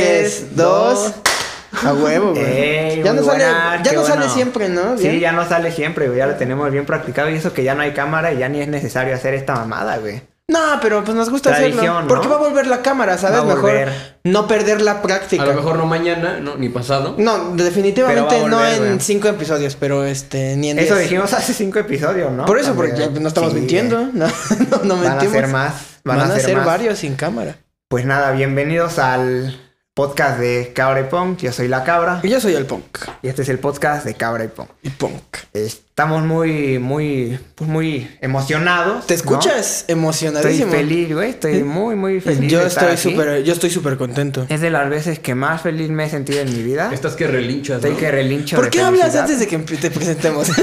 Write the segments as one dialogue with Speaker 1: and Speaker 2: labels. Speaker 1: 3, 2.
Speaker 2: A huevo, güey.
Speaker 1: Ey,
Speaker 2: ya
Speaker 1: muy
Speaker 2: no sale,
Speaker 1: buena,
Speaker 2: ya
Speaker 1: qué
Speaker 2: no sale
Speaker 1: bueno.
Speaker 2: siempre, ¿no?
Speaker 1: Sí,
Speaker 2: Bien.
Speaker 1: ya no sale siempre, güey. Ya lo tenemos bien practicado. Y eso que ya no hay cámara y ya ni es necesario hacer esta mamada, güey.
Speaker 2: No, pero pues nos gusta
Speaker 1: Tradición,
Speaker 2: hacerlo.
Speaker 1: ¿no?
Speaker 2: Porque va a volver la cámara, ¿sabes?
Speaker 1: Va a
Speaker 2: Mejor
Speaker 1: volver.
Speaker 2: no perder la práctica.
Speaker 3: A lo mejor no mañana, no, ni pasado.
Speaker 2: No,
Speaker 1: Pero
Speaker 2: definitivamente
Speaker 1: va a
Speaker 2: no
Speaker 1: volver,
Speaker 2: en
Speaker 1: güey.
Speaker 2: cinco episodios, pero este, ni en
Speaker 1: Eso
Speaker 2: diez.
Speaker 1: dijimos hace cinco episodios, ¿no?
Speaker 2: Por eso, porque
Speaker 1: También.
Speaker 2: no estamos
Speaker 1: Sí,
Speaker 2: mintiendo.
Speaker 1: güey.
Speaker 2: No, no, no
Speaker 1: Van a
Speaker 2: mentimos.
Speaker 1: ser más. Van, a ser más.
Speaker 2: varios sin cámara.
Speaker 1: Pues nada, bienvenidos al podcast de Cabra y Punk. Yo soy La Cabra.
Speaker 2: Yo soy el punk.
Speaker 1: Y este es el podcast de Cabra y Punk.
Speaker 2: Y punk.
Speaker 1: Estamos muy, muy, pues muy emocionados.
Speaker 2: ¿Te
Speaker 1: ¿no?
Speaker 2: escuchas
Speaker 1: Estoy
Speaker 2: emocionadísimo?
Speaker 1: feliz, güey. Estoy muy, muy feliz.
Speaker 2: Yo
Speaker 1: de estar
Speaker 2: estoy
Speaker 1: aquí.
Speaker 2: súper, yo estoy súper contento.
Speaker 1: Es de las veces que más feliz me he sentido en mi vida.
Speaker 3: Estás que relinchas.
Speaker 1: Estoy
Speaker 3: ¿no?
Speaker 1: que relincho.
Speaker 2: ¿Por
Speaker 1: de
Speaker 2: qué hablas
Speaker 1: felicidad.
Speaker 2: antes de que empe- te presentemos?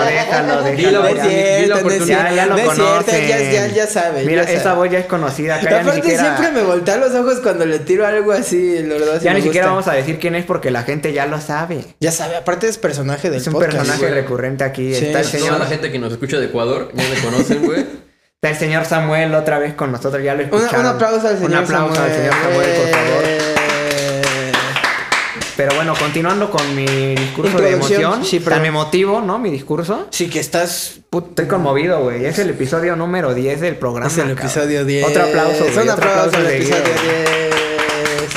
Speaker 1: No, déjalo,
Speaker 3: Dilo,
Speaker 1: déjalo.
Speaker 3: por
Speaker 2: No es
Speaker 1: ya.
Speaker 3: favor.
Speaker 1: Ya,
Speaker 2: cierto, no es cierto,
Speaker 3: di la oportunidad.
Speaker 1: ya lo
Speaker 2: no es cierto,
Speaker 1: conocen.
Speaker 2: ya, ya, ya sabe.
Speaker 1: Mira,
Speaker 2: ya
Speaker 1: esa
Speaker 2: sabe.
Speaker 1: voz ya es conocida. Acá ya ni
Speaker 2: Aparte
Speaker 1: siquiera-
Speaker 2: siempre me voltea los ojos cuando le tiro algo así, la verdad. sí
Speaker 1: Ya
Speaker 2: me
Speaker 1: ni siquiera
Speaker 2: gusta.
Speaker 1: vamos a decir quién es porque la gente ya lo sabe.
Speaker 2: Ya sabe, aparte es personaje del
Speaker 1: Es un
Speaker 2: podcast.
Speaker 1: personaje
Speaker 3: güey.
Speaker 1: recurrente aquí.
Speaker 2: Sí,
Speaker 1: Está el
Speaker 2: es
Speaker 3: Toda la
Speaker 1: señor,
Speaker 3: gente que nos escucha de Ecuador ya me conocen, güey.
Speaker 1: está el señor Samuel otra vez con nosotros. Ya lo
Speaker 2: Una-
Speaker 1: escucharon.
Speaker 2: un aplauso al señor
Speaker 1: Un aplauso
Speaker 2: Samuel. Eh.
Speaker 1: al señor Samuel, por favor.
Speaker 2: favor.
Speaker 1: Pero bueno, continuando con mi discurso de
Speaker 2: Introducción,
Speaker 1: emoción.
Speaker 2: sí, pero-
Speaker 1: tan emotivo, ¿no? Mi discurso.
Speaker 2: Sí, que estás
Speaker 1: Puta, estoy conmovido, güey. Es el episodio número 10 del programa.
Speaker 2: Es el
Speaker 1: cabrón.
Speaker 2: episodio 10.
Speaker 1: Otro aplauso, güey.
Speaker 2: Un
Speaker 1: otro
Speaker 2: aplauso al
Speaker 1: seguido,
Speaker 2: episodio
Speaker 1: güey.
Speaker 2: 10.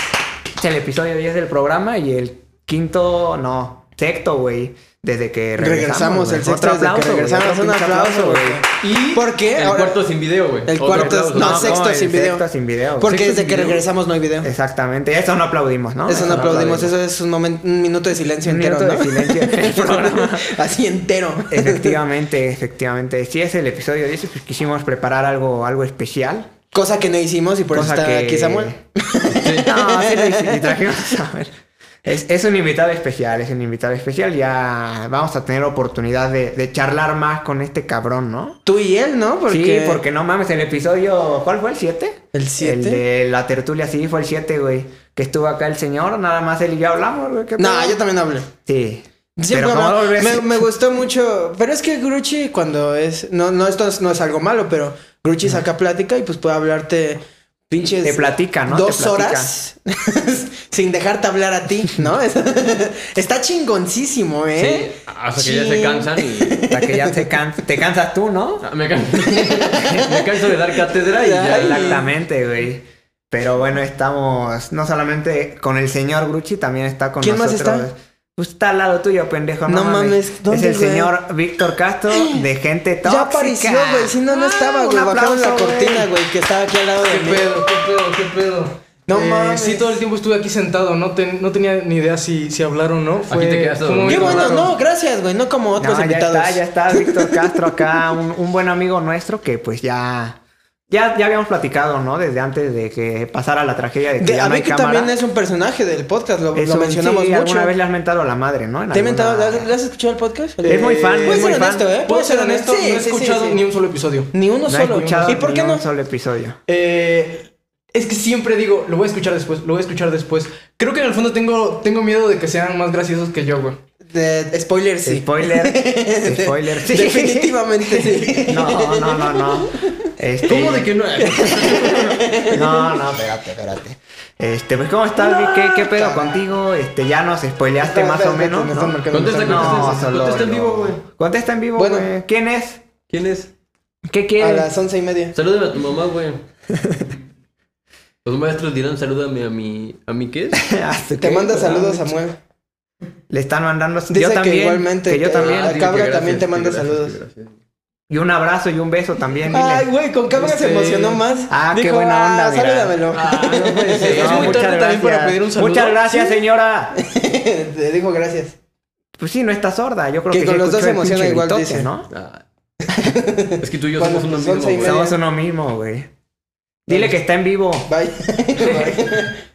Speaker 1: Es el episodio 10 del programa y el quinto, no, sexto, güey. Desde que regresamos.
Speaker 2: Regresamos
Speaker 1: güey.
Speaker 2: el sexto
Speaker 1: Otro
Speaker 2: desde que
Speaker 1: aplauso, güey,
Speaker 2: regresamos.
Speaker 1: otro
Speaker 2: Un
Speaker 1: pinche
Speaker 2: aplauso, güey.
Speaker 3: Y
Speaker 2: ¿Por qué?
Speaker 3: El
Speaker 2: Ahora-
Speaker 3: cuarto sin video, güey.
Speaker 2: El
Speaker 3: Otro
Speaker 2: cuarto es.
Speaker 3: aplauso.
Speaker 2: No,
Speaker 1: No,
Speaker 2: sexto,
Speaker 1: ¿cómo?
Speaker 2: sin
Speaker 1: El
Speaker 2: video.
Speaker 1: sexto sin video.
Speaker 2: Porque
Speaker 3: Sexto
Speaker 2: desde
Speaker 3: sin
Speaker 2: que
Speaker 3: video.
Speaker 2: regresamos no hay video.
Speaker 1: Exactamente. Eso no aplaudimos, ¿no?
Speaker 2: eso no aplaudimos,
Speaker 3: aplaudimos.
Speaker 2: eso es un, momen- un minuto de silencio
Speaker 1: Un
Speaker 2: entero,
Speaker 1: minuto
Speaker 2: ¿no?
Speaker 1: de silencio en el programa.
Speaker 2: Así entero.
Speaker 1: Efectivamente, efectivamente. Si es el episodio 10, pues quisimos preparar algo, algo especial.
Speaker 2: Cosa que no hicimos y por eso
Speaker 1: Cosa
Speaker 2: está
Speaker 1: que-
Speaker 2: aquí Samuel.
Speaker 1: No, sí lo hice, y trajimos a ver. Es, es un invitado especial, es un invitado especial. Ya vamos a tener oportunidad de, de charlar más con este cabrón, ¿no?
Speaker 2: Tú y él, ¿no? Porque...
Speaker 1: Sí, porque no mames, el episodio, ¿cuál fue? ¿El 7?
Speaker 2: ¿El siete?
Speaker 1: El de la tertulia, sí, fue el 7, güey. Que estuvo acá el señor, nada más él y yo hablamos, güey. ¿qué
Speaker 2: No,
Speaker 1: pedo?
Speaker 2: yo también hablé.
Speaker 1: Sí.
Speaker 2: Siempre
Speaker 1: Pero ¿cómo
Speaker 2: hablaba-
Speaker 1: volvés?
Speaker 2: me, me gustó mucho. Pero es que Gruchi, cuando es. No, no, esto es- no es algo malo, pero Gruchi saca plática y pues puede hablarte pinches.
Speaker 1: Te platica, ¿no?
Speaker 2: Dos
Speaker 1: Te platica.
Speaker 2: horas sin dejarte hablar a ti, ¿no? Está chingoncísimo,
Speaker 3: Ah, Sí,
Speaker 2: ¿eh?
Speaker 3: hasta que ya se
Speaker 2: Chin.
Speaker 3: cansan y.
Speaker 1: Hasta que ya te, can- te cansas tú, ¿no?
Speaker 3: Ah, Me canso, me canso de dar cátedra y ya.
Speaker 1: Exactamente, güey. Pero bueno, estamos no solamente con el señor Gruchi, también está con
Speaker 2: ¿Quién más
Speaker 1: nosotros.
Speaker 2: está?
Speaker 1: Pues está al lado tuyo, pendejo. No,
Speaker 2: No mames,
Speaker 1: es
Speaker 2: ¿dónde,
Speaker 1: el
Speaker 2: güey?
Speaker 1: señor Víctor Castro de Gente Tóxica.
Speaker 2: Ya apareció, güey. Si no, no
Speaker 1: Ah,
Speaker 2: estaba,
Speaker 1: un
Speaker 2: güey. Bajaron la
Speaker 1: aplauso, güey.
Speaker 2: cortina, güey, que estaba aquí al lado de
Speaker 4: ¿Qué
Speaker 2: mí.
Speaker 4: pedo? ¿Qué pedo? ¿Qué pedo?
Speaker 2: No
Speaker 4: Eh,
Speaker 2: mames.
Speaker 4: Sí, todo el tiempo estuve aquí sentado. No, ten- no tenía ni idea si, si hablar o no. Fue,
Speaker 3: te quedaste
Speaker 4: fue un
Speaker 3: dormido.
Speaker 2: Qué
Speaker 4: momento
Speaker 2: bueno,
Speaker 4: raro.
Speaker 2: no, gracias, güey. No como otros
Speaker 1: No, ya
Speaker 2: invitados.
Speaker 1: está, ya está Víctor Castro acá, un, un buen amigo nuestro que pues ya, ya, ya habíamos platicado, ¿no? Desde antes de que pasara la tragedia de que
Speaker 2: De-
Speaker 1: ya
Speaker 2: a
Speaker 1: no
Speaker 2: mí
Speaker 1: hay
Speaker 2: que
Speaker 1: cámara.
Speaker 2: también es un personaje del podcast, lo,
Speaker 1: Es
Speaker 2: lo
Speaker 1: un-
Speaker 2: mencionamos
Speaker 1: sí,
Speaker 2: mucho.
Speaker 1: alguna vez le has mentado a la madre, ¿no? En
Speaker 2: ¿Te he
Speaker 1: alguna-
Speaker 2: mentado? ¿Has, has escuchado el podcast?
Speaker 1: Es muy fan,
Speaker 2: Puedes
Speaker 1: es muy
Speaker 2: ser honesto,
Speaker 1: fan.
Speaker 2: ¿eh?
Speaker 4: Puedo
Speaker 2: Puedes
Speaker 4: ser honesto,
Speaker 2: Sí,
Speaker 4: no he
Speaker 2: sí, sí,
Speaker 4: escuchado
Speaker 2: sí.
Speaker 4: ni un solo episodio.
Speaker 2: Ni uno
Speaker 1: No he
Speaker 2: solo.
Speaker 1: escuchado
Speaker 2: ¿Y por
Speaker 1: ni
Speaker 2: qué no?
Speaker 1: un solo episodio.
Speaker 4: Eh, es que siempre digo, lo voy a escuchar después, lo voy a escuchar después. Creo que en el fondo tengo, tengo miedo de que sean más graciosos que yo, güey.
Speaker 2: De- spoiler, sí.
Speaker 1: Spoiler. Spoiler. sí.
Speaker 2: Definitivamente sí.
Speaker 1: No, no, no, no. Este,
Speaker 3: ¿Cómo de que no?
Speaker 1: No, no, espérate, espérate. Este, pues, ¿cómo estás, Vic? ¿Qué, qué pedo contigo? Este, ya nos spoileaste
Speaker 2: Espera,
Speaker 1: más
Speaker 2: espera,
Speaker 1: o
Speaker 2: espera,
Speaker 1: menos.
Speaker 2: me
Speaker 1: ¿no?
Speaker 2: están marcando,
Speaker 3: me están marcando. Contesta,
Speaker 1: solo
Speaker 3: contesta en
Speaker 1: yo.
Speaker 3: vivo, güey.
Speaker 1: Contesta en vivo,
Speaker 2: Bueno.
Speaker 1: güey. ¿Quién es?
Speaker 3: ¿Quién es?
Speaker 1: ¿Qué
Speaker 2: A
Speaker 1: quieres?
Speaker 2: las once y media.
Speaker 3: Salúdame a tu mamá, güey. Los maestros dirán, salúdame a mi. ¿A mi qué?
Speaker 1: Hasta
Speaker 2: Te
Speaker 1: que-
Speaker 2: manda saludos, Samuel.
Speaker 1: Le están mandando.
Speaker 2: Dice
Speaker 1: yo
Speaker 2: que
Speaker 1: también.
Speaker 2: igualmente
Speaker 1: que yo
Speaker 2: te-
Speaker 1: también.
Speaker 2: Ah,
Speaker 3: dile que
Speaker 2: Cabra
Speaker 3: gracias,
Speaker 2: también te
Speaker 3: que
Speaker 2: manda
Speaker 3: gracias,
Speaker 2: saludos.
Speaker 3: que gracias.
Speaker 1: Y un abrazo y un beso también. dile.
Speaker 2: Ay, güey, con cámara se
Speaker 4: Este-
Speaker 2: emocionó más.
Speaker 1: Ah, qué buena onda,
Speaker 2: ah,
Speaker 1: mira.
Speaker 2: salúdamelo.
Speaker 3: Ah, no puede
Speaker 4: Sí,
Speaker 3: ser.
Speaker 4: pues, es
Speaker 1: No,
Speaker 4: muy
Speaker 1: muchas
Speaker 4: tarde también para
Speaker 1: gracias.
Speaker 4: pedir un saludo.
Speaker 1: Muchas gracias, señora.
Speaker 2: Te dijo gracias.
Speaker 1: Pues sí, no está sorda. Yo creo
Speaker 2: Que
Speaker 1: que,
Speaker 2: con
Speaker 1: sí
Speaker 2: los dos
Speaker 1: escuchó el
Speaker 2: emociona
Speaker 1: pinche
Speaker 2: igual,
Speaker 1: gritote,
Speaker 2: dice.
Speaker 1: ¿no?
Speaker 3: Ah. Es que tú y yo
Speaker 2: Bueno,
Speaker 3: somos uno
Speaker 2: pues,
Speaker 3: mismo,
Speaker 2: once y
Speaker 3: güey.
Speaker 2: media.
Speaker 1: Somos uno mismo, güey. Dile que está en vivo.
Speaker 2: Bye. Bye.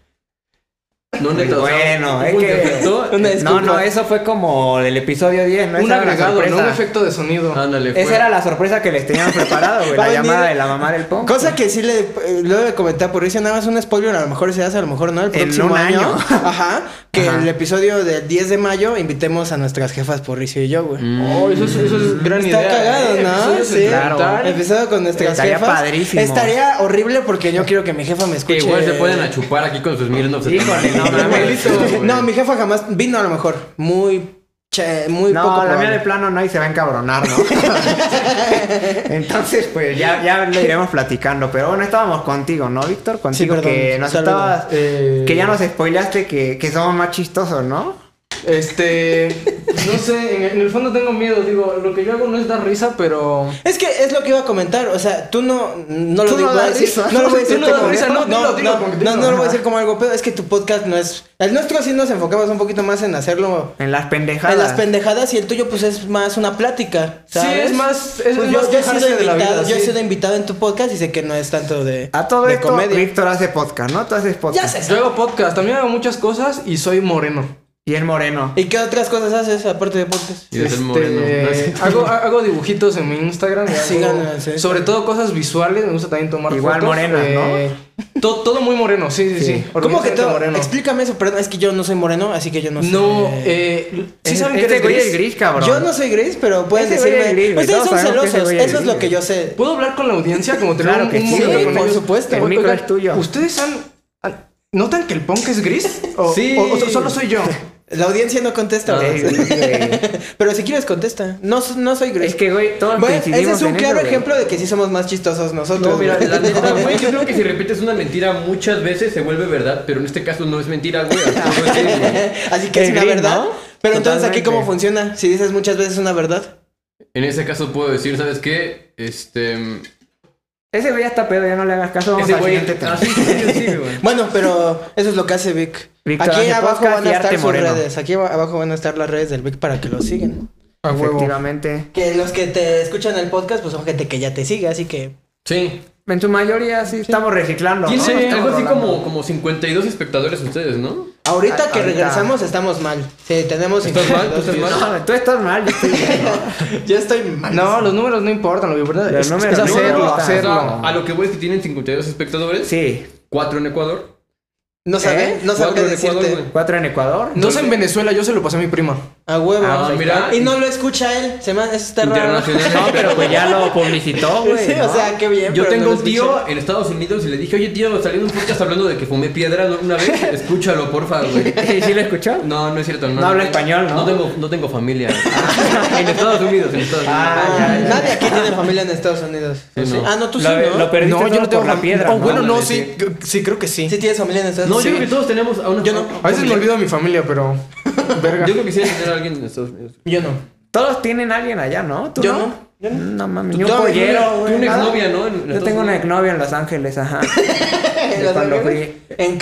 Speaker 3: No,
Speaker 1: Muy
Speaker 3: neta, o sea,
Speaker 1: bueno, eh.
Speaker 3: hubo
Speaker 1: es
Speaker 3: un
Speaker 1: que-
Speaker 3: defecto.
Speaker 2: Una
Speaker 1: No,
Speaker 2: disculpa.
Speaker 1: no, eso fue como el episodio 10, ¿no?
Speaker 4: un
Speaker 1: Esa era la
Speaker 4: agregado, no
Speaker 1: sorpresa. Ah,
Speaker 4: un efecto de sonido.
Speaker 3: Ándale, fue.
Speaker 1: Esa era la sorpresa que les tenían preparado, güey.
Speaker 2: Va
Speaker 1: la
Speaker 2: a venir-
Speaker 1: llamada de la mamá del Pong.
Speaker 2: Cosa que sí le eh, luego de comentar por eso nada más un spoiler, a lo mejor se hace, a lo mejor no, el próximo
Speaker 1: un
Speaker 2: año.
Speaker 1: año.
Speaker 2: Ajá. Que
Speaker 1: Ajá.
Speaker 2: el episodio del 10 de mayo invitemos a nuestras jefas Porricio y yo, güey.
Speaker 3: Mm.
Speaker 4: Oh, eso es, eso es gran
Speaker 2: Está
Speaker 4: idea.
Speaker 2: cagado,
Speaker 4: ¿eh?
Speaker 2: ¿no?
Speaker 4: Episodio
Speaker 2: Sí.
Speaker 1: claro.
Speaker 4: sentimental.
Speaker 2: Empezado con nuestras
Speaker 1: Estaría
Speaker 2: jefas.
Speaker 1: padrísimo.
Speaker 2: Estaría horrible porque yo quiero que mi jefa me
Speaker 3: Que
Speaker 2: escuche.
Speaker 3: igual se pueden achupar aquí con sus Mirnoff.
Speaker 1: Híjole, no mames.
Speaker 2: No, mi jefa jamás vino a lo mejor. Muy che- muy
Speaker 1: No,
Speaker 2: poco.
Speaker 1: la mía
Speaker 2: probable.
Speaker 1: de plano no y se va a encabronar, ¿no? Entonces, pues ya, ya lo iremos platicando. Pero bueno, estábamos contigo, ¿no, Víctor? Contigo
Speaker 2: perdón,
Speaker 1: que nos
Speaker 2: saludo.
Speaker 1: estabas.
Speaker 4: Eh,
Speaker 1: Que ya nos spoileaste que, que somos más chistosos, ¿no?
Speaker 4: Este. No sé, en, en el fondo tengo miedo. Digo, lo que yo hago no es dar risa, pero.
Speaker 2: Es que es lo que iba a comentar, o sea, tú no, no lo
Speaker 1: Tú
Speaker 2: digo
Speaker 1: no
Speaker 2: voy a
Speaker 1: das
Speaker 2: decir-
Speaker 1: risa.
Speaker 2: no lo voy a
Speaker 4: Tú
Speaker 2: decir
Speaker 4: no das
Speaker 2: como-
Speaker 4: risa, no, dilo,
Speaker 2: no,
Speaker 4: dilo,
Speaker 2: no,
Speaker 4: como que
Speaker 2: no,
Speaker 4: dilo.
Speaker 2: no lo voy a decir como algo peor, es que tu podcast no es, el nuestro sí nos enfocamos un poquito más en hacerlo
Speaker 1: En las pendejadas.
Speaker 2: en las pendejadas y el tuyo pues es más una plática,
Speaker 4: Sí,
Speaker 2: ¿sabes?
Speaker 4: es más-
Speaker 2: Pues
Speaker 4: es- es
Speaker 2: yo,
Speaker 4: más
Speaker 2: yo he sido
Speaker 4: quejarse de la
Speaker 2: invitado,
Speaker 4: vida,
Speaker 2: yo he
Speaker 4: sí.
Speaker 2: sido invitado en tu podcast y sé que no es tanto de
Speaker 1: A todo
Speaker 2: de
Speaker 1: esto,
Speaker 2: comedia.
Speaker 1: Víctor hace podcast, ¿no? Tú haces podcast.
Speaker 2: Ya sé.
Speaker 4: Yo hago podcast, también hago muchas cosas y soy moreno.
Speaker 1: Y es moreno.
Speaker 2: ¿Y qué otras cosas haces aparte de podcast?
Speaker 3: Y de ser
Speaker 4: Este,
Speaker 3: moreno. No es cierto.
Speaker 4: hago, ha- hago dibujitos en mi Instagram. y hago-
Speaker 2: Síganos, eh.
Speaker 4: Sobre todo cosas visuales, me gusta también tomar
Speaker 1: Igual
Speaker 4: fotos.
Speaker 1: morenas,
Speaker 4: ¿no? Todo, muy moreno, sí, sí,
Speaker 1: Sí.
Speaker 4: sí.
Speaker 2: ¿Cómo que
Speaker 4: orgullosamente
Speaker 2: todo?
Speaker 4: moreno?
Speaker 2: Explícame eso, perdón, es que yo no soy moreno, así que yo no sé.
Speaker 4: No, eh. ¿Sí
Speaker 1: Es-
Speaker 4: saben que
Speaker 1: este
Speaker 4: eres
Speaker 1: güey
Speaker 4: gris?
Speaker 1: es gris, cabrón.
Speaker 2: Yo no soy gris, pero pueden
Speaker 1: Ese güey
Speaker 2: decirme.
Speaker 1: es gris, güey.
Speaker 2: Ustedes
Speaker 1: Todos
Speaker 2: son
Speaker 1: sabemos que ese
Speaker 2: celosos.
Speaker 1: güey es
Speaker 2: Eso es
Speaker 1: gris,
Speaker 2: lo que yo sé.
Speaker 4: ¿Puedo hablar con la audiencia? Como tener
Speaker 1: Claro
Speaker 4: un,
Speaker 1: que
Speaker 4: un
Speaker 1: sí,
Speaker 4: momento con
Speaker 2: por
Speaker 4: ellos?
Speaker 2: supuesto.
Speaker 1: El micro
Speaker 4: Oigan,
Speaker 1: es tuyo.
Speaker 4: ¿Ustedes han, han- notan que el punk es gris? ¿O,
Speaker 3: Sí.
Speaker 4: o- o solo soy yo?
Speaker 2: La audiencia no contesta.
Speaker 1: No, Ah,
Speaker 2: ¿verdad?
Speaker 1: sí, güey.
Speaker 2: pero si quieres, contesta. No, so- no soy gris.
Speaker 1: Es que, güey, todos
Speaker 2: Bueno, ese
Speaker 1: coincidimos
Speaker 2: es un
Speaker 1: en
Speaker 2: claro
Speaker 1: eso, güey.
Speaker 2: ejemplo de que sí somos más chistosos nosotros.
Speaker 3: No, mira,
Speaker 2: güey.
Speaker 3: la neta, güey, yo creo que si repites una mentira muchas veces se vuelve verdad, pero en este caso no es mentira, güey. al todo es gris, güey.
Speaker 2: Así que es
Speaker 1: Es
Speaker 2: una
Speaker 1: gris,
Speaker 2: verdad.
Speaker 1: ¿no?
Speaker 2: Pero entonces aquí
Speaker 1: Totalmente.
Speaker 2: cómo funciona. Si dices muchas veces una verdad.
Speaker 3: En ese caso puedo decir, ¿sabes qué? Este...
Speaker 1: Ese güey ya está pedo, ya no le hagas caso. Vamos
Speaker 3: ese
Speaker 1: al
Speaker 3: güey...
Speaker 1: siguiente tema.
Speaker 3: Ah, sí, sí, sí, güey.
Speaker 2: Bueno, pero eso es lo que hace Vic.
Speaker 1: Víctor
Speaker 2: aquí
Speaker 1: hace
Speaker 2: abajo
Speaker 1: podcast
Speaker 2: van
Speaker 1: y
Speaker 2: a
Speaker 1: arte
Speaker 2: estar sus
Speaker 1: moreno.
Speaker 2: redes. Aquí ab- abajo van a estar las redes del Vic para que lo sigan.
Speaker 1: Efectivamente.
Speaker 2: Que los que te escuchan el podcast, pues son gente que ya te sigue, así que.
Speaker 3: Sí.
Speaker 1: En su mayoría sí, estamos reciclando. ¿no?
Speaker 3: Tienen
Speaker 1: Estamos
Speaker 3: algo así
Speaker 1: hablando.
Speaker 3: como, como 52 espectadores ustedes, ¿no?
Speaker 2: Ahorita
Speaker 1: Ah,
Speaker 2: que
Speaker 1: ahorita.
Speaker 2: regresamos estamos mal. Sí, tenemos
Speaker 3: ¿Estás mal? ¿Tú
Speaker 2: 52
Speaker 3: estás mal?
Speaker 1: No, tú estás mal, yo estoy bien, ¿no?
Speaker 2: Yo estoy mal.
Speaker 4: No, los números no importan, lo que importa
Speaker 1: Los
Speaker 4: es,
Speaker 1: números
Speaker 4: es
Speaker 1: no
Speaker 4: hacerlo,
Speaker 1: importan.
Speaker 4: hacerlo.
Speaker 1: No.
Speaker 3: A lo que voy es que tienen 52 espectadores,
Speaker 1: Sí.
Speaker 3: 4 en Ecuador.
Speaker 2: No sabe,
Speaker 1: ¿Eh?
Speaker 2: no sabría
Speaker 3: Cuatro en
Speaker 2: decirte.
Speaker 3: Ecuador, güey.
Speaker 1: ¿Cuatro en Ecuador?
Speaker 4: No sé en Venezuela, yo se lo pasé a mi prima.
Speaker 2: a huevo.
Speaker 1: Ah,
Speaker 3: pues, mira.
Speaker 2: Y no lo escucha él. Se me eso está raro.
Speaker 3: Internacional.
Speaker 1: No, pero pues ya lo publicitó, güey.
Speaker 2: Sí,
Speaker 1: ¿no?
Speaker 2: o sea, qué bien.
Speaker 3: Yo
Speaker 2: pero
Speaker 3: tengo
Speaker 2: no lo
Speaker 3: un tío
Speaker 2: escucha.
Speaker 3: en Estados Unidos y le dije, oye tío, salió un podcast hablando de que fumé piedra ¿no? una vez, escúchalo, porfa, güey.
Speaker 1: ¿Y sí lo escuchó?
Speaker 3: No, no es cierto. No,
Speaker 1: No habla español, ¿no?
Speaker 3: No tengo, no tengo familia. en Estados Unidos, en Estados Unidos.
Speaker 1: Ah,
Speaker 2: Ah,
Speaker 1: ya, ya,
Speaker 2: Nadie aquí tiene familia en Estados Unidos.
Speaker 3: Sí, no.
Speaker 2: Ah, no, tú
Speaker 1: Lo-
Speaker 2: sí, ¿no?
Speaker 1: lo perdiste todo por la
Speaker 4: fam-
Speaker 1: piedra,
Speaker 4: Oh,
Speaker 1: ¿no?
Speaker 4: bueno, no,
Speaker 3: Ándale,
Speaker 4: sí, sí, creo que sí.
Speaker 2: Sí tienes familia en Estados
Speaker 3: No, yo creo que
Speaker 2: Unidos.
Speaker 3: todos tenemos a una
Speaker 2: Yo no.
Speaker 4: A veces me olvido de mi familia, pero... Verga.
Speaker 3: Yo creo que sí hay que tener a alguien en Estados Unidos.
Speaker 2: Yo no.
Speaker 1: Todos tienen alguien allá, ¿no? ¿Tú
Speaker 2: Yo
Speaker 1: no?
Speaker 2: no,
Speaker 1: No mames, ni un
Speaker 2: Tú- tú-
Speaker 1: pollero,
Speaker 2: tú
Speaker 1: güey,
Speaker 3: una
Speaker 1: nada.
Speaker 3: exnovia, ¿no? En- en
Speaker 1: Yo
Speaker 3: Estados
Speaker 1: tengo una
Speaker 3: Unidos.
Speaker 1: exnovia en Los Ángeles, ajá.
Speaker 2: ¿En
Speaker 1: De
Speaker 2: Los
Speaker 1: cuando
Speaker 2: Ángeles?
Speaker 1: fui
Speaker 2: Eh, En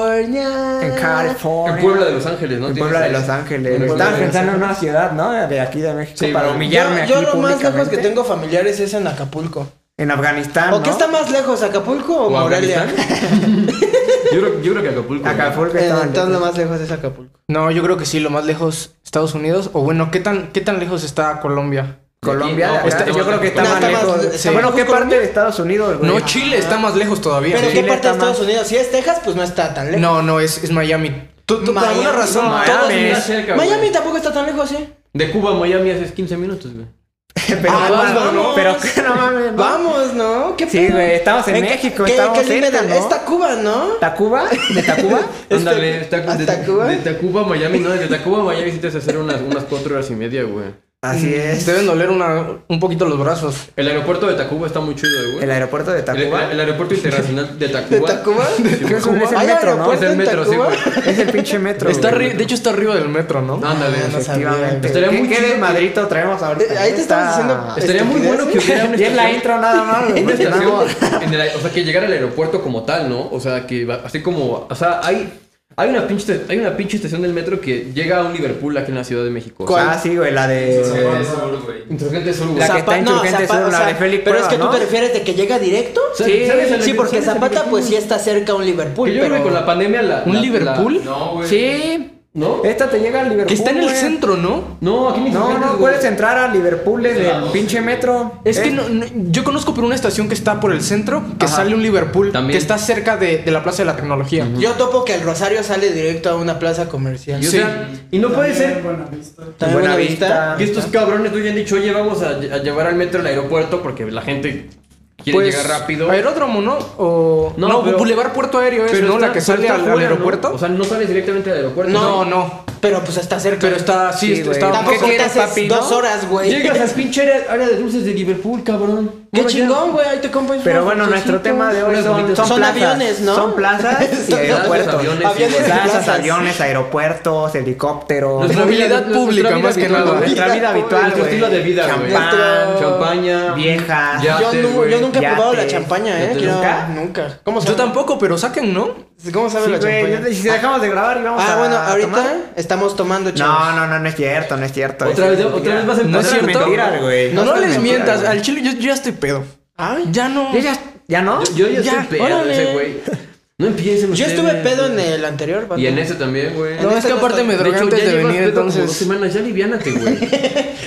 Speaker 2: California.
Speaker 1: en California.
Speaker 3: En Puebla de Los Ángeles, ¿no?
Speaker 1: Oh, En Puebla de Los
Speaker 3: En
Speaker 1: Ángeles.
Speaker 3: Puebla
Speaker 1: Estaba
Speaker 3: de Los
Speaker 1: pensando en una ciudad, ¿no? De aquí de México.
Speaker 3: Sí,
Speaker 1: para
Speaker 3: bueno.
Speaker 1: humillarme
Speaker 2: Yo, yo
Speaker 1: aquí
Speaker 2: lo más lejos que
Speaker 1: públicamente.
Speaker 2: tengo familiares es en Acapulco.
Speaker 1: En Afganistán,
Speaker 2: ¿O
Speaker 1: ¿no?
Speaker 2: qué está más lejos, Acapulco o,
Speaker 3: ¿O
Speaker 2: Morelia? Eh,
Speaker 3: Afganistán? yo, creo, yo creo que Acapulco. ¿no?
Speaker 1: Acapulco estaba
Speaker 2: Entonces lo más lejos es Acapulco.
Speaker 4: No, yo creo que sí, lo más lejos Estados Unidos. O bueno, ¿qué tan, qué tan lejos está Colombia?
Speaker 1: Colombia,
Speaker 3: No,
Speaker 1: de acá,
Speaker 3: está-
Speaker 1: yo creo que está
Speaker 2: no,
Speaker 1: más
Speaker 2: está más-
Speaker 1: lejos.
Speaker 2: sí.
Speaker 1: Bueno, ¿qué
Speaker 2: ¿Colombia?
Speaker 1: parte de Estados Unidos, güey?
Speaker 4: No, Chile está más lejos todavía.
Speaker 2: Pero
Speaker 4: sí.
Speaker 2: ¿qué
Speaker 1: Chile
Speaker 2: parte
Speaker 1: está
Speaker 2: de Estados
Speaker 1: más-
Speaker 2: Unidos? Si es Texas, pues no está tan lejos.
Speaker 4: No, no, es, es Miami. Tú, tú, Por
Speaker 2: Miami,
Speaker 4: alguna razón,
Speaker 1: no,
Speaker 4: todos
Speaker 1: Miami.
Speaker 4: mis-
Speaker 3: Está cerca, güey.
Speaker 2: Miami tampoco está tan lejos, ¿eh?
Speaker 3: De Cuba a Miami haces 15 minutos, güey.
Speaker 1: pero,
Speaker 2: Ah,
Speaker 1: vamos,
Speaker 2: vamos.
Speaker 1: pero no mames. no.
Speaker 2: Vamos, ¿no? ¿Qué
Speaker 1: Sí,
Speaker 2: pedo?
Speaker 1: güey, estamos en
Speaker 2: qué-
Speaker 1: México,
Speaker 2: qué-
Speaker 1: estamos
Speaker 2: qué límite
Speaker 1: cerca,
Speaker 2: de-
Speaker 1: ¿no?
Speaker 2: Es Tacuba, ¿no? Eh,
Speaker 1: ¿Tacuba? ¿De Tacuba?
Speaker 3: Ándale, está de,
Speaker 2: ¿hasta Cuba?
Speaker 3: de Tacuba a Miami, no, de Tacuba a Miami sí te hace hacer unas, unas 4 horas y media, güey.
Speaker 1: Así es.
Speaker 4: Deben doler una, un poquito los brazos.
Speaker 3: El aeropuerto de Tacuba está muy chido, güey.
Speaker 1: El aeropuerto de
Speaker 3: El-
Speaker 1: Tacuba.
Speaker 3: el- el aeropuerto internacional de Tacuba.
Speaker 2: ¿De Tacuba?
Speaker 3: Sí,
Speaker 1: Creo que
Speaker 3: güey.
Speaker 1: es el
Speaker 2: ¿Hay
Speaker 1: metro, ¿no?
Speaker 2: aeropuerto
Speaker 3: Es el
Speaker 2: en
Speaker 3: metro, sí,
Speaker 2: Tacuba?
Speaker 3: güey.
Speaker 1: Es el pinche metro.
Speaker 4: Está
Speaker 1: güey.
Speaker 4: arri- de hecho, está arriba del metro, ¿no?
Speaker 3: Ándale,
Speaker 2: Ah, no
Speaker 3: sí.
Speaker 2: sabía,
Speaker 1: Efectivamente.
Speaker 3: Estaría
Speaker 1: ¿Qué,
Speaker 3: muy
Speaker 1: qué
Speaker 3: chido,
Speaker 1: desmadrito traemos ahorita?
Speaker 2: Eh, ahí te estamos diciendo-
Speaker 3: Estaría muy bueno que hubiera una
Speaker 1: Y es la intro nada más. güey.
Speaker 3: Una estación
Speaker 1: Nada más.
Speaker 3: en el aer- o sea, que llegara al aeropuerto como tal, ¿no? O sea, que va- así como, o sea, hay Hay una, pinche, hay una pinche estación del metro que llega a un Liverpool aquí en la Ciudad de México.
Speaker 2: ¿Cuál?
Speaker 1: Ah, sí, güey, la de...
Speaker 3: Insurgentes Sur, güey.
Speaker 1: La que está Insurgentes Sur, la de Félix
Speaker 2: Pero es
Speaker 1: Cuevas,
Speaker 2: que tú
Speaker 1: ¿no?
Speaker 2: te refieres de que llega directo.
Speaker 3: Sí,
Speaker 1: ¿sabes?
Speaker 2: Sí, porque Zapata pues sí está cerca a un Liverpool,
Speaker 3: Que yo creo
Speaker 2: pero
Speaker 3: que con la pandemia la...
Speaker 4: ¿Un
Speaker 3: la-
Speaker 4: Liverpool?
Speaker 5: No, güey.
Speaker 1: Sí.
Speaker 3: la- ¿No?
Speaker 1: Esta te llega al Liverpool.
Speaker 4: Que está en el
Speaker 1: güey.
Speaker 4: centro, ¿no?
Speaker 3: No, aquí en
Speaker 1: No,
Speaker 3: Insurgentes,
Speaker 1: no,
Speaker 3: güey.
Speaker 1: puedes entrar a Liverpool desde
Speaker 5: La
Speaker 1: el
Speaker 5: doce.
Speaker 1: pinche metro.
Speaker 4: Es que
Speaker 1: Eh,
Speaker 4: no- no- yo conozco por una estación que está por el centro, que
Speaker 1: Ajá.
Speaker 4: sale un Liverpool,
Speaker 3: También.
Speaker 4: que está cerca de, de la Plaza de la Tecnología.
Speaker 2: yo topo que el Rosario sale directo a una plaza comercial.
Speaker 3: Y, o
Speaker 4: Sí.
Speaker 3: sea, y no puede ser
Speaker 2: También
Speaker 1: Buena
Speaker 2: Buena
Speaker 1: Vista.
Speaker 2: vista.
Speaker 3: que estos cabrones no hayan dicho, oye, vamos a, a llevar al metro al aeropuerto porque la gente quiere
Speaker 4: Pues,
Speaker 3: llegar rápido.
Speaker 4: Aeródromo, ¿no? O...
Speaker 3: No,
Speaker 4: No,
Speaker 3: pero-
Speaker 4: Boulevard Puerto Aéreo es, ¿no?
Speaker 3: está-
Speaker 4: la que
Speaker 3: pero
Speaker 4: sale
Speaker 3: está
Speaker 4: al, al
Speaker 3: fuera, ¿no?
Speaker 4: aeropuerto.
Speaker 3: O sea, no sales directamente al aeropuerto.
Speaker 4: no, no.
Speaker 2: Pero pues está cerca.
Speaker 4: Pero está... Sí,
Speaker 1: Sí,
Speaker 4: está-
Speaker 1: güey.
Speaker 4: está-
Speaker 1: Tampoco-
Speaker 2: Tampoco
Speaker 1: ¿Qué
Speaker 2: te
Speaker 1: quieres,
Speaker 2: haces
Speaker 1: papi,
Speaker 2: dos
Speaker 1: no?
Speaker 2: horas, güey.
Speaker 3: Llegas al pinche área, área de dulces de Liverpool, cabrón.
Speaker 2: Qué
Speaker 3: Bueno, ya.
Speaker 2: chingón, güey. Ahí te compras.
Speaker 1: Pero
Speaker 2: unos
Speaker 1: bueno, nuestro
Speaker 2: dulcecitos.
Speaker 1: tema de hoy
Speaker 3: unas
Speaker 1: son,
Speaker 3: bonitas-
Speaker 1: son
Speaker 2: Son
Speaker 1: plazas.
Speaker 2: aviones, ¿no?
Speaker 1: Son plazas y
Speaker 2: Son
Speaker 1: aeropuertos.
Speaker 3: aviones,
Speaker 2: Aviones
Speaker 3: sí,
Speaker 2: y
Speaker 1: Plazas,
Speaker 2: plazas.
Speaker 1: aviones, aeropuertos, helicópteros.
Speaker 3: Nuestra
Speaker 4: Movilidad
Speaker 3: vida- nuestra
Speaker 4: pública,
Speaker 3: vida
Speaker 4: más que
Speaker 3: habitual,
Speaker 4: nada.
Speaker 3: güey.
Speaker 1: Nuestra vida habitual,
Speaker 3: Nuestro
Speaker 1: güey.
Speaker 3: estilo de vida, güey.
Speaker 1: Champán,
Speaker 2: Nuestro-
Speaker 3: Champaña.
Speaker 1: viejas.
Speaker 3: Ya.
Speaker 2: Yo,
Speaker 3: Yates,
Speaker 2: nu-
Speaker 3: güey.
Speaker 2: yo nunca he probado la
Speaker 1: Yates.
Speaker 2: champaña, ¿eh?
Speaker 3: ¿Yates
Speaker 2: Quiero-
Speaker 1: nunca?
Speaker 2: Nunca. ¿Cómo
Speaker 4: Yo tampoco, pero saquen, ¿no?
Speaker 2: ¿Cómo sabe
Speaker 1: Sí,
Speaker 2: la
Speaker 1: güey,
Speaker 2: champaña?
Speaker 1: yo- si dejamos de grabar y vamos a
Speaker 2: Ah, bueno, ahorita
Speaker 1: tomar.
Speaker 2: estamos tomando
Speaker 1: No, no, no, no es cierto, no es cierto.
Speaker 3: Otra
Speaker 1: Eso
Speaker 3: vez-
Speaker 1: es
Speaker 3: otra
Speaker 1: mentira.
Speaker 3: vez vas
Speaker 1: No
Speaker 3: a
Speaker 1: es
Speaker 3: empezar a
Speaker 1: cierto.
Speaker 3: mentir,
Speaker 1: güey.
Speaker 4: No,
Speaker 2: No seas
Speaker 4: les
Speaker 2: mentira,
Speaker 4: mientas.
Speaker 2: güey.
Speaker 4: Al chile yo, yo ya estoy pedo.
Speaker 2: Ay,
Speaker 4: Ya no.
Speaker 1: Yo ya, ya no.
Speaker 3: Yo yo ya,
Speaker 4: Ya,
Speaker 3: estoy pedo
Speaker 4: órale.
Speaker 3: ese güey. No
Speaker 2: Yo
Speaker 3: empiecen ustedes,
Speaker 2: estuve pedo en
Speaker 3: güey.
Speaker 2: el anterior, vato.
Speaker 3: pues Y en este ese también, güey.
Speaker 2: No,
Speaker 4: No, es
Speaker 2: esta
Speaker 4: que
Speaker 2: no
Speaker 4: aparte
Speaker 2: está-
Speaker 4: me
Speaker 2: de
Speaker 4: drogué antes de venir,
Speaker 3: como dos
Speaker 4: entonces...
Speaker 3: semanas. Ya aliviánate, güey.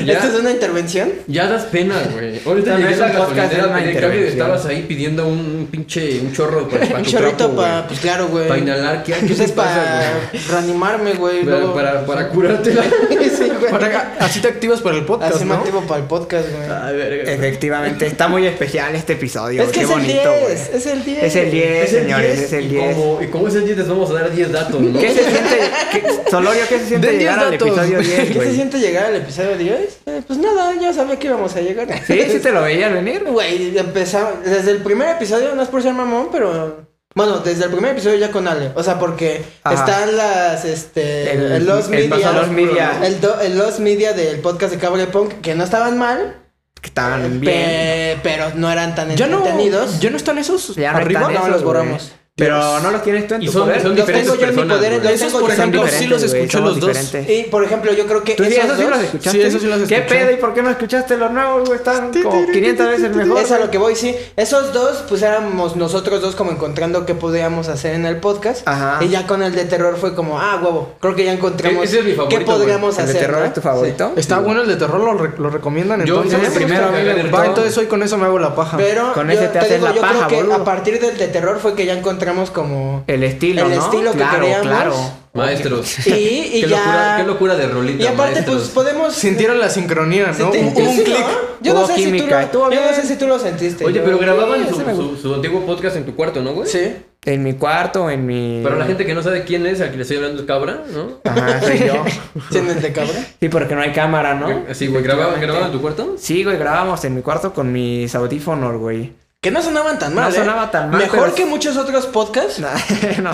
Speaker 3: Ya,
Speaker 2: ¿Esta es una intervención?
Speaker 3: ya das pena, güey. Ahorita
Speaker 1: Tal
Speaker 3: llegué
Speaker 1: vez
Speaker 3: a
Speaker 1: un
Speaker 3: la
Speaker 1: podcast es
Speaker 3: gasolinera,
Speaker 1: una
Speaker 3: pedí el cambio y
Speaker 1: intervención.
Speaker 3: estabas ahí pidiendo un, un pinche... Un chorro para, para
Speaker 2: Un
Speaker 3: tu
Speaker 2: chorrito
Speaker 3: trapo, güey.
Speaker 2: para, pues claro, güey.
Speaker 3: Para inhalar, ¿qué, qué
Speaker 2: Pues
Speaker 3: te
Speaker 2: es
Speaker 3: pasa,
Speaker 2: para
Speaker 3: güey?
Speaker 2: reanimarme, güey.
Speaker 3: Para,
Speaker 2: luego-
Speaker 3: para, para curarte la...
Speaker 2: Sí, güey.
Speaker 4: Para- así te activas para el podcast,
Speaker 2: Así me
Speaker 4: ¿no?
Speaker 2: activo para el podcast, güey.
Speaker 3: Ay, verga.
Speaker 1: Efectivamente, está muy especial este episodio.
Speaker 2: es
Speaker 1: Ah,
Speaker 2: que
Speaker 1: Qué
Speaker 2: es el
Speaker 1: bonito,
Speaker 2: 10.
Speaker 1: güey.
Speaker 2: Es el 10.
Speaker 1: Es el 10,
Speaker 3: Es el
Speaker 1: señores,
Speaker 3: 10,
Speaker 1: es el
Speaker 3: y
Speaker 1: 10.
Speaker 3: como- Y como es el 10, les vamos a dar 10 datos, ¿no?
Speaker 1: ¿Qué se siente, qué- Solorio, qué se siente
Speaker 4: Den
Speaker 1: llegar
Speaker 4: 10
Speaker 1: al
Speaker 4: datos.
Speaker 1: episodio 10,
Speaker 2: ¿Qué
Speaker 1: güey?
Speaker 2: se siente llegar al episodio 10? Eh, pues nada, ya sabía que íbamos a llegar.
Speaker 1: Sí, sí te lo veías venir.
Speaker 2: Güey, empezamos. Desde el primer episodio, no es por ser mamón, pero. Bueno, desde el primer episodio ya con Ale. O sea, porque
Speaker 1: Ajá.
Speaker 2: están las. Este.
Speaker 1: El-
Speaker 2: El, Lost
Speaker 1: el
Speaker 2: Media.
Speaker 1: Lost Media.
Speaker 2: El, do- el Lost Media del podcast de Cable Punk, que no estaban mal,
Speaker 1: Que estaban bien.
Speaker 2: pe- pero no eran tan
Speaker 4: ¿Ya no,
Speaker 2: entretenidos.
Speaker 4: ¿Ya no están esos?
Speaker 1: Ya no
Speaker 4: arriba.
Speaker 1: están
Speaker 2: no,
Speaker 1: esos,
Speaker 2: los
Speaker 1: güey.
Speaker 2: borramos.
Speaker 1: Pero no los tienes tú en
Speaker 3: Y
Speaker 1: tu
Speaker 3: son-
Speaker 1: poder.
Speaker 3: son
Speaker 2: Los
Speaker 3: diferentes
Speaker 2: tengo yo en mi
Speaker 3: personas,
Speaker 2: poder,
Speaker 3: güey.
Speaker 2: los
Speaker 4: Esos,
Speaker 2: tengo
Speaker 4: por
Speaker 2: yo en mi
Speaker 4: ejemplo,
Speaker 2: poder.
Speaker 4: sí los escuché
Speaker 1: güey,
Speaker 4: los dos.
Speaker 1: diferentes.
Speaker 2: Y por ejemplo, yo creo que.
Speaker 1: ¿Tú sí,
Speaker 2: Eh, esos
Speaker 1: esos sí los
Speaker 2: dos-
Speaker 1: escuchaste?
Speaker 4: Sí, esos sí los
Speaker 1: ¿Qué
Speaker 4: escuché.
Speaker 1: pedo? ¿Y por qué no escuchaste los nuevos, güey? Están como 500 veces mejor.
Speaker 2: Es a lo que voy, sí. Esos dos, pues éramos nosotros dos como encontrando qué podíamos hacer en el podcast.
Speaker 1: Ajá.
Speaker 2: Y ya con el de terror fue como, ah, huevo, creo que ya encontramos
Speaker 3: Ese es mi favorito,
Speaker 2: qué podríamos
Speaker 1: ¿El de
Speaker 2: hacer.
Speaker 1: terror
Speaker 2: ¿no?
Speaker 1: es tu favorito?
Speaker 4: Está bueno el de terror, lo, re- lo recomiendan
Speaker 3: Yo-
Speaker 4: entonces.
Speaker 3: yo
Speaker 1: el primero, a mí me
Speaker 4: Va,
Speaker 1: gustó.
Speaker 4: entonces hoy con eso me hago la paja.
Speaker 2: Sí. Pero
Speaker 1: Con
Speaker 2: yo
Speaker 1: ese te
Speaker 2: te
Speaker 1: haces
Speaker 2: digo,
Speaker 1: la
Speaker 2: yo
Speaker 1: paja,
Speaker 2: creo que
Speaker 1: boludo.
Speaker 2: a partir del de terror fue que ya encontramos como
Speaker 1: El estilo,
Speaker 2: el
Speaker 1: ¿no?
Speaker 2: estilo que
Speaker 1: claro,
Speaker 2: queríamos.
Speaker 1: claro.
Speaker 3: Maestros.
Speaker 2: Y- y
Speaker 3: qué
Speaker 2: ya-
Speaker 3: Locura, qué locura de rolita,
Speaker 2: Y aparte,
Speaker 3: maestros.
Speaker 2: pues podemos.
Speaker 4: Sintieron la sincronía, ¿no?
Speaker 2: Sentí-
Speaker 4: Hubo
Speaker 2: sí,
Speaker 4: un
Speaker 2: ¿no?
Speaker 4: clic. Ah,
Speaker 2: Yo
Speaker 1: Hubo
Speaker 2: no, sé
Speaker 1: química,
Speaker 2: si tú
Speaker 1: estuvo
Speaker 2: lo, yo no
Speaker 1: bien.
Speaker 2: sé si tú lo sentiste.
Speaker 3: Oye,
Speaker 2: yo-
Speaker 3: pero grababan
Speaker 2: Sí,
Speaker 3: su,
Speaker 2: ese me gustó.
Speaker 3: su- su antiguo podcast en tu cuarto, ¿no, güey?
Speaker 2: Sí.
Speaker 1: En mi cuarto, en mi...
Speaker 3: Para la gente que no sabe quién es, al que le estoy hablando es Cabra, ¿no?
Speaker 1: Ajá, soy yo.
Speaker 2: Sí, en el de cabrón.
Speaker 1: Sí, porque no hay cámara, ¿no?
Speaker 3: Sí, güey, ¿grababan, grababan en tu cuarto?
Speaker 1: Sí, güey, grabamos en mi cuarto con mis audífonos, güey.
Speaker 2: Que no sonaban tan
Speaker 1: No
Speaker 2: mal. ¿eh?
Speaker 1: sonaba tan mal,
Speaker 2: Mejor
Speaker 1: pero-
Speaker 2: que muchos otros podcasts.
Speaker 1: No, no.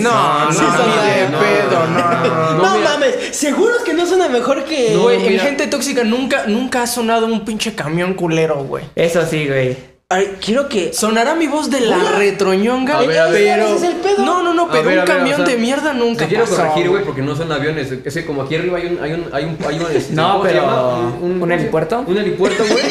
Speaker 4: No,
Speaker 1: No,
Speaker 4: no,
Speaker 1: sí
Speaker 4: ni
Speaker 2: sonaba.
Speaker 4: de
Speaker 2: No,
Speaker 4: pedo, no.
Speaker 2: No,
Speaker 3: mira.
Speaker 2: mames, seguro que no suena mejor que.
Speaker 4: Güey, en
Speaker 2: Mira.
Speaker 4: gente tóxica nunca, nunca ha sonado un pinche camión culero, güey.
Speaker 1: Eso sí, güey.
Speaker 2: Ay, quiero que.
Speaker 4: Sonará mi voz de la retroñonga,
Speaker 3: A ver, a ver.
Speaker 4: pero.
Speaker 2: Ese es el pedo.
Speaker 4: No, no, no,
Speaker 3: A
Speaker 4: pero
Speaker 3: ver, a
Speaker 4: un
Speaker 3: ver,
Speaker 4: camión
Speaker 3: o sea,
Speaker 4: de mierda nunca.
Speaker 3: Te quiero
Speaker 4: pasó,
Speaker 3: corregir, güey, porque no son aviones. Es que como aquí arriba hay un... Hay un, hay un, hay un este,
Speaker 1: No,
Speaker 3: ¿cómo se
Speaker 1: pero-
Speaker 3: llama?
Speaker 1: ¿un
Speaker 3: ¿cómo se-
Speaker 1: helipuerto?
Speaker 3: Un helipuerto, güey.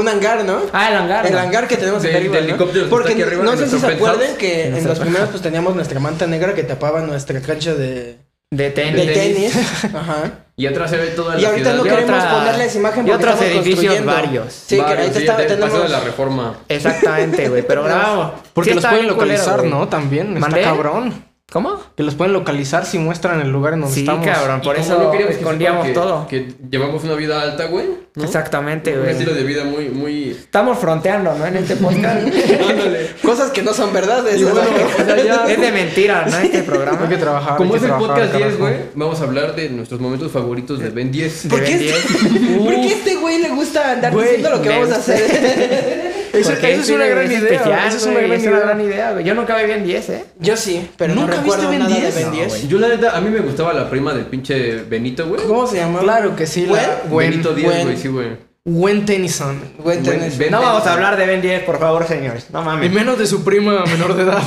Speaker 2: Un hangar, ¿no?
Speaker 1: Ah, el hangar.
Speaker 2: El
Speaker 1: ¿no?
Speaker 2: hangar que tenemos
Speaker 3: De-
Speaker 2: acá arriba,
Speaker 3: de
Speaker 2: ¿no?
Speaker 3: helicópteros que
Speaker 2: Porque
Speaker 3: está aquí arriba
Speaker 2: no
Speaker 3: en
Speaker 2: sé si
Speaker 3: nuestro
Speaker 2: se
Speaker 3: penthouse.
Speaker 2: acuerden que en
Speaker 1: nuestro
Speaker 2: los primeros pues teníamos nuestra manta negra que tapaba nuestra cancha de,
Speaker 1: De
Speaker 2: de
Speaker 1: tenis.
Speaker 2: tenis. Ajá.
Speaker 3: Y atrás se ve toda la
Speaker 2: Y ahorita
Speaker 3: ciudad.
Speaker 2: no
Speaker 1: Y
Speaker 2: queremos
Speaker 1: otra-
Speaker 2: ponerles imagen
Speaker 1: y
Speaker 2: porque
Speaker 1: otros
Speaker 2: estamos
Speaker 1: edificios
Speaker 2: construyendo.
Speaker 1: varios.
Speaker 2: Sí, que
Speaker 3: Varios,
Speaker 2: ahorita
Speaker 3: sí,
Speaker 2: está-
Speaker 3: del paseo de la
Speaker 2: tenemos...
Speaker 3: reforma.
Speaker 1: Exactamente, güey. Pero grabamos.
Speaker 4: Porque
Speaker 1: Sí
Speaker 4: los
Speaker 1: está
Speaker 4: pueden
Speaker 1: bien culero,
Speaker 4: localizar,
Speaker 1: güey.
Speaker 4: ¿no? También.
Speaker 1: ¿Mandé?
Speaker 4: Está cabrón.
Speaker 1: ¿Cómo?
Speaker 4: Que los pueden localizar si muestran el lugar en donde
Speaker 1: Sí,
Speaker 4: estamos.
Speaker 1: cabrón. Por
Speaker 3: Y
Speaker 1: eso
Speaker 3: como
Speaker 1: lo
Speaker 3: no queríamos que
Speaker 1: escondíamos
Speaker 3: sepan que-
Speaker 1: todo.
Speaker 3: Que llevamos una vida alta, güey. ¿no?
Speaker 1: Exactamente,
Speaker 3: Un estilo
Speaker 1: güey.
Speaker 3: de vida muy, muy...
Speaker 1: Estamos fronteando, ¿no? En este podcast.
Speaker 3: Ándale.
Speaker 2: Cosas que no son verdades.
Speaker 3: Y
Speaker 2: ¿no?
Speaker 3: bueno, o sea, ya-
Speaker 1: es de mentira, ¿no? Este programa.
Speaker 4: Hay que trabajar.
Speaker 3: Como
Speaker 4: hay
Speaker 3: es
Speaker 4: que
Speaker 3: el
Speaker 4: trabajar,
Speaker 3: podcast 10,
Speaker 4: carajo.
Speaker 3: güey, vamos a hablar de nuestros momentos favoritos de Ben 10.
Speaker 2: ¿Por
Speaker 1: De
Speaker 2: qué,
Speaker 1: Ben
Speaker 2: este, ¿Por qué este güey le gusta andar
Speaker 1: Güey,
Speaker 2: diciendo lo que
Speaker 1: me
Speaker 2: vamos a
Speaker 1: gusta.
Speaker 2: hacer?
Speaker 4: Eso,
Speaker 1: Porque
Speaker 4: eso es
Speaker 1: sí,
Speaker 4: una
Speaker 1: güey,
Speaker 4: gran idea.
Speaker 1: especial,
Speaker 4: eso es una
Speaker 1: güey,
Speaker 4: gran
Speaker 1: es
Speaker 4: idea.
Speaker 1: idea, güey. Yo nunca bebí en 10, ¿eh?
Speaker 2: Yo sí, pero no
Speaker 4: ¿Nunca
Speaker 2: recuerdo
Speaker 4: viste Ben
Speaker 2: nada
Speaker 4: 10?
Speaker 2: de
Speaker 4: No,
Speaker 2: Ben 10.
Speaker 3: Yo la neta, a mí me gustaba la prima del pinche Benito, güey.
Speaker 2: ¿Cómo se llamaba?
Speaker 4: Claro que sí, la-
Speaker 2: Gwen.
Speaker 4: Gwen,
Speaker 3: Benito 10,
Speaker 2: Gwen.
Speaker 3: güey, sí, güey.
Speaker 4: Gwen Tennyson. Gwen Tennyson.
Speaker 3: Ben-
Speaker 1: No vamos a hablar de Ben 10, por favor, señores. No
Speaker 4: Y
Speaker 1: mames.
Speaker 4: menos de su prima menor de edad.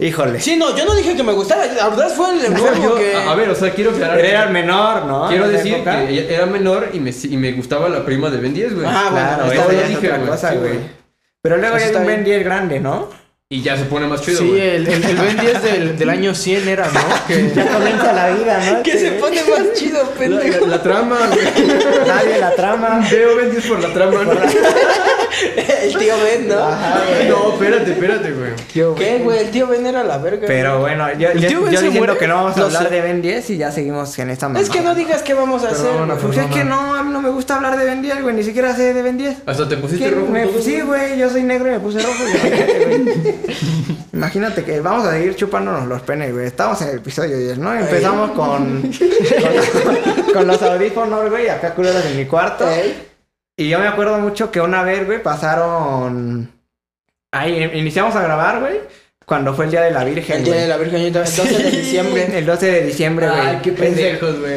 Speaker 1: Híjole.
Speaker 2: Sí, no, yo no dije que me gustara. La verdad fue el enfermo
Speaker 3: Yo- Ah,
Speaker 2: que.
Speaker 3: a, a ver, o sea, quiero aclarar.
Speaker 1: Era el menor, ¿no?
Speaker 3: Quiero
Speaker 1: En esa
Speaker 3: decir
Speaker 1: época.
Speaker 3: que ella era menor y me, y me gustaba la prima de Ben 10, güey.
Speaker 2: Ah, bueno,
Speaker 1: Claro,
Speaker 3: Hasta
Speaker 1: eso
Speaker 3: ahora
Speaker 1: ya es
Speaker 3: dije,
Speaker 1: otra
Speaker 3: güey,
Speaker 1: cosa,
Speaker 3: sí,
Speaker 1: güey.
Speaker 3: güey.
Speaker 1: Pero luego
Speaker 2: Eso
Speaker 1: ya es
Speaker 2: está
Speaker 1: un Ben
Speaker 2: bien.
Speaker 1: 10 grande, ¿no?
Speaker 3: Y ya se pone más chido,
Speaker 4: Sí, eh,
Speaker 3: güey.
Speaker 4: el, el, el Ben 10 del, del año 100 era, ¿no? Que-
Speaker 1: Ya comienza la vida, ¿no?
Speaker 2: que se pone más chido,
Speaker 3: La,
Speaker 2: pendejo.
Speaker 3: la- la trama, güey.
Speaker 1: Nadie la trama.
Speaker 3: Veo Ben 10 por la trama, ¿no?
Speaker 2: El tío Ben,
Speaker 3: Ah,
Speaker 2: ¿no?
Speaker 3: No, espérate, espérate, güey.
Speaker 2: ¿Qué, güey? El tío Ben era la verga.
Speaker 1: Pero bueno, yo, yo,
Speaker 4: tío
Speaker 1: yo
Speaker 4: Ben se
Speaker 1: diciendo
Speaker 4: muere?
Speaker 1: que no vamos a
Speaker 2: No
Speaker 1: hablar
Speaker 2: sé.
Speaker 1: de Ben 10 y ya seguimos en esta mamada.
Speaker 2: Es que no digas qué vamos a
Speaker 4: Perdona,
Speaker 2: hacer.
Speaker 1: Pues es que no, a mí no me gusta hablar de Ben 10, güey. Ni siquiera sé de Ben 10.
Speaker 3: Hasta te pusiste
Speaker 1: ¿Quién
Speaker 3: rojo.
Speaker 1: me-
Speaker 3: todo,
Speaker 1: sí, güey, yo soy negro y me puse rojo. Imagínate, güey. Imagínate que vamos a seguir chupándonos los penes, güey. Estamos en el episodio 10, ¿no? Empezamos con, con, con los audífonos, güey, acá culeros en mi cuarto.
Speaker 2: Ey.
Speaker 1: Y yo me acuerdo mucho que una vez, güey, pasaron... Ahí, in- iniciamos a grabar, güey, cuando fue el Día de la Virgen,
Speaker 2: El día
Speaker 1: güey.
Speaker 2: de la Virgen, el 12 de diciembre.
Speaker 1: El 12 de diciembre, güey.
Speaker 3: Ay, qué pendejos, güey.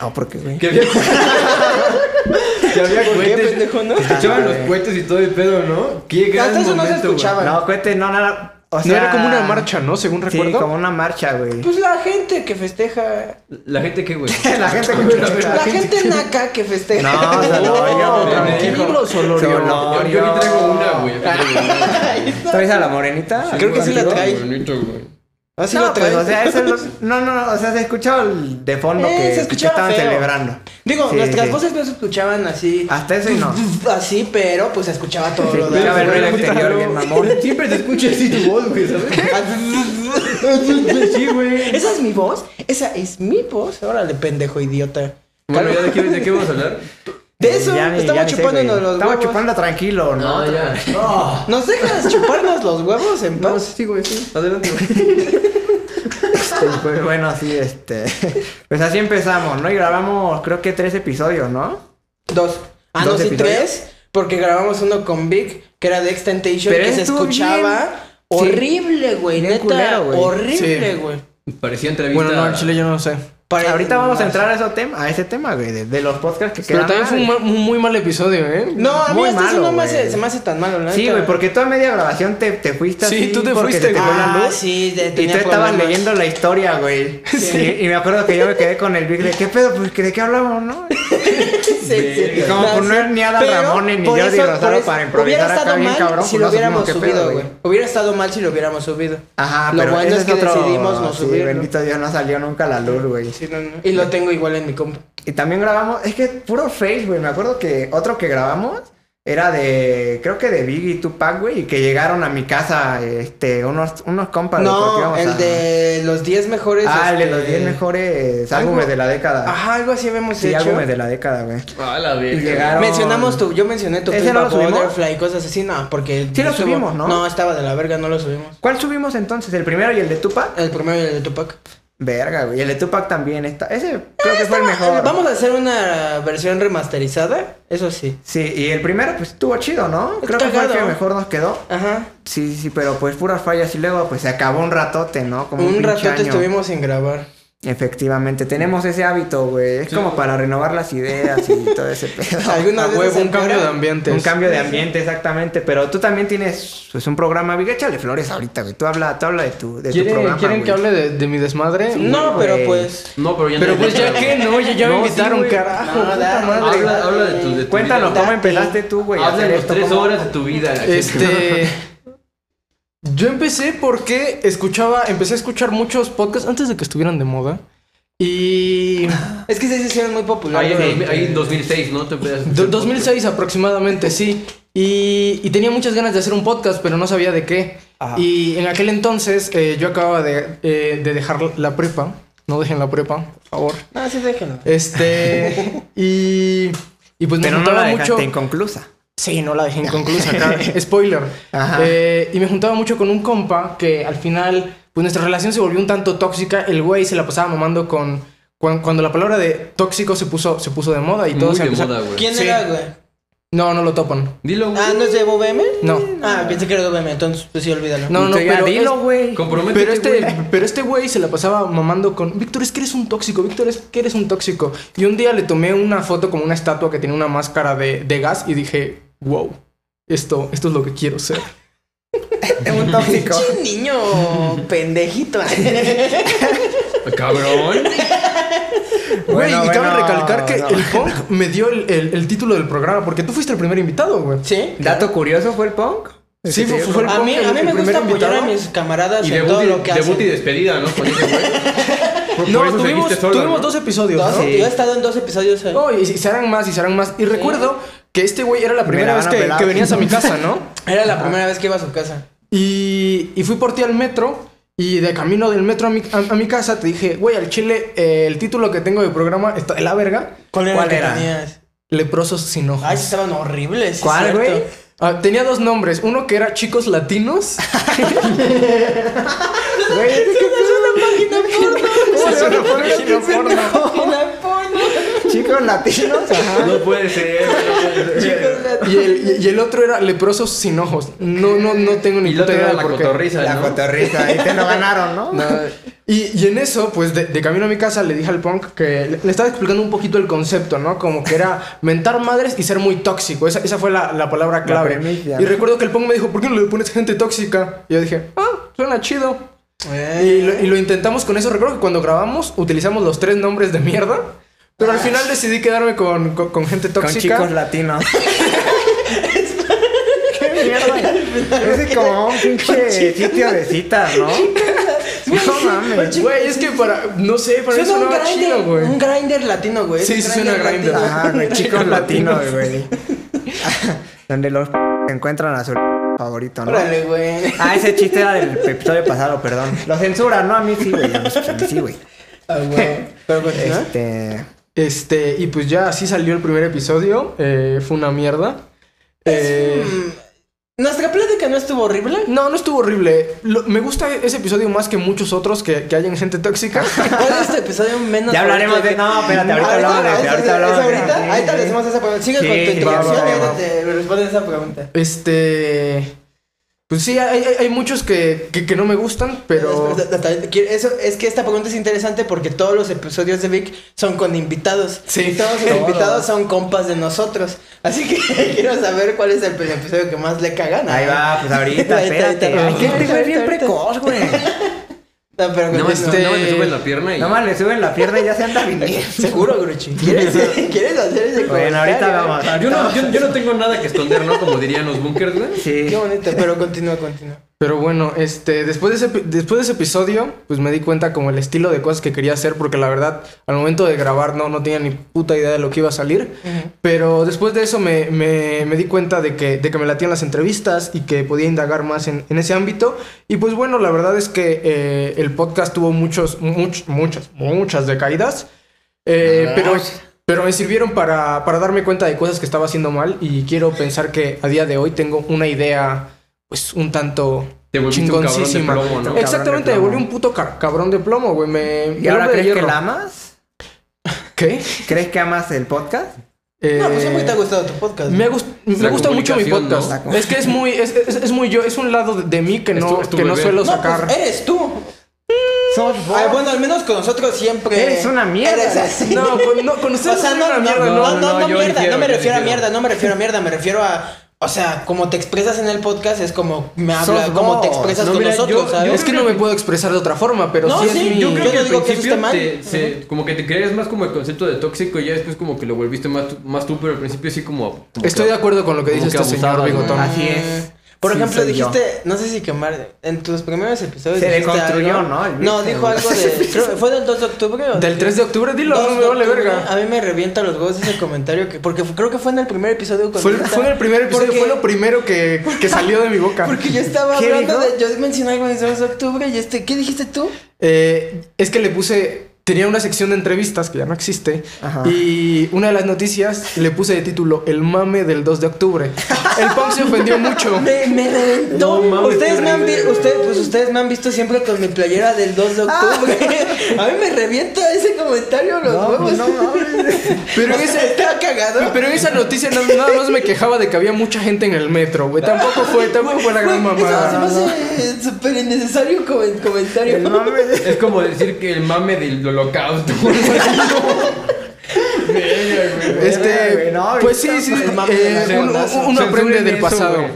Speaker 1: No, porque, güey.
Speaker 3: Que había, que había
Speaker 2: ¿Por qué,
Speaker 3: cohetes.
Speaker 2: pendejo, no?
Speaker 3: Se escuchaban los
Speaker 1: güey.
Speaker 3: cohetes y todo el pedo, ¿no? Qué gran
Speaker 2: Hasta eso no se
Speaker 3: momento, güey.
Speaker 2: escuchaba.
Speaker 1: No, cuente, no, nada. O sea,
Speaker 4: no era como una marcha, ¿no? Según
Speaker 1: Sí,
Speaker 4: recuerdo.
Speaker 1: como una marcha, güey.
Speaker 2: Pues la gente que festeja.
Speaker 3: La gente que, güey.
Speaker 1: La gente que
Speaker 2: La, gente naca que festeja.
Speaker 1: No, o sea, no, yo no.
Speaker 4: Tranquilo, Solorio.
Speaker 1: Solorio.
Speaker 3: Yo, yo aquí traigo una, güey.
Speaker 1: ¿Traes a la morenita?
Speaker 2: Creo que sí la trae.
Speaker 3: Bonito, güey.
Speaker 2: Ah, sí
Speaker 1: no,
Speaker 2: lo traes.
Speaker 1: pues, o sea, eso es lo... No, no, no, o sea, se escuchaba el de fondo
Speaker 2: Eh,
Speaker 1: que,
Speaker 2: se
Speaker 1: que
Speaker 2: escuchaba
Speaker 1: estaban
Speaker 2: feo.
Speaker 1: celebrando.
Speaker 2: Digo,
Speaker 1: Sí,
Speaker 2: nuestras
Speaker 1: sí.
Speaker 2: voces no se escuchaban así.
Speaker 1: Hasta eso y no.
Speaker 2: Así, pero pues se escuchaba todo
Speaker 1: Se
Speaker 2: lo
Speaker 1: escuchaba
Speaker 2: demás.
Speaker 1: el ruido exterior bien mamón.
Speaker 3: Siempre te escucha así tu voz, güey, ¿sabes? Sí, güey.
Speaker 2: Esa es mi voz. Esa es mi voz. Órale, pendejo idiota.
Speaker 3: Bueno, ¿ya de qué, de qué vamos a hablar?
Speaker 2: De eso,
Speaker 1: Ya ni- ya
Speaker 2: estamos
Speaker 1: ni sé,
Speaker 2: chupándonos
Speaker 1: güey.
Speaker 2: los
Speaker 1: Estamos
Speaker 2: huevos.
Speaker 1: chupando tranquilo, ¿no?
Speaker 3: No, ya.
Speaker 2: ¿Nos dejas chuparnos los huevos en
Speaker 3: No,
Speaker 2: paz?
Speaker 3: sí, güey, sí. Adelante, güey.
Speaker 1: Este, pues, bueno, sí, este... Pues así empezamos, ¿no? Y grabamos creo que tres episodios, ¿no?
Speaker 2: Dos. Ah, no,
Speaker 1: Dos
Speaker 2: sí,
Speaker 1: episodios.
Speaker 2: tres. Porque grabamos uno con Vic, que era de Extentation,
Speaker 1: Pero
Speaker 2: que se
Speaker 1: estuvo
Speaker 2: escuchaba
Speaker 1: bien- sí.
Speaker 2: horrible, güey.
Speaker 1: Bien
Speaker 2: Neta,
Speaker 1: culero, güey.
Speaker 2: horrible,
Speaker 4: Sí.
Speaker 2: güey.
Speaker 3: Parecía entrevista.
Speaker 4: Bueno, no, en Chile yo no lo sé.
Speaker 2: Para-
Speaker 1: Ahorita vamos a entrar a, ese tema, a ese tema, güey, de, de los podcasts que
Speaker 4: Pero
Speaker 1: quedan
Speaker 4: también fue un
Speaker 1: mal.
Speaker 4: ma- un muy mal episodio, ¿eh?
Speaker 2: No, a mí
Speaker 1: Muy
Speaker 2: hasta eso
Speaker 1: malo,
Speaker 2: no me hace,
Speaker 1: güey.
Speaker 2: se me hace tan malo, la
Speaker 1: Sí,
Speaker 2: neta.
Speaker 1: güey, porque tú a media grabación te, te fuiste
Speaker 4: Sí,
Speaker 1: así
Speaker 4: tú te
Speaker 1: porque
Speaker 4: fuiste,
Speaker 1: se te
Speaker 4: güey.
Speaker 1: fue la
Speaker 2: Ah,
Speaker 1: luz.
Speaker 2: sí, de-
Speaker 1: Y
Speaker 2: tenía
Speaker 1: tú estabas
Speaker 2: problemas.
Speaker 1: leyendo la historia, güey.
Speaker 2: Sí.
Speaker 1: Y, y me acuerdo que yo me quedé con el Big de qué pedo, pues de qué hablamos, ¿no?
Speaker 2: Sí, sí.
Speaker 1: Y como por no
Speaker 2: sí.
Speaker 1: ir ni Ada
Speaker 2: Pero
Speaker 1: Ramones ni
Speaker 2: por
Speaker 1: Jordi
Speaker 2: eso-
Speaker 1: Rosado
Speaker 2: por eso-
Speaker 1: para improvisar
Speaker 2: hubiera
Speaker 1: acá
Speaker 2: estado
Speaker 1: bien
Speaker 2: mal
Speaker 1: cabrón, pues
Speaker 2: si
Speaker 1: no
Speaker 2: lo
Speaker 1: supimos
Speaker 2: hubiéramos
Speaker 1: qué pedo,
Speaker 2: subido,
Speaker 1: güey.
Speaker 2: güey. Hubiera estado mal si lo hubiéramos subido.
Speaker 1: Ajá,
Speaker 2: lo
Speaker 1: pero
Speaker 2: bueno
Speaker 1: ese
Speaker 2: es que
Speaker 1: otro-
Speaker 2: decidimos no
Speaker 1: sí,
Speaker 2: subirlo.
Speaker 1: bendito Dios, no salió nunca a la luz, güey.
Speaker 2: Sí, no, no. Y lo tengo igual en mi compu.
Speaker 1: Y también grabamos, es que puro face, güey. Me acuerdo que otro que grabamos era de, creo que de Big y Tupac, güey, y que llegaron a mi casa, este, unos, unos compas. güey, porque
Speaker 2: No,
Speaker 1: íbamos
Speaker 2: el
Speaker 1: a-
Speaker 2: de los 10 mejores.
Speaker 1: Ah, el de
Speaker 2: este,
Speaker 1: los 10 mejores álbumes
Speaker 2: algo-
Speaker 1: de la década.
Speaker 2: Ajá, algo así habíamos
Speaker 1: sí,
Speaker 2: hecho.
Speaker 1: álbumes de la década, güey.
Speaker 3: Ah, la
Speaker 1: Y
Speaker 3: verga.
Speaker 1: llegaron.
Speaker 2: Mencionamos tu, yo mencioné tu
Speaker 1: ¿Ese
Speaker 2: Pimpa
Speaker 1: no lo subimos?
Speaker 2: Butterfly y cosas así, no, porque
Speaker 1: Sí lo
Speaker 2: estuvo-
Speaker 1: subimos, ¿no?
Speaker 2: No, estaba de la verga, no lo subimos.
Speaker 1: ¿Cuál subimos entonces? ¿El primero y el de Tupac?
Speaker 2: El primero y el de Tupac.
Speaker 1: Verga, güey. El de Tupac también está. Ese creo que fue el mejor.
Speaker 2: Eh, Vamos a hacer una versión remasterizada, eso sí.
Speaker 1: Sí, y el primero, pues estuvo chido, ¿no? Creo que fue el
Speaker 2: cagado.
Speaker 1: que mejor nos quedó.
Speaker 2: Ajá.
Speaker 1: Sí, sí, pero pues puras fallas y luego pues se acabó un ratote, ¿no? Como un,
Speaker 2: un
Speaker 1: pinche
Speaker 2: ratote
Speaker 1: año.
Speaker 2: estuvimos sin grabar.
Speaker 1: Efectivamente, tenemos ese hábito, güey. Es como para renovar las ideas y todo ese pedo.
Speaker 2: Algunas
Speaker 4: A
Speaker 2: veces
Speaker 4: Ah, huevo,
Speaker 2: se
Speaker 4: un cambio de
Speaker 2: empeora.
Speaker 4: ambiente.
Speaker 1: Un cambio de ambiente, exactamente. Pero tú también tienes pues, un programa, Viga. Échale flores ahorita, güey. Tú habla, tú habla de tu, de tu
Speaker 4: ¿Quieren,
Speaker 1: programa.
Speaker 4: ¿quieren que
Speaker 1: güey.
Speaker 4: hable de, de mi desmadre?
Speaker 2: No,
Speaker 1: güey.
Speaker 2: pero pues.
Speaker 3: No, pero ya
Speaker 4: Pero
Speaker 3: no-
Speaker 4: pues ya que no, ya, ya me
Speaker 3: No, sí,
Speaker 4: invitaron,
Speaker 3: güey.
Speaker 4: carajo.
Speaker 2: No,
Speaker 4: puta
Speaker 2: dale.
Speaker 4: madre.
Speaker 3: Habla, habla de tu, de tu
Speaker 1: Cuéntanos
Speaker 3: vida.
Speaker 1: cómo
Speaker 2: Date.
Speaker 1: empezaste tú, güey. a
Speaker 3: Habla
Speaker 1: hacer
Speaker 3: de las
Speaker 1: esto,
Speaker 3: tres
Speaker 1: cómo-
Speaker 3: horas de tu vida.
Speaker 4: Este. Yo empecé porque escuchaba, empecé a escuchar muchos podcasts antes de que estuvieran de moda. Y.
Speaker 2: Es que se hicieron muy
Speaker 3: Ahí
Speaker 2: populares.
Speaker 3: en, dos- ahí en 2006, ¿no? Te empezaste a
Speaker 4: do-
Speaker 3: escuchar
Speaker 4: 2006 aproximadamente, sí. Y, y tenía muchas ganas de hacer un podcast, pero no sabía de qué.
Speaker 1: Ah.
Speaker 2: Ajá.
Speaker 4: Y en aquel entonces eh, yo acababa de, eh, de dejar la prepa. No dejen la prepa, por favor.
Speaker 1: Pues
Speaker 2: No, Ah, sí, déjenlo.
Speaker 4: Este. y. Y pues me
Speaker 1: Pero no
Speaker 4: juntaba
Speaker 1: la dejaste
Speaker 4: mucho.
Speaker 1: inconclusa.
Speaker 4: Sí, no la dejé inconclusa, claro. Spoiler.
Speaker 1: Ajá.
Speaker 4: Eh, y me juntaba mucho con un compa que al final, pues nuestra relación se volvió un tanto tóxica. El güey se la pasaba mamando con. cuan- Cuando, la palabra de tóxico se puso, se puso de moda y
Speaker 3: Muy
Speaker 4: todos
Speaker 3: de
Speaker 4: empezaron-
Speaker 3: moda, güey.
Speaker 2: ¿Quién
Speaker 4: Sí.
Speaker 2: era, güey?
Speaker 4: No, no lo topan.
Speaker 3: Dilo, güey.
Speaker 2: Ah, ¿no es de BVM?
Speaker 4: No.
Speaker 2: Ah, pensé que era de BVM, entonces pues sí, olvídalo.
Speaker 4: No, no,
Speaker 1: Entonces, ya
Speaker 4: pero
Speaker 1: dilo,
Speaker 4: es-
Speaker 1: güey.
Speaker 3: Comprométete,
Speaker 4: Pero este,
Speaker 3: güey.
Speaker 4: pero este güey se la pasaba mamando con Víctor, es que eres un tóxico, Víctor, es que eres un tóxico. Y un día le tomé una foto como una estatua que tenía una máscara de, de gas y dije, wow, esto, esto es lo que quiero ser.
Speaker 1: Es un tóxico.
Speaker 2: Pinche niño pendejito.
Speaker 3: Ah, Cabrón.
Speaker 4: Güey,
Speaker 1: Bueno,
Speaker 4: y cabe
Speaker 1: bueno,
Speaker 4: recalcar que
Speaker 1: no.
Speaker 4: el punk me dio el, el- el título del programa porque tú fuiste el primer invitado, güey.
Speaker 2: ¿Sí?
Speaker 1: Dato curioso fue el punk.
Speaker 4: Sí,
Speaker 1: que te
Speaker 4: fue-
Speaker 1: dio
Speaker 4: fue el
Speaker 1: punk.
Speaker 2: A mí, a mí me
Speaker 4: El primer
Speaker 2: gusta apoyar
Speaker 4: invitado.
Speaker 2: a mis camaradas
Speaker 3: Y
Speaker 2: en
Speaker 3: debut
Speaker 2: todo
Speaker 3: y,
Speaker 2: lo que
Speaker 3: debut y
Speaker 2: hacen.
Speaker 3: despedida, ¿no? Con ese güey. Por,
Speaker 4: No,
Speaker 3: por eso
Speaker 4: tuvimos,
Speaker 3: seguiste solo,
Speaker 4: tuvimos
Speaker 3: ¿no?
Speaker 4: dos episodios,
Speaker 2: Dos,
Speaker 4: ¿no? Oh.
Speaker 2: Yo he estado en dos episodios eh. hoy.
Speaker 4: No, y, y se harán más, y se harán más. Y recuerdo que este güey era la primera
Speaker 1: la
Speaker 4: vez
Speaker 1: van a
Speaker 4: que,
Speaker 1: pelar.
Speaker 4: que venías a mi casa, ¿no?
Speaker 2: Era la primera vez que iba a su casa.
Speaker 4: Y, y fui por ti al metro. Y de camino del metro a mi, a, a mi casa te dije, güey, al chile, eh, el título que tengo de programa está de la verga.
Speaker 2: ¿Cuál
Speaker 1: era el que
Speaker 2: tenías?
Speaker 4: Leprosos sin ojos.
Speaker 2: Ay, sí, estaban horribles. sí,
Speaker 1: ¿Cuál,
Speaker 2: cierto.
Speaker 1: güey?
Speaker 4: Ah, tenía dos nombres. Uno que era Chicos Latinos.
Speaker 1: Güey, es que-
Speaker 4: Sí, suena página porno.
Speaker 1: Chicos latinos, ajá.
Speaker 3: No puede ser. no puede ser.
Speaker 4: Y el, y el otro era Leprosos sin ojos. No, no, no tengo ni
Speaker 3: Y la
Speaker 4: puta
Speaker 3: otra
Speaker 4: idea
Speaker 3: era
Speaker 4: de
Speaker 3: la
Speaker 4: por qué.
Speaker 3: cotorriza,
Speaker 1: La
Speaker 3: ¿no?
Speaker 1: cotorrisa, ahí te lo ganaron, ¿no?
Speaker 4: Y, y en eso, pues de, de camino a mi casa le dije al punk que le, le estaba explicando un poquito el concepto, ¿no? Como que era mentar madres y ser muy tóxico. Esa, esa fue la, la palabra clave.
Speaker 1: premisa,
Speaker 4: y
Speaker 1: ¿no?
Speaker 4: recuerdo que el punk me dijo, ¿por qué no le pones gente tóxica? Y yo dije, ah, suena chido. Y lo, y lo intentamos con eso. Recuerdo que cuando grabamos utilizamos los tres nombres de mierda. Pero al final decidí quedarme con, con- con gente
Speaker 1: Con
Speaker 4: tóxica.
Speaker 1: chicos latinos. ¡Qué mierda! Ese es como un pinche sitio de citas, ¿no? No mames.
Speaker 4: Güey, es que para, no sé, para eso
Speaker 2: Suena un
Speaker 4: no
Speaker 2: grinder,
Speaker 4: chido, güey.
Speaker 2: un grinder latino, güey.
Speaker 4: Sí,
Speaker 2: Es
Speaker 4: sí, suena grinder.
Speaker 2: latino.
Speaker 1: Ajá, güey, chicos latinos, güey. Donde los encuentran a su favorito, ¿no?
Speaker 2: Órale, güey.
Speaker 1: Ah, ese chiste era del episodio pasado, perdón. Lo censuran, ¿no? A mí sí, güey. A mí sí, güey.
Speaker 2: Ah, güey. Pero continúa.
Speaker 1: Este...
Speaker 4: Este, y pues ya así salió el primer episodio. eh, fue una mierda. Eh,
Speaker 2: Mm, Nuestra plática no estuvo horrible.
Speaker 4: no, no estuvo horrible. Lo- me gusta ese episodio más que muchos otros que, que hay en gente tóxica.
Speaker 2: ¿Cuál es este episodio menos
Speaker 1: Ya hablaremos de...
Speaker 2: favorito
Speaker 1: No, espérate, ahorita
Speaker 2: Ahorita
Speaker 1: hablamos de...
Speaker 2: hablamos,
Speaker 1: Ahorita
Speaker 2: ¿es
Speaker 1: hablamos de...
Speaker 2: ahorita? Ahorita le hacemos esa pregunta. Sigue
Speaker 1: Sí,
Speaker 2: con tu
Speaker 1: sí, va,
Speaker 2: introducción y
Speaker 1: va,
Speaker 2: ahorita
Speaker 1: va.
Speaker 2: te respondes esa pregunta.
Speaker 4: este. Pues sí, hay, hay- hay muchos que, que- que no me gustan, pero.
Speaker 2: Espera, espera, espera, quiero- Eso, es que esta pregunta es interesante porque todos los episodios de Vic son con invitados.
Speaker 4: Sí,
Speaker 2: Y todos los
Speaker 4: todos.
Speaker 2: invitados son compas de nosotros. Así que quiero saber cuál es el episodio que más le cagan.
Speaker 1: Ahí va, pues ahorita, espérate.
Speaker 2: ahorita,
Speaker 1: Ay, que este güey es bien
Speaker 2: ahorita,
Speaker 1: precoz,
Speaker 2: ahorita.
Speaker 1: güey.
Speaker 2: No, pero
Speaker 3: Nada
Speaker 2: continúa.
Speaker 3: más, nada más le
Speaker 4: este,
Speaker 3: suben la pierna y.
Speaker 1: Nomás le suben la pierna y ya se anda viniendo.
Speaker 2: Seguro, Gruchi. ¿Quieres, ¿Quieres hacer ese
Speaker 1: Bueno,
Speaker 2: comentario?
Speaker 1: ahorita vamos.
Speaker 3: Yo no, yo, yo no tengo nada que esconder, ¿no? Como dirían los bunkers, güey.
Speaker 1: Sí.
Speaker 2: Qué bonito, pero continúa, continúa.
Speaker 4: Pero bueno, este, después de, ese, epi- después de ese episodio, pues me di cuenta como el estilo de cosas que quería hacer, porque la verdad, al momento de grabar no, no tenía ni puta idea de lo que iba a salir. Pero después de eso me, me- me di cuenta de que, de que me latían las entrevistas y que podía indagar más en, en ese ámbito. Y pues bueno, la verdad es que eh, el podcast tuvo muchos, muchos, muchas, muchas decaídas.
Speaker 3: Ah.
Speaker 4: Eh, pero, pero me sirvieron para, para darme cuenta de cosas que estaba haciendo mal y quiero pensar que a día de hoy tengo una idea pues un tanto
Speaker 3: Te volviste un cabrón de
Speaker 4: chingoncísima.
Speaker 3: plomo, ¿no?
Speaker 4: Exactamente,
Speaker 1: Cabrón de
Speaker 4: me
Speaker 1: plomo.
Speaker 4: volví un puto ca- cabrón de plomo, güey. Me,
Speaker 1: ¿Y
Speaker 4: me
Speaker 1: ahora
Speaker 4: hombre de
Speaker 1: crees que
Speaker 4: hierro.
Speaker 1: la amas?
Speaker 4: ¿Qué?
Speaker 1: ¿Crees que amas el podcast?
Speaker 2: No, pues
Speaker 4: Eh,
Speaker 2: siempre te ha gustado tu podcast.
Speaker 4: me, ha gust- me
Speaker 3: La
Speaker 4: gusta mucho mi
Speaker 3: comunicación,
Speaker 4: podcast.
Speaker 1: ¿no?
Speaker 4: Es que es muy, es, es- es muy yo, es un lado de mí que
Speaker 3: Es
Speaker 4: no,
Speaker 3: tu- es tu
Speaker 4: que no
Speaker 3: bebé.
Speaker 4: suelo
Speaker 2: No,
Speaker 4: sacar.
Speaker 2: pues eres tú.
Speaker 1: Sos vos.
Speaker 2: Ay, bueno, al menos con nosotros siempre.
Speaker 1: Eres una mierda.
Speaker 2: Eres así.
Speaker 4: No, con, no, con
Speaker 2: O
Speaker 4: ustedes
Speaker 2: sea,
Speaker 4: soy
Speaker 2: no,
Speaker 4: una
Speaker 2: no,
Speaker 4: mierda,
Speaker 2: no, no, no,
Speaker 3: no, yo
Speaker 2: mierda,
Speaker 3: difiero,
Speaker 2: no me
Speaker 3: yo
Speaker 2: refiero a
Speaker 3: difiero.
Speaker 2: mierda, no me refiero a mierda, me refiero a. O sea, como te expresas en el podcast es como me habla,
Speaker 1: Sos
Speaker 2: como te
Speaker 1: vos.
Speaker 2: expresas
Speaker 3: No,
Speaker 2: con
Speaker 3: mira,
Speaker 2: nosotros,
Speaker 3: yo-
Speaker 2: ¿sabes?
Speaker 4: Es que no me puedo expresar de otra forma, pero
Speaker 2: No,
Speaker 3: Ah,
Speaker 4: sí es
Speaker 2: sí,
Speaker 4: mi...
Speaker 2: yo creo que-
Speaker 3: al
Speaker 2: digo eso
Speaker 3: principio
Speaker 2: está mal.
Speaker 3: te- se- como que te creías más como el concepto de tóxico y ya después como que lo volviste más, tú- más tú, pero al principio sí como... como
Speaker 4: Estoy
Speaker 3: que-
Speaker 4: de acuerdo con lo que
Speaker 3: como
Speaker 4: dice
Speaker 3: que
Speaker 4: este señor
Speaker 3: abusabas, ¿no?
Speaker 4: bigotón.
Speaker 1: Así es.
Speaker 2: Por
Speaker 1: Sí,
Speaker 2: ejemplo,
Speaker 1: soy yo.
Speaker 2: dijiste, no sé si quemar, en tus primeros episodios.
Speaker 1: Se
Speaker 2: dijiste
Speaker 1: deconstruyó,
Speaker 2: algo-
Speaker 1: ¿no? El
Speaker 2: No,
Speaker 1: Víctor,
Speaker 2: dijo
Speaker 1: güey.
Speaker 2: algo de. creo- ¿Fue del 2 de octubre o
Speaker 4: Del 3 de octubre, dilo,
Speaker 2: 2
Speaker 4: no me
Speaker 2: de
Speaker 4: vale
Speaker 2: octubre,
Speaker 4: verga.
Speaker 2: A mí me revienta los huevos ese comentario que porque creo que fue en el primer episodio cuando
Speaker 4: Fue,
Speaker 2: yo
Speaker 4: fue en el primer episodio,
Speaker 2: porque-
Speaker 4: fue lo primero que, que salió de mi boca.
Speaker 2: Porque yo estaba
Speaker 1: ¿Qué
Speaker 2: hablando
Speaker 1: dijo?
Speaker 2: de yo mencioné algo del 2 de octubre y este, ¿qué dijiste tú?
Speaker 4: Eh, es que le puse tenía una sección de entrevistas que ya no existe.
Speaker 1: Ajá.
Speaker 4: Y una de las noticias le puse de título El mame del 2 de octubre. El punk se ofendió mucho.
Speaker 2: Me, me reventó.
Speaker 3: No mames,
Speaker 2: ustedes,
Speaker 3: qué
Speaker 2: me han vi-
Speaker 3: horrible.
Speaker 2: ustedes- pues ustedes me han visto siempre con mi playera del 2 de octubre. A mí me revienta ese comentario los
Speaker 1: No, pues
Speaker 2: huevos.
Speaker 1: no mames.
Speaker 4: Pero en, esa,
Speaker 2: Está cagado.
Speaker 4: pero en esa noticia no- nada más me quejaba de que había mucha gente en el metro, güey. Tampoco fue, tampoco fue la gran
Speaker 2: Güey, eso
Speaker 4: mamada.
Speaker 2: se me hace eh, súper innecesario como el comentario.
Speaker 1: El mame de-
Speaker 3: Es como decir que el mame del holocausto. Verga, güey.
Speaker 1: Verga, güey,
Speaker 4: Este,
Speaker 1: no,
Speaker 4: pues
Speaker 1: ahorita-
Speaker 4: sí, sí,
Speaker 1: el mame
Speaker 4: eh,
Speaker 1: de la
Speaker 4: uno,
Speaker 1: raza.
Speaker 4: uno aprende
Speaker 3: Censuren
Speaker 4: del
Speaker 3: eso,
Speaker 4: pasado.
Speaker 3: güey.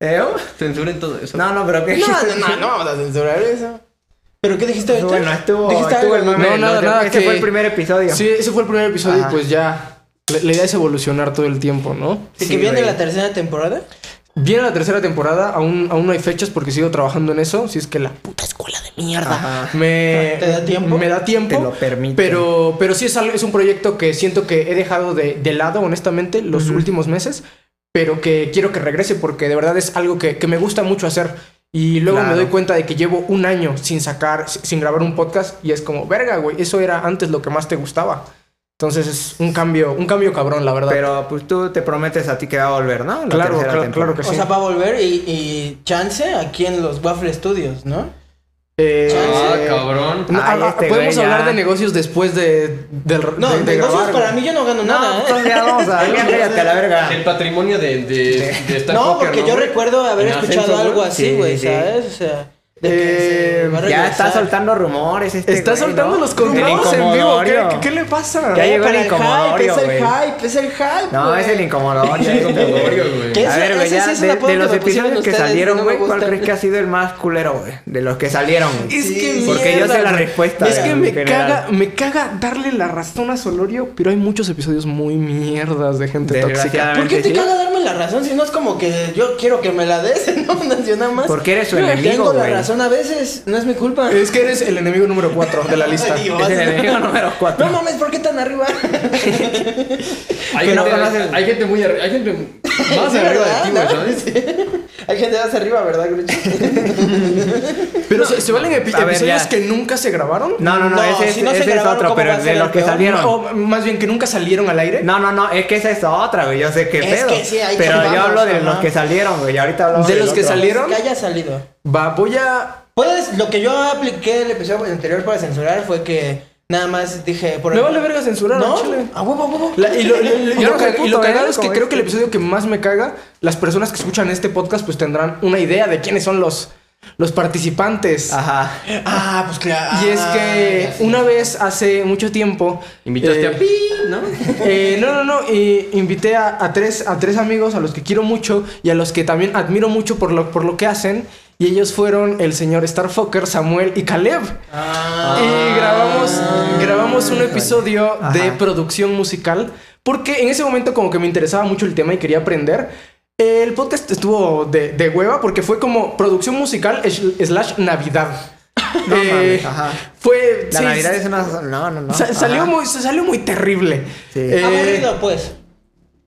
Speaker 1: ¿Eh?
Speaker 3: Censuren todo eso.
Speaker 1: No, no, pero qué.
Speaker 2: No, no, no, no vamos a censurar eso. ¿Pero qué dijiste ahorita?
Speaker 1: Pues Bueno, estuvo,
Speaker 2: ¿Dijiste
Speaker 1: estuvo el
Speaker 2: algo?
Speaker 1: mame.
Speaker 4: No,
Speaker 1: del
Speaker 4: nada,
Speaker 1: otro.
Speaker 4: nada,
Speaker 1: Este
Speaker 4: que-
Speaker 1: fue el primer episodio.
Speaker 4: Sí, ese fue el primer episodio
Speaker 1: Ajá.
Speaker 4: y pues ya. La, la idea es evolucionar todo el tiempo, ¿no?
Speaker 2: ¿De
Speaker 1: Sí,
Speaker 2: que viene
Speaker 1: güey.
Speaker 2: la tercera temporada?
Speaker 4: Viene la tercera temporada, aún, aún no hay fechas porque sigo trabajando en eso. Si es que la puta escuela de mierda
Speaker 1: Ajá.
Speaker 4: me.
Speaker 2: ¿Te da tiempo?
Speaker 4: Me da tiempo.
Speaker 1: Te lo permite.
Speaker 4: Pero, pero sí es, algo- es un proyecto que siento que he dejado de, de lado, honestamente, los últimos meses. Pero que quiero que regrese porque de verdad es algo que, que me gusta mucho hacer. Y luego me
Speaker 1: Claro.
Speaker 4: doy cuenta de que llevo un año sin sacar, si- sin grabar un podcast. Y es como, verga, güey, eso era antes lo que más te gustaba. Entonces es un cambio, un cambio cabrón, la verdad.
Speaker 1: Pero pues tú te prometes a ti que va a volver, ¿no? La
Speaker 4: claro,
Speaker 1: tercera
Speaker 4: claro,
Speaker 1: temporada.
Speaker 4: claro que sí.
Speaker 2: O sea, va a volver y, y chance aquí en los Waffle Studios, ¿no?
Speaker 4: Eh,
Speaker 3: Ah,
Speaker 4: eh,
Speaker 3: cabrón.
Speaker 4: No,
Speaker 1: Ay,
Speaker 4: ah,
Speaker 1: este
Speaker 4: podemos
Speaker 1: güey ya.
Speaker 4: hablar de negocios después de, del
Speaker 2: No,
Speaker 4: de, de
Speaker 2: negocios
Speaker 4: grabar,
Speaker 2: para
Speaker 4: güey.
Speaker 2: mí yo no
Speaker 1: No,
Speaker 2: gano nada,
Speaker 4: pues,
Speaker 1: entonces
Speaker 2: ¿eh?
Speaker 1: ya vamos a ya cállate a la verga.
Speaker 3: El patrimonio de, de, de esta
Speaker 2: No,
Speaker 3: coca,
Speaker 2: porque yo
Speaker 3: güey?
Speaker 2: recuerdo haber
Speaker 3: En
Speaker 2: escuchado
Speaker 3: ascenso,
Speaker 2: algo
Speaker 3: güey.
Speaker 2: así,
Speaker 1: Sí,
Speaker 2: güey,
Speaker 1: sí.
Speaker 2: ¿sabes? O sea, de que
Speaker 4: Eh,
Speaker 2: se va a
Speaker 1: Ya está
Speaker 2: regresar.
Speaker 1: soltando rumores este
Speaker 4: Está
Speaker 1: güey,
Speaker 4: soltando
Speaker 1: ¿no?
Speaker 4: los
Speaker 1: El
Speaker 4: controles en vivo. ¿Qué,
Speaker 1: incomodorio.
Speaker 4: qué- qué le pasa?
Speaker 1: Ya
Speaker 2: Eh,
Speaker 1: llegó el
Speaker 2: para
Speaker 1: incomodorio,
Speaker 2: hype,
Speaker 1: güey.
Speaker 2: Es el hype, es el hype,
Speaker 1: No,
Speaker 2: güey.
Speaker 1: es el incomodorio.
Speaker 3: Sí, como Oreo, güey.
Speaker 2: ¿Qué?
Speaker 1: A
Speaker 2: Ese-
Speaker 1: ver, güey,
Speaker 2: ese
Speaker 1: ya
Speaker 2: sí es un
Speaker 1: de,
Speaker 2: apodo
Speaker 1: de
Speaker 2: que
Speaker 1: los
Speaker 2: me pusieron
Speaker 1: episodios que
Speaker 2: ustedes,
Speaker 1: salieron,
Speaker 2: no me
Speaker 1: güey, ¿cuál
Speaker 2: gusta.
Speaker 1: crees que ha sido el más culero, güey? De los que salieron.
Speaker 4: Es que
Speaker 1: Porque yo sé
Speaker 4: mierda,
Speaker 1: la
Speaker 4: güey.
Speaker 1: respuesta.
Speaker 4: Es que
Speaker 1: en
Speaker 4: me
Speaker 1: general.
Speaker 4: caga, me caga darle la razón a Solorio, pero hay muchos episodios muy mierdas de gente tóxica.
Speaker 1: Desgraciadamente,
Speaker 2: ¿Por qué te
Speaker 1: sí.
Speaker 2: caga darme la razón si no es como que yo quiero que me la des? No, no, yo nada más.
Speaker 1: Porque eres su
Speaker 2: Yo
Speaker 1: enemigo,
Speaker 2: Tengo la
Speaker 1: güey.
Speaker 2: razón a veces, no es mi culpa.
Speaker 4: Es que eres el enemigo número 4 de la lista.
Speaker 2: Ay, Dios.
Speaker 1: Es el enemigo número cuatro.
Speaker 2: No mames, ¿por qué tan arriba?
Speaker 3: Hay,
Speaker 1: Que no
Speaker 3: gente,
Speaker 1: conoces.
Speaker 3: hay gente muy arriba. Hay gente más
Speaker 2: Sí,
Speaker 3: arriba de
Speaker 2: ¿verdad?
Speaker 3: ti, güey,
Speaker 2: ¿No?
Speaker 3: ¿sabes?
Speaker 2: Hay gente más arriba, ¿verdad, Grucho?
Speaker 4: Pero se, se valen epi-
Speaker 1: A ver,
Speaker 4: episodios
Speaker 1: ya.
Speaker 4: que nunca se grabaron.
Speaker 1: No, no, no,
Speaker 2: No,
Speaker 1: ese, es-
Speaker 2: si no se
Speaker 1: ese es
Speaker 2: grabaron,
Speaker 1: otro,
Speaker 2: ¿cómo va
Speaker 1: pero
Speaker 2: a
Speaker 1: de
Speaker 2: ser
Speaker 1: los
Speaker 2: el
Speaker 1: que
Speaker 2: peor?
Speaker 1: salieron.
Speaker 4: O más bien que nunca salieron al aire.
Speaker 1: No, no, no, es que esa es otra, güey. Yo sé qué
Speaker 2: Es
Speaker 1: pedo.
Speaker 2: que sí, ahí
Speaker 1: pero yo
Speaker 2: vamos,
Speaker 1: hablo de
Speaker 2: ajá.
Speaker 1: los que salieron, güey. Ahorita hablamos
Speaker 4: De
Speaker 1: del
Speaker 4: los que
Speaker 1: otro.
Speaker 4: salieron.
Speaker 2: Que haya salido.
Speaker 4: Va, voy a.
Speaker 2: Puedes, lo que yo apliqué el episodio anterior para censurar fue que nada más dije por
Speaker 4: Me vale verga censurar
Speaker 2: ¿No?
Speaker 4: al chile.
Speaker 2: A huevo, a huevo.
Speaker 4: La- y lo, y lo- y
Speaker 1: Yo
Speaker 4: lo
Speaker 1: no
Speaker 4: caga-
Speaker 1: soy
Speaker 4: y lo
Speaker 1: puto,
Speaker 4: cagado
Speaker 1: ¿eh?
Speaker 4: es que
Speaker 1: Como
Speaker 4: creo que el
Speaker 1: este.
Speaker 4: episodio que más me caga, las personas que escuchan este podcast pues tendrán una idea de quiénes son los, los participantes.
Speaker 1: Ajá. Ah,
Speaker 2: Ah, pues claro.
Speaker 4: Y es que una vez hace mucho tiempo...
Speaker 3: Invitaste
Speaker 4: eh,
Speaker 3: a Pi, ¿no?
Speaker 4: eh, no, no, no. y invité a, a tres, a tres amigos a los que quiero mucho y a los que también admiro mucho por lo, por lo que hacen. Y ellos fueron el señor Starfucker, Samuel y Caleb. y grabamos, grabamos un episodio de
Speaker 1: Ah. Ajá.
Speaker 4: producción musical. Porque en ese momento como que me interesaba mucho el tema y quería aprender. El podcast estuvo de, de hueva porque fue como producción musical es- slash Navidad. Eh,
Speaker 1: No mames, ajá.
Speaker 4: Fue...
Speaker 1: La
Speaker 4: sí,
Speaker 1: Navidad es una. No, no, no.
Speaker 4: sa- salió,
Speaker 1: Ajá.
Speaker 4: muy, salió muy terrible. Eh,
Speaker 1: Sí.
Speaker 2: Aburrido, pues.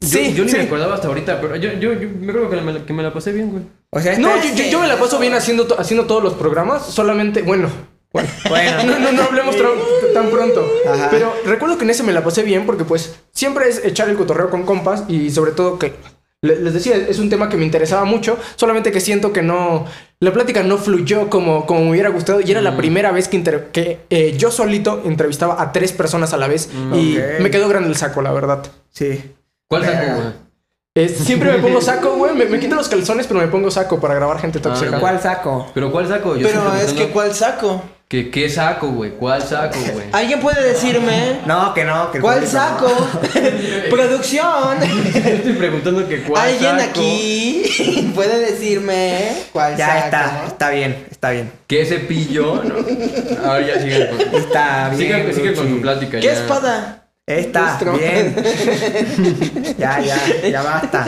Speaker 4: Sí,
Speaker 3: yo, yo ni
Speaker 4: sí.
Speaker 3: me acordaba hasta ahorita, pero yo, yo, yo me creo que me, la- que me la pasé bien, güey.
Speaker 1: O sea, este-
Speaker 4: No, yo, yo- yo me la paso bien haciendo, to- haciendo todos los programas, solamente, bueno, bueno.
Speaker 1: Bueno.
Speaker 4: No, no, no hablemos tra- tan pronto.
Speaker 1: Ajá.
Speaker 4: Pero recuerdo que en ese me la pasé bien porque pues siempre es echar el cotorreo con compas y sobre todo que, le- les decía, es un tema que me interesaba mucho, solamente que siento que no, la plática no fluyó como, como me hubiera gustado y era la primera vez que, inter- que eh, yo solito entrevistaba a tres personas a la vez y
Speaker 1: ok.
Speaker 4: me quedó grande el saco, la verdad.
Speaker 1: Sí.
Speaker 3: ¿Cuál saco, güey?
Speaker 4: Eh, siempre me pongo saco, güey. Me, me quito los calzones, pero me pongo saco para grabar gente tóxica.
Speaker 3: Ah,
Speaker 1: ¿Cuál saco?
Speaker 3: ¿Pero cuál saco? Yo
Speaker 2: Pero
Speaker 3: estoy
Speaker 2: es
Speaker 3: pensando
Speaker 2: que ¿cuál saco?
Speaker 3: que... ¿Qué saco, güey? ¿Cuál saco, güey?
Speaker 2: ¿Alguien puede decirme
Speaker 1: No, que no. Que el
Speaker 2: cuál
Speaker 1: público
Speaker 2: saco?
Speaker 1: no.
Speaker 2: Producción.
Speaker 3: Estoy preguntando que cuál
Speaker 2: ¿Alguien
Speaker 3: saco.
Speaker 2: aquí puede decirme cuál
Speaker 1: Ya
Speaker 2: saco?
Speaker 1: está, está bien, está bien.
Speaker 3: ¿Qué cepillo? No. Ahora ya sigan con...
Speaker 1: Está bien.
Speaker 3: Sigan, sigan con
Speaker 1: Gucci.
Speaker 3: su plática
Speaker 2: ¿Qué
Speaker 3: ya.
Speaker 2: espada?
Speaker 1: Está
Speaker 4: Nuestro-
Speaker 1: bien. ya, ya, ya basta.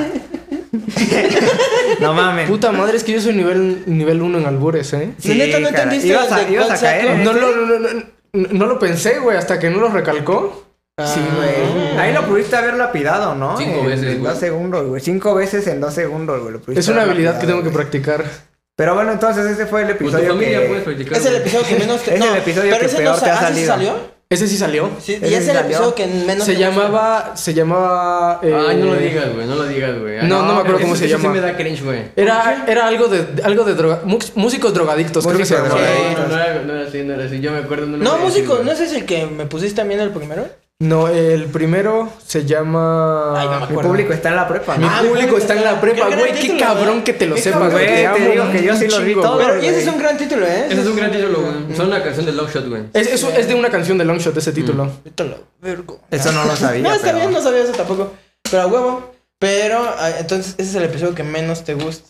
Speaker 1: no mames.
Speaker 4: Puta madre, es que yo soy nivel nivel 1 en albures, ¿eh.
Speaker 1: Sí,
Speaker 2: Neta, no
Speaker 1: cara,
Speaker 2: entendiste
Speaker 1: ibas a,
Speaker 2: de
Speaker 1: ibas
Speaker 2: cuál
Speaker 1: a caer.
Speaker 2: saco.
Speaker 1: ¿eh?
Speaker 4: No lo, no, no, no, no lo pensé, güey, hasta que no lo recalcó.
Speaker 1: Sí, güey. Ahí lo pudiste haber lapidado, ¿no?
Speaker 3: Cinco
Speaker 1: En-
Speaker 3: veces,
Speaker 1: En
Speaker 3: güey.
Speaker 1: dos segundos, güey. Cinco veces en dos segundos, güey. lo pudiste
Speaker 4: Es una
Speaker 1: haber
Speaker 4: habilidad que
Speaker 1: lapidado,
Speaker 4: tengo que
Speaker 1: Pues güey.
Speaker 4: practicar.
Speaker 1: Pero bueno, entonces ese fue el
Speaker 3: Con tu
Speaker 1: episodio
Speaker 3: familia
Speaker 1: que...
Speaker 3: puedes practicar.
Speaker 2: Es el
Speaker 3: güey.
Speaker 2: episodio que menos te.
Speaker 1: Es
Speaker 2: no,
Speaker 1: el episodio
Speaker 2: pero
Speaker 1: que
Speaker 2: ese
Speaker 1: peor
Speaker 2: no,
Speaker 1: te ha
Speaker 2: sa- ¿ah, sí
Speaker 1: salido.
Speaker 2: salió?
Speaker 4: Ese sí salió.
Speaker 2: Sí,
Speaker 1: Ese
Speaker 2: y es
Speaker 1: sí
Speaker 2: el
Speaker 1: salió.
Speaker 2: episodio que menos.
Speaker 4: Se
Speaker 2: te gustó.
Speaker 4: llamaba. Se llamaba. eh,
Speaker 3: Ay, no lo digas, güey, no lo digas, güey. Ay,
Speaker 4: No, no me acuerdo cómo
Speaker 3: eso-
Speaker 4: se
Speaker 3: eso
Speaker 4: llama.
Speaker 3: sí me da cringe, güey.
Speaker 4: Era, era algo de algo de droga, mu- músicos drogadictos, creo que se
Speaker 1: Músicos
Speaker 4: llamaba.
Speaker 1: drogadictos.
Speaker 3: No, no era, no era así, no era así. Yo me acuerdo. No, lo
Speaker 2: No,
Speaker 3: voy a decir,
Speaker 2: músico,
Speaker 3: güey.
Speaker 2: ¿no ese es el que me pusiste también el primero?
Speaker 4: No, el primero se llama
Speaker 2: Ay, no me
Speaker 1: Mi
Speaker 2: acuerdo.
Speaker 1: público está en la prepa,
Speaker 4: Mi
Speaker 1: ¿no?
Speaker 2: Ah,
Speaker 4: público está en la
Speaker 2: Creo
Speaker 4: prepa,
Speaker 2: que era
Speaker 4: güey,
Speaker 2: el
Speaker 4: qué
Speaker 2: título,
Speaker 4: cabrón
Speaker 2: ¿no?
Speaker 4: que te lo
Speaker 1: Qué
Speaker 4: sepas,
Speaker 1: cabrón,
Speaker 4: güey.
Speaker 1: te
Speaker 4: amo
Speaker 1: digo
Speaker 4: un
Speaker 1: que yo sí lo vi
Speaker 4: chingo,
Speaker 1: todo.
Speaker 4: güey.
Speaker 2: Pero, y ese
Speaker 1: güey.
Speaker 2: es un gran título, ¿eh?
Speaker 3: Ese es un gran título, güey. Son la canción de Longshot, güey.
Speaker 4: Es, es, es de una canción de Longshot ese título.
Speaker 2: Vete a la vergo.
Speaker 1: Eso no lo sabía,
Speaker 2: No, está
Speaker 1: pero-
Speaker 2: bien, no sabía eso tampoco. Pero a huevo. Pero, ah, entonces, ese es el episodio que menos te gusta.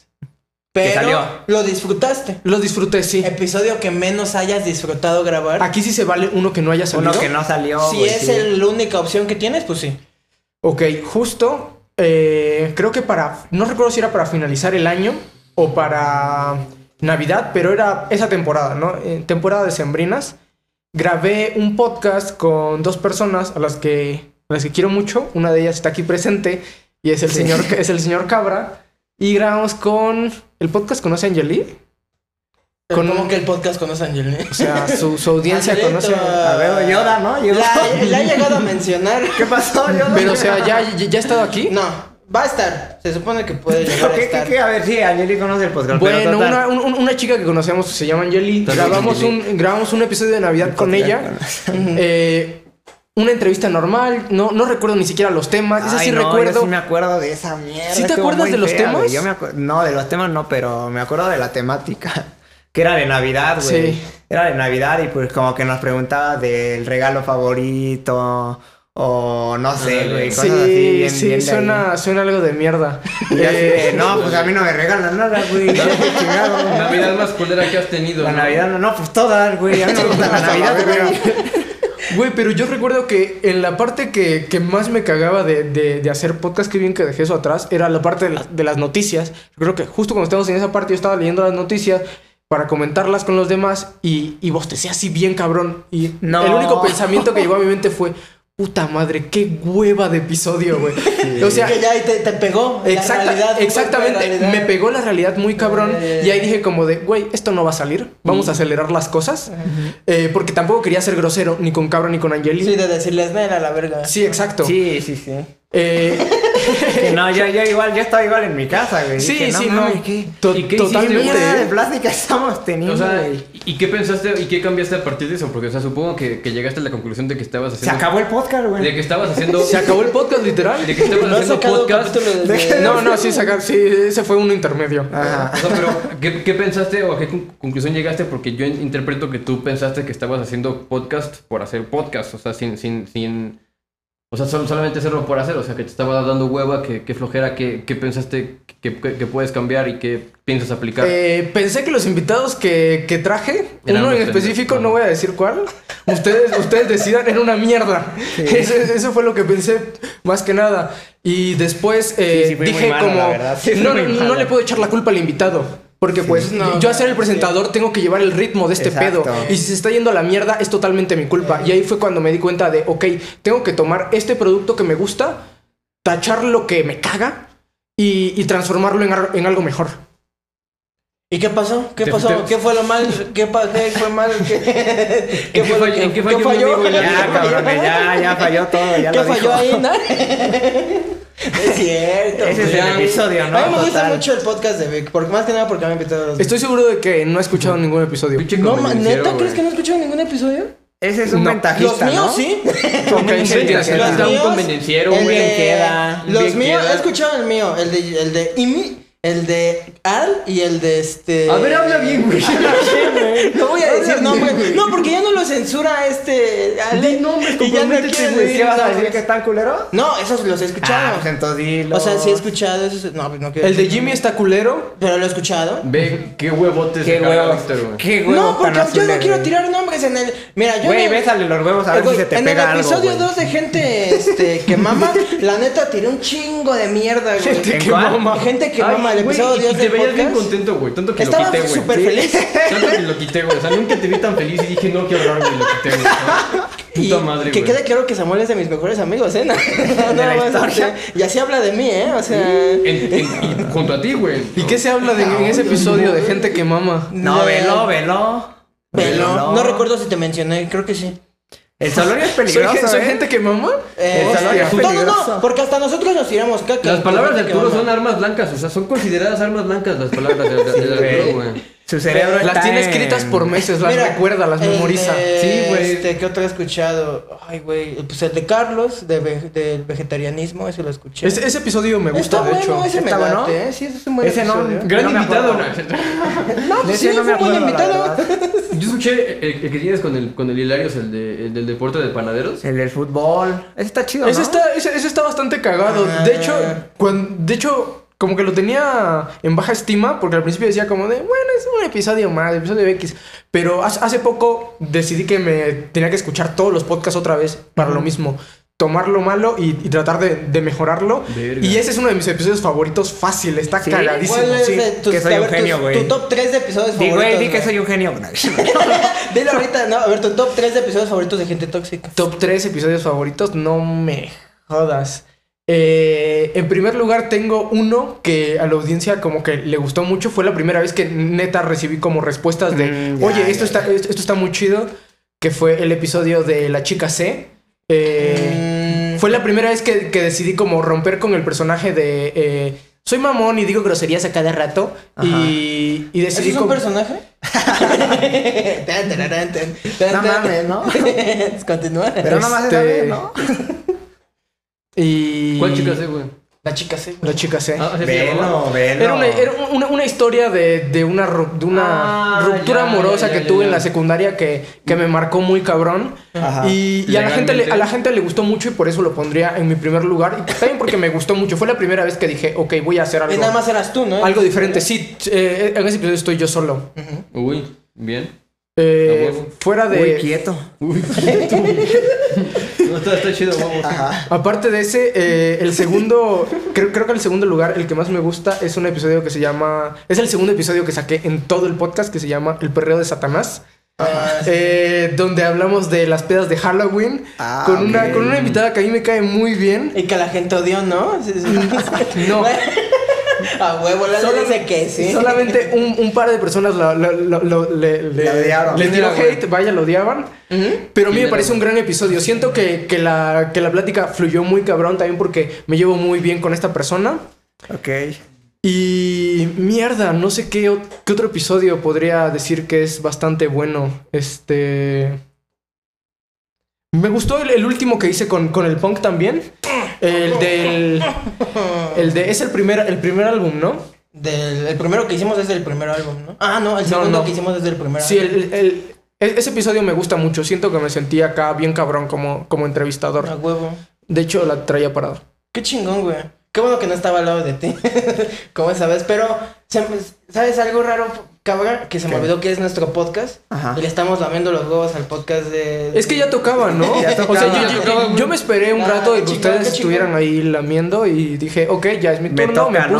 Speaker 2: Pero
Speaker 1: salió.
Speaker 2: lo disfrutaste.
Speaker 4: Lo disfruté, sí.
Speaker 2: Episodio que menos hayas disfrutado grabar.
Speaker 4: Aquí sí se vale uno que no haya salido.
Speaker 1: Uno que no salió,
Speaker 2: si
Speaker 1: güey,
Speaker 2: es
Speaker 1: sí.
Speaker 2: el- la única opción que tienes, pues sí.
Speaker 4: Ok, justo, eh, creo que para, no recuerdo si era para finalizar el año o para Navidad, pero era esa temporada, ¿no? Eh, temporada de Sembrinas. Grabé un podcast con dos personas a las que, a las que quiero mucho. Una de ellas está aquí presente y es el, señor, es el señor Cabra. Y grabamos con... ¿El podcast conoce a Angeli? Con-
Speaker 2: Como que el podcast ¿eh? conoce a Angelina.
Speaker 4: O sea, su, su audiencia
Speaker 2: Angelito,
Speaker 4: conoce... a-
Speaker 1: A ver, Yoda, ¿no? Llegó.
Speaker 2: La, la ha llegado a mencionar.
Speaker 1: ¿Qué pasó, Yoda?
Speaker 4: Pero o sea, ¿ya, ya, ya ha estado aquí?
Speaker 2: No, va a estar. Se supone que puede llegar a
Speaker 1: ¿Qué, qué,
Speaker 2: estar.
Speaker 1: qué? A ver, sí, Angeli conoce el podcast.
Speaker 4: Bueno,
Speaker 1: pero total.
Speaker 4: una, un- una chica que conocemos se llama Angeli.
Speaker 3: Saludos,
Speaker 4: Grabamos
Speaker 3: Angeli.
Speaker 4: un, grabamos un episodio de Navidad con ella. Eh, una entrevista normal. No, no recuerdo ni siquiera los temas. Esa
Speaker 1: Ay,
Speaker 4: sí
Speaker 1: no,
Speaker 4: recuerdo.
Speaker 1: Yo sí me acuerdo de esa mierda.
Speaker 4: ¿Sí te
Speaker 1: estuvo
Speaker 4: acuerdas
Speaker 1: muy
Speaker 4: de los temas?
Speaker 1: güey. Yo me acu- no, de los temas no, pero me acuerdo de la temática. Que era de Navidad, güey.
Speaker 4: Sí.
Speaker 1: Era de Navidad y pues como que nos preguntaba del regalo favorito o no sé,
Speaker 3: Ándale.
Speaker 1: güey. Cosas
Speaker 4: Sí,
Speaker 1: así bien,
Speaker 4: sí,
Speaker 1: bien de ahí.
Speaker 4: suena, suena algo de mierda.
Speaker 1: Y yo así de,
Speaker 4: Eh,
Speaker 1: no, pues a mí no me regalan nada, güey. Yo qué chingado.
Speaker 3: Navidad más culera que has tenido.
Speaker 1: La
Speaker 3: ¿no?
Speaker 1: Navidad no, no, pues todas, güey. A mí no me gusta la Navidad, güey.
Speaker 4: Güey, pero yo recuerdo que en la parte que, que más me cagaba de, de- de hacer podcast, que bien que dejé eso atrás, era la parte de, las- de las noticias. Creo que justo cuando estábamos en esa parte, yo estaba leyendo las noticias para comentarlas con los demás y, y bostecé así bien cabrón. Y
Speaker 1: No.
Speaker 4: el único pensamiento que llegó a mi mente fue, puta madre, qué hueva de episodio, güey. O sea,
Speaker 2: que ya ahí te, te pegó. la
Speaker 4: Exacta-
Speaker 2: realidad,
Speaker 4: exactamente,
Speaker 2: la realidad.
Speaker 4: me pegó la realidad muy cabrón y ahí dije como de, güey, esto no va a salir, vamos a acelerar las cosas, Eh, porque tampoco quería ser grosero ni con Cabra ni con Angeli.
Speaker 2: Sí,
Speaker 4: Sí,
Speaker 2: de decirles, nena, la verga.
Speaker 4: exacto.
Speaker 1: Sí, sí, sí.
Speaker 4: Eh,
Speaker 1: Que no, yo, yo igual, yo estaba igual en mi casa, güey.
Speaker 4: sí,
Speaker 1: Dije,
Speaker 4: sí, no.
Speaker 1: mames, ¿qué?
Speaker 4: To-
Speaker 3: ¿Y qué hiciste,
Speaker 1: Mira, de
Speaker 4: totalmente.
Speaker 1: plástica estamos teniendo,
Speaker 3: O sea,
Speaker 1: güey.
Speaker 3: ¿y y qué pensaste y qué cambiaste a partir de eso? Porque, o sea, supongo que, que llegaste a la conclusión de que estabas
Speaker 1: Se
Speaker 3: haciendo.
Speaker 1: acabó el podcast,
Speaker 3: De
Speaker 1: güey.
Speaker 3: que estabas haciendo.
Speaker 4: Se acabó el podcast
Speaker 3: De
Speaker 4: literal.
Speaker 3: que estabas
Speaker 2: No has
Speaker 3: haciendo
Speaker 2: sacado
Speaker 3: podcast.
Speaker 2: capítulo desde-
Speaker 1: Deja-
Speaker 4: No, no, sí, se acabó- sí, ese fue un intermedio.
Speaker 1: Ajá.
Speaker 3: O sea, pero ¿qué, qué pensaste o a qué con- conclusión llegaste? Porque yo in- interpreto que tú pensaste que estabas haciendo podcast por hacer podcast, o sea, sin, sin, sin, o sea, sol- solamente hacerlo por hacer, o sea, que te estaba dando hueva, que, que flojera, que, que pensaste que, que- que puedes cambiar y que piensas aplicar.
Speaker 4: Eh, pensé que los invitados que, que traje,
Speaker 3: Eran
Speaker 4: uno en
Speaker 3: unos
Speaker 4: específico,
Speaker 3: pendejos.
Speaker 4: no voy a decir cuál, ustedes, ustedes decidan, era una mierda. Eso, eso fue lo que pensé más que nada. Y después eh,
Speaker 1: Sí, sí, fue muy
Speaker 4: dije
Speaker 1: malo,
Speaker 4: como,
Speaker 1: la verdad, sí,
Speaker 4: no,
Speaker 1: fue muy
Speaker 4: no
Speaker 1: malo.
Speaker 4: le puedo echar la culpa al invitado. Porque pues
Speaker 2: No.
Speaker 4: yo a ser el presentador tengo que llevar el ritmo de este
Speaker 1: Exacto.
Speaker 4: pedo. Y si se está yendo a la mierda es totalmente mi culpa. Y ahí fue cuando me di cuenta de, ok, tengo que tomar este producto que me gusta, tachar lo que me caga y, y transformarlo en ar- en algo mejor.
Speaker 2: ¿Y qué pasó? ¿Qué
Speaker 3: Te-
Speaker 2: pasó?
Speaker 3: te-
Speaker 2: ¿Qué fue lo mal? ¿Qué, pa- qué fue mal? ¿Qué, qué
Speaker 3: qué
Speaker 2: fue lo
Speaker 3: falló-
Speaker 2: que-
Speaker 3: en qué
Speaker 2: qué
Speaker 3: falló mi amigo Elian?
Speaker 1: Ya, cabrones, ya, ya falló todo, ya
Speaker 2: ¿Qué
Speaker 1: lo
Speaker 2: falló
Speaker 1: dijo.
Speaker 2: ahí, no? es cierto.
Speaker 1: Ese es
Speaker 2: güey.
Speaker 1: el episodio, ¿no?
Speaker 2: A mí me gusta
Speaker 1: Total.
Speaker 2: mucho el podcast de Vic, porque más que nada porque me han invitado a los
Speaker 4: Estoy seguro de que no he escuchado ningún episodio.
Speaker 3: Pinche
Speaker 2: No, ma-
Speaker 3: convenenciero,
Speaker 2: ¿neta
Speaker 3: güey.
Speaker 2: crees que no he escuchado ningún episodio?
Speaker 1: Ese es un
Speaker 2: Los
Speaker 4: No.
Speaker 1: ventajista,
Speaker 2: míos
Speaker 1: ¿no?
Speaker 2: sí.
Speaker 4: Ok, sí, tienes
Speaker 3: Era
Speaker 4: razón.
Speaker 3: Este un convenenciero,
Speaker 2: el
Speaker 3: güey,
Speaker 2: de-
Speaker 1: bien queda,
Speaker 2: Los
Speaker 3: bien
Speaker 2: míos,
Speaker 3: queda.
Speaker 2: he escuchado el mío, el de, el de Imi, el de Al y el de este.
Speaker 3: A ver, habla bien, güey.
Speaker 2: No voy a
Speaker 3: Habla
Speaker 2: decir
Speaker 3: bien,
Speaker 2: nombre.
Speaker 3: güey.
Speaker 2: No, porque ya no lo censura este.
Speaker 3: Di nombres,
Speaker 2: y ya no
Speaker 3: comprométete,
Speaker 2: quiere
Speaker 3: güey.
Speaker 1: ¿Y ¿Qué
Speaker 2: decir
Speaker 1: vas a
Speaker 2: nombres.
Speaker 1: decir que están culeros?
Speaker 2: No, esos los he escuchado.
Speaker 1: Ah, pues entonces dilo.
Speaker 2: o sea, sí he escuchado esos. No, pues no quiero
Speaker 4: El de
Speaker 2: decir
Speaker 4: Jimmy está culero.
Speaker 2: nombres. Pero lo he escuchado.
Speaker 3: Ve qué huevotes
Speaker 1: Qué
Speaker 3: de carga,
Speaker 1: huevos.
Speaker 3: Víctor, güey.
Speaker 1: Qué huevos.
Speaker 2: No, porque
Speaker 1: tan
Speaker 2: yo no
Speaker 1: azules,
Speaker 2: quiero
Speaker 1: güey.
Speaker 2: tirar nombres en el. Mira, yo.
Speaker 1: Güey,
Speaker 2: no-
Speaker 1: bésale los huevos a
Speaker 2: Eh,
Speaker 1: ver si
Speaker 2: güey,
Speaker 1: se te
Speaker 2: en
Speaker 1: pega
Speaker 2: el
Speaker 1: algo.
Speaker 2: episodio
Speaker 1: güey.
Speaker 2: 2 de gente este, que mama, la neta tiré un chingo de mierda, güey.
Speaker 1: ¿En
Speaker 4: que
Speaker 1: cuál?
Speaker 4: mama.
Speaker 2: Gente que
Speaker 3: Ay,
Speaker 2: mama, el
Speaker 3: güey,
Speaker 2: episodio 10
Speaker 3: y- Y te
Speaker 2: del
Speaker 3: veías bien
Speaker 2: podcast.
Speaker 3: contento, güey. Tanto que
Speaker 2: Estaba
Speaker 3: lo quité, güey.
Speaker 2: súper
Speaker 3: Sí.
Speaker 2: feliz.
Speaker 3: Tanto que lo quité, güey. O sea, nunca te vi tan feliz y dije, no quiero hablar, güey, lo quité, güey. Puta madre,
Speaker 2: que
Speaker 3: güey.
Speaker 2: quede claro que Samuel es de mis mejores amigos, ¿eh? No, no,
Speaker 1: la
Speaker 2: más,
Speaker 1: historia.
Speaker 2: este, y así habla de mí, ¿eh? O sea...
Speaker 3: En- en- y junto a ti, güey.
Speaker 4: ¿Y qué se habla de, en ese episodio de gente que mama?
Speaker 1: No,
Speaker 2: de-
Speaker 1: velo, velo.
Speaker 2: Velo. No. recuerdo si te mencioné, creo que sí.
Speaker 1: El Solorio es
Speaker 4: ¿Soy,
Speaker 1: peligroso.
Speaker 4: gen- soy
Speaker 1: ¿eh?
Speaker 4: gente que mama?
Speaker 2: Eh,
Speaker 1: El salón
Speaker 2: hostia.
Speaker 1: es
Speaker 2: no, no,
Speaker 1: peligroso.
Speaker 2: no, porque hasta nosotros nos tiramos caca.
Speaker 3: Las palabras de
Speaker 2: Fíjate que
Speaker 3: Arturo
Speaker 2: vamos.
Speaker 3: son armas blancas, o sea, son consideradas armas blancas las palabras de, de- de
Speaker 1: güey.
Speaker 3: Arturo, güey.
Speaker 1: Su cerebro
Speaker 4: Las
Speaker 1: está
Speaker 4: tiene
Speaker 1: en-
Speaker 4: escritas por meses, las
Speaker 2: Mira,
Speaker 4: recuerda, las
Speaker 2: el
Speaker 4: memoriza.
Speaker 2: de,
Speaker 3: Sí, güey.
Speaker 2: Este, ¿Qué otro he escuchado? Ay, güey. Pues el de Carlos, de ve- del vegetarianismo, ese lo escuché.
Speaker 4: Ese, ese episodio me
Speaker 2: Está
Speaker 4: gusta, de
Speaker 2: bueno,
Speaker 4: hecho.
Speaker 2: ese me
Speaker 1: ¿Está bueno?
Speaker 2: late, ¿eh? Sí, ese es un buen
Speaker 1: Ese no-
Speaker 2: episodio.
Speaker 3: Gran
Speaker 1: No me
Speaker 3: invitado,
Speaker 1: acuerdo.
Speaker 3: ¿no?
Speaker 2: No,
Speaker 1: De
Speaker 2: pues
Speaker 1: ese
Speaker 2: sí,
Speaker 1: no me
Speaker 2: fue un buen
Speaker 1: acuerdo, la
Speaker 2: invitado.
Speaker 3: Yo escuché el, el que tienes con el, con el Hilario, el, de, el del deporte de panaderos.
Speaker 1: El del fútbol. Ese está chido,
Speaker 4: Ese
Speaker 1: ¿no?
Speaker 4: está, ese, ese está bastante cagado.
Speaker 2: Ah.
Speaker 4: De hecho, cuan- de hecho, como que lo tenía en baja estima, porque al principio decía como de, bueno, es un episodio más, episodio X. Pero hace, hace poco decidí que me tenía que escuchar todos los podcasts otra vez para lo mismo. Tomar lo malo y, y tratar de, de mejorarlo.
Speaker 3: Verga.
Speaker 4: Y ese es uno de mis episodios favoritos fácil, está
Speaker 1: ¿Sí?
Speaker 4: cagadísimo.
Speaker 2: ¿Cuál es
Speaker 4: sí.
Speaker 2: de tus,
Speaker 1: que soy un
Speaker 2: a ver,
Speaker 1: genio,
Speaker 2: tus-
Speaker 1: güey.
Speaker 2: Tu top 3 de episodios
Speaker 1: Di,
Speaker 2: favoritos.
Speaker 1: güey, di que soy un genio.
Speaker 2: Dilo ahorita, no, a ver, tu top 3 de episodios favoritos de gente tóxica.
Speaker 4: Top 3 episodios favoritos, no me jodas. Eh, en primer lugar tengo uno que a la audiencia como que le gustó mucho. Fue la primera vez que neta recibí como respuestas de,
Speaker 1: Mm, ya,
Speaker 4: oye,
Speaker 1: ya,
Speaker 4: esto, Está, esto está muy chido, que fue el episodio de La Chica C. Eh,
Speaker 2: Mm.
Speaker 4: Fue la primera vez que, que decidí como romper con el personaje de... eh, soy mamón y digo groserías a cada rato. Y, y
Speaker 2: ¿Ese
Speaker 4: decidí...
Speaker 2: es un
Speaker 4: como-
Speaker 2: personaje? Tan, tararán, tan, tan,
Speaker 1: No
Speaker 2: tan.
Speaker 1: mames, ¿no?
Speaker 2: Continúa.
Speaker 1: Pero nada más esa
Speaker 4: Este-
Speaker 1: vez, ¿no?
Speaker 4: y-
Speaker 3: ¿Cuál chica hace, güey?
Speaker 2: La chica sí.
Speaker 4: La Chica C.
Speaker 3: Ah, así se llamaba.
Speaker 1: velo.
Speaker 4: Era una, era una- una historia de, de una, ru- de una
Speaker 3: Ah,
Speaker 4: ruptura
Speaker 3: ya,
Speaker 4: amorosa
Speaker 3: ya,
Speaker 4: que
Speaker 3: ya,
Speaker 4: tuve
Speaker 3: ya.
Speaker 4: en la secundaria que, que me marcó muy cabrón.
Speaker 1: Ajá.
Speaker 4: Y, y a, la gente le,
Speaker 3: Legalmente.
Speaker 4: a la gente le gustó mucho y por eso lo pondría en mi primer lugar. Y también porque me gustó mucho. Fue la primera vez que dije, ok, voy a hacer
Speaker 2: Y
Speaker 4: algo,
Speaker 2: nada más eras tú, ¿no?
Speaker 4: algo diferente. Sí, eh, en ese episodio estoy yo solo.
Speaker 3: Uy, bien.
Speaker 4: Eh,
Speaker 3: A huevo.
Speaker 4: fuera de...
Speaker 1: Uy, quieto.
Speaker 3: No, está, está chido, huevo.
Speaker 4: Aparte de ese, eh, el segundo, creo, creo que el segundo lugar, el que más me gusta, es un episodio que se llama, es el segundo episodio que saqué en todo el podcast que se llama El perreo de Satanás. Eh, donde hablamos de las pedas de Halloween
Speaker 1: Ah,
Speaker 4: con, una,
Speaker 1: bien.
Speaker 4: con una invitada que a mí me cae muy bien.
Speaker 2: Y que la gente odió, ¿no? Sí, sí.
Speaker 4: No.
Speaker 2: A huevo, la
Speaker 4: Solo-
Speaker 2: Solo dice que sí.
Speaker 4: Solamente un, un par de personas la- la- la- la- le, le-
Speaker 1: La odiaron.
Speaker 4: le tiró
Speaker 3: Mira, güey.
Speaker 4: hate, vaya, lo odiaban.
Speaker 2: Ujú.
Speaker 4: Pero a
Speaker 3: ¿Quién
Speaker 4: mí me
Speaker 3: era?
Speaker 4: parece un gran episodio. Siento que, que la, que la plática fluyó muy cabrón también porque me llevo muy bien con esta persona.
Speaker 1: Ok.
Speaker 4: Y mierda, no sé qué, ot- qué otro episodio podría decir que es bastante bueno. Este. Me gustó el, el último que hice con, con el punk también. El del. El de. Es el primer, el primer álbum, ¿no?
Speaker 2: Del, el primero que hicimos es del primer álbum, ¿no? Ah, no, el
Speaker 4: No,
Speaker 2: segundo
Speaker 4: no.
Speaker 2: que hicimos es del primer
Speaker 4: Sí,
Speaker 2: álbum.
Speaker 4: el, el- el- e- ese episodio me gusta mucho. Siento que me sentí acá bien cabrón como, como
Speaker 2: A
Speaker 4: entrevistador.
Speaker 2: huevo.
Speaker 4: De hecho, la traía parada.
Speaker 2: Qué chingón, güey. Qué bueno que no estaba al lado de ti. ¿Cómo sabes? Pero, se me- ¿sabes algo raro, cabrón? Que se me olvidó que es nuestro podcast.
Speaker 1: Ajá.
Speaker 2: Y le estamos lamiendo los huevos al podcast de.
Speaker 4: Es que ya tocaba, ¿no?
Speaker 1: Ya
Speaker 4: O sea,
Speaker 1: tocaba.
Speaker 4: yo,
Speaker 1: Ya
Speaker 4: yo-
Speaker 3: tocaba, güey.
Speaker 4: yo me esperé un
Speaker 2: Ah,
Speaker 4: rato de
Speaker 2: qué
Speaker 4: que
Speaker 2: chingón,
Speaker 4: ustedes
Speaker 2: qué chingón.
Speaker 4: estuvieran ahí lamiendo y dije, ok, ya es mi
Speaker 1: Me
Speaker 4: turno, me,
Speaker 1: toca, ¿no?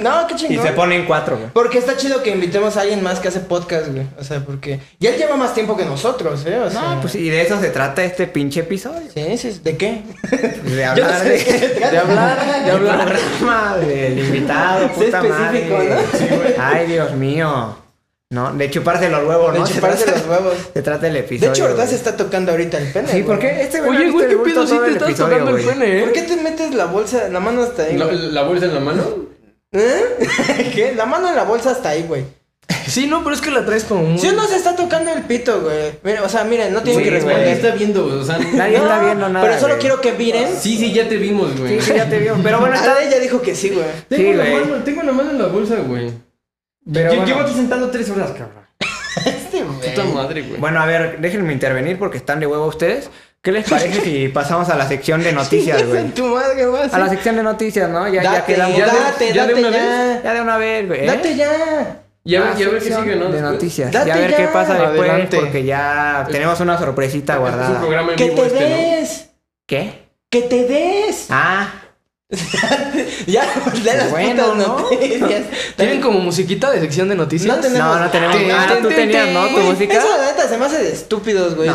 Speaker 2: No, qué
Speaker 1: Y
Speaker 2: chingón.
Speaker 1: se ponen cuatro, güey.
Speaker 2: Porque está chido que invitemos a alguien más que hace podcast, güey. O sea, porque. Y él lleva más tiempo que nosotros, ¿eh? O sea,
Speaker 1: No, pues y de eso se trata este pinche episodio.
Speaker 2: Sí, sí, ¿de qué?
Speaker 1: De
Speaker 2: Yo no
Speaker 1: hablar
Speaker 2: sé
Speaker 1: de...
Speaker 2: qué trata.
Speaker 4: De hablar, de
Speaker 1: El
Speaker 4: hablar.
Speaker 1: programa del invitado,
Speaker 2: Sé
Speaker 1: puta
Speaker 2: específico,
Speaker 1: madre.
Speaker 2: ¿no? Sí,
Speaker 1: Ay, Dios mío. No, de chuparse los huevos,
Speaker 2: De
Speaker 1: ¿no?
Speaker 2: chuparse
Speaker 1: Se trata-
Speaker 2: los huevos.
Speaker 1: Se trata el
Speaker 2: De
Speaker 1: episodio.
Speaker 2: hecho, ¿verdad? Se
Speaker 1: güey.
Speaker 2: está tocando ahorita el pene.
Speaker 1: Sí, ¿por qué? Este güey no
Speaker 4: Oye,
Speaker 1: viste
Speaker 4: güey,
Speaker 1: el
Speaker 4: qué
Speaker 1: bulto
Speaker 4: pedo si
Speaker 1: todo
Speaker 4: te
Speaker 1: el
Speaker 4: estás
Speaker 1: episodio,
Speaker 4: tocando el
Speaker 1: güey.
Speaker 4: pene,
Speaker 2: ¿Por
Speaker 4: eh.
Speaker 2: qué te metes la bolsa? La mano hasta ahí,
Speaker 3: ¿La,
Speaker 2: güey.
Speaker 3: la bolsa en la mano?
Speaker 2: ¿Eh? ¿Qué? La mano en la bolsa hasta ahí, güey.
Speaker 4: Sí, no, pero es que la traes como muy.
Speaker 2: Si uno se está tocando el pito, güey. Mira, o sea, miren, no
Speaker 1: Sí,
Speaker 2: tienen
Speaker 1: güey.
Speaker 2: que responder.
Speaker 3: Nadie está viendo, o sea.
Speaker 1: Nadie
Speaker 2: Este No,
Speaker 1: está viendo nada.
Speaker 2: Pero solo
Speaker 1: güey.
Speaker 2: quiero que miren.
Speaker 3: Sí, sí, ya te vimos, güey.
Speaker 1: Sí, sí, ya te vio. Pero bueno, está
Speaker 2: Ah, ella dijo que sí, güey.
Speaker 1: Sí,
Speaker 3: Tengo, la
Speaker 1: güey.
Speaker 3: mano, tengo la mano en la bolsa, güey.
Speaker 1: Pero
Speaker 3: Lle-
Speaker 1: bueno.
Speaker 3: Llevo aquí sentado tres horas, cabrón.
Speaker 2: Este, güey.
Speaker 3: Puta madre, güey.
Speaker 1: Eh, Bueno, a ver, déjenme intervenir porque están de huevo ustedes. ¿Qué les parece si pasamos a la sección de noticias, güey?
Speaker 2: Tu madre, güey.
Speaker 1: A la sección de noticias, ¿no? Ya, ya
Speaker 2: Date,
Speaker 1: quedamos.
Speaker 2: ya
Speaker 1: Ya de-
Speaker 2: date,
Speaker 3: ya de
Speaker 2: date
Speaker 3: una
Speaker 2: ya.
Speaker 1: ya de una vez, güey. ¿eh?
Speaker 2: Date ya.
Speaker 3: Y a ver,
Speaker 1: La
Speaker 3: y a ver qué
Speaker 1: sección
Speaker 3: sigue, ¿no?
Speaker 1: De
Speaker 3: Después.
Speaker 1: noticias.
Speaker 2: Date
Speaker 1: y a ver
Speaker 2: ya.
Speaker 1: qué pasa después,
Speaker 4: Adelante.
Speaker 1: porque ya tenemos una sorpresita
Speaker 3: Es un
Speaker 1: guardada.
Speaker 3: programa en
Speaker 2: Que
Speaker 3: vivo
Speaker 2: te
Speaker 3: este, ¿no?
Speaker 2: des.
Speaker 1: ¿Qué?
Speaker 2: Que te des.
Speaker 1: Ah,
Speaker 2: Ya, de las
Speaker 1: Pues Bueno,
Speaker 2: putas
Speaker 1: ¿no?
Speaker 2: noticias.
Speaker 4: Tienen como musiquita de sección de noticias.
Speaker 2: No tenemos.
Speaker 1: no, no tenemos.
Speaker 4: Ten,
Speaker 1: Ah,
Speaker 4: ten,
Speaker 1: tú
Speaker 4: ten,
Speaker 1: tenías,
Speaker 4: ten.
Speaker 1: ¿no? Tu
Speaker 2: Güey,
Speaker 1: música.
Speaker 2: Eso la neta se me hace de estúpidos, güey.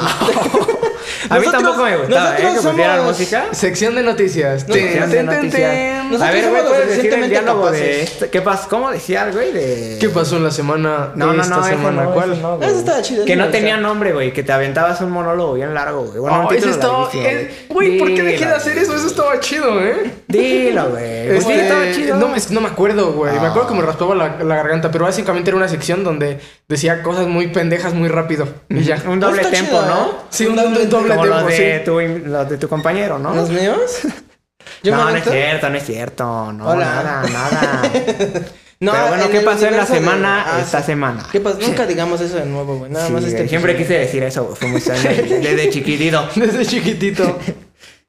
Speaker 1: A mí
Speaker 4: Nosotros-
Speaker 1: tampoco me gustaba, ¿eh?
Speaker 4: nosotros
Speaker 1: Que pusieran
Speaker 4: somos
Speaker 1: música.
Speaker 4: Sección de noticias.
Speaker 1: Sección
Speaker 4: Ten,
Speaker 1: de
Speaker 4: ten, ten,
Speaker 1: noticias.
Speaker 4: ten.
Speaker 2: Nosotros
Speaker 1: A ver, güey,
Speaker 2: somos
Speaker 1: puedes decir el
Speaker 2: suficientemente
Speaker 1: diálogo de.
Speaker 2: capaces.
Speaker 1: este- ¿Qué pas- ¿Cómo decía el güey? De...
Speaker 4: ¿Qué pasó en la semana de
Speaker 1: No, no,
Speaker 4: esta
Speaker 1: no, ese
Speaker 4: semana?
Speaker 1: no,
Speaker 4: ¿Cuál? Ah,
Speaker 1: ese no, güey.
Speaker 2: Eso estaba chido,
Speaker 1: Que
Speaker 2: ese
Speaker 1: no
Speaker 2: me
Speaker 1: tenía
Speaker 2: gustaba.
Speaker 1: nombre, güey, que te aventabas un monólogo bien largo, güey. Bueno, un
Speaker 4: Oh, ese
Speaker 1: título
Speaker 4: estaba.
Speaker 1: larguísimo,
Speaker 4: eh, Güey, ¿por qué dejé de
Speaker 1: Dilo,
Speaker 4: hacer
Speaker 1: güey.
Speaker 4: eso? Eso estaba chido, ¿eh?
Speaker 1: Dilo, güey. Pues sí,
Speaker 4: Este,
Speaker 1: estaba chido.
Speaker 4: No, es que no me acuerdo, güey. Me
Speaker 1: Ah.
Speaker 4: acuerdo que me raspaba la, la garganta, pero básicamente era una sección donde decía cosas muy pendejas muy rápido. Y ya.
Speaker 1: Un doble
Speaker 2: Está
Speaker 1: tempo,
Speaker 2: chido,
Speaker 1: ¿no?
Speaker 2: ¿eh?
Speaker 4: Sí, un doble, un doble
Speaker 1: Como
Speaker 4: tiempo,
Speaker 1: los de,
Speaker 4: sí.
Speaker 1: tu, los de tu compañero, ¿no?
Speaker 2: ¿Los míos?
Speaker 1: no, no es
Speaker 2: meto?
Speaker 1: cierto, no es cierto. No,
Speaker 2: Hola.
Speaker 1: nada, nada.
Speaker 2: No,
Speaker 1: Pero bueno,
Speaker 2: en
Speaker 1: ¿qué
Speaker 2: el
Speaker 1: pasó en la
Speaker 2: universo de-
Speaker 1: semana
Speaker 2: Ah,
Speaker 1: esta
Speaker 2: sí.
Speaker 1: semana?
Speaker 2: ¿Qué pasó? Nunca digamos eso de nuevo, güey. Nada
Speaker 1: Sí,
Speaker 2: más este.
Speaker 1: güey, siempre
Speaker 2: episodio.
Speaker 1: quise decir eso, güey, fue muy sano y desde chiquitito.
Speaker 4: Desde chiquitito.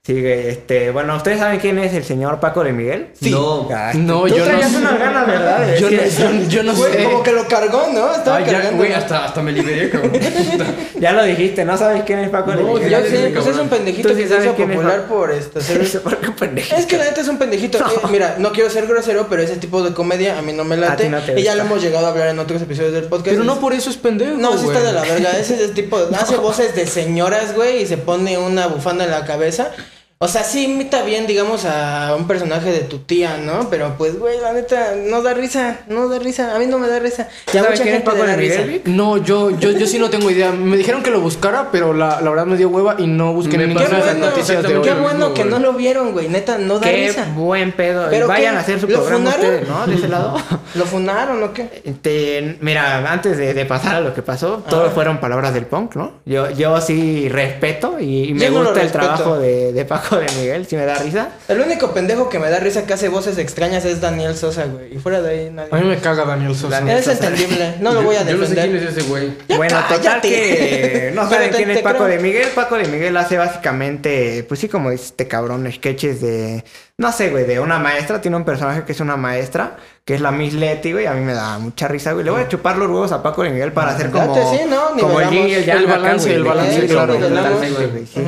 Speaker 1: Sí, güey, este, bueno, ¿ustedes saben quién es el señor Paco de Miguel?
Speaker 3: Sí. No.
Speaker 1: Ay,
Speaker 4: No,
Speaker 1: tú
Speaker 4: yo no
Speaker 1: traías
Speaker 4: sé.
Speaker 1: unas ganas, ¿verdad? de
Speaker 4: Yo
Speaker 1: decir
Speaker 4: no-
Speaker 1: eso.
Speaker 4: yo- yo no
Speaker 2: Güey,
Speaker 4: sé.
Speaker 2: Como que lo cargó, ¿no? Estaba
Speaker 3: Ay, Ah, ya,
Speaker 2: cargando.
Speaker 3: güey,
Speaker 2: ¿no?
Speaker 3: hasta, hasta me liberé, cabrón. Puta.
Speaker 1: Ya lo dijiste, ¿no sabes quién es Paco de
Speaker 3: No,
Speaker 1: Miguel?
Speaker 2: Yo
Speaker 3: Ya
Speaker 2: sí,
Speaker 3: desde
Speaker 2: pues
Speaker 3: cabrón.
Speaker 2: es un pendejito
Speaker 1: Tú sí
Speaker 2: que se
Speaker 1: sabes
Speaker 2: hizo
Speaker 1: quién es,
Speaker 2: popular
Speaker 1: ¿no?
Speaker 2: por esto. hacer-
Speaker 1: ¿Por qué pendejo?
Speaker 2: Es que la neta es un pendejito. Eh, mira, no quiero ser grosero, pero ese tipo de comedia a mí no me
Speaker 1: A ti
Speaker 2: late.
Speaker 1: no te
Speaker 2: y ya
Speaker 1: gusta.
Speaker 2: lo hemos llegado a hablar en otros episodios del podcast.
Speaker 4: Pero no
Speaker 2: Es-
Speaker 4: por eso es pendejo.
Speaker 2: No, sí
Speaker 4: güey.
Speaker 2: está de la verga. Ese es el tipo. Hace voces de señoras, güey, y se pone una bufanda en la cabeza. O sea, sí imita bien, digamos, a un personaje de tu tía, ¿no? Pero pues, güey, la neta, no da risa, no da risa. A mí no me da risa. Ya
Speaker 1: ¿Sabes
Speaker 2: mucha
Speaker 1: quién es
Speaker 2: gente
Speaker 1: Paco
Speaker 2: le da
Speaker 1: de Miguel,
Speaker 2: risa.
Speaker 1: Vic?
Speaker 4: No, yo, yo, yo sí no tengo idea. Me dijeron que lo buscara, pero la, la verdad me dio hueva y no busqué
Speaker 3: Me
Speaker 4: ninguna
Speaker 2: Qué
Speaker 3: pasó
Speaker 4: de las
Speaker 2: bueno,
Speaker 4: noticias de hoy.
Speaker 2: qué
Speaker 3: lo
Speaker 2: bueno
Speaker 3: mismo,
Speaker 2: que
Speaker 3: güey.
Speaker 2: no lo vieron, güey. Neta, no da
Speaker 1: Qué
Speaker 2: risa.
Speaker 1: buen pedo.
Speaker 2: ¿Pero
Speaker 1: Vayan
Speaker 2: qué?
Speaker 1: a hacer su
Speaker 2: ¿Lo
Speaker 1: programa
Speaker 2: funaron?
Speaker 1: ustedes, ¿no? De ese lado.
Speaker 2: ¿Lo funaron o qué?
Speaker 1: Este, mira, antes de, de pasar a lo que pasó,
Speaker 2: Ah.
Speaker 1: todos fueron palabras del punk, ¿no? Yo, yo sí respeto y, y me
Speaker 2: Yo no lo
Speaker 1: gusta el
Speaker 2: respeto.
Speaker 1: trabajo de, de Paco de Miguel, si me da risa.
Speaker 2: El único pendejo que me da risa que hace voces extrañas es Daniel Sosa, güey. Y fuera de ahí nadie.
Speaker 4: A mí me caga Daniel Sosa.
Speaker 1: Daniel-
Speaker 2: es entendible, no lo
Speaker 3: Yo-
Speaker 2: voy a
Speaker 3: Yo no sé
Speaker 2: defender.
Speaker 3: quién es ese güey.
Speaker 2: Ya
Speaker 1: bueno, total
Speaker 2: cállate.
Speaker 1: que no
Speaker 2: Pero
Speaker 1: saben
Speaker 2: te-
Speaker 1: quién es
Speaker 2: te
Speaker 1: Paco
Speaker 2: creo.
Speaker 1: de Miguel. Paco de Miguel hace básicamente, pues sí, como dice este cabrón, sketches de, no sé, güey, de una maestra. Tiene un personaje que es una maestra, que es la Miss Letty, güey. A mí me da mucha risa, güey. Le
Speaker 2: Mm.
Speaker 1: voy a chupar los huevos a Paco de Miguel
Speaker 2: Ah,
Speaker 1: para hacer como,
Speaker 2: Date, sí, ¿no? Ni
Speaker 1: como el yin
Speaker 2: velamos.
Speaker 1: y el yang
Speaker 4: El
Speaker 1: acá,
Speaker 4: balance,
Speaker 1: güey,
Speaker 4: el
Speaker 1: de que
Speaker 4: balance,
Speaker 1: sí,
Speaker 4: claro.
Speaker 1: complementarse,
Speaker 3: Ujú.
Speaker 1: güey, sí.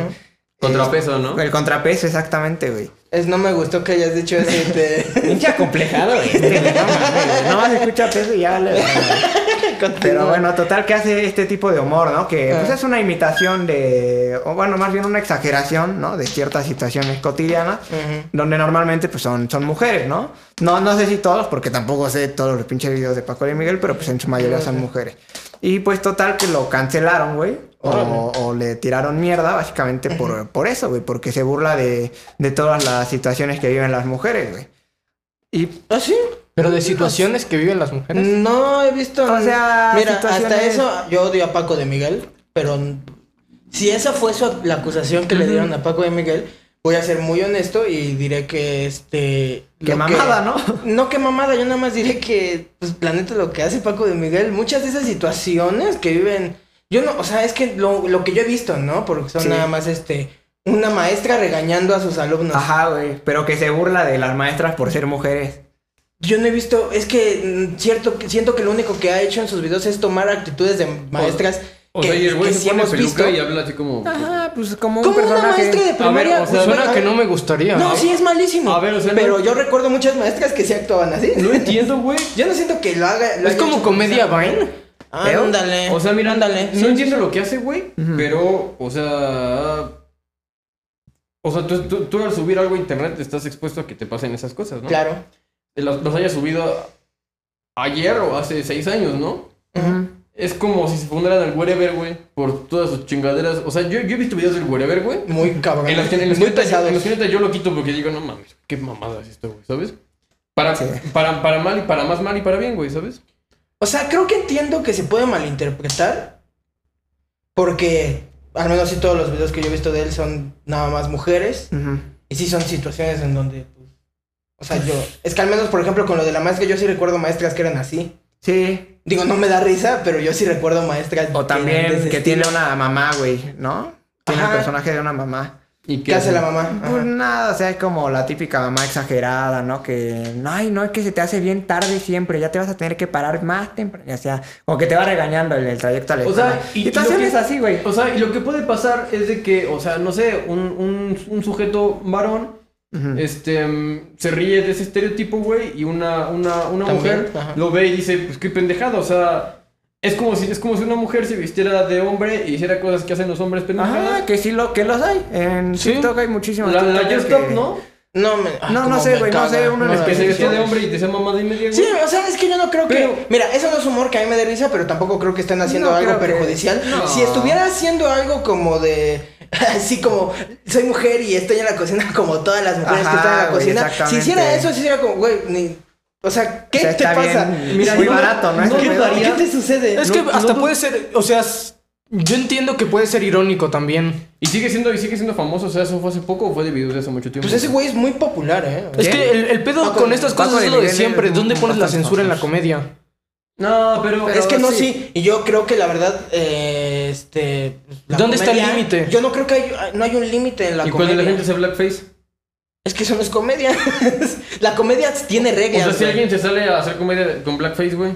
Speaker 3: Contrapeso, ¿no?
Speaker 1: El contrapeso, exactamente, güey.
Speaker 2: Es, no me gustó que hayas dicho ese. te-
Speaker 1: Pinche acomplejado, este, güey, no mames, güey. No más escucha peso y ya le. Pero bueno, total que hace este tipo de humor, ¿no? Que pues
Speaker 2: Ah.
Speaker 1: es una imitación de, o bueno, más bien una exageración, ¿no? De ciertas situaciones cotidianas,
Speaker 2: Ujú.
Speaker 1: donde normalmente pues son, son mujeres, ¿no? No, no sé si todos, porque tampoco sé todos los pinches videos de Paco y Miguel, pero pues en su mayoría son mujeres. Y pues total que lo cancelaron, güey. O, o le tiraron mierda básicamente por, por eso, güey, porque se burla de, de todas las situaciones que viven las mujeres, güey. Y
Speaker 2: ¿Ah, sí?
Speaker 4: Pero de situaciones que viven las mujeres.
Speaker 2: No he visto.
Speaker 1: O sea,
Speaker 2: mira,
Speaker 1: situaciones-
Speaker 2: hasta eso yo odio a Paco de Miguel, pero si esa fue su- la acusación que le dieron a Paco de Miguel, voy a ser muy honesto y diré que este.
Speaker 1: Qué
Speaker 2: lo
Speaker 1: mamada, ¿no?
Speaker 2: No, qué mamada, yo nada más diré que, pues, planeta lo que hace Paco de Miguel, muchas de esas situaciones que viven. Yo no, o sea, es que lo, lo que yo he visto, ¿no? Porque son
Speaker 1: Sí.
Speaker 2: nada más este. Una maestra regañando a sus alumnos.
Speaker 1: Ajá, güey. Pero que se burla de las maestras por ser mujeres.
Speaker 2: Yo no he visto, es que mm, cierto, que- siento que lo único que ha hecho en sus videos es tomar actitudes de maestras
Speaker 3: O
Speaker 2: que,
Speaker 3: sea, y el güey
Speaker 2: que
Speaker 3: se
Speaker 2: sí
Speaker 3: pone
Speaker 2: hemos
Speaker 3: peluca
Speaker 2: visto.
Speaker 3: y habla así como...
Speaker 1: Ajá, pues como
Speaker 2: Como una maestra de primaria.
Speaker 3: o sea,
Speaker 2: pues,
Speaker 4: Suena
Speaker 2: bueno,
Speaker 4: que no me gustaría.
Speaker 2: No,
Speaker 4: ¿eh?
Speaker 2: sí es malísimo.
Speaker 3: A ver, o sea,
Speaker 2: pero
Speaker 3: no-
Speaker 2: yo recuerdo muchas maestras que sí actuaban así.
Speaker 3: No entiendo, güey.
Speaker 2: Yo no siento que lo haga. lo
Speaker 4: Es
Speaker 2: haya
Speaker 4: como
Speaker 2: hecho
Speaker 4: comedia
Speaker 2: pensar.
Speaker 4: Vine.
Speaker 2: Ándale.
Speaker 3: ¿eh? O sea, mira,
Speaker 2: Eh, ándale.
Speaker 3: no
Speaker 2: Sí,
Speaker 3: entiendo lo que hace, güey,
Speaker 1: Ujú.
Speaker 3: pero, o sea... O sea, tú, tú- tú al subir algo a internet estás expuesto a que te pasen esas cosas, ¿no?
Speaker 2: Claro.
Speaker 3: Los, los hayas subido ayer o hace seis años, ¿no? Es como si se fundaran al Wherever, güey, por todas sus chingaderas. O sea, yo, yo he visto videos del Wherever, güey.
Speaker 2: Muy cabrón.
Speaker 3: En los que, en los
Speaker 2: Muy
Speaker 3: que neta-
Speaker 2: pesado.
Speaker 3: en los que neta yo lo quito porque digo, no mames, qué mamada es esto, güey, ¿sabes? Para, para, para mal y para más mal y para bien, güey, ¿sabes?
Speaker 2: O sea, creo que entiendo que se puede malinterpretar. Porque, al menos sí, todos los videos que yo he visto de él son nada más mujeres. Y sí son situaciones en donde, pues, o sea, yo, es que al menos, por ejemplo, con lo de la maestra, yo sí recuerdo maestras que eran así.
Speaker 1: Sí.
Speaker 2: Digo, no me da risa, pero yo sí recuerdo maestras.
Speaker 1: O
Speaker 2: eran de
Speaker 1: también
Speaker 2: ese
Speaker 1: que
Speaker 2: estilo.
Speaker 1: tiene una mamá, güey, ¿no? Tiene el
Speaker 2: Ajá.
Speaker 1: personaje de una mamá.
Speaker 3: ¿Y
Speaker 2: ¿Qué hace la mamá?
Speaker 1: Pues
Speaker 2: Ajá.
Speaker 1: nada, o sea, es como la típica mamá exagerada, ¿no? Que, no, ay, no, es que se te hace bien tarde siempre, ya te vas a tener que parar más temprano. O sea, como que te va regañando en el trayecto a la
Speaker 3: O sea,
Speaker 1: escuela. Situaciones
Speaker 3: lo que-
Speaker 1: así, güey.
Speaker 3: O sea, y lo que puede pasar es de que, o sea, no sé, un, un, un sujeto varón
Speaker 1: Ujú.
Speaker 3: este, mm, se ríe de ese estereotipo, güey, y una, una, una
Speaker 2: También,
Speaker 3: mujer
Speaker 2: ajá.
Speaker 3: lo ve y dice, pues qué pendejada, o sea, Es como, si, es como si una mujer se vistiera de hombre y hiciera cosas que hacen los hombres
Speaker 1: Ajá,
Speaker 3: pendejadas.
Speaker 1: que sí lo, que los hay. Ah, En
Speaker 3: Sí.
Speaker 1: TikTok hay muchísimos.
Speaker 3: La, la
Speaker 1: TikTokers
Speaker 3: Just Stop,
Speaker 1: que-
Speaker 3: ¿no?
Speaker 2: No, me, ah,
Speaker 1: No, no
Speaker 2: cómo
Speaker 1: sé,
Speaker 2: me
Speaker 1: güey, no
Speaker 2: caga.
Speaker 1: sé, uno en
Speaker 2: No,
Speaker 3: Que se
Speaker 1: específico.
Speaker 3: vestía de hombre y te decía mamá de media, güey.
Speaker 2: Ah, Sí, o sea, es que yo no creo que.
Speaker 3: Pero-
Speaker 2: Mira, eso no es humor que a mí me dé risa, pero tampoco creo que estén haciendo
Speaker 1: No
Speaker 2: algo
Speaker 1: creo que-
Speaker 2: perjudicial.
Speaker 1: no.
Speaker 2: Si estuviera haciendo algo como de. Así como, soy mujer y estoy en la cocina como todas las mujeres
Speaker 1: Ajá,
Speaker 2: que están en la
Speaker 1: güey,
Speaker 2: cocina. Si
Speaker 1: exactamente.
Speaker 2: hiciera eso, si hiciera como, güey, ni. O sea, ¿qué
Speaker 1: O sea,
Speaker 2: te
Speaker 1: está
Speaker 2: pasa?
Speaker 1: bien, muy
Speaker 3: yo no-
Speaker 1: barato, ¿no?
Speaker 3: no
Speaker 1: Este pedo.
Speaker 3: dudaría-
Speaker 2: ¿Qué te sucede?
Speaker 4: Es
Speaker 3: No-
Speaker 4: que
Speaker 3: no
Speaker 4: hasta
Speaker 3: dud-
Speaker 4: puede ser, o sea, s- yo entiendo que puede ser irónico también.
Speaker 3: Y sigue siendo, y sigue siendo famoso, o sea, eso fue hace poco o fue de videos de hace mucho tiempo.
Speaker 2: Pues ese güey es muy popular, ¿eh?
Speaker 4: Es
Speaker 1: ¿Qué?
Speaker 4: que el, el pedo
Speaker 2: Paco-
Speaker 4: con estas
Speaker 1: Paco
Speaker 4: cosas
Speaker 1: de
Speaker 4: es lo de
Speaker 1: Miguel es
Speaker 4: siempre.
Speaker 1: un-
Speaker 4: ¿Dónde pones la
Speaker 1: bastante
Speaker 4: censura en la
Speaker 1: famoso.
Speaker 4: comedia?
Speaker 3: No, pero.
Speaker 2: es que
Speaker 1: Pero
Speaker 2: no, sí.
Speaker 1: sí.
Speaker 2: Y yo creo que la verdad, eh, este... la
Speaker 4: ¿Dónde está el límite?
Speaker 2: Yo no creo que hay, no hay un límite en la
Speaker 3: y
Speaker 2: comedia.
Speaker 3: cuando la gente hace blackface.
Speaker 2: Es que eso no es comedia. la comedia tiene
Speaker 3: O
Speaker 2: reglas.
Speaker 3: sea, si
Speaker 2: güey.
Speaker 3: alguien se sale a hacer comedia con blackface, güey.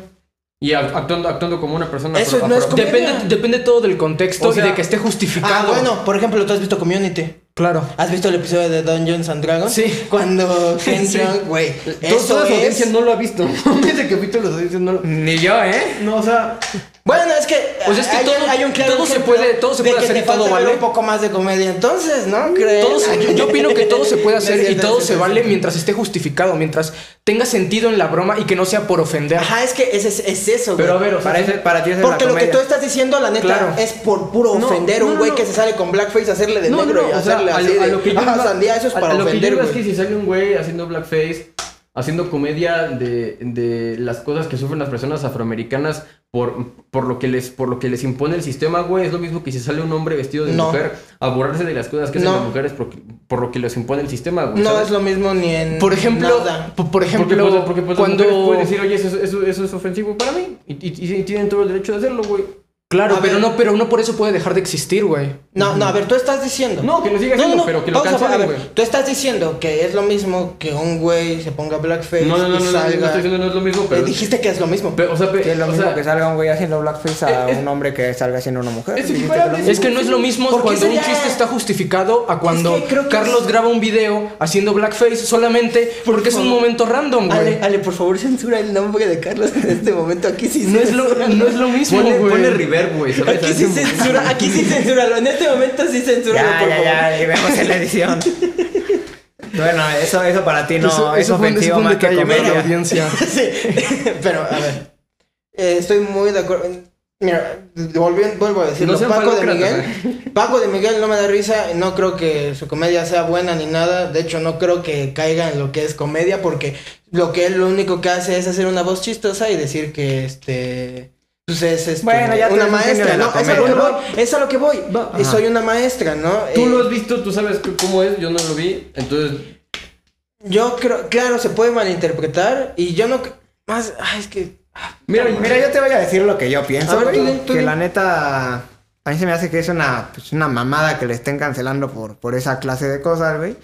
Speaker 3: Y act- actuando, actuando como una persona.
Speaker 2: Eso
Speaker 3: afro-
Speaker 2: no es
Speaker 3: afro-
Speaker 2: comedia.
Speaker 4: Depende, depende todo del contexto
Speaker 3: O sea-
Speaker 4: y de que esté
Speaker 2: Ah,
Speaker 4: justificado.
Speaker 2: bueno, por ejemplo, tú has visto Community.
Speaker 4: Claro.
Speaker 2: ¿Has visto el episodio de Dungeons and Dragons?
Speaker 4: Sí.
Speaker 2: Cuando Ken
Speaker 4: Sí.
Speaker 2: Jeong, güey,
Speaker 3: Toda- toda
Speaker 2: eso
Speaker 3: su
Speaker 2: es...
Speaker 3: audiencia no lo ha visto. Ese capítulo los audiencias no lo.
Speaker 1: Ni yo, ¿eh?
Speaker 3: No, o sea.
Speaker 2: Bueno, es que,
Speaker 4: O sea, es que
Speaker 2: hay,
Speaker 4: todo-
Speaker 2: hay un claro
Speaker 4: todo se
Speaker 2: ejemplo
Speaker 4: puede- todo se
Speaker 2: de
Speaker 4: puede
Speaker 2: que
Speaker 4: hacer
Speaker 2: te
Speaker 4: y todo
Speaker 2: falta ver
Speaker 4: vale.
Speaker 2: un poco más de comedia entonces, ¿no? ¿Crees?
Speaker 4: Todo se- yo, yo opino que todo se puede hacer
Speaker 2: No es
Speaker 4: y
Speaker 2: cierto,
Speaker 4: todo
Speaker 2: no es
Speaker 4: se
Speaker 2: cierto, no
Speaker 4: vale
Speaker 2: es cierto.
Speaker 4: mientras esté justificado, mientras tenga sentido en la broma y que no sea por ofender.
Speaker 2: Ajá, es que es, es, es eso, güey.
Speaker 3: Pero a ver, o sea.
Speaker 1: Para, ese- para ti esa es
Speaker 2: Porque
Speaker 1: la
Speaker 2: lo que
Speaker 1: comedia.
Speaker 2: tú estás diciendo, la neta,
Speaker 4: Claro.
Speaker 2: es por puro
Speaker 3: No,
Speaker 2: ofender a un
Speaker 3: no,
Speaker 2: güey
Speaker 3: no.
Speaker 2: que se sale con blackface, hacerle de
Speaker 3: No, no,
Speaker 2: negro
Speaker 3: no,
Speaker 2: y
Speaker 3: o sea,
Speaker 2: hacerle
Speaker 3: a
Speaker 2: así
Speaker 3: lo- a
Speaker 2: de,
Speaker 3: lo que yo
Speaker 2: "Ah,
Speaker 3: iba-
Speaker 2: sandía, eso es
Speaker 3: a-
Speaker 2: para
Speaker 3: a lo que yo
Speaker 2: ofender,
Speaker 3: iba es
Speaker 2: güey.
Speaker 3: que si sale un güey haciendo blackface, haciendo comedia de, de las cosas que sufren las personas afroamericanas por, por, lo que les, por lo que les impone el sistema, güey, es lo mismo que si sale un hombre vestido de
Speaker 2: No.
Speaker 3: mujer a burlarse de las cosas que hacen
Speaker 2: No.
Speaker 3: las mujeres por, por lo que les impone el sistema, güey.
Speaker 2: No
Speaker 3: ¿sabes?
Speaker 2: es lo mismo ni en
Speaker 4: Por ejemplo,
Speaker 2: nada.
Speaker 4: po- por
Speaker 3: Porque,
Speaker 4: ejemplo,
Speaker 3: pues, porque, pues, las
Speaker 4: cuando
Speaker 3: mujeres pueden decir, oye, eso, es- eso- eso es ofensivo para mí. Y, y- y tienen todo el derecho de hacerlo, güey.
Speaker 4: claro,
Speaker 2: A
Speaker 4: pero
Speaker 2: ver.
Speaker 4: no, pero uno por eso puede dejar de existir, güey.
Speaker 2: No, no, a ver, tú estás diciendo.
Speaker 3: No, que lo siga haciendo, pero que lo
Speaker 2: vamos a-
Speaker 3: cancelen,
Speaker 2: a ver,
Speaker 3: güey.
Speaker 2: Tú estás diciendo que es lo mismo que un güey se ponga blackface
Speaker 3: No, no, no, no,
Speaker 2: y
Speaker 3: no, no,
Speaker 2: salga.
Speaker 3: estoy diciendo no es lo mismo,
Speaker 2: Eh,
Speaker 3: pero...
Speaker 2: dijiste que es lo mismo.
Speaker 3: pero, o sea, pe-
Speaker 1: Que es lo
Speaker 3: o
Speaker 1: mismo
Speaker 3: sea,
Speaker 1: que salga un güey haciendo blackface a
Speaker 3: es-
Speaker 1: un hombre que salga siendo una mujer.
Speaker 3: es
Speaker 1: Dijiste que
Speaker 3: equiparable.
Speaker 1: lo
Speaker 4: Es que no es lo mismo
Speaker 2: ¿Por qué
Speaker 4: cuando un
Speaker 2: sería?
Speaker 4: chiste está justificado a cuando
Speaker 2: que creo que
Speaker 4: Carlos
Speaker 2: es-
Speaker 4: graba un video haciendo blackface solamente porque es un
Speaker 2: favor.
Speaker 4: momento random, güey.
Speaker 2: Ale, Ale, por favor, censura el nombre de Carlos en este momento. Aquí sí
Speaker 4: No es lo,
Speaker 2: censura.
Speaker 4: no es lo mismo,
Speaker 3: Ponle,
Speaker 4: güey.
Speaker 3: ponle reverb, güey, ¿sabes?
Speaker 2: Aquí sí
Speaker 3: Así-
Speaker 2: censura, aquí sí censúralo. En este momento sí censúralo,
Speaker 1: Ya,
Speaker 2: por
Speaker 1: ya,
Speaker 2: favor.
Speaker 1: ya, y vemos en la edición. bueno, eso, eso para ti no
Speaker 4: Eso-
Speaker 1: es
Speaker 4: eso fue un- eso
Speaker 1: ofensivo
Speaker 4: fue un
Speaker 1: más que
Speaker 4: detalle para la
Speaker 1: comedia.
Speaker 4: audiencia.
Speaker 2: Sí, pero a ver. eh, estoy muy de acuerdo. Mira, volvi- vuelvo a decirlo.
Speaker 3: No sean ¿eh?
Speaker 2: Paco de Miguel.
Speaker 3: falócratas,
Speaker 2: Paco de Miguel no me da risa. No creo que su comedia sea buena ni nada. De hecho, no creo que caiga en lo que es comedia. Porque lo que él lo único que hace es hacer una voz chistosa y decir que este. Pues es este,
Speaker 1: Bueno, ya tú
Speaker 2: una
Speaker 1: eres un genio
Speaker 2: maestra,
Speaker 1: de la
Speaker 2: ¿no? Es a lo que
Speaker 1: comedia.
Speaker 2: voy. Es a lo que voy.
Speaker 1: Ajá.
Speaker 2: Soy una maestra, ¿no?
Speaker 3: Tú
Speaker 2: Eh,
Speaker 3: lo has visto, tú sabes c- cómo es, yo no lo vi, entonces...
Speaker 2: Yo creo, claro, se puede malinterpretar y yo no cre- más, ay, es que ah,
Speaker 1: Mira, mira, yo te voy a decir lo que yo
Speaker 2: A
Speaker 1: pienso,
Speaker 2: ver,
Speaker 1: güey,
Speaker 2: tú di, tú
Speaker 1: que
Speaker 2: di.
Speaker 1: la neta a mí se me hace que es una pues, una mamada que le estén cancelando por por esa clase de cosas, güey.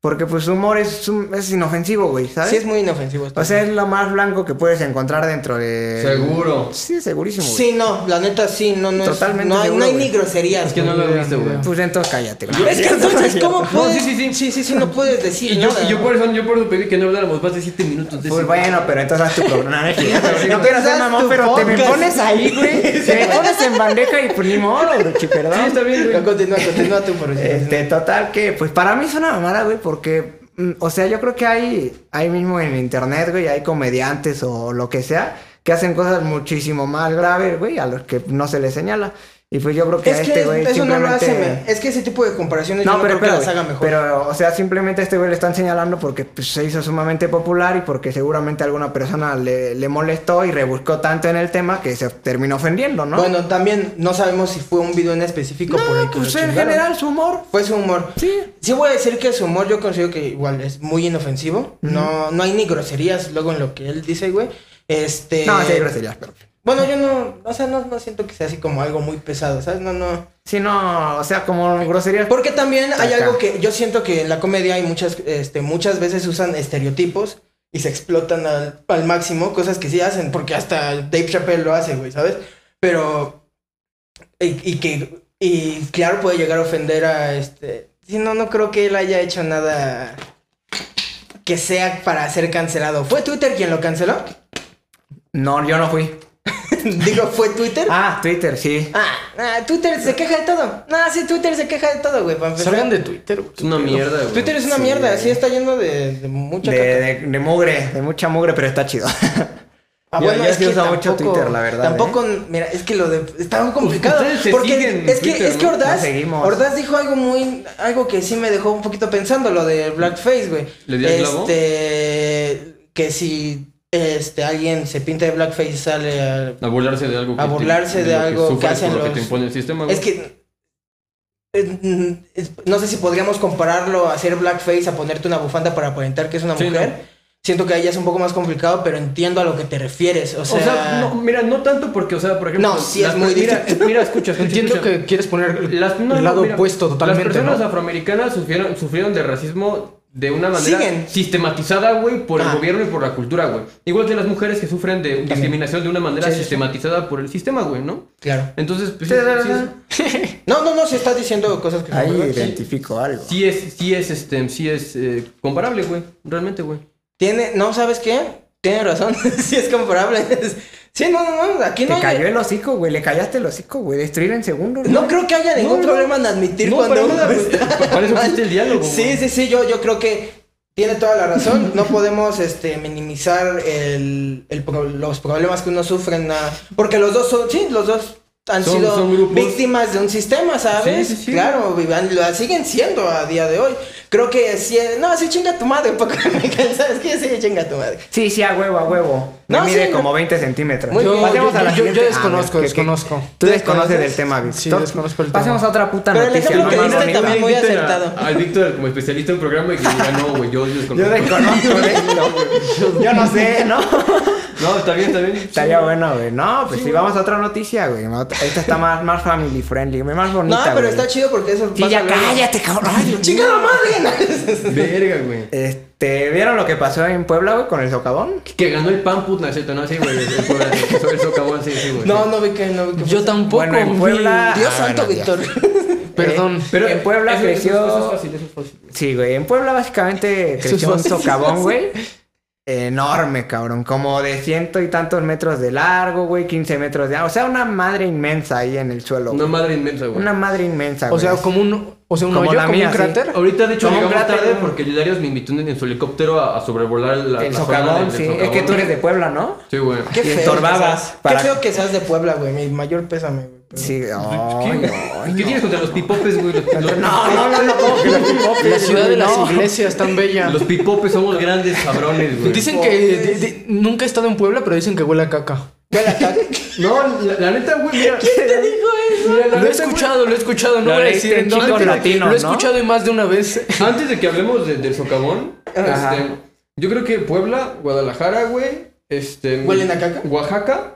Speaker 1: Porque pues su humor es, un- es inofensivo, güey, ¿sabes?
Speaker 2: sí es muy inofensivo. esto.
Speaker 1: O sea, es lo más blanco que puedes encontrar dentro de
Speaker 3: Seguro.
Speaker 1: Sí, segurísimo, güey.
Speaker 2: sí, no, la neta sí, no no es-
Speaker 1: Totalmente
Speaker 2: no hay,
Speaker 1: seguro,
Speaker 2: no hay
Speaker 1: güey.
Speaker 2: ni groserías.
Speaker 3: Es que no
Speaker 2: güey.
Speaker 3: lo he visto, güey.
Speaker 1: Pues entonces cállate. güey.
Speaker 2: Es que entonces cómo puedes
Speaker 3: sí, sí, sí.
Speaker 2: sí, sí, no puedes decir
Speaker 3: Y yo,
Speaker 2: nada.
Speaker 3: y yo, por eso, yo por eso pedí que no habláramos más de 7 minutos de
Speaker 1: Pues
Speaker 3: eso.
Speaker 1: bueno, pero entonces haz tu programa. No,
Speaker 3: No
Speaker 1: quiero
Speaker 2: seas
Speaker 1: ser mamón,
Speaker 2: tu
Speaker 1: pero te me
Speaker 2: podcast.
Speaker 1: pones ahí, güey. Te me pones en bandeja y pues ni modo, Ruchi, perdón.
Speaker 3: Sí, está bien,
Speaker 2: No,
Speaker 3: güey.
Speaker 2: continúa, continúa tú por eso.
Speaker 4: Eh,
Speaker 1: Este, total que, pues para mí es una mamada, güey, porque, mm, o sea, yo creo que hay, hay mismo en internet, güey, hay comediantes o lo que sea, que hacen cosas muchísimo más graves, güey, a los que no se les señala. Y pues yo creo que a
Speaker 2: es que
Speaker 1: este, güey,
Speaker 2: eso no lo hace,
Speaker 1: simplemente-
Speaker 2: me- es que ese tipo de comparaciones yo
Speaker 1: No,
Speaker 2: no
Speaker 1: pero,
Speaker 2: creo
Speaker 1: pero,
Speaker 2: que las haga
Speaker 1: güey,
Speaker 2: mejor.
Speaker 1: pero, o sea, simplemente a este güey le están señalando porque pues, se hizo sumamente popular y porque seguramente alguna persona le, le molestó y rebuscó tanto en el tema que se terminó ofendiendo, ¿no?
Speaker 2: Bueno, también no sabemos si fue un video en específico por el
Speaker 1: no,
Speaker 2: que
Speaker 1: pues
Speaker 2: lo
Speaker 1: en
Speaker 2: chingaron.
Speaker 1: general su humor.
Speaker 2: Fue su humor.
Speaker 1: Sí.
Speaker 2: Sí voy a decir que su humor yo considero que igual es muy inofensivo. No no hay ni groserías luego en lo que él dice, güey. Este
Speaker 1: No, sí, hay groserías, pero...
Speaker 2: Bueno, yo no, o sea, no, no siento que sea así como algo muy pesado, ¿sabes? No, no.
Speaker 1: Sí, no, o sea, como groserías.
Speaker 2: Porque también hay
Speaker 1: Acá.
Speaker 2: algo que yo siento que en la comedia hay muchas, este, muchas veces usan estereotipos y se explotan al, al máximo, cosas que sí hacen, porque hasta Dave Chappelle lo hace, güey, ¿sabes? Pero, y, y que, y claro, puede llegar a ofender a este, si no, no creo que él haya hecho nada que sea para ser cancelado. ¿Fue Twitter quien lo canceló?
Speaker 1: No, yo no fui.
Speaker 2: Digo, ¿fue Twitter? Ah,
Speaker 1: Ah, Twitter, sí.
Speaker 2: ah, Twitter se queja de todo. No, sí, Twitter se queja de todo, güey. para empezar.
Speaker 4: Salgan de Twitter, güey.
Speaker 3: Es una mierda, güey.
Speaker 2: Twitter es una
Speaker 1: Sí,
Speaker 2: mierda,
Speaker 1: güey.
Speaker 2: sí está lleno de, de mucha
Speaker 1: De,
Speaker 2: caca.
Speaker 1: de- de mugre, de mucha mugre, pero está chido.
Speaker 2: Ah,
Speaker 1: Ya- ya
Speaker 2: es
Speaker 1: se
Speaker 2: que
Speaker 1: usa mucho Twitter, la verdad, ¿eh?
Speaker 2: Tampoco, mira, es que lo de. Está muy complicado.
Speaker 3: Pues, Ustedes se siguen
Speaker 2: Porque
Speaker 3: en
Speaker 2: es que,
Speaker 3: Twitter,
Speaker 2: es que
Speaker 3: ¿no?
Speaker 1: No
Speaker 2: Ordaz.
Speaker 1: seguimos.
Speaker 2: Ordaz dijo algo muy. Algo que sí me dejó un poquito pensando, lo de Blackface, güey.
Speaker 3: ¿Le dio al clavo?
Speaker 2: Este. Que si este, alguien se pinta de Blackface y sale al.
Speaker 3: A burlarse de algo.
Speaker 2: A burlarse de
Speaker 3: lo
Speaker 2: algo que
Speaker 3: sufres
Speaker 2: hacen
Speaker 3: por lo que
Speaker 2: los-
Speaker 3: te impone el sistema, güey.
Speaker 2: Es que. eh, mm, es- No sé si podríamos compararlo a hacer blackface, a ponerte una bufanda para aparentar que es una
Speaker 3: Sí,
Speaker 2: mujer.
Speaker 3: no.
Speaker 2: Siento que ahí ya es un poco más complicado, pero entiendo a lo que te refieres. O
Speaker 3: O
Speaker 2: sea,
Speaker 3: sea, no, mira, no tanto porque, o sea, por ejemplo.
Speaker 2: No, sí es
Speaker 3: las-
Speaker 2: muy
Speaker 3: Mira,
Speaker 2: distinto.
Speaker 3: mira, escucha, escucha,
Speaker 4: Entiendo
Speaker 3: escucha.
Speaker 4: que quieres poner el,
Speaker 3: Las- no, no,
Speaker 4: el lado
Speaker 3: mira,
Speaker 4: opuesto totalmente,
Speaker 3: Las personas
Speaker 4: ¿no?
Speaker 3: afroamericanas sufrieron, sufrieron de racismo de una manera
Speaker 2: Siguen.
Speaker 3: sistematizada, güey, por
Speaker 2: Ah.
Speaker 3: el gobierno y por la cultura, güey. Igual que las mujeres que sufren de discriminación de una manera
Speaker 2: Sí, sí, sí.
Speaker 3: sistematizada por el sistema, güey, ¿no?
Speaker 2: claro.
Speaker 3: Entonces, pues,
Speaker 1: Sí,
Speaker 3: sí,
Speaker 1: sí,
Speaker 3: sí es-
Speaker 2: No, no, no, si estás diciendo cosas que son
Speaker 1: Ahí
Speaker 2: verdad.
Speaker 1: identifico algo.
Speaker 3: sí es, sí es, este, sí es eh, comparable, güey, realmente, güey.
Speaker 2: Tiene, no, ¿sabes qué? Tiene razón, sí es comparable. Sí, no, no, no, aquí no
Speaker 1: Te
Speaker 2: hay-
Speaker 1: cayó el hocico, güey. Le callaste el hocico, güey. Destruir en segundos.
Speaker 2: No creo que haya ningún
Speaker 1: No, no.
Speaker 2: problema en admitir
Speaker 3: No,
Speaker 2: cuando
Speaker 3: para
Speaker 2: uno
Speaker 3: nada, güey.
Speaker 2: está
Speaker 3: Para eso
Speaker 2: mal.
Speaker 3: existe el diálogo,
Speaker 2: Sí,
Speaker 3: güey.
Speaker 2: sí, sí, yo, yo creo que tiene toda la razón. No podemos este, minimizar el, el pro- los problemas que uno sufre. en la- Porque los dos son, sí, los dos han
Speaker 3: Son-
Speaker 2: sido
Speaker 3: son grupos.
Speaker 2: víctimas de un sistema, ¿sabes?
Speaker 3: Sí, sí, sí.
Speaker 2: Claro, y van- lo siguen siendo a día de hoy. Creo que sí, no, sí chinga tu madre, porque ¿sabes qué? Sí, chinga tu madre.
Speaker 1: Sí, sí, a huevo, a huevo. Me
Speaker 2: No,
Speaker 1: mide
Speaker 2: sí,
Speaker 1: como 20 centímetros.
Speaker 2: Muy
Speaker 4: Yo,
Speaker 2: bien.
Speaker 1: Pasemos
Speaker 4: yo-
Speaker 1: a la
Speaker 4: yo-
Speaker 1: siguiente.
Speaker 4: yo desconozco,
Speaker 1: Ah, que-
Speaker 4: desconozco.
Speaker 1: que- Tú desconoces del tema, Víctor.
Speaker 4: Sí, desconozco el
Speaker 1: Pasemos
Speaker 4: tema.
Speaker 1: a otra puta
Speaker 2: Pero el
Speaker 1: noticia.
Speaker 2: ejemplo
Speaker 1: no
Speaker 2: que
Speaker 1: más
Speaker 2: diste
Speaker 1: bonita.
Speaker 2: también muy
Speaker 3: Víctor, a-
Speaker 2: acertado.
Speaker 3: Al Víctor como especialista en programa y que diga, no, güey, yo
Speaker 1: Yo
Speaker 3: desconozco.
Speaker 1: desconozco de esto. Yo no sé, ¿no?
Speaker 3: No, está bien, está bien.
Speaker 1: Estaría bueno, güey. No, pues sí, vamos a otra noticia, güey. Otra- Esta está más, más family friendly, güey, más bonita.
Speaker 2: No, pero
Speaker 1: güey.
Speaker 2: está chido porque eso
Speaker 1: Sí,
Speaker 2: pasa
Speaker 1: ya
Speaker 2: luego.
Speaker 1: cállate, cabrón. Ay, Dios mío.
Speaker 2: ¡Chinga la madre!
Speaker 3: Verga, güey.
Speaker 1: Este, ¿vieron lo que pasó en Puebla, güey, con el socavón?
Speaker 3: Que ganó el pan, puta, ¿no es cierto? No, sí, güey. el- el- El socavón, sí, sí, güey.
Speaker 2: No, no vi que, no vi
Speaker 3: pues,
Speaker 2: que.
Speaker 4: Yo tampoco.
Speaker 1: Bueno, en Puebla-
Speaker 2: Dios
Speaker 1: Ah,
Speaker 2: santo,
Speaker 1: bueno,
Speaker 2: Víctor.
Speaker 3: eh,
Speaker 4: Perdón.
Speaker 1: Eh, Pero en Puebla
Speaker 3: Eso-
Speaker 1: creció.
Speaker 3: Eso, eso es fácil, eso es fácil.
Speaker 1: Sí, güey. En Puebla básicamente
Speaker 4: Eso es
Speaker 1: creció un
Speaker 4: fácil, eso es
Speaker 1: socavón,
Speaker 4: fácil.
Speaker 1: güey. Enorme, cabrón. Como de ciento y tantos metros de largo, güey. 15 metros de... O sea, una madre inmensa ahí en el suelo.
Speaker 3: Una
Speaker 1: güey.
Speaker 3: madre inmensa, güey.
Speaker 1: Una madre inmensa,
Speaker 4: O
Speaker 1: güey.
Speaker 3: pues,
Speaker 4: sea, como un, o sea, un
Speaker 1: Como
Speaker 4: hoyo,
Speaker 1: la
Speaker 4: como
Speaker 1: mía,
Speaker 4: un
Speaker 1: sí.
Speaker 4: cráter.
Speaker 3: Ahorita, de hecho,
Speaker 1: Como un
Speaker 3: llegamos
Speaker 1: cráter,
Speaker 3: tarde
Speaker 1: ¿no?
Speaker 3: porque Lilarios me invitó en su helicóptero a, a sobrevolar la,
Speaker 1: El
Speaker 3: la zona
Speaker 1: socavón,
Speaker 3: del- del
Speaker 1: sí. Es
Speaker 3: socavón,
Speaker 1: que tú eres de
Speaker 3: güey.
Speaker 1: Puebla, ¿no?
Speaker 3: Sí, güey.
Speaker 2: Qué
Speaker 1: Y
Speaker 2: feo.
Speaker 1: estorbabas
Speaker 2: que seas-
Speaker 1: para-
Speaker 2: Qué feo que seas de Puebla, güey. Mi mayor pésame, güey. pero-
Speaker 1: Sí.
Speaker 3: ¿Qué,
Speaker 1: Ay,
Speaker 3: güey?
Speaker 1: ay,
Speaker 3: ¿Qué tienes contra los pipopes, güey? Los, los-
Speaker 1: No, no, no, no, como que los pipopes,
Speaker 4: La ciudad de
Speaker 1: güey,
Speaker 4: las
Speaker 1: no.
Speaker 4: iglesias tan bella.
Speaker 3: los pipopes somos grandes cabrones, güey.
Speaker 4: Dicen que di- di- nunca he estado en Puebla, pero dicen que huele a caca.
Speaker 2: Huele a caca.
Speaker 3: No, la, la neta, güey, mira. ¿Quién te dijo eso?
Speaker 4: Lo he escuchado, lo he escuchado, no
Speaker 1: Lo
Speaker 4: voy a
Speaker 1: leíste
Speaker 4: decir
Speaker 1: en
Speaker 4: en dónde,
Speaker 1: Chicos
Speaker 4: pero
Speaker 1: Latinos,
Speaker 4: lo he
Speaker 1: ¿no?
Speaker 4: escuchado y más de una vez.
Speaker 3: Antes de que hablemos de- del socavón,
Speaker 1: Ajá.
Speaker 3: este, yo creo que Puebla, Guadalajara, güey, este,
Speaker 2: ¿Huelen a caca?
Speaker 3: Oaxaca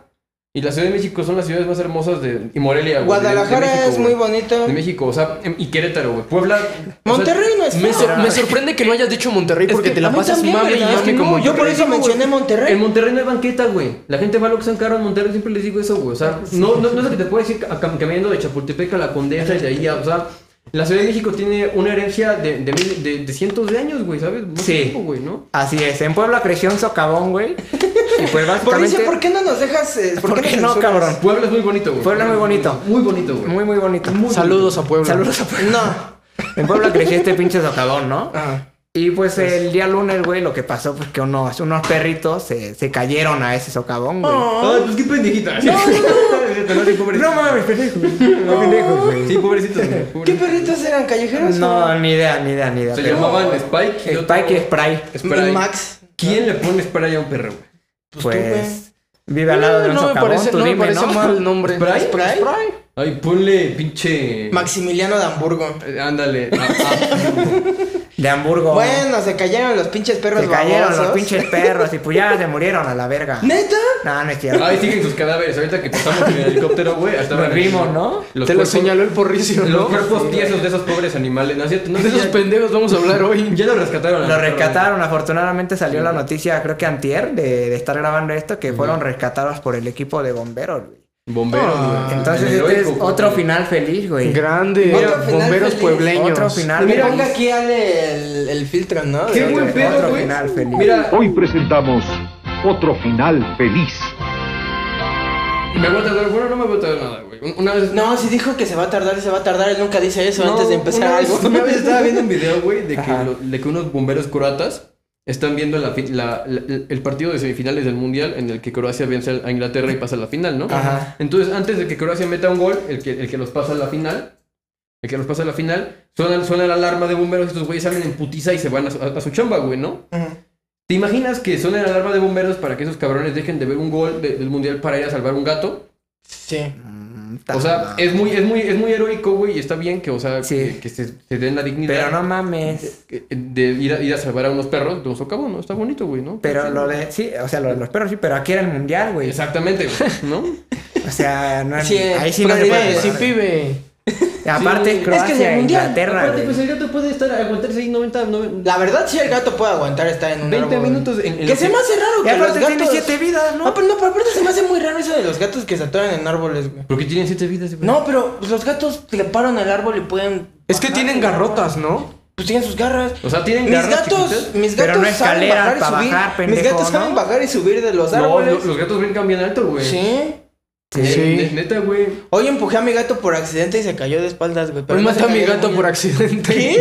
Speaker 3: y la Ciudad de México son las ciudades más hermosas de y Morelia, güey, de- de
Speaker 2: Guadalajara
Speaker 3: México,
Speaker 2: es muy
Speaker 3: güey.
Speaker 2: bonito.
Speaker 3: De México, o sea, em- y Querétaro, güey. Puebla. o sea,
Speaker 2: Monterrey no es feo.
Speaker 4: Me, sor- me sorprende que no hayas dicho Monterrey porque
Speaker 3: que
Speaker 4: te la
Speaker 3: a mí
Speaker 4: pasas
Speaker 3: también,
Speaker 4: mami y
Speaker 3: verga, es que
Speaker 4: mami
Speaker 3: no,
Speaker 4: como
Speaker 2: Yo por eso mencioné
Speaker 3: en
Speaker 2: Monterrey.
Speaker 3: Monterrey no hay banqueta, güey. La gente va a lo que San Caro en Monterrey, siempre les digo eso, güey. O sea, no, no, no es lo que te puedes ir ca- cam- caminando de Chapultepec a la Condesa y de ahí a, o sea, la Ciudad de México tiene una herencia de, de, mil- de- de cientos de años, güey, ¿sabes? Mucho
Speaker 1: Sí.
Speaker 3: tiempo, güey, ¿no?
Speaker 1: Así es. En Puebla creció un socavón, güey. Y pues
Speaker 2: Mauricio,
Speaker 1: básicamente...
Speaker 2: ¿por qué no nos dejas? eh, ¿Por,
Speaker 1: ¿Por
Speaker 2: qué
Speaker 1: qué
Speaker 2: nos
Speaker 1: no,
Speaker 2: censuras?
Speaker 1: cabrón?
Speaker 3: Puebla es muy bonito, güey.
Speaker 1: Puebla es muy bonito.
Speaker 3: Muy bonito, güey.
Speaker 1: Muy, muy bonito.
Speaker 4: Saludos a Puebla.
Speaker 1: Saludos a Puebla.
Speaker 2: No.
Speaker 1: En Puebla creció este pinche socavón, ¿no?
Speaker 2: Ah.
Speaker 1: Y pues el día lunes, güey, lo que pasó fue que unos, unos perritos se, se cayeron a ese socavón, güey.
Speaker 3: Ah, pues qué pendejita. No, no, sí, pobrecito.
Speaker 1: mames, pendejo. No, pendejo,
Speaker 3: Sí, pobrecito. güey,
Speaker 2: ¿Qué
Speaker 3: pobrecito.
Speaker 2: perritos eran callejeros?
Speaker 1: No, ni idea, ni idea, ni idea.
Speaker 3: Se
Speaker 1: pero-
Speaker 3: llamaban Spike. y otro- Pues
Speaker 1: Spike y Spray.
Speaker 3: Spray.
Speaker 2: Max.
Speaker 3: ¿Quién le pone Spray a un perro, güey?
Speaker 1: Pues,
Speaker 2: Pues
Speaker 1: vive al lado de un
Speaker 4: Eh, no me
Speaker 1: socavón,
Speaker 4: parece,
Speaker 1: tú
Speaker 4: no me
Speaker 1: dime,
Speaker 4: parece
Speaker 1: ¿no?
Speaker 4: mal el nombre.
Speaker 3: ¿Spray?
Speaker 4: ¿Spray?
Speaker 2: ¿Spray?
Speaker 3: Ay, ponle pinche.
Speaker 2: Maximiliano de Hamburgo.
Speaker 3: Eh, Ándale. Ah, ah.
Speaker 1: De Hamburgo.
Speaker 2: Bueno, se cayeron los pinches perros
Speaker 1: se cayeron los
Speaker 2: babosos.
Speaker 1: pinches perros y pues ya se murieron a la verga.
Speaker 2: ¿Neta?
Speaker 1: No, no es cierto.
Speaker 3: Ahí siguen sus cadáveres. Ahorita que pasamos en el helicóptero, güey. Hasta
Speaker 1: Lo
Speaker 3: ahora
Speaker 1: vimos, ¿no?
Speaker 4: Te lo señaló el porricio,
Speaker 3: Los
Speaker 4: ¿no?
Speaker 3: cuerpos tiesos de esos pobres animales, ¿no es cierto? No,
Speaker 4: De esos
Speaker 3: ya-
Speaker 4: pendejos vamos a hablar hoy.
Speaker 3: Ya lo rescataron.
Speaker 1: Lo rescataron, afortunadamente salió la noticia, creo que antier, de, de estar grabando esto, que fueron rescatados por el equipo de bomberos, güey.
Speaker 3: Bomberos,
Speaker 4: Ah,
Speaker 3: güey.
Speaker 1: Entonces
Speaker 3: El
Speaker 1: este es
Speaker 3: heroico, güey.
Speaker 1: otro final feliz, güey.
Speaker 4: Grande.
Speaker 2: Otro
Speaker 4: Mira,
Speaker 2: final
Speaker 4: bomberos
Speaker 2: feliz.
Speaker 4: puebleños.
Speaker 1: Otro final
Speaker 2: Mira, ponga
Speaker 1: feliz.
Speaker 2: aquí al el, el filtro, ¿no?
Speaker 3: Qué
Speaker 2: De-
Speaker 3: buen
Speaker 1: Otro
Speaker 3: pedo, güey.
Speaker 1: final feliz.
Speaker 3: Mira,
Speaker 5: Hoy presentamos otro final feliz.
Speaker 3: ¿Me voy a tardar bueno no me voy a tardar nada, güey? Una vez...
Speaker 2: No, si dijo que se va a tardar, se va a tardar. Él nunca dice eso
Speaker 3: No,
Speaker 2: antes de empezar
Speaker 3: una vez-
Speaker 2: algo.
Speaker 3: Una vez estaba viendo un video, güey, de, que
Speaker 1: Ajá.
Speaker 3: lo- de que unos bomberos croatas están viendo la, fi- la- la- el partido de semifinales del Mundial en el que Croacia vence a Inglaterra y pasa a la final, ¿no?
Speaker 1: Ajá.
Speaker 3: Entonces, antes de que Croacia meta un gol, el que, el que los pasa a la final, el que los pasa a la final, suena, suena la alarma de bomberos, estos güeyes salen en putiza y se van a su, a- a su chamba, güey, ¿no?
Speaker 2: Ujú.
Speaker 3: ¿Te imaginas que suene la alarma de bomberos para que esos cabrones dejen de ver un gol de- del Mundial para ir a salvar un gato?
Speaker 2: Sí.
Speaker 1: Mm,
Speaker 3: O sea,
Speaker 1: ta-
Speaker 3: es muy, es muy, es muy heroico, güey, y está bien que, o sea,
Speaker 1: Sí.
Speaker 3: que, que se, se den la dignidad
Speaker 1: Pero no mames.
Speaker 3: que- de ir a, ir a salvar a unos perros de un socavón, ¿no? Está bonito, güey, ¿no?
Speaker 1: Pero
Speaker 3: Sí.
Speaker 1: lo de. Sí, o sea, lo de los perros sí, pero aquí era el mundial, güey.
Speaker 3: Exactamente, güey, ¿no?
Speaker 1: O sea, no,
Speaker 2: Sí,
Speaker 1: ahí sí
Speaker 2: pero
Speaker 1: no se
Speaker 2: diré,
Speaker 1: puede.
Speaker 4: Sí,
Speaker 1: comparar.
Speaker 4: pibe.
Speaker 1: Y aparte,
Speaker 3: es que
Speaker 1: Croacia, e
Speaker 2: en el Mundial,
Speaker 1: Inglaterra.
Speaker 3: Aparte,
Speaker 1: güey.
Speaker 3: pues el gato puede estar, aguantarse ahí 90, 90
Speaker 2: La verdad, sí, el gato puede aguantar estar en un
Speaker 3: 20
Speaker 2: árbol.
Speaker 3: minutos en- en
Speaker 2: que
Speaker 3: lo
Speaker 2: se
Speaker 3: que-
Speaker 2: me hace raro
Speaker 1: y
Speaker 2: que los
Speaker 1: aparte tiene
Speaker 2: gatos...
Speaker 1: siete vidas, ¿no?
Speaker 2: Ah, pero no, pero aparte se me hace muy raro eso de los gatos que se atoran en árboles, güey.
Speaker 3: Porque tienen siete vidas, güey.
Speaker 2: No, pero pues, los gatos le paran al árbol y pueden...
Speaker 4: Es que
Speaker 2: bajar,
Speaker 4: tienen
Speaker 2: güey.
Speaker 4: garrotas, ¿no?
Speaker 2: Pues tienen sus garras.
Speaker 3: O sea, tienen
Speaker 2: mis
Speaker 3: garras
Speaker 2: gatos,
Speaker 3: chiquitas,
Speaker 2: mis
Speaker 1: pero
Speaker 2: gatos
Speaker 1: no
Speaker 2: saben
Speaker 1: escaleras
Speaker 2: bajar y
Speaker 1: para
Speaker 2: subir.
Speaker 1: bajar,
Speaker 2: mis
Speaker 1: pendejo,
Speaker 2: gatos saben
Speaker 1: ¿no?
Speaker 2: bajar y subir de los
Speaker 3: No,
Speaker 2: árboles.
Speaker 3: lo- los gatos brincan bien alto, güey.
Speaker 2: Sí.
Speaker 3: Sí.
Speaker 4: Sí.
Speaker 3: Ne- Neta, güey.
Speaker 2: Hoy empujé a mi gato por accidente y se cayó de espaldas, güey. pero
Speaker 4: Hoy
Speaker 2: no
Speaker 4: maté
Speaker 2: se
Speaker 4: a mi
Speaker 2: cayó
Speaker 4: gato
Speaker 2: muy-
Speaker 4: por accidente.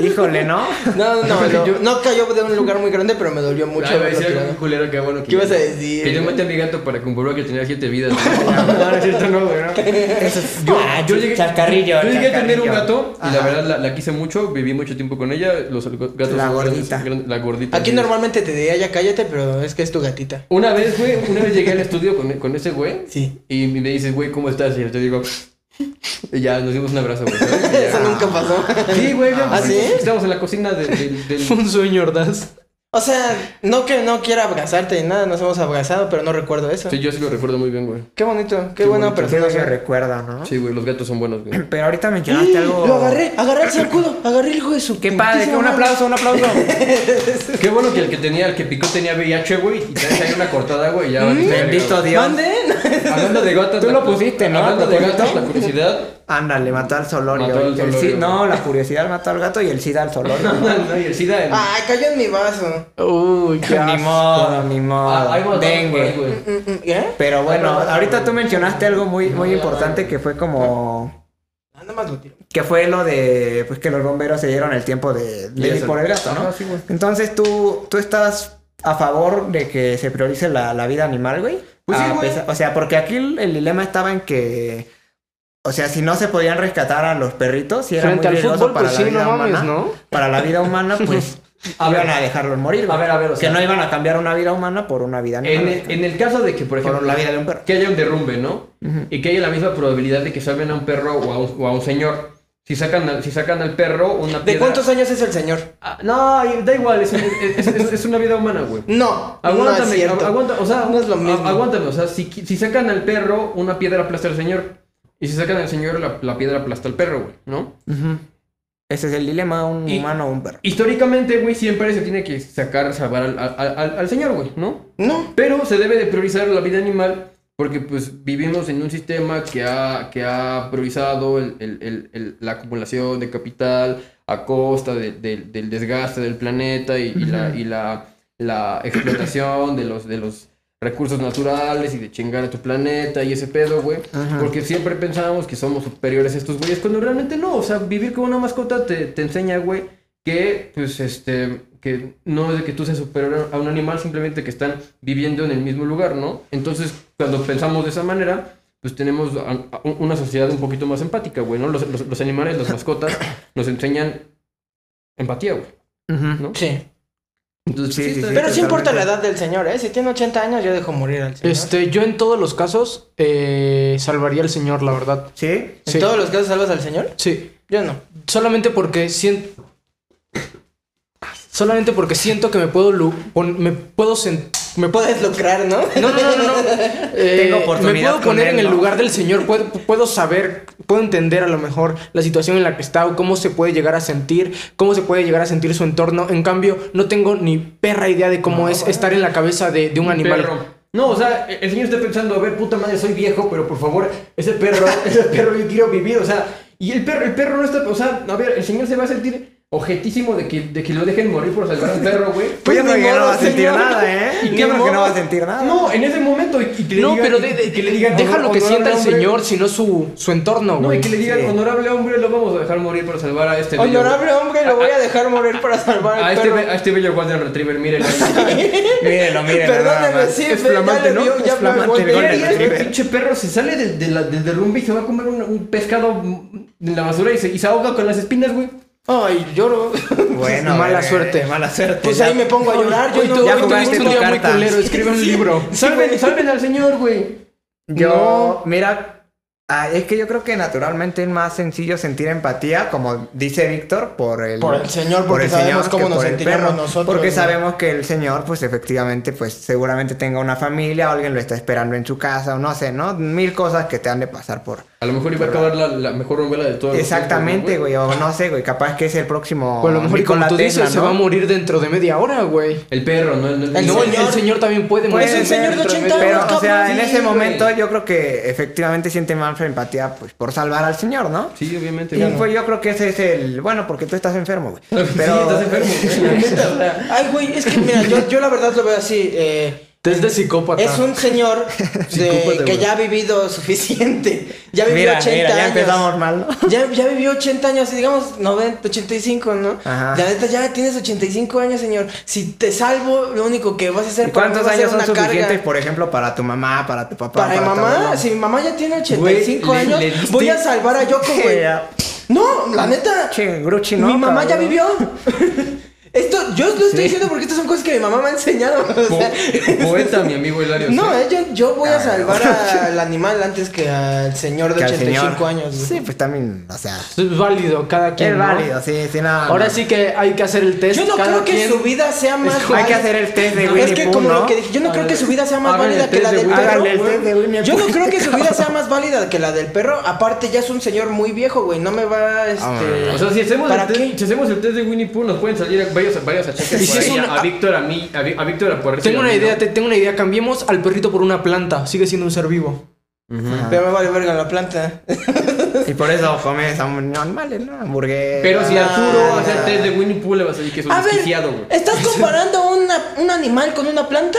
Speaker 1: Híjole, ¿no?
Speaker 2: No, no, no,
Speaker 3: Yo-
Speaker 2: lo- no cayó de un lugar muy grande, pero me dolió mucho.
Speaker 3: Ay, me
Speaker 2: haberlo
Speaker 3: decía
Speaker 2: tirado.
Speaker 3: un culero que bueno. que
Speaker 2: ¿Qué ibas
Speaker 3: yo-
Speaker 2: a decir?
Speaker 3: Que yo maté a mi gato para comprobar que tenía siete vidas. no, no es cierto, no, güey. no.
Speaker 1: Eso es- Ah, chascarrillo,
Speaker 3: yo llegué a tener
Speaker 1: chascarrillo.
Speaker 3: un gato y la
Speaker 1: Ajá.
Speaker 3: verdad la, la quise mucho, viví mucho tiempo con ella. Los gatos.
Speaker 1: La
Speaker 3: son grandes,
Speaker 1: gordita.
Speaker 3: gran- la gordita.
Speaker 2: Aquí
Speaker 3: sí.
Speaker 2: normalmente te diría ya cállate, pero es que es tu gatita.
Speaker 3: Una vez, güey, una vez llegué al estudio con, con ese güey.
Speaker 2: Sí.
Speaker 3: Y me dices, güey, ¿cómo estás? Y yo te digo. Y ya nos dimos un abrazo, güey. ¿sabes? Y
Speaker 2: Eso
Speaker 3: ya.
Speaker 2: nunca pasó.
Speaker 3: Ah. Sí, güey, ya,
Speaker 2: ¿Ah, sí?
Speaker 3: Estábamos en la cocina de- del- del,
Speaker 4: Fue un sueño ordaz.
Speaker 2: O sea, no que no quiera abrazarte ni nada, nos hemos abrazado, pero no recuerdo eso.
Speaker 3: Sí, yo sí lo recuerdo muy bien, güey.
Speaker 2: Qué bonito, qué,
Speaker 3: Qué
Speaker 2: buena
Speaker 3: bonito.
Speaker 1: Eso
Speaker 2: persona.
Speaker 1: se
Speaker 2: güey.
Speaker 1: recuerda, ¿no?
Speaker 3: Sí, güey, los gatos son buenos, güey.
Speaker 1: Pero ahorita mencionaste algo.
Speaker 2: Lo agarré, agarré el zancudo, agarré el hijo de su.
Speaker 1: Qué padre, que
Speaker 2: putísima
Speaker 1: un
Speaker 2: madre.
Speaker 1: aplauso, un aplauso.
Speaker 3: Qué bueno que el que tenía, el que picó tenía VIH, güey, y te salió una cortada, güey, ya. valiste verga,
Speaker 1: Mm, Bendito Dios.
Speaker 2: Manden.
Speaker 3: güey. Hablando de gatos.
Speaker 1: Tú
Speaker 3: la
Speaker 1: lo
Speaker 3: cu-
Speaker 1: pusiste, ¿no?
Speaker 3: Hablando de
Speaker 1: ¿Propósito?
Speaker 3: gatos, la curiosidad.
Speaker 1: Ándale, mató al Solorio.
Speaker 3: Mató al
Speaker 1: El sí-
Speaker 3: Solorio.
Speaker 1: no, la curiosidad mató al gato y el SIDA al Solorio.
Speaker 3: No, y el SIDA.
Speaker 1: Ah,
Speaker 3: el-
Speaker 2: Ay, cayó en mi vaso.
Speaker 4: Uy, qué
Speaker 1: ni
Speaker 4: asco.
Speaker 1: modo, ni modo.
Speaker 3: Ah, hay unos datos por ahí,
Speaker 1: Dengue.
Speaker 3: güey.
Speaker 2: Mm, mm, ¿Eh?
Speaker 1: Pero bueno, ahorita tú mencionaste algo muy, muy importante que fue como.
Speaker 2: Ah, Nada más lo tiro.
Speaker 1: Que fue lo de. Pues que los bomberos se dieron el tiempo de, de
Speaker 3: Y
Speaker 1: ir
Speaker 3: eso.
Speaker 1: por el gato, ¿no?
Speaker 3: Ajá, sí, güey.
Speaker 1: Entonces tú, tú estás a favor de que se priorice la, la vida animal, güey.
Speaker 3: Pues sí,
Speaker 1: A
Speaker 3: güey.
Speaker 1: pesar- O sea, porque aquí el, el dilema estaba en que. O sea, si no se podían rescatar a los perritos, si era
Speaker 4: Frente
Speaker 1: muy
Speaker 4: al
Speaker 1: riesgoso
Speaker 4: fútbol,
Speaker 1: para
Speaker 4: pues
Speaker 1: la
Speaker 4: sí,
Speaker 1: vida
Speaker 4: no mames,
Speaker 1: humana.
Speaker 4: ¿no?
Speaker 1: Para la vida humana, pues
Speaker 3: A
Speaker 1: iban
Speaker 3: ver.
Speaker 1: a dejarlos morir. güey.
Speaker 3: A ver, a ver, o sea-
Speaker 1: que no iban a cambiar una vida humana por una vida animal.
Speaker 3: En el, en el caso de que, por ejemplo,
Speaker 1: Por la vida de un perro.
Speaker 3: que haya un derrumbe, ¿no? Y que haya la misma probabilidad de que salven a un perro o a un, o a un señor. Si sacan, al- si sacan al perro una
Speaker 2: ¿De
Speaker 3: piedra-
Speaker 2: cuántos años es el señor?
Speaker 3: Ah, No, da igual, es, es- es- es una vida humana, güey.
Speaker 2: No. no es
Speaker 3: Aguántame,
Speaker 2: cierto.
Speaker 3: agu- aguanta, o sea,
Speaker 2: No es lo mismo.
Speaker 3: a- Aguántame, o sea, si, qui- si sacan al perro, una piedra aplasta al señor. Y si sacan al señor, la, la piedra aplasta al perro, güey, ¿no?
Speaker 1: Ujú. Ese es el dilema, un
Speaker 3: Y-
Speaker 1: humano o un perro.
Speaker 3: Históricamente, güey, siempre se tiene que sacar, salvar al, al- al- al señor, güey, ¿no?
Speaker 2: No.
Speaker 3: Pero se debe de priorizar la vida animal porque, pues, vivimos en un sistema que ha, que ha priorizado el- el- el- el- la acumulación de capital a costa de- del- del desgaste del planeta y, y la, y la, la explotación de los, de los recursos naturales y de chingar a tu planeta y ese pedo, güey. Porque siempre pensábamos que somos superiores a estos güeyes, cuando realmente no. O sea, vivir con una mascota te, te enseña, güey, que, pues, este, que no es de que tú seas superior a un animal, simplemente que están viviendo en el mismo lugar, ¿no? Entonces, cuando pensamos de esa manera, pues tenemos a- a un- una sociedad un poquito más empática, güey, ¿no? Los, los- los animales, las mascotas, nos enseñan empatía, güey,
Speaker 1: Ujú.
Speaker 3: ¿no?
Speaker 2: Sí.
Speaker 3: Entonces, pues,
Speaker 1: Sí, sí,
Speaker 3: está-
Speaker 1: sí.
Speaker 2: Pero
Speaker 1: totalmente.
Speaker 2: sí importa la edad del señor, ¿eh? Si tiene 80 años, yo dejo morir al señor.
Speaker 4: Este, yo en todos los casos eh, salvaría al señor, la verdad.
Speaker 1: ¿Sí?
Speaker 2: ¿En
Speaker 4: sí.
Speaker 2: todos los casos salvas al señor?
Speaker 4: Sí.
Speaker 2: Yo no.
Speaker 4: Solamente porque siento. Solamente porque siento que me puedo. lu- pon- Me puedo sen- Me puedo.
Speaker 2: Puedes lucrar, ¿no?
Speaker 4: No, no, no, no. no. Eh,
Speaker 1: Tengo oportunidad
Speaker 4: Me puedo
Speaker 1: con
Speaker 4: poner
Speaker 1: él,
Speaker 4: en el
Speaker 1: ¿no?
Speaker 4: lugar del señor. Puedo, puedo saber, puedo entender a lo mejor la situación en la que está o cómo se puede llegar a sentir, cómo se puede llegar a sentir su entorno. En cambio, no tengo ni perra idea de cómo es estar en la cabeza de, de un animal.
Speaker 3: Perro. No, o sea, e-, el señor está pensando, a ver, puta madre, soy viejo, pero por favor, ese perro, ese perro yo quiero vivir, o sea, y el perro, el perro no está, o sea, a ver, el señor se va a sentir ojetísimo de que, de que lo dejen morir por salvar al perro, güey.
Speaker 1: Pues yo
Speaker 4: Pues
Speaker 1: creo
Speaker 4: ni
Speaker 1: que no
Speaker 4: modo,
Speaker 1: va a sentir
Speaker 4: señor.
Speaker 1: nada, ¿eh?
Speaker 3: ¿Y
Speaker 1: Yo
Speaker 3: qué
Speaker 1: creo que no
Speaker 3: modo?
Speaker 1: va a sentir nada.
Speaker 3: No, en ese momento. Y, y que le
Speaker 4: No,
Speaker 3: digan-
Speaker 4: pero de- de-
Speaker 3: que le digan,
Speaker 4: déjalo que
Speaker 3: "Honor-
Speaker 4: sienta el
Speaker 3: honorable
Speaker 4: señor, sino su, su entorno,
Speaker 3: No, y
Speaker 4: güey.
Speaker 3: que le digan,
Speaker 1: Sí.
Speaker 3: honorable hombre, lo vamos a dejar morir por salvar a este bello-
Speaker 2: Honorable hombre, lo voy a dejar morir para salvar
Speaker 3: A
Speaker 1: Ah,
Speaker 2: al
Speaker 3: este,
Speaker 2: perro.
Speaker 3: be- a este bello Golden Retriever, mírenlo.
Speaker 1: Mírenlo, mírenlo. nada
Speaker 2: Perdóneme,
Speaker 1: más.
Speaker 2: sí,
Speaker 3: Es
Speaker 2: ve, ya
Speaker 3: flamante,
Speaker 2: le
Speaker 3: ¿no?
Speaker 2: dio,
Speaker 1: Es
Speaker 2: ya me
Speaker 1: flamante,
Speaker 2: volteé.
Speaker 1: Golden
Speaker 3: Y el
Speaker 1: Retriever.
Speaker 3: pinche perro se sale de, de la, del derrumbe y se va a comer un, un pescado en la basura y se, y se ahoga con las espinas, güey.
Speaker 2: Ay, lloro.
Speaker 1: Bueno,
Speaker 4: Mala
Speaker 1: eh,
Speaker 4: suerte.
Speaker 1: Mala suerte.
Speaker 2: Pues
Speaker 1: Ya-
Speaker 2: ahí me pongo a llorar. Yo
Speaker 4: Hoy
Speaker 2: no-
Speaker 4: tú-
Speaker 1: Ya
Speaker 4: hoy
Speaker 1: jugaste
Speaker 4: tuviste un
Speaker 1: tu
Speaker 4: día muy
Speaker 1: carta.
Speaker 4: culero, escribe un libro.
Speaker 3: Salven, salven al señor, güey.
Speaker 1: Yo, mira, ah, es que yo creo que naturalmente es más sencillo sentir empatía, como dice Víctor, por el,
Speaker 2: Por el señor, porque sabemos cómo
Speaker 1: que
Speaker 2: nos
Speaker 1: por el
Speaker 2: sentiremos
Speaker 1: perro,
Speaker 2: nosotros,
Speaker 1: Porque
Speaker 2: ¿no?
Speaker 1: sabemos que el señor, pues efectivamente, pues seguramente tenga una familia, o alguien lo está esperando en su casa, o no sé, ¿no? Mil cosas que te han de pasar por.
Speaker 3: A lo mejor iba a acabar la, la mejor novela de todo.
Speaker 1: Exactamente, güey, o no sé, güey, capaz que es el próximo.
Speaker 4: O Pues a lo mejor, y como
Speaker 1: Nikola
Speaker 4: tú dices,
Speaker 1: Tesla,
Speaker 4: se
Speaker 1: ¿no?
Speaker 4: va a morir dentro de media hora, güey.
Speaker 3: El perro, no, no,
Speaker 2: El
Speaker 4: No,
Speaker 3: no,
Speaker 4: el, el señor también puede
Speaker 1: Puede
Speaker 4: morir.
Speaker 2: Pues es un
Speaker 1: ser,
Speaker 2: señor de
Speaker 4: dentro
Speaker 2: 80
Speaker 4: media
Speaker 1: Pero,
Speaker 4: hora.
Speaker 2: años,
Speaker 1: o sea,
Speaker 2: cabrón,
Speaker 1: en
Speaker 2: sí,
Speaker 1: ese
Speaker 2: güey.
Speaker 1: momento yo creo que efectivamente siente más empatía, pues por salvar al señor, ¿no?
Speaker 3: Sí, obviamente.
Speaker 1: Y
Speaker 3: güey.
Speaker 1: pues yo creo que ese es el. Bueno, porque tú estás enfermo, güey. Pero.
Speaker 3: Sí, estás enfermo. güey. Neta, o sea,
Speaker 2: Ay, güey, es que mira, yo, yo la verdad lo veo así. eh,
Speaker 4: Test de psicópata.
Speaker 2: es un señor de-
Speaker 3: Psicópata,
Speaker 2: que
Speaker 3: güey.
Speaker 2: ya ha vivido suficiente. Ya vivió
Speaker 1: mira,
Speaker 2: 80
Speaker 1: mira, ya
Speaker 2: años.
Speaker 1: empezamos mal, ¿no?
Speaker 2: Ya, ya vivió 80 años, digamos 90, 85, ¿no?
Speaker 1: Ajá.
Speaker 2: La neta, ya tienes 85 años, señor. Si te salvo, lo único que vas a hacer
Speaker 1: ¿Y cuántos
Speaker 2: para mí va a
Speaker 1: años
Speaker 2: ser
Speaker 1: son
Speaker 2: una carga.
Speaker 1: suficientes, por ejemplo, para tu mamá, para tu papá?
Speaker 2: Para mi
Speaker 1: tu
Speaker 2: mamá,
Speaker 1: abuelo?
Speaker 2: si mi mamá ya tiene 85
Speaker 3: Güey, le-
Speaker 2: años,
Speaker 3: le diste-
Speaker 2: voy a salvar a Yoko, güey.
Speaker 1: Ya.
Speaker 2: No, la neta.
Speaker 1: Che, Gruchi, no,
Speaker 2: mi mamá ya
Speaker 1: cabrón.
Speaker 2: vivió. Esto, yo lo estoy diciendo porque estas son cosas que mi mamá me ha enseñado. o
Speaker 3: po-
Speaker 2: sea.
Speaker 3: poeta, mi amigo Hilario.
Speaker 2: no,
Speaker 3: sí.
Speaker 2: eh, yo, yo voy a
Speaker 1: Cabrón.
Speaker 2: salvar a- al animal antes que al señor de
Speaker 1: Que al
Speaker 2: 85
Speaker 1: señor.
Speaker 2: años. güey.
Speaker 1: Sí, pues también, o sea.
Speaker 4: Es válido, cada quien.
Speaker 1: Es
Speaker 4: ¿no?
Speaker 1: válido, sí, sí, nada.
Speaker 4: Ahora sí que hay que hacer el test.
Speaker 2: Yo no
Speaker 4: cada
Speaker 2: creo que
Speaker 4: quien.
Speaker 2: su vida sea más
Speaker 4: como-
Speaker 1: Hay que
Speaker 2: válida.
Speaker 1: hacer el test de Winnie
Speaker 2: Es que
Speaker 1: Pooh,
Speaker 2: como
Speaker 1: ¿no?
Speaker 2: lo que dije, yo no creo que su vida sea más
Speaker 3: Háganle
Speaker 2: válida
Speaker 3: el
Speaker 2: que la
Speaker 3: test
Speaker 2: del
Speaker 3: de Winnie-
Speaker 2: perro.
Speaker 1: Háganle el
Speaker 2: güey.
Speaker 1: test de Winnie
Speaker 2: Yo no
Speaker 1: Pooh.
Speaker 2: creo que su vida sea más válida que la del perro. Aparte ya es un señor muy viejo, güey. No me va, este.
Speaker 1: Ah,
Speaker 3: O sea, si hacemos,
Speaker 2: ¿Para
Speaker 3: el test,
Speaker 2: qué?
Speaker 3: si hacemos el test de Winnie Pooh, nos pueden salir varios, varios achaques
Speaker 4: Y si
Speaker 3: por
Speaker 4: es
Speaker 3: ahí,
Speaker 4: una-
Speaker 3: A Víctor, a mí, a, Vi- a Víctor, a Puerto.
Speaker 4: Tengo una idea, te- tengo una idea. Cambiemos al perrito por una planta. Sigue siendo un ser vivo.
Speaker 2: Pero me vale verga la planta.
Speaker 1: Y por eso comes animales, ¿no? Hamburguesas.
Speaker 3: Pero si
Speaker 2: Ah.
Speaker 3: Arturo hace el test de Winnie Pooh, le vas a decir que es un
Speaker 2: A ver,
Speaker 3: desquiciado, güey.
Speaker 2: ¿estás comparando una- un animal con una planta?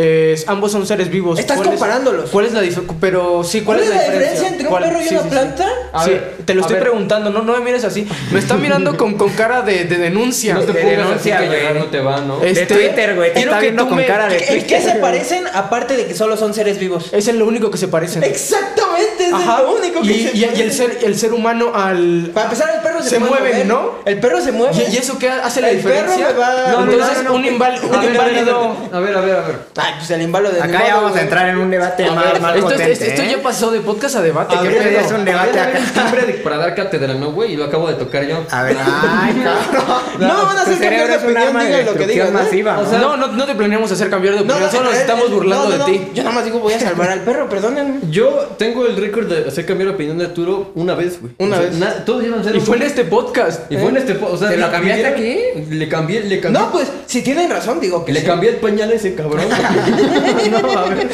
Speaker 4: Eh, ambos son seres vivos.
Speaker 2: Estás
Speaker 4: ¿Cuál es-
Speaker 2: comparándolos.
Speaker 4: ¿Cuál es la diferencia? Pero sí, ¿cuál, es la diferencia?
Speaker 2: entre un
Speaker 4: ¿Cuál?
Speaker 2: perro y
Speaker 4: Sí,
Speaker 2: una
Speaker 4: sí, sí.
Speaker 2: planta?
Speaker 3: A
Speaker 4: Sí,
Speaker 3: ver,
Speaker 4: te
Speaker 3: a
Speaker 4: lo estoy
Speaker 3: ver.
Speaker 4: preguntando, no, no me mires así. Me está mirando con, con cara de, de denuncia.
Speaker 3: No te
Speaker 1: de
Speaker 3: pongas así
Speaker 1: denuncia,
Speaker 3: que
Speaker 1: güey.
Speaker 3: llorar no te va, ¿no?
Speaker 4: Es-
Speaker 1: De
Speaker 4: este,
Speaker 1: Twitter, güey. Te
Speaker 4: quiero
Speaker 1: está
Speaker 4: que
Speaker 1: viendo
Speaker 4: tú
Speaker 1: con
Speaker 4: me-
Speaker 1: cara de.
Speaker 2: ¿En qué se parecen aparte de que solo son seres vivos?
Speaker 4: Es lo único que se parecen.
Speaker 2: Exactamente, es
Speaker 4: Ajá.
Speaker 2: lo único que
Speaker 4: y,
Speaker 2: se
Speaker 4: y- y el
Speaker 2: parece.
Speaker 4: ser, el ser humano al.
Speaker 2: Para empezar, el perro se,
Speaker 4: Se
Speaker 2: puede
Speaker 4: mueven,
Speaker 2: mover.
Speaker 4: ¿no?
Speaker 2: El perro se mueve.
Speaker 4: ¿Y, y eso qué hace la
Speaker 2: El perro
Speaker 4: diferencia?
Speaker 2: me va-
Speaker 4: No,
Speaker 2: No, no,
Speaker 4: entonces,
Speaker 2: no, no.
Speaker 4: un, inval- un
Speaker 3: A ver, a ver,
Speaker 4: inválido.
Speaker 3: A ver, a ver, a ver.
Speaker 2: Ay, pues el invalo de
Speaker 1: Acá ya vamos a entrar en un debate más, más
Speaker 4: Esto,
Speaker 1: potente.
Speaker 4: esto- esto
Speaker 1: ¿eh?
Speaker 4: ya pasó de podcast a debate.
Speaker 1: A
Speaker 4: ¿qué
Speaker 1: ver,
Speaker 4: pedo?
Speaker 1: es un debate
Speaker 3: Debería haber
Speaker 1: acá. Ah.
Speaker 3: un timbre de- para dar cátedra, ¿no, güey? Y lo acabo de tocar yo.
Speaker 1: A ver, ay, cabrón.
Speaker 2: No, van a hacer
Speaker 1: Tu cerebro
Speaker 2: cambiar de
Speaker 1: es un
Speaker 2: opinión,
Speaker 1: arma de
Speaker 2: digan lo que
Speaker 1: destrucción
Speaker 2: digan, ¿eh?
Speaker 1: masiva, ¿no?
Speaker 4: O sea, no, no, no te planeamos hacer cambiar de opinión, solo nos estamos burlando de ti.
Speaker 2: Yo nada más digo voy a salvar al perro, perdónenme.
Speaker 3: Yo tengo el récord de hacer cambiar la opinión de Arturo una vez, güey.
Speaker 2: Una
Speaker 3: O sea,
Speaker 2: vez.
Speaker 3: na- todos llevan cero.
Speaker 4: Y fue en
Speaker 3: puntos.
Speaker 4: este podcast.
Speaker 3: Y fue en este po- O sea,
Speaker 1: ¿Te lo
Speaker 3: le-
Speaker 1: cambiaste
Speaker 3: le-
Speaker 1: aquí?
Speaker 3: Le cambié, le cambié.
Speaker 2: No, pues si tienen razón, digo que
Speaker 3: Le
Speaker 2: sí.
Speaker 3: cambié el pañal a ese cabrón. no, a ver.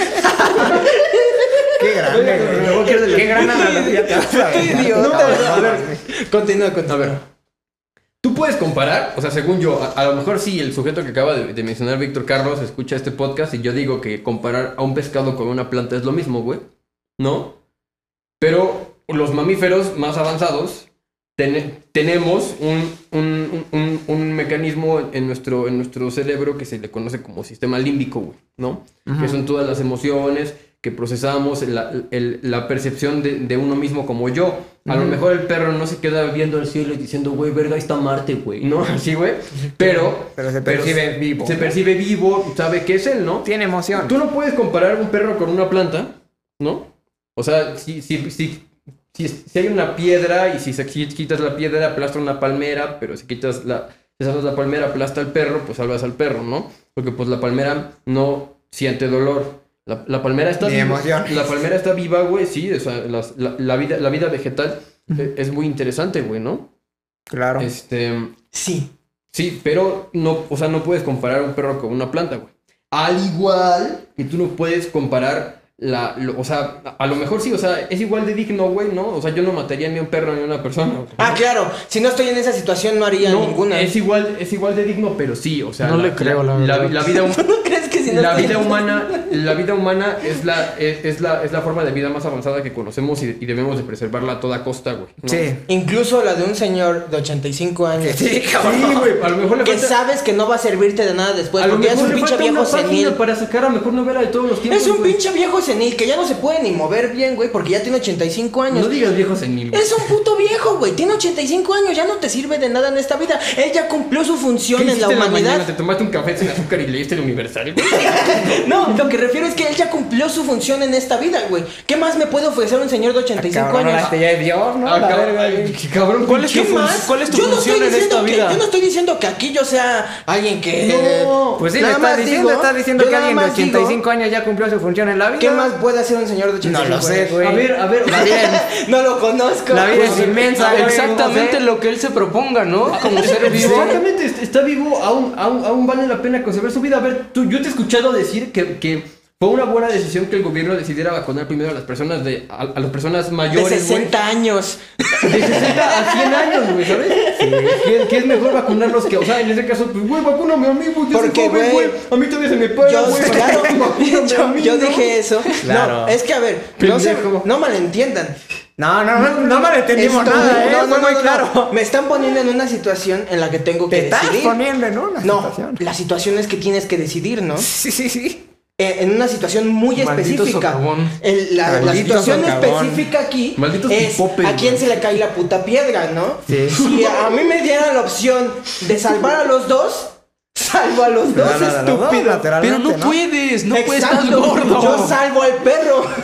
Speaker 1: Qué grande,
Speaker 3: Oye,
Speaker 1: güey.
Speaker 3: me voy a quedar de la-
Speaker 1: Qué gran analogía te vas a
Speaker 2: Estoy
Speaker 1: aventar,
Speaker 2: idiota,
Speaker 1: cabrón.
Speaker 2: ¿verdad? A ver, continúa,
Speaker 3: A
Speaker 2: continúa.
Speaker 3: ver. Tú puedes comparar, o sea, según yo, a, a lo mejor sí, el sujeto que acaba de, de mencionar, Víctor Carlos, escucha este podcast y yo digo que comparar a un pescado con una planta es lo mismo, güey. ¿No? Pero los mamíferos más avanzados ten- tenemos un, un- un- un- un mecanismo en nuestro, en nuestro cerebro que se le conoce como sistema límbico, güey, ¿no? Que son todas las emociones que procesamos, la, el- la percepción de, de uno mismo como yo. A lo mejor el perro no se queda viendo al cielo y diciendo, güey, verga, ahí está Marte, güey, ¿no? Así, güey. Pero...
Speaker 1: Pero se percibe vivo.
Speaker 3: Se percibe vivo, sabe que es él, ¿no?
Speaker 1: Tiene emoción.
Speaker 3: Tú no puedes comparar un perro con una planta, ¿no? O sea, si, si, si, si, si hay una piedra y si, se- si quitas la piedra aplasta una palmera, pero si quitas la, si salvas la palmera aplasta al perro, pues salvas al perro, ¿no? Porque pues la palmera no siente dolor. La, la palmera está
Speaker 1: Ni emoción.
Speaker 3: La palmera está viva, güey, sí. O sea, las- la, la vida, la vida vegetal eh, es muy interesante, güey, ¿no?
Speaker 1: Claro.
Speaker 3: Este...
Speaker 2: Sí.
Speaker 3: Sí, pero no, o sea, no puedes comparar un perro con una planta, güey. Al igual que tú no puedes comparar la, lo- o sea, a lo mejor sí, o sea, es igual de digno, güey, ¿no? O sea, yo no mataría ni a un perro ni a una persona. güey.
Speaker 2: Ah, claro. Si no estoy en esa situación, no haría
Speaker 3: No,
Speaker 2: ninguna.
Speaker 3: es igual, es igual de digno, pero sí, o sea,
Speaker 4: No le creo, la verdad.
Speaker 3: la vida humana
Speaker 2: ¿No crees que si no
Speaker 3: la
Speaker 2: estoy-
Speaker 3: vida humana, la vida humana es la, es, es la, es la forma de vida más avanzada que conocemos y, y debemos de preservarla a toda costa, güey. ¿no?
Speaker 1: Sí.
Speaker 2: Incluso la de un señor de 85 años.
Speaker 1: Sí, cabrón.
Speaker 3: Sí, güey, a lo mejor le
Speaker 2: Que
Speaker 3: falta-
Speaker 2: sabes que no va a servirte de nada después.
Speaker 3: a lo
Speaker 2: Pues, Porque es
Speaker 3: mejor
Speaker 2: un
Speaker 3: le
Speaker 2: pinche
Speaker 3: falta
Speaker 2: viejo
Speaker 3: una página
Speaker 2: senil.
Speaker 3: para sacar a mejor novela de todos los tiempos.
Speaker 2: Es un
Speaker 3: güey.
Speaker 2: pinche viejo senil que ya no se puede ni mover bien, güey, porque ya tiene 85 años.
Speaker 3: No digas viejo senil. güey.
Speaker 2: Es un puto viejo, güey. Tiene 85 años, ya no te sirve de nada en esta vida. Él ya cumplió su
Speaker 3: ¿Qué
Speaker 2: función en la
Speaker 3: hiciste en la mañana?
Speaker 2: humanidad.
Speaker 3: ¿Te tomaste un café sin azúcar y leíste el universal? güey?
Speaker 2: No, lo que refiero es que él ya cumplió su función en esta vida, güey. ¿qué más me puede ofrecer un señor de 85
Speaker 1: Cabrón,
Speaker 2: años?
Speaker 1: este ya es Dios, ¿no?
Speaker 3: Ah,
Speaker 1: La
Speaker 3: cab-
Speaker 1: verga,
Speaker 3: ay,
Speaker 1: güey.
Speaker 3: qué cabrón,
Speaker 4: ¿Cuál es
Speaker 3: pinche
Speaker 4: tu
Speaker 3: fun-
Speaker 4: función? ¿Cuál es tu
Speaker 2: yo no
Speaker 4: función
Speaker 2: estoy
Speaker 4: en
Speaker 2: diciendo
Speaker 4: esta
Speaker 2: que,
Speaker 4: vida?
Speaker 2: Yo no estoy diciendo que aquí yo sea alguien que.
Speaker 1: No, pues sí, le
Speaker 2: Nada
Speaker 1: estás
Speaker 2: más
Speaker 1: diciendo,
Speaker 2: digo-
Speaker 1: estás diciendo
Speaker 2: yo
Speaker 1: que
Speaker 2: nada
Speaker 1: alguien de
Speaker 2: más digo-
Speaker 1: 85 años ya cumplió su función en la vida.
Speaker 2: ¿Qué más puede hacer un señor de 85
Speaker 1: No lo sé,
Speaker 2: años?
Speaker 1: güey.
Speaker 3: A ver, a ver.
Speaker 1: La vida,
Speaker 2: No lo conozco.
Speaker 1: la vida es inmensa, güey,
Speaker 4: Exactamente
Speaker 1: no ¿eh? sé.
Speaker 4: lo que él se proponga, ¿no? Como ser vivo.
Speaker 3: Exactamente, est- está vivo, aún, aún, aún vale la pena conservar su vida. A ver, tú, yo te he escuchado decir que, que fue una buena decisión que el gobierno decidiera vacunar primero a las personas de a, a las personas
Speaker 2: De
Speaker 3: mayores. güey.
Speaker 2: 60 años.
Speaker 3: De 60 a 100 años, güey, ¿sabes? ¿Qué, qué es mejor vacunarlos que, o sea, en ese caso, pues, güey, vacúname a mí, güey, yo soy
Speaker 2: Porque,
Speaker 3: joven,
Speaker 2: güey,
Speaker 3: güey. A mí todavía se me para,
Speaker 2: Yo,
Speaker 3: güey.
Speaker 2: claro,
Speaker 3: Vacúname
Speaker 2: yo,
Speaker 3: a mí,
Speaker 2: yo
Speaker 3: ¿no?
Speaker 2: dije eso. No,
Speaker 1: Claro.
Speaker 2: es que a ver, no, se-
Speaker 3: Pendejo.
Speaker 2: no malentiendan.
Speaker 1: No, no, no, no malentendimos
Speaker 2: Estoy-
Speaker 1: nada, ¿eh?
Speaker 2: no,
Speaker 1: Fue
Speaker 2: no, no,
Speaker 1: muy
Speaker 2: no, no.
Speaker 1: claro.
Speaker 2: Me están poniendo en una situación en la que tengo que
Speaker 1: Te estás
Speaker 2: decidir.
Speaker 1: poniendo en una
Speaker 2: no,
Speaker 1: situación.
Speaker 2: la situación es que tienes que decidir, ¿no?
Speaker 1: Sí, sí, sí.
Speaker 2: Eh, en una situación muy
Speaker 4: Maldito
Speaker 2: específica.
Speaker 4: socavón.
Speaker 2: El- la, la
Speaker 1: Maldito
Speaker 2: situación
Speaker 1: socavón.
Speaker 2: específica aquí
Speaker 3: Malditos
Speaker 2: es
Speaker 3: pipopes,
Speaker 2: a quién
Speaker 3: güey.
Speaker 2: se le cae la puta piedra, ¿no?
Speaker 1: Sí.
Speaker 2: Si a mí me dieran la opción de salvar a los dos, salvo a los dos,
Speaker 1: No, no, no, no,
Speaker 2: estúpido.
Speaker 1: lateralmente,
Speaker 4: Pero no puedes, no puedes estar
Speaker 2: Exacto,
Speaker 4: gordo.
Speaker 2: Yo salvo al perro.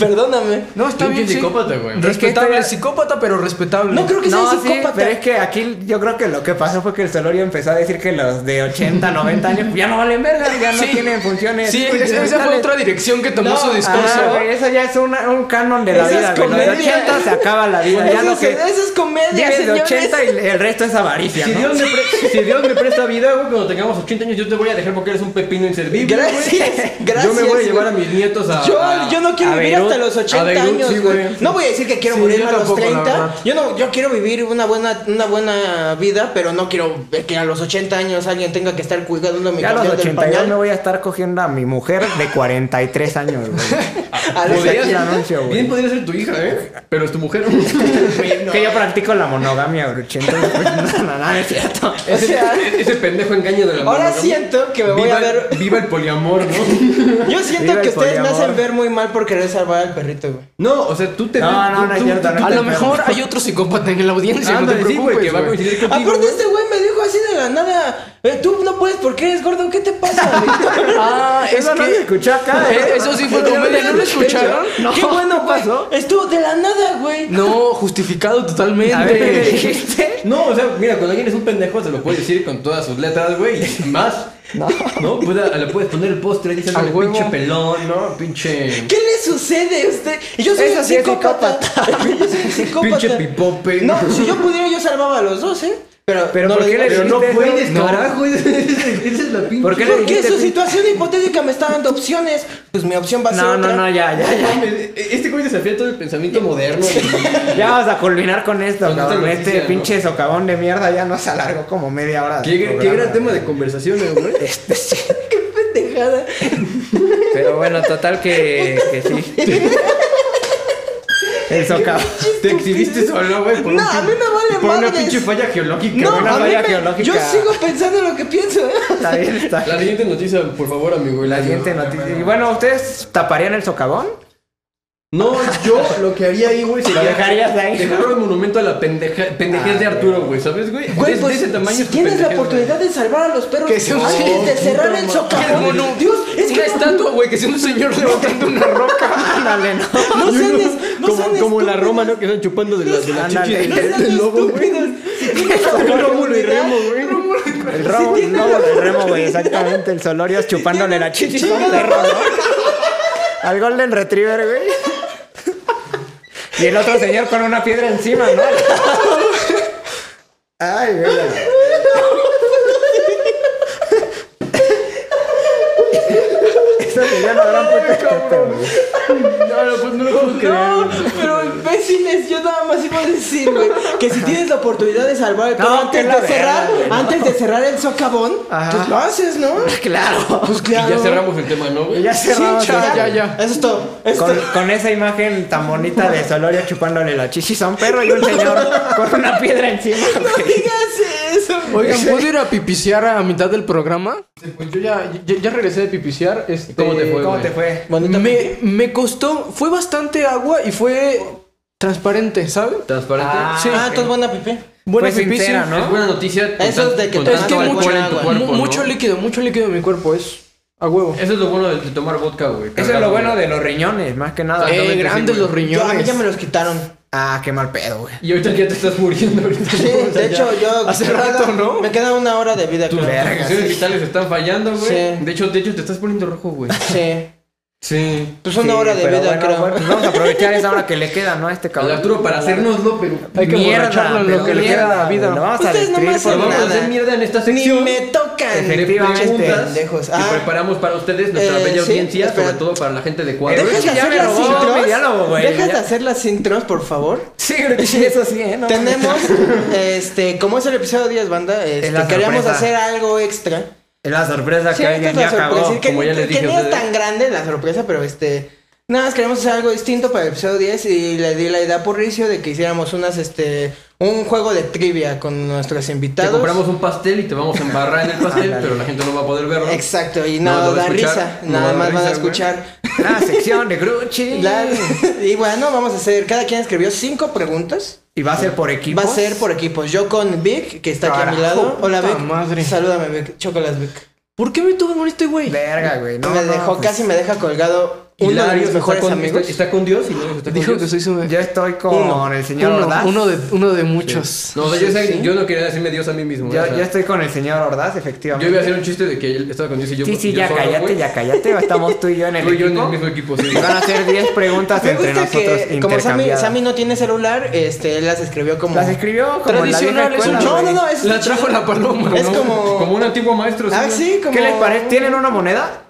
Speaker 2: Perdóname.
Speaker 4: No, está
Speaker 3: Pinche
Speaker 4: bien, sí.
Speaker 3: psicópata, güey.
Speaker 4: Respetable,
Speaker 1: Es que
Speaker 4: psicópata, pero respetable.
Speaker 2: No creo que
Speaker 1: No,
Speaker 2: sea
Speaker 1: sí,
Speaker 2: psicópata.
Speaker 1: pero es que aquí yo creo que lo que pasó fue que el Solorio empezó a decir que los de 80, 90 años ya no valen verga, ya no
Speaker 4: Sí.
Speaker 1: tienen funciones.
Speaker 4: Sí, esa, esa fue
Speaker 1: fundamentales.
Speaker 4: otra dirección que tomó
Speaker 2: No,
Speaker 4: su discurso.
Speaker 1: Ah, güey, eso ya es una- un canon de la
Speaker 2: Eso
Speaker 1: vida.
Speaker 2: es
Speaker 1: güey. Los de
Speaker 2: comedia.
Speaker 1: 80 se acaba la vida.
Speaker 2: eso,
Speaker 1: ya lo
Speaker 2: es,
Speaker 1: que
Speaker 2: eso es comedia,
Speaker 1: 10 de
Speaker 2: señores.
Speaker 1: 80 y el resto es avaricia.
Speaker 3: Si
Speaker 1: ¿no?
Speaker 3: Dios, me pre- si Dios me presta vida, güey, cuando tengamos 80 años, yo te voy a dejar porque eres un pepino inservible. güey.
Speaker 2: Gracias, gracias.
Speaker 3: Yo me voy a llevar a
Speaker 2: güey.
Speaker 3: mis nietos a. a-
Speaker 2: Yo, yo no quiero
Speaker 3: a
Speaker 2: vivir
Speaker 3: Beirut,
Speaker 2: hasta los
Speaker 3: a
Speaker 2: 80
Speaker 3: Beirut,
Speaker 2: años,
Speaker 3: sí,
Speaker 2: güey. No voy a decir que quiero
Speaker 4: Sí,
Speaker 2: morirme
Speaker 4: yo
Speaker 2: a los
Speaker 4: tampoco, la
Speaker 2: 30.
Speaker 4: verdad.
Speaker 2: Yo no, yo quiero vivir una buena, una buena vida, pero no quiero que a los 80 años alguien tenga que estar cuidando mi
Speaker 1: Ya a los
Speaker 2: campeón del
Speaker 1: 82 me
Speaker 2: pañal.
Speaker 1: voy a estar cogiendo a mi mujer de 43 años, güey.
Speaker 2: A
Speaker 1: Podría
Speaker 2: los 80.
Speaker 3: Podría
Speaker 1: ser.
Speaker 3: ser,
Speaker 1: anuncio, güey.
Speaker 3: bien podría ser tu hija, ¿eh? Pero es tu mujer.
Speaker 1: Que yo practico la monogamia, güey. 80 no, no, no, es cierto.
Speaker 3: Ese,
Speaker 2: O sea-
Speaker 3: ese pendejo engaño de la
Speaker 2: Ahora
Speaker 3: monogamia.
Speaker 2: siento que me voy
Speaker 3: viva,
Speaker 2: a ver-
Speaker 3: Viva el poliamor, ¿no?
Speaker 2: Yo siento
Speaker 1: Viva
Speaker 2: que
Speaker 1: el
Speaker 2: ustedes me
Speaker 1: poliamor.
Speaker 2: hacen ver muy mal por querer salvar al perrito, güey.
Speaker 3: No, o sea, tú te.
Speaker 1: No, no,
Speaker 3: tú-
Speaker 1: no es
Speaker 3: tú-
Speaker 1: cierto,
Speaker 3: tú-
Speaker 1: no.
Speaker 4: A
Speaker 1: Ándale,
Speaker 4: lo mejor hay otro psicópata en la audiencia, no te
Speaker 3: Ándale, sí,
Speaker 4: preocupes,
Speaker 3: güey, que va a
Speaker 4: güey.
Speaker 3: coincidir contigo.
Speaker 2: Aparte,
Speaker 3: güey.
Speaker 2: este güey me dijo así de la nada: eh, Tú no puedes porque eres gordo, ¿qué te pasa, Víctor?
Speaker 4: Ah, es
Speaker 1: Eso no se
Speaker 4: que...
Speaker 1: escuchó acá.
Speaker 4: Eh, Eso sí fue comedia, ¿no lo escucharon?
Speaker 1: No.
Speaker 2: Qué bueno, güey.
Speaker 1: pasó?
Speaker 2: Estuvo de la nada, güey.
Speaker 4: No, justificado
Speaker 1: A ver, ¿qué
Speaker 4: totalmente.
Speaker 1: dijiste?
Speaker 3: No, o sea, mira, cuando alguien es un pendejo se lo puedes decir con todas sus letras, güey, y más. No. No, pues, a- le puedes poner el postre, dices,
Speaker 4: Al huevo.
Speaker 3: pinche pelón, ¿no? Pinche...
Speaker 2: ¿Qué le sucede a usted? Y Yo soy
Speaker 1: Eso
Speaker 2: un
Speaker 1: sí es
Speaker 2: psicópata. yo soy un psicópata.
Speaker 3: Pinche pipope.
Speaker 2: No, si yo pudiera, yo salvaba a los dos, ¿eh? Pero,
Speaker 1: Pero
Speaker 2: no
Speaker 1: ¿por
Speaker 2: lo
Speaker 1: qué
Speaker 2: digo.
Speaker 1: le-
Speaker 3: Pero no
Speaker 1: dijiste
Speaker 3: puedes,
Speaker 1: no.
Speaker 3: carajo, esa esa es la pinche...
Speaker 1: ¿Por qué le
Speaker 2: Porque
Speaker 1: dijiste
Speaker 2: su
Speaker 1: así?
Speaker 2: situación hipotética me está dando opciones. Pues mi opción va a ser
Speaker 1: No,
Speaker 2: otra.
Speaker 1: no, no, ya, ya, ya.
Speaker 3: Mames, Este güey desafía todo el pensamiento moderno. güey.
Speaker 1: Ya vamos a culminar con esto,
Speaker 3: Con esta
Speaker 1: cabrón.
Speaker 3: noticia,
Speaker 1: Este
Speaker 3: ¿no?
Speaker 1: pinche socavón de mierda ya nos alargó como media hora. del
Speaker 3: Qué, qué
Speaker 1: programa,
Speaker 3: gran tema
Speaker 1: güey.
Speaker 3: de conversación, eh, hombre.
Speaker 1: Este sí.
Speaker 2: Qué pendejada.
Speaker 1: Pero bueno, total que, que sí. El socavón.
Speaker 3: Te exhibiste solo, güey, por, un
Speaker 2: No, a
Speaker 3: pin-
Speaker 2: mí me vale
Speaker 3: por una
Speaker 2: madres.
Speaker 3: pinche falla geológica.
Speaker 2: No,
Speaker 3: güey.
Speaker 1: una
Speaker 2: a mí
Speaker 1: falla
Speaker 2: me-
Speaker 1: geológica.
Speaker 2: Yo sigo pensando en lo que pienso, ¿eh?
Speaker 1: Está bien, está
Speaker 3: La siguiente noticia, por favor, amigo.
Speaker 1: La siguiente noticia. Y bueno, ¿ustedes taparían el socavón?
Speaker 3: No, yo lo que haría ahí, güey, sería.
Speaker 1: dejarías ahí?
Speaker 3: Dejar un monumento a la pendeja, pendejez de Arturo, güey, ¿sabez, güey?
Speaker 2: Güey,
Speaker 3: De- de
Speaker 2: pues,
Speaker 3: ese tamaño
Speaker 2: si
Speaker 3: es tu
Speaker 2: tienes la
Speaker 3: pendejez,
Speaker 2: oportunidad de salvar a los perros
Speaker 4: Que sea un-
Speaker 2: antes de cerrar el
Speaker 4: El
Speaker 2: socavón.
Speaker 4: mono-
Speaker 2: Dios, es que
Speaker 4: una
Speaker 2: no-
Speaker 4: estatua, güey, que sea un señor levantando una roca.
Speaker 1: Ándale, no.
Speaker 2: no sean es- no
Speaker 3: como,
Speaker 2: sean
Speaker 3: como la
Speaker 2: estúpidos.
Speaker 3: Roma, ¿no? Que están chupando de las de la
Speaker 1: Ándale.
Speaker 3: chichi del-
Speaker 2: No sean
Speaker 3: del lobo, güey.
Speaker 2: estúpidos. Si tienes la
Speaker 3: Rómulo y
Speaker 2: oportunidad-
Speaker 3: Remo, güey.
Speaker 1: El robo, el robo del remo, güey. Exactamente, el Solorio chupándole la chichi con perro, ¿no? Al Golden Retriever, güey. Y el otro señor con una piedra encima, ¿no? Ay, güey. Eso sería sería una gran pretexto, güey.
Speaker 3: No, no, pues no lo puedo
Speaker 2: No, pero imbéciles, yo nada más iba a decir, güey, que si tienes la oportunidad de salvar el
Speaker 1: No,
Speaker 2: perro
Speaker 1: que
Speaker 2: antes
Speaker 1: la
Speaker 2: de cerrar,
Speaker 1: verga, güey, no.
Speaker 2: antes de cerrar el socavón,
Speaker 1: Ajá.
Speaker 2: pues lo haces, ¿no?
Speaker 1: Claro.
Speaker 2: Pues
Speaker 3: Y
Speaker 2: claro.
Speaker 3: ya cerramos el tema, ¿no, güey?
Speaker 1: Ya
Speaker 2: Sí,
Speaker 1: cerramos.
Speaker 2: chaval.
Speaker 4: ya, ya.
Speaker 2: Eso es todo. Eso es
Speaker 1: Con,
Speaker 2: todo.
Speaker 1: con esa imagen tan bonita de Soloria chupándole la chichis a un perro y un señor con una piedra encima.
Speaker 2: No digas eso. güey.
Speaker 4: Oigan, ¿puedo ir a pipiciar a mitad del programa? Pues yo ya, ya, ya regresé de pipiciar. Este,
Speaker 3: ¿Cómo te fue?
Speaker 1: ¿Cómo te fue?
Speaker 2: Bonita
Speaker 4: Me, me costó, fue bastante agua y fue transparente, ¿saben?
Speaker 3: Transparente.
Speaker 1: Ah,
Speaker 4: Sí.
Speaker 2: Ah, tú es buena pipí.
Speaker 1: Fue sincera,
Speaker 4: sí.
Speaker 1: ¿no?
Speaker 3: Es buena noticia. con
Speaker 2: Eso es de que
Speaker 3: con
Speaker 2: te
Speaker 4: Es
Speaker 3: tanto
Speaker 4: que
Speaker 2: Tanto
Speaker 4: mucho,
Speaker 3: alcohol en
Speaker 2: agua.
Speaker 3: tu
Speaker 2: mu-
Speaker 3: cuerpo,
Speaker 4: mu- mucho
Speaker 3: ¿no? Eh,
Speaker 4: líquido, mucho líquido en mi cuerpo, es a huevo.
Speaker 3: Eso es lo bueno de, de tomar vodka, güey.
Speaker 1: Eso es lo bueno de los riñones, más que nada.
Speaker 4: Eh, grandes
Speaker 3: güey.
Speaker 4: los
Speaker 2: Yo, a mí
Speaker 4: riñones.
Speaker 2: ya me los quitaron.
Speaker 1: Ah, qué mal pedo, güey.
Speaker 3: Y ahorita que ya te estás muriendo. Ahorita
Speaker 2: Sí, de hecho, yo.
Speaker 4: Hace
Speaker 2: me queda-
Speaker 4: rato, ¿no?
Speaker 2: Me queda una hora de vida,
Speaker 3: Tus
Speaker 2: creo.
Speaker 1: verga,
Speaker 3: funciones
Speaker 1: sí.
Speaker 3: vitales están fallando, güey.
Speaker 2: Sí.
Speaker 3: De hecho, de hecho, te estás poniendo rojo, güey.
Speaker 2: Sí.
Speaker 3: Sí.
Speaker 2: Pues una hora de
Speaker 1: pero
Speaker 2: vida,
Speaker 1: bueno,
Speaker 2: creo.
Speaker 1: bueno, pues vamos a aprovechar esa hora que le queda, ¿no? A este
Speaker 3: Al
Speaker 1: cabrón.
Speaker 3: Arturo para hacérnoslo, pero...
Speaker 4: Hay que
Speaker 1: Mierda,
Speaker 4: emborracharlo en
Speaker 1: pero
Speaker 4: lo que le queda a
Speaker 1: mierda,
Speaker 4: la vida.
Speaker 1: güey, Lo vamos a
Speaker 2: Ustedes no me
Speaker 1: destruir
Speaker 2: hacen
Speaker 1: por-
Speaker 3: Pero vamos a
Speaker 2: nada.
Speaker 3: hacer mierda en esta
Speaker 2: Ni
Speaker 3: sección.
Speaker 2: me tocan.
Speaker 3: de
Speaker 1: Efectivamente.
Speaker 3: preguntas
Speaker 2: Pendejos.
Speaker 3: que
Speaker 2: Ah.
Speaker 3: preparamos para ustedes, nuestra
Speaker 2: Eh,
Speaker 3: bella
Speaker 2: sí,
Speaker 3: audiencia, sobre
Speaker 2: espera.
Speaker 3: todo para la gente de Ecuador.
Speaker 1: Dejas
Speaker 2: ¿Dejas
Speaker 1: de
Speaker 2: de
Speaker 1: Ya
Speaker 2: hacer
Speaker 1: me
Speaker 2: las
Speaker 1: robó mi
Speaker 2: intros?
Speaker 1: diálogo, güey.
Speaker 2: ¿Dejas de
Speaker 1: Ya-
Speaker 2: hacer las intros, por favor?
Speaker 1: Sí, creo que sí, eso sí, ¿eh? No.
Speaker 2: Tenemos, este, como es el episodio 10, banda, este,
Speaker 1: la
Speaker 2: queríamos
Speaker 1: sorpresa.
Speaker 2: hacer algo extra.
Speaker 1: Es la sorpresa
Speaker 2: Sí,
Speaker 1: que
Speaker 2: esta es
Speaker 1: alguien
Speaker 2: la
Speaker 1: ya
Speaker 2: sorpresa.
Speaker 1: cagó.
Speaker 2: que,
Speaker 3: como ya les
Speaker 2: que
Speaker 3: dije a
Speaker 2: no es
Speaker 3: ustedes.
Speaker 2: tan grande la sorpresa, pero este, nada más queremos hacer algo distinto para el episodio 10 y le di la idea a Purricio de que hiciéramos unas, este, un juego de trivia con nuestros
Speaker 3: Te
Speaker 2: invitados.
Speaker 3: compramos un pastel y te vamos a embarrar en el pastel, pero la gente no va a poder verlo.
Speaker 2: Exacto, y
Speaker 3: No,
Speaker 2: no,
Speaker 3: no va a
Speaker 2: da
Speaker 3: escuchar,
Speaker 2: risa,
Speaker 3: no va a
Speaker 2: nada
Speaker 3: dar
Speaker 2: más van a
Speaker 3: risa, güey.
Speaker 2: escuchar.
Speaker 1: La sección de Gruchi.
Speaker 2: La- y bueno, vamos a hacer, cada quien escribió cinco preguntas.
Speaker 1: Y va a ser por equipo.
Speaker 2: Va a ser por equipos. Yo con Vic, que está aquí a mi
Speaker 4: Carajo,
Speaker 2: lado. Hola,
Speaker 4: puta
Speaker 2: Vic.
Speaker 4: madre.
Speaker 2: Salúdame, Vic. Chocolas, Vic.
Speaker 4: ¿Por qué me tuvo con este güey?
Speaker 1: Verga, güey. No,
Speaker 2: me
Speaker 1: no,
Speaker 2: dejó,
Speaker 1: pues,
Speaker 2: casi me deja colgado
Speaker 3: Y
Speaker 2: uno de
Speaker 3: Larios
Speaker 2: mis
Speaker 3: está
Speaker 2: mejores
Speaker 3: con-
Speaker 2: amigos.
Speaker 1: este
Speaker 3: Está, está con Dios y Larios está con
Speaker 4: Dijo
Speaker 3: Dios.
Speaker 4: que soy su...
Speaker 1: pues, Yo estoy con
Speaker 4: Uno.
Speaker 1: el señor
Speaker 4: uno,
Speaker 1: Ordaz.
Speaker 4: uno de, uno de muchos.
Speaker 3: No, o sea, yo, sé- yo no quería decirme Dios a mí mismo.
Speaker 1: Yo,
Speaker 3: o sea,
Speaker 1: yo estoy con el señor Ordaz,
Speaker 3: yo iba a
Speaker 1: efectivamente.
Speaker 3: hacer un chiste de que él estaba con Dios y yo
Speaker 1: sí, sí,
Speaker 3: yo
Speaker 1: ya
Speaker 3: solo,
Speaker 1: cállate,
Speaker 3: güey.
Speaker 1: ya cállate. Estamos tú y yo en el
Speaker 3: Tú y yo en el
Speaker 1: equipo.
Speaker 3: mismo equipo, sí.
Speaker 1: Y
Speaker 2: Ah,
Speaker 1: van a hacer 10 preguntas
Speaker 2: Me
Speaker 1: entre
Speaker 2: gusta
Speaker 1: nosotros
Speaker 2: que, como Sammy,
Speaker 1: intercambiadas.
Speaker 2: Sammy no tiene celular, este, él las escribió como...
Speaker 1: Las escribió como en la vieja
Speaker 4: Tradicional, es un
Speaker 1: escuela,
Speaker 2: No,
Speaker 1: güey.
Speaker 2: no, no, es...
Speaker 4: La trajo la paloma.
Speaker 2: Es
Speaker 4: ¿no?
Speaker 2: como-
Speaker 3: Como un antiguo maestro.
Speaker 2: Ah,
Speaker 3: güey.
Speaker 2: sí, como...
Speaker 1: ¿Qué les parece? ¿Tienen una moneda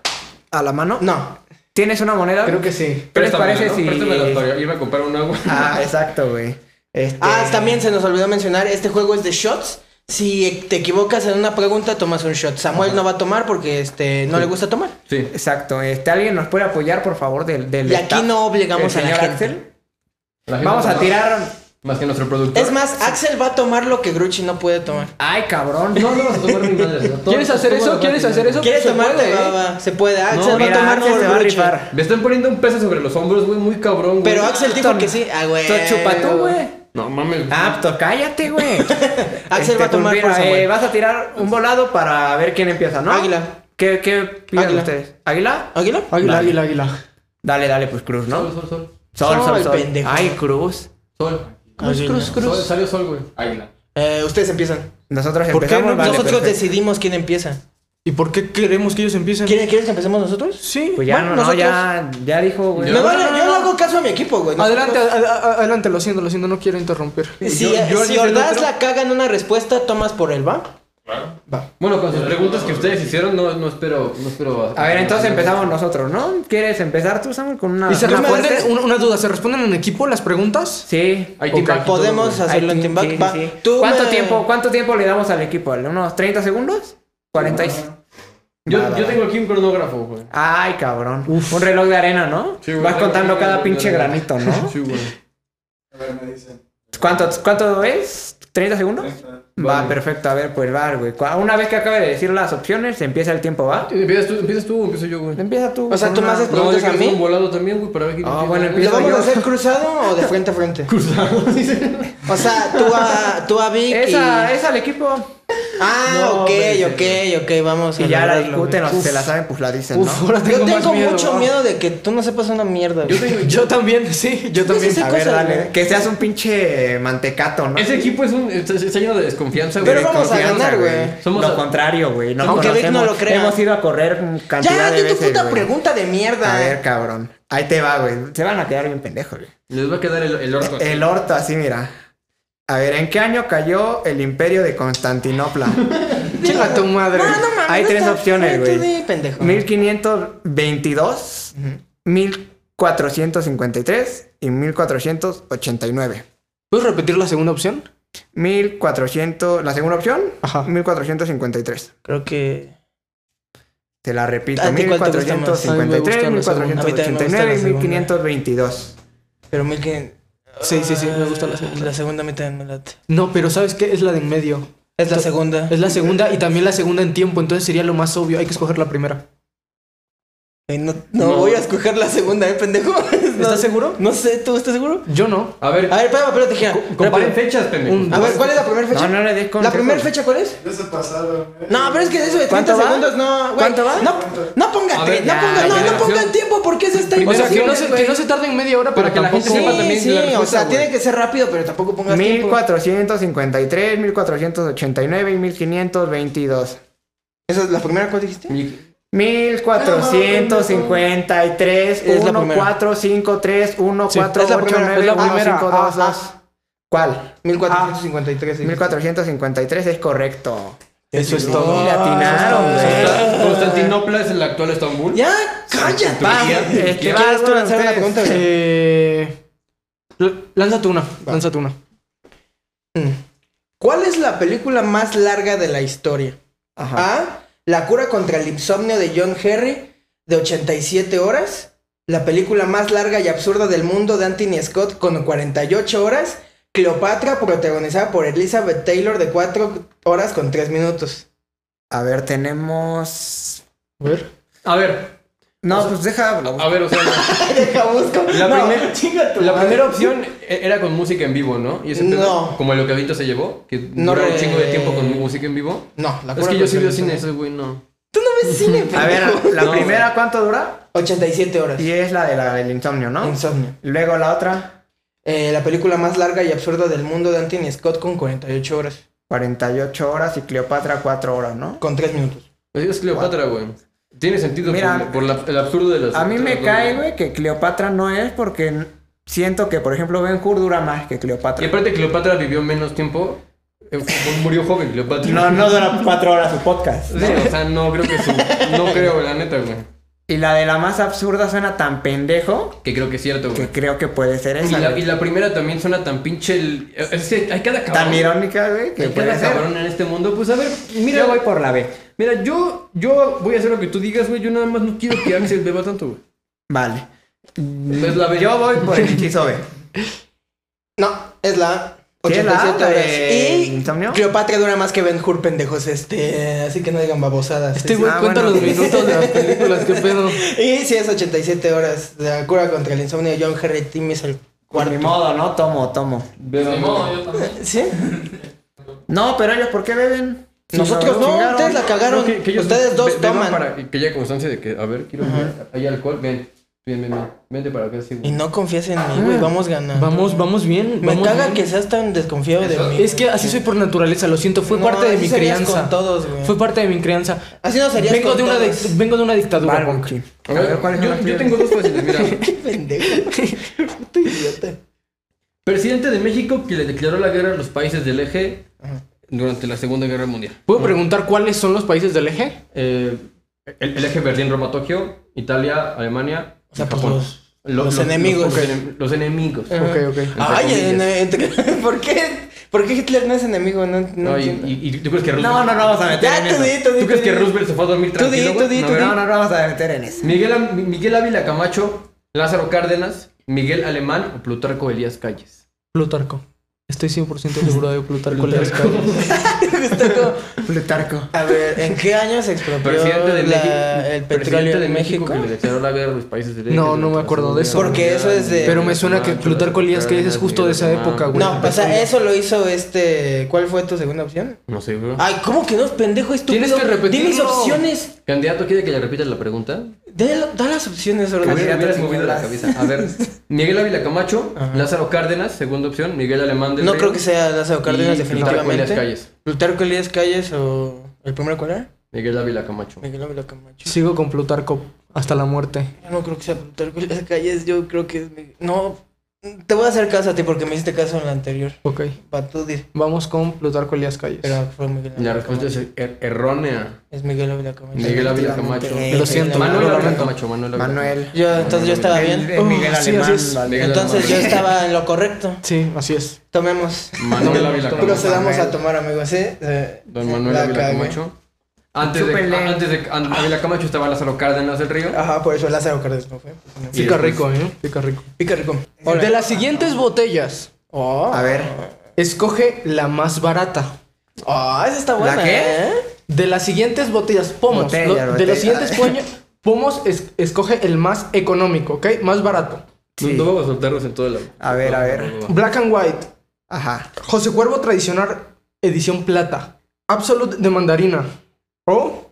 Speaker 1: a la mano?
Speaker 2: No.
Speaker 1: ¿Tienes una moneda?
Speaker 4: Creo que sí.
Speaker 1: ¿Qué les
Speaker 3: Préstamela,
Speaker 1: parece
Speaker 3: ¿no?
Speaker 1: si...?
Speaker 3: Préstamela para irme a comprar un agua.
Speaker 1: Ah, exacto, güey. Este-
Speaker 2: Ah, también se nos olvidó mencionar, este juego es de shots. Si te equivocas en una pregunta, tomas un shot. Samuel no va a tomar porque este no le gusta tomar.
Speaker 3: Sí.
Speaker 1: Exacto. Este, ¿Alguien nos puede apoyar, por favor, del... del
Speaker 2: Y aquí
Speaker 1: staff?
Speaker 2: no obligamos
Speaker 1: ¿El
Speaker 2: a la
Speaker 1: señor
Speaker 2: gente.
Speaker 1: Axel?
Speaker 3: La gente
Speaker 1: Vamos a
Speaker 3: más-
Speaker 1: tirar...
Speaker 3: Más que nuestro productor.
Speaker 2: Es más, Axel va a tomar lo que Gruchi no puede tomar.
Speaker 1: Ay, cabrón.
Speaker 3: No, no vas a tomar ni madre. ¿no? Todo-
Speaker 4: ¿Quieres hacer
Speaker 3: todo
Speaker 4: eso?
Speaker 3: lo vas a
Speaker 4: ¿Quieres
Speaker 3: tirar.
Speaker 4: hacer eso?
Speaker 2: ¿Quieres
Speaker 4: Se
Speaker 2: tomarte?
Speaker 4: puede,
Speaker 2: Va,
Speaker 4: ¿eh?
Speaker 2: va. Se puede. Axel va
Speaker 1: mira,
Speaker 2: a tomar
Speaker 1: Axel
Speaker 2: por
Speaker 1: se va a
Speaker 2: Gruchi.
Speaker 1: rifar.
Speaker 3: Me están poniendo un peso sobre los hombros, güey, muy cabrón, güey.
Speaker 2: Pero Axel dijo
Speaker 1: Tom.
Speaker 2: que sí. Ah, güey.
Speaker 1: Tú chupa tú, güey.
Speaker 3: No mames.
Speaker 1: Eh, Ah, pues cállate, güey.
Speaker 2: Axel va a tomar
Speaker 1: pues, mira,
Speaker 2: por Samuel.
Speaker 1: eh, vas a tirar un volado para ver quién empieza, ¿no?
Speaker 2: Águila.
Speaker 1: ¿Qué, qué piden
Speaker 2: Águila.
Speaker 1: ustedes? ¿Águila?
Speaker 2: ¿Águila?
Speaker 4: Águila,
Speaker 1: Dale.
Speaker 4: águila, águila.
Speaker 1: Dale, dale, pues cruz,
Speaker 3: Sol,
Speaker 1: ¿no?
Speaker 3: sol, sol.
Speaker 1: Sol, sol,
Speaker 2: Sol,
Speaker 1: sol.
Speaker 2: pendejo.
Speaker 1: Ay, cruz.
Speaker 3: Sol.
Speaker 2: Cruz, cruz,
Speaker 3: Sol, salió sol, güey. Águila.
Speaker 2: Eh, ustedes empiezan.
Speaker 1: Nosotros
Speaker 4: ¿Por qué
Speaker 1: empezamos.
Speaker 4: no-
Speaker 1: vale,
Speaker 2: nosotros
Speaker 1: perfecto.
Speaker 2: decidimos quién empieza.
Speaker 4: ¿Y por qué queremos que ellos empiecen?
Speaker 2: ¿Quiere- ¿Quieres que empecemos nosotros?
Speaker 4: Sí.
Speaker 1: Pues ya,
Speaker 2: Bueno,
Speaker 1: no, no,
Speaker 2: nosotros-
Speaker 1: ya, ya dijo, güey.
Speaker 2: Me
Speaker 3: No,
Speaker 2: vale,
Speaker 4: no, no,
Speaker 2: yo
Speaker 4: no.
Speaker 2: le hago caso a mi equipo, güey. Nosotros-
Speaker 4: Adelante, a- a- a- adelante, lo siento, lo siento, no quiero interrumpir.
Speaker 2: Si,
Speaker 3: Yo- yo
Speaker 2: si
Speaker 3: hice el
Speaker 2: Ordaz
Speaker 3: otro.
Speaker 2: la caga en una respuesta, tomas por él, ¿va?
Speaker 3: Bueno, con sus preguntas que ustedes hicieron, no, no espero. No espero
Speaker 1: A ver, entonces empezamos nosotros, ¿no? ¿Quieres empezar tú, Samuel, con una...
Speaker 4: Y se
Speaker 1: una
Speaker 4: responden,
Speaker 1: fuerte?
Speaker 4: una, una duda, ¿se responden en equipo las preguntas?
Speaker 1: Sí.
Speaker 3: Hay team
Speaker 4: Ok.
Speaker 3: back y todo,
Speaker 2: Podemos
Speaker 3: güey.
Speaker 2: hacerlo
Speaker 1: Ay,
Speaker 2: en
Speaker 1: sí,
Speaker 2: Teamback.
Speaker 1: sí,
Speaker 2: va.
Speaker 1: sí.
Speaker 2: Tú
Speaker 1: ¿Cuánto,
Speaker 2: me-
Speaker 1: tiempo, ¿Cuánto tiempo le damos al equipo? ¿Unos 30 segundos? ¿46?
Speaker 3: Yo, yo tengo aquí un cronógrafo, güey.
Speaker 1: Ay, cabrón. Un reloj de arena, ¿no?
Speaker 3: Sí, güey.
Speaker 1: Vas contando cada pinche granito, ¿no?
Speaker 3: Sí, güey.
Speaker 1: ¿Cuánto, cuánto es? ¿30 segundos? Va, perfecto. A ver, pues va, güey. Cua- Una vez que acabe de decir las opciones, empieza el tiempo, ¿va?
Speaker 3: ¿Empiezas tú, empiezas tú o empiezo yo, güey?
Speaker 1: Empieza tú.
Speaker 2: O sea,
Speaker 1: con
Speaker 2: tú
Speaker 1: una-
Speaker 2: me haces-
Speaker 3: No, yo
Speaker 2: ¿Preguntas
Speaker 3: quiero
Speaker 2: a
Speaker 3: hacer
Speaker 2: mí?
Speaker 3: un volado también, güey, para ver quién
Speaker 1: Ah,
Speaker 3: empieza.
Speaker 1: bueno,
Speaker 2: ¿Lo
Speaker 1: empiezo
Speaker 2: vamos
Speaker 1: yo.
Speaker 2: a hacer cruzado o de frente a frente?
Speaker 3: Cruzado, dice.
Speaker 2: O sea, tú a, tú a Vic
Speaker 1: Esa,
Speaker 2: y...
Speaker 1: es al equipo.
Speaker 2: Ah,
Speaker 3: No,
Speaker 2: ok,
Speaker 3: güey,
Speaker 2: ok, ok, vamos a
Speaker 1: Y ya la
Speaker 2: lograrlo, güey.
Speaker 1: discuten, o si se la saben, pues la dicen,
Speaker 4: Uf,
Speaker 1: ¿no?
Speaker 4: ahora tengo
Speaker 2: Yo
Speaker 4: más
Speaker 2: tengo
Speaker 4: miedo,
Speaker 2: mucho
Speaker 4: ¿no?
Speaker 2: miedo de que tú no sepas una mierda. güey.
Speaker 4: Yo también, sí, yo
Speaker 2: también.
Speaker 4: también.
Speaker 2: sí,
Speaker 1: A
Speaker 2: cosas,
Speaker 1: ver, dale.
Speaker 2: güey.
Speaker 1: Que seas un pinche mantecato, ¿no?
Speaker 3: Ese equipo es un, está, está lleno de desconfianza, güey.
Speaker 2: Pero vamos a
Speaker 1: Confianza,
Speaker 2: ganar, güey.
Speaker 3: Somos
Speaker 1: lo
Speaker 3: a-
Speaker 1: contrario, güey. Nos
Speaker 2: Aunque Vic no
Speaker 1: conocemos.
Speaker 2: lo crea.
Speaker 1: Hemos ido a correr cantidad
Speaker 2: Ya,
Speaker 1: de
Speaker 2: di tu
Speaker 1: veces,
Speaker 2: puta
Speaker 1: güey.
Speaker 2: pregunta de mierda.
Speaker 1: A ver, cabrón. Ahí te va, güey. Se van a quedar bien pendejos, güey.
Speaker 3: Les va a quedar el, el orco.
Speaker 2: Eh,
Speaker 3: así.
Speaker 1: El orto, así mira. A ver, ¿en qué año cayó el imperio de Constantinopla?
Speaker 4: Chinga tu madre.
Speaker 2: No, no mames.
Speaker 1: Hay
Speaker 2: no
Speaker 1: tres
Speaker 2: está-
Speaker 1: opciones,
Speaker 2: Ay, tú
Speaker 1: güey.
Speaker 2: di, pendejo.
Speaker 1: 1522,
Speaker 2: Ujú.
Speaker 1: 1453 y 1489.
Speaker 4: ¿Puedes repetir la segunda opción?
Speaker 1: 1400, la segunda opción,
Speaker 4: Ajá.
Speaker 1: 1453.
Speaker 2: Creo que.
Speaker 1: Te la repito,
Speaker 2: ¿A ti cuál te gusta más?
Speaker 4: A mí me gusta
Speaker 1: 1453,
Speaker 4: la segunda.
Speaker 2: A mí también me
Speaker 1: 1489
Speaker 2: gusta la
Speaker 1: y
Speaker 2: segunda.
Speaker 1: 1522.
Speaker 2: Pero mil que. Ah,
Speaker 4: Sí, sí, sí, me gusta la segunda.
Speaker 2: La segunda me también me late.
Speaker 4: No, pero ¿sabes qué? Es la de en medio.
Speaker 2: Es la segunda.
Speaker 4: Es la segunda y también la segunda en tiempo, entonces sería lo más obvio. Hay que escoger la primera.
Speaker 2: Ay, No, no
Speaker 3: No.
Speaker 2: voy a escoger la segunda, ¿eh, pendejo? No-
Speaker 4: ¿Estás seguro?
Speaker 2: No sé, ¿tú estás seguro?
Speaker 4: Yo no.
Speaker 3: A ver,
Speaker 2: A ver, espérame, espérate, Jera.
Speaker 3: comparen
Speaker 2: Rápido.
Speaker 3: fechas, pendejo.
Speaker 4: Un-
Speaker 2: A ver, ¿cuál es la primera
Speaker 1: No,
Speaker 2: fecha?
Speaker 1: no le des
Speaker 2: ¿La
Speaker 1: consejos.
Speaker 2: primera fecha cuál es?
Speaker 5: Ya se pasaron. eh.
Speaker 2: No, pero es que de eso de 30
Speaker 1: ¿Cuánto va?
Speaker 2: segundos no, güey.
Speaker 1: ¿Cuánto va?
Speaker 2: No, no ponga,
Speaker 3: A
Speaker 2: tre-
Speaker 3: ver,
Speaker 2: no
Speaker 3: ya,
Speaker 2: ponga, no,
Speaker 3: primera
Speaker 2: no ponga
Speaker 3: opción.
Speaker 2: tiempo porque eso está
Speaker 4: O sea, que
Speaker 2: imposible,
Speaker 4: no, se,
Speaker 2: güey.
Speaker 4: que no se tarde en media hora,
Speaker 3: Para
Speaker 4: pero
Speaker 3: que la gente
Speaker 4: tampoco...
Speaker 3: sepa
Speaker 2: Sí,
Speaker 3: también
Speaker 2: sí,
Speaker 3: la respuesta,
Speaker 2: o sea,
Speaker 3: güey.
Speaker 2: tiene que ser rápido, pero tampoco pongas tiempo.
Speaker 1: 1453, 1489 y 1522.
Speaker 2: ¿Esa es la primera cuál dijiste?
Speaker 3: Mi-
Speaker 1: 1453,
Speaker 2: Es la
Speaker 1: 1,
Speaker 2: primera.
Speaker 1: 4, 5, 3, 1,
Speaker 4: Sí,
Speaker 1: 4,
Speaker 4: es la
Speaker 1: 8,
Speaker 4: primera,
Speaker 1: 9,
Speaker 4: es la
Speaker 1: 1,
Speaker 4: primera.
Speaker 1: 5, 2, 2. ¿Cuál?
Speaker 2: 1453. sí.
Speaker 1: 1453 es correcto.
Speaker 4: Eso es todo.
Speaker 1: Y le atinaron, güey.
Speaker 3: Constan- Constantinopla es el actual Estambul.
Speaker 2: Ya, cállate.
Speaker 1: Va,
Speaker 3: Turquía.
Speaker 1: este,
Speaker 3: ¿Qué
Speaker 1: va,
Speaker 2: ¿Quieres tú
Speaker 1: bueno,
Speaker 2: lanzar una
Speaker 1: ustedes.
Speaker 2: pregunta? güey?
Speaker 4: Eh, l- lánzate una, lánzate una.
Speaker 2: ¿Cuál es la película más larga de la historia?
Speaker 1: Ajá.
Speaker 2: A. La cura contra el insomnio de John Henry de 87 horas. La película más larga y absurda del mundo de Anthony Scott con 48 horas. Cleopatra, protagonizada por Elizabeth Taylor de 4 horas con 3 minutos.
Speaker 1: A ver, tenemos.
Speaker 4: A ver.
Speaker 3: A ver,
Speaker 1: No, pues deja.
Speaker 3: a ver, o sea,
Speaker 2: Deja busco.
Speaker 3: La
Speaker 2: No,
Speaker 3: primer-
Speaker 2: chinga tu
Speaker 3: la
Speaker 2: madre.
Speaker 3: primera opción e- era con música en vivo, ¿no? Y ese pedo,
Speaker 2: No.
Speaker 3: como lo que ahorita se llevó, que
Speaker 2: No,
Speaker 3: duró un
Speaker 2: eh,
Speaker 3: chingo de tiempo con música en vivo.
Speaker 2: No, la
Speaker 3: Es
Speaker 2: cura
Speaker 3: que yo sí
Speaker 2: contra
Speaker 3: veo
Speaker 2: el insomnio.
Speaker 3: cine, ese güey no.
Speaker 2: Tú no ves cine,
Speaker 1: A ver,
Speaker 2: pendejo.
Speaker 1: la
Speaker 3: No,
Speaker 1: primera, ¿cuánto dura?
Speaker 2: 87 horas.
Speaker 1: Y es la de la del insomnio, ¿no?
Speaker 2: Insomnio.
Speaker 1: Luego la otra,
Speaker 2: Eh, la película más larga y absurda del mundo de Anthony Scott con 48 horas.
Speaker 1: 48 horas y Cleopatra 4 horas, ¿no?
Speaker 2: Con 3 minutos.
Speaker 3: Así Es Cleopatra, güey. Tiene sentido
Speaker 1: Mira,
Speaker 3: por, por la- el absurdo de las.
Speaker 1: A mí me
Speaker 3: otras dos,
Speaker 1: cae, güey, que Cleopatra no es porque n- siento que, por ejemplo, Ben Hur dura más que
Speaker 3: Y
Speaker 1: Cleopatra.
Speaker 3: aparte, Cleopatra vivió menos tiempo. eh, Murió joven, Cleopatra.
Speaker 1: No, no dura 4 horas su podcast.
Speaker 3: Sí, o sea, no creo que sí. No creo, la neta, güey.
Speaker 1: Y la de la más absurda suena tan pendejo
Speaker 3: Que creo que es cierto, güey.
Speaker 1: que creo que puede ser
Speaker 3: Y
Speaker 1: esa.
Speaker 3: la,
Speaker 1: güey.
Speaker 3: y la primera también suena tan pinche el... Es que hay cada cabrón.
Speaker 1: Tan irónica, güey, que
Speaker 3: hay cada
Speaker 1: puede ser.
Speaker 3: cabrón en este mundo. Pues a ver, mira,
Speaker 1: Yo voy por la B.
Speaker 3: mira, yo, yo voy a hacer lo que tú digas, güey. Yo nada más no quiero que Axel beba tanto, güey.
Speaker 1: Vale.
Speaker 3: Entonces Pues la ve.
Speaker 1: Yo voy por el inciso B.
Speaker 2: No, es la
Speaker 1: Sí, es la
Speaker 2: 87
Speaker 1: de
Speaker 2: horas. Y
Speaker 1: Insomnio.
Speaker 2: Cleopatra dura más que Ben Hur, pendejos. Este, así que no digan babosadas. Sí,
Speaker 4: Este güey
Speaker 1: Ah,
Speaker 4: cuenta
Speaker 1: bueno.
Speaker 4: los minutos de las películas, qué pedo.
Speaker 2: sí. Y sí, es 87 horas. La cura contra el insomnio de John Henry Tim es el
Speaker 1: Por
Speaker 2: cuarto.
Speaker 1: mi Pues modo, ¿no? Tomo, tomo.
Speaker 3: Beba,
Speaker 6: No, yo también.
Speaker 2: ¿Sí?
Speaker 1: No, Nosotros ¿por qué beben?
Speaker 2: Nosotros no, ustedes la cagaron.
Speaker 3: No, que- que ellos
Speaker 2: ustedes dos
Speaker 3: be- beban
Speaker 2: toman.
Speaker 3: Para que haya constancia de que, a ver, quiero ver, hay alcohol, ven. Ven, ven, ven. Vente para acá, sí,
Speaker 2: Y
Speaker 3: güey.
Speaker 2: no confías en mí,
Speaker 1: Ah.
Speaker 2: güey. Vamos ganando.
Speaker 4: Vamos, vamos bien.
Speaker 2: Me
Speaker 4: vamos
Speaker 2: caga
Speaker 4: bien.
Speaker 2: que seas tan desconfiado de mí.
Speaker 4: Es que así soy por naturaleza, lo siento, fue
Speaker 2: No,
Speaker 4: parte de
Speaker 2: así
Speaker 4: mi
Speaker 2: serías
Speaker 4: crianza.
Speaker 2: con todos, güey.
Speaker 4: Fue parte de mi crianza.
Speaker 2: Así no serías
Speaker 4: vengo
Speaker 2: con
Speaker 4: de una dic-
Speaker 2: todos.
Speaker 4: vengo de una dictadura.
Speaker 1: Vale,
Speaker 4: punk.
Speaker 1: sí.
Speaker 3: A ver,
Speaker 1: ¿cuáles son
Speaker 3: yo,
Speaker 1: las
Speaker 3: yo
Speaker 1: tuyas?
Speaker 3: tengo dos fáciles, mira.
Speaker 2: pendejo. Puto idiota.
Speaker 3: Presidente de México que le declaró la guerra a los países del eje durante la Segunda Guerra Mundial.
Speaker 4: ¿Puedo preguntar cuáles son los países del eje?
Speaker 3: Eh, el, el eje Berlín-Roma-Tokio, Italia, Alemania.
Speaker 2: O sea,
Speaker 3: y
Speaker 2: pues
Speaker 3: Japón.
Speaker 2: los- los enemigos. Ah,
Speaker 3: Los, enem- los enemigos.
Speaker 4: Ok, ok.
Speaker 2: Ay,
Speaker 3: comillas.
Speaker 2: en- eh, entre- ¿por qué? ¿Por qué Hitler no es enemigo? No, no
Speaker 3: No, y,
Speaker 2: entiendo.
Speaker 3: y- y tú crees que Roosevelt.
Speaker 1: No, no, no vamos a meter
Speaker 2: Ya,
Speaker 1: en eso.
Speaker 2: tú di, tú di.
Speaker 3: ¿Tú crees
Speaker 2: tú
Speaker 3: que
Speaker 2: di.
Speaker 3: Roosevelt se fue a dormir
Speaker 2: Tú di,
Speaker 3: tranquilo?
Speaker 2: tú
Speaker 3: güey?
Speaker 2: di,
Speaker 3: No,
Speaker 2: tú
Speaker 3: ¿verdad?
Speaker 1: No, no, no vamos a meter en eso.
Speaker 3: Miguel, Am- Miguel Ávila Camacho, Lázaro Cárdenas, Miguel Alemán o Plutarco Elías Calles.
Speaker 4: Plutarco. Estoy 100% seguro de Plutarco.
Speaker 3: Plutarco.
Speaker 2: Plutarco.
Speaker 1: Plutarco.
Speaker 2: A ver, ¿en qué año se expropió
Speaker 3: Presidente de
Speaker 2: la-
Speaker 3: México.
Speaker 2: el
Speaker 3: presidente
Speaker 2: petróleo
Speaker 3: de
Speaker 2: de México?
Speaker 3: Que le declaró la guerra a los países del eje.
Speaker 4: No, no
Speaker 3: durante
Speaker 4: me
Speaker 3: la
Speaker 4: acuerdo
Speaker 3: Segunda
Speaker 4: de eso.
Speaker 3: Guerra
Speaker 2: Porque eso
Speaker 3: Mundial.
Speaker 2: es de-
Speaker 4: Pero me suena que Plutarco Elías Calles es justo de esa época, güey.
Speaker 2: No, o sea, eso lo hizo este. ¿Cuál fue tu segunda opción?
Speaker 3: No sé, güey.
Speaker 2: Ay, ¿cómo que no es pendejo estúpido?
Speaker 4: Tienes que
Speaker 2: Di mis
Speaker 4: repetirlo.
Speaker 2: opciones.
Speaker 3: Candidato, ¿quiere que le repitas la pregunta?
Speaker 2: Dale- Da las opciones,
Speaker 3: Me
Speaker 2: Orlando.
Speaker 1: Candidato.
Speaker 3: hubiera- me hubieras
Speaker 1: sin
Speaker 3: movido la
Speaker 1: bolas.
Speaker 3: cabeza. A ver, Miguel Ávila Camacho, Lázaro Cárdenas, segunda opción, Miguel Alemán del
Speaker 2: No
Speaker 3: Río.
Speaker 2: creo que sea Lázaro Cárdenas,
Speaker 3: Y Plutarco
Speaker 2: definitivamente.
Speaker 3: Elías Calles.
Speaker 2: Plutarco Elías Calles o. ¿El primero cuál era?
Speaker 3: Miguel Ávila Camacho.
Speaker 2: Miguel Ávila Camacho.
Speaker 4: Sigo con Plutarco hasta la muerte.
Speaker 2: Yo no creo que sea Plutarco Elías Calles, yo creo que es. Miguel- No, Te voy a hacer caso a ti porque me hiciste caso en la anterior.
Speaker 4: Ok.
Speaker 2: Para tú dir.
Speaker 4: Vamos con Plutarco Elías Calles.
Speaker 2: Pero fue Miguel
Speaker 3: La
Speaker 2: Ávila
Speaker 3: respuesta es
Speaker 2: Camacho.
Speaker 3: er- errónea.
Speaker 2: Es Miguel Ávila Camacho.
Speaker 3: Miguel Ávila Camacho.
Speaker 1: Definitivamente.
Speaker 4: Lo siento,
Speaker 3: Manuel
Speaker 4: lo
Speaker 3: Ávila
Speaker 4: lamento.
Speaker 3: Camacho. Manuel Ávila
Speaker 1: Manuel.
Speaker 2: Yo, entonces yo estaba
Speaker 1: El-
Speaker 2: bien.
Speaker 1: el Miguel
Speaker 4: Oh, sí,
Speaker 1: Alemán.
Speaker 4: así es.
Speaker 1: vale.
Speaker 3: Miguel
Speaker 2: Entonces yo
Speaker 3: Alemán.
Speaker 2: estaba en lo correcto.
Speaker 4: Sí, así es.
Speaker 2: Tomemos.
Speaker 3: Manuel Ávila
Speaker 4: Don
Speaker 3: Camacho.
Speaker 2: Procedamos
Speaker 1: Manuel.
Speaker 2: a tomar, amigos, ¿eh? Eh,
Speaker 3: Don Manuel
Speaker 2: la
Speaker 3: Ávila
Speaker 2: cagué.
Speaker 3: Camacho. Antes de,
Speaker 1: Chúpenle.
Speaker 3: a- antes de an- Ávila Camacho estaba Lázaro Cárdenas del Río.
Speaker 2: Ajá, por eso Lázaro Cárdenas no fue.
Speaker 3: Sí.
Speaker 4: Pica rico, ¿eh? Pica rico.
Speaker 2: Pica rico.
Speaker 4: De las siguientes botellas,
Speaker 2: Oh.
Speaker 1: A ver.
Speaker 4: escoge la más barata.
Speaker 2: Oh, esa está buena.
Speaker 1: ¿La qué?
Speaker 2: ¿eh?
Speaker 4: De las siguientes botellas, pomos.
Speaker 1: Botella,
Speaker 4: lo- de
Speaker 1: botella.
Speaker 4: los siguientes puño- pomos, es- escoge el más económico, ¿ok? Más barato.
Speaker 1: Sí.
Speaker 3: No vamos a soltarnos en toda la.
Speaker 1: A ver, a ver.
Speaker 4: Black and White,
Speaker 1: Ajá.
Speaker 4: José Cuervo Tradicional Edición Plata, Absolute de Mandarina o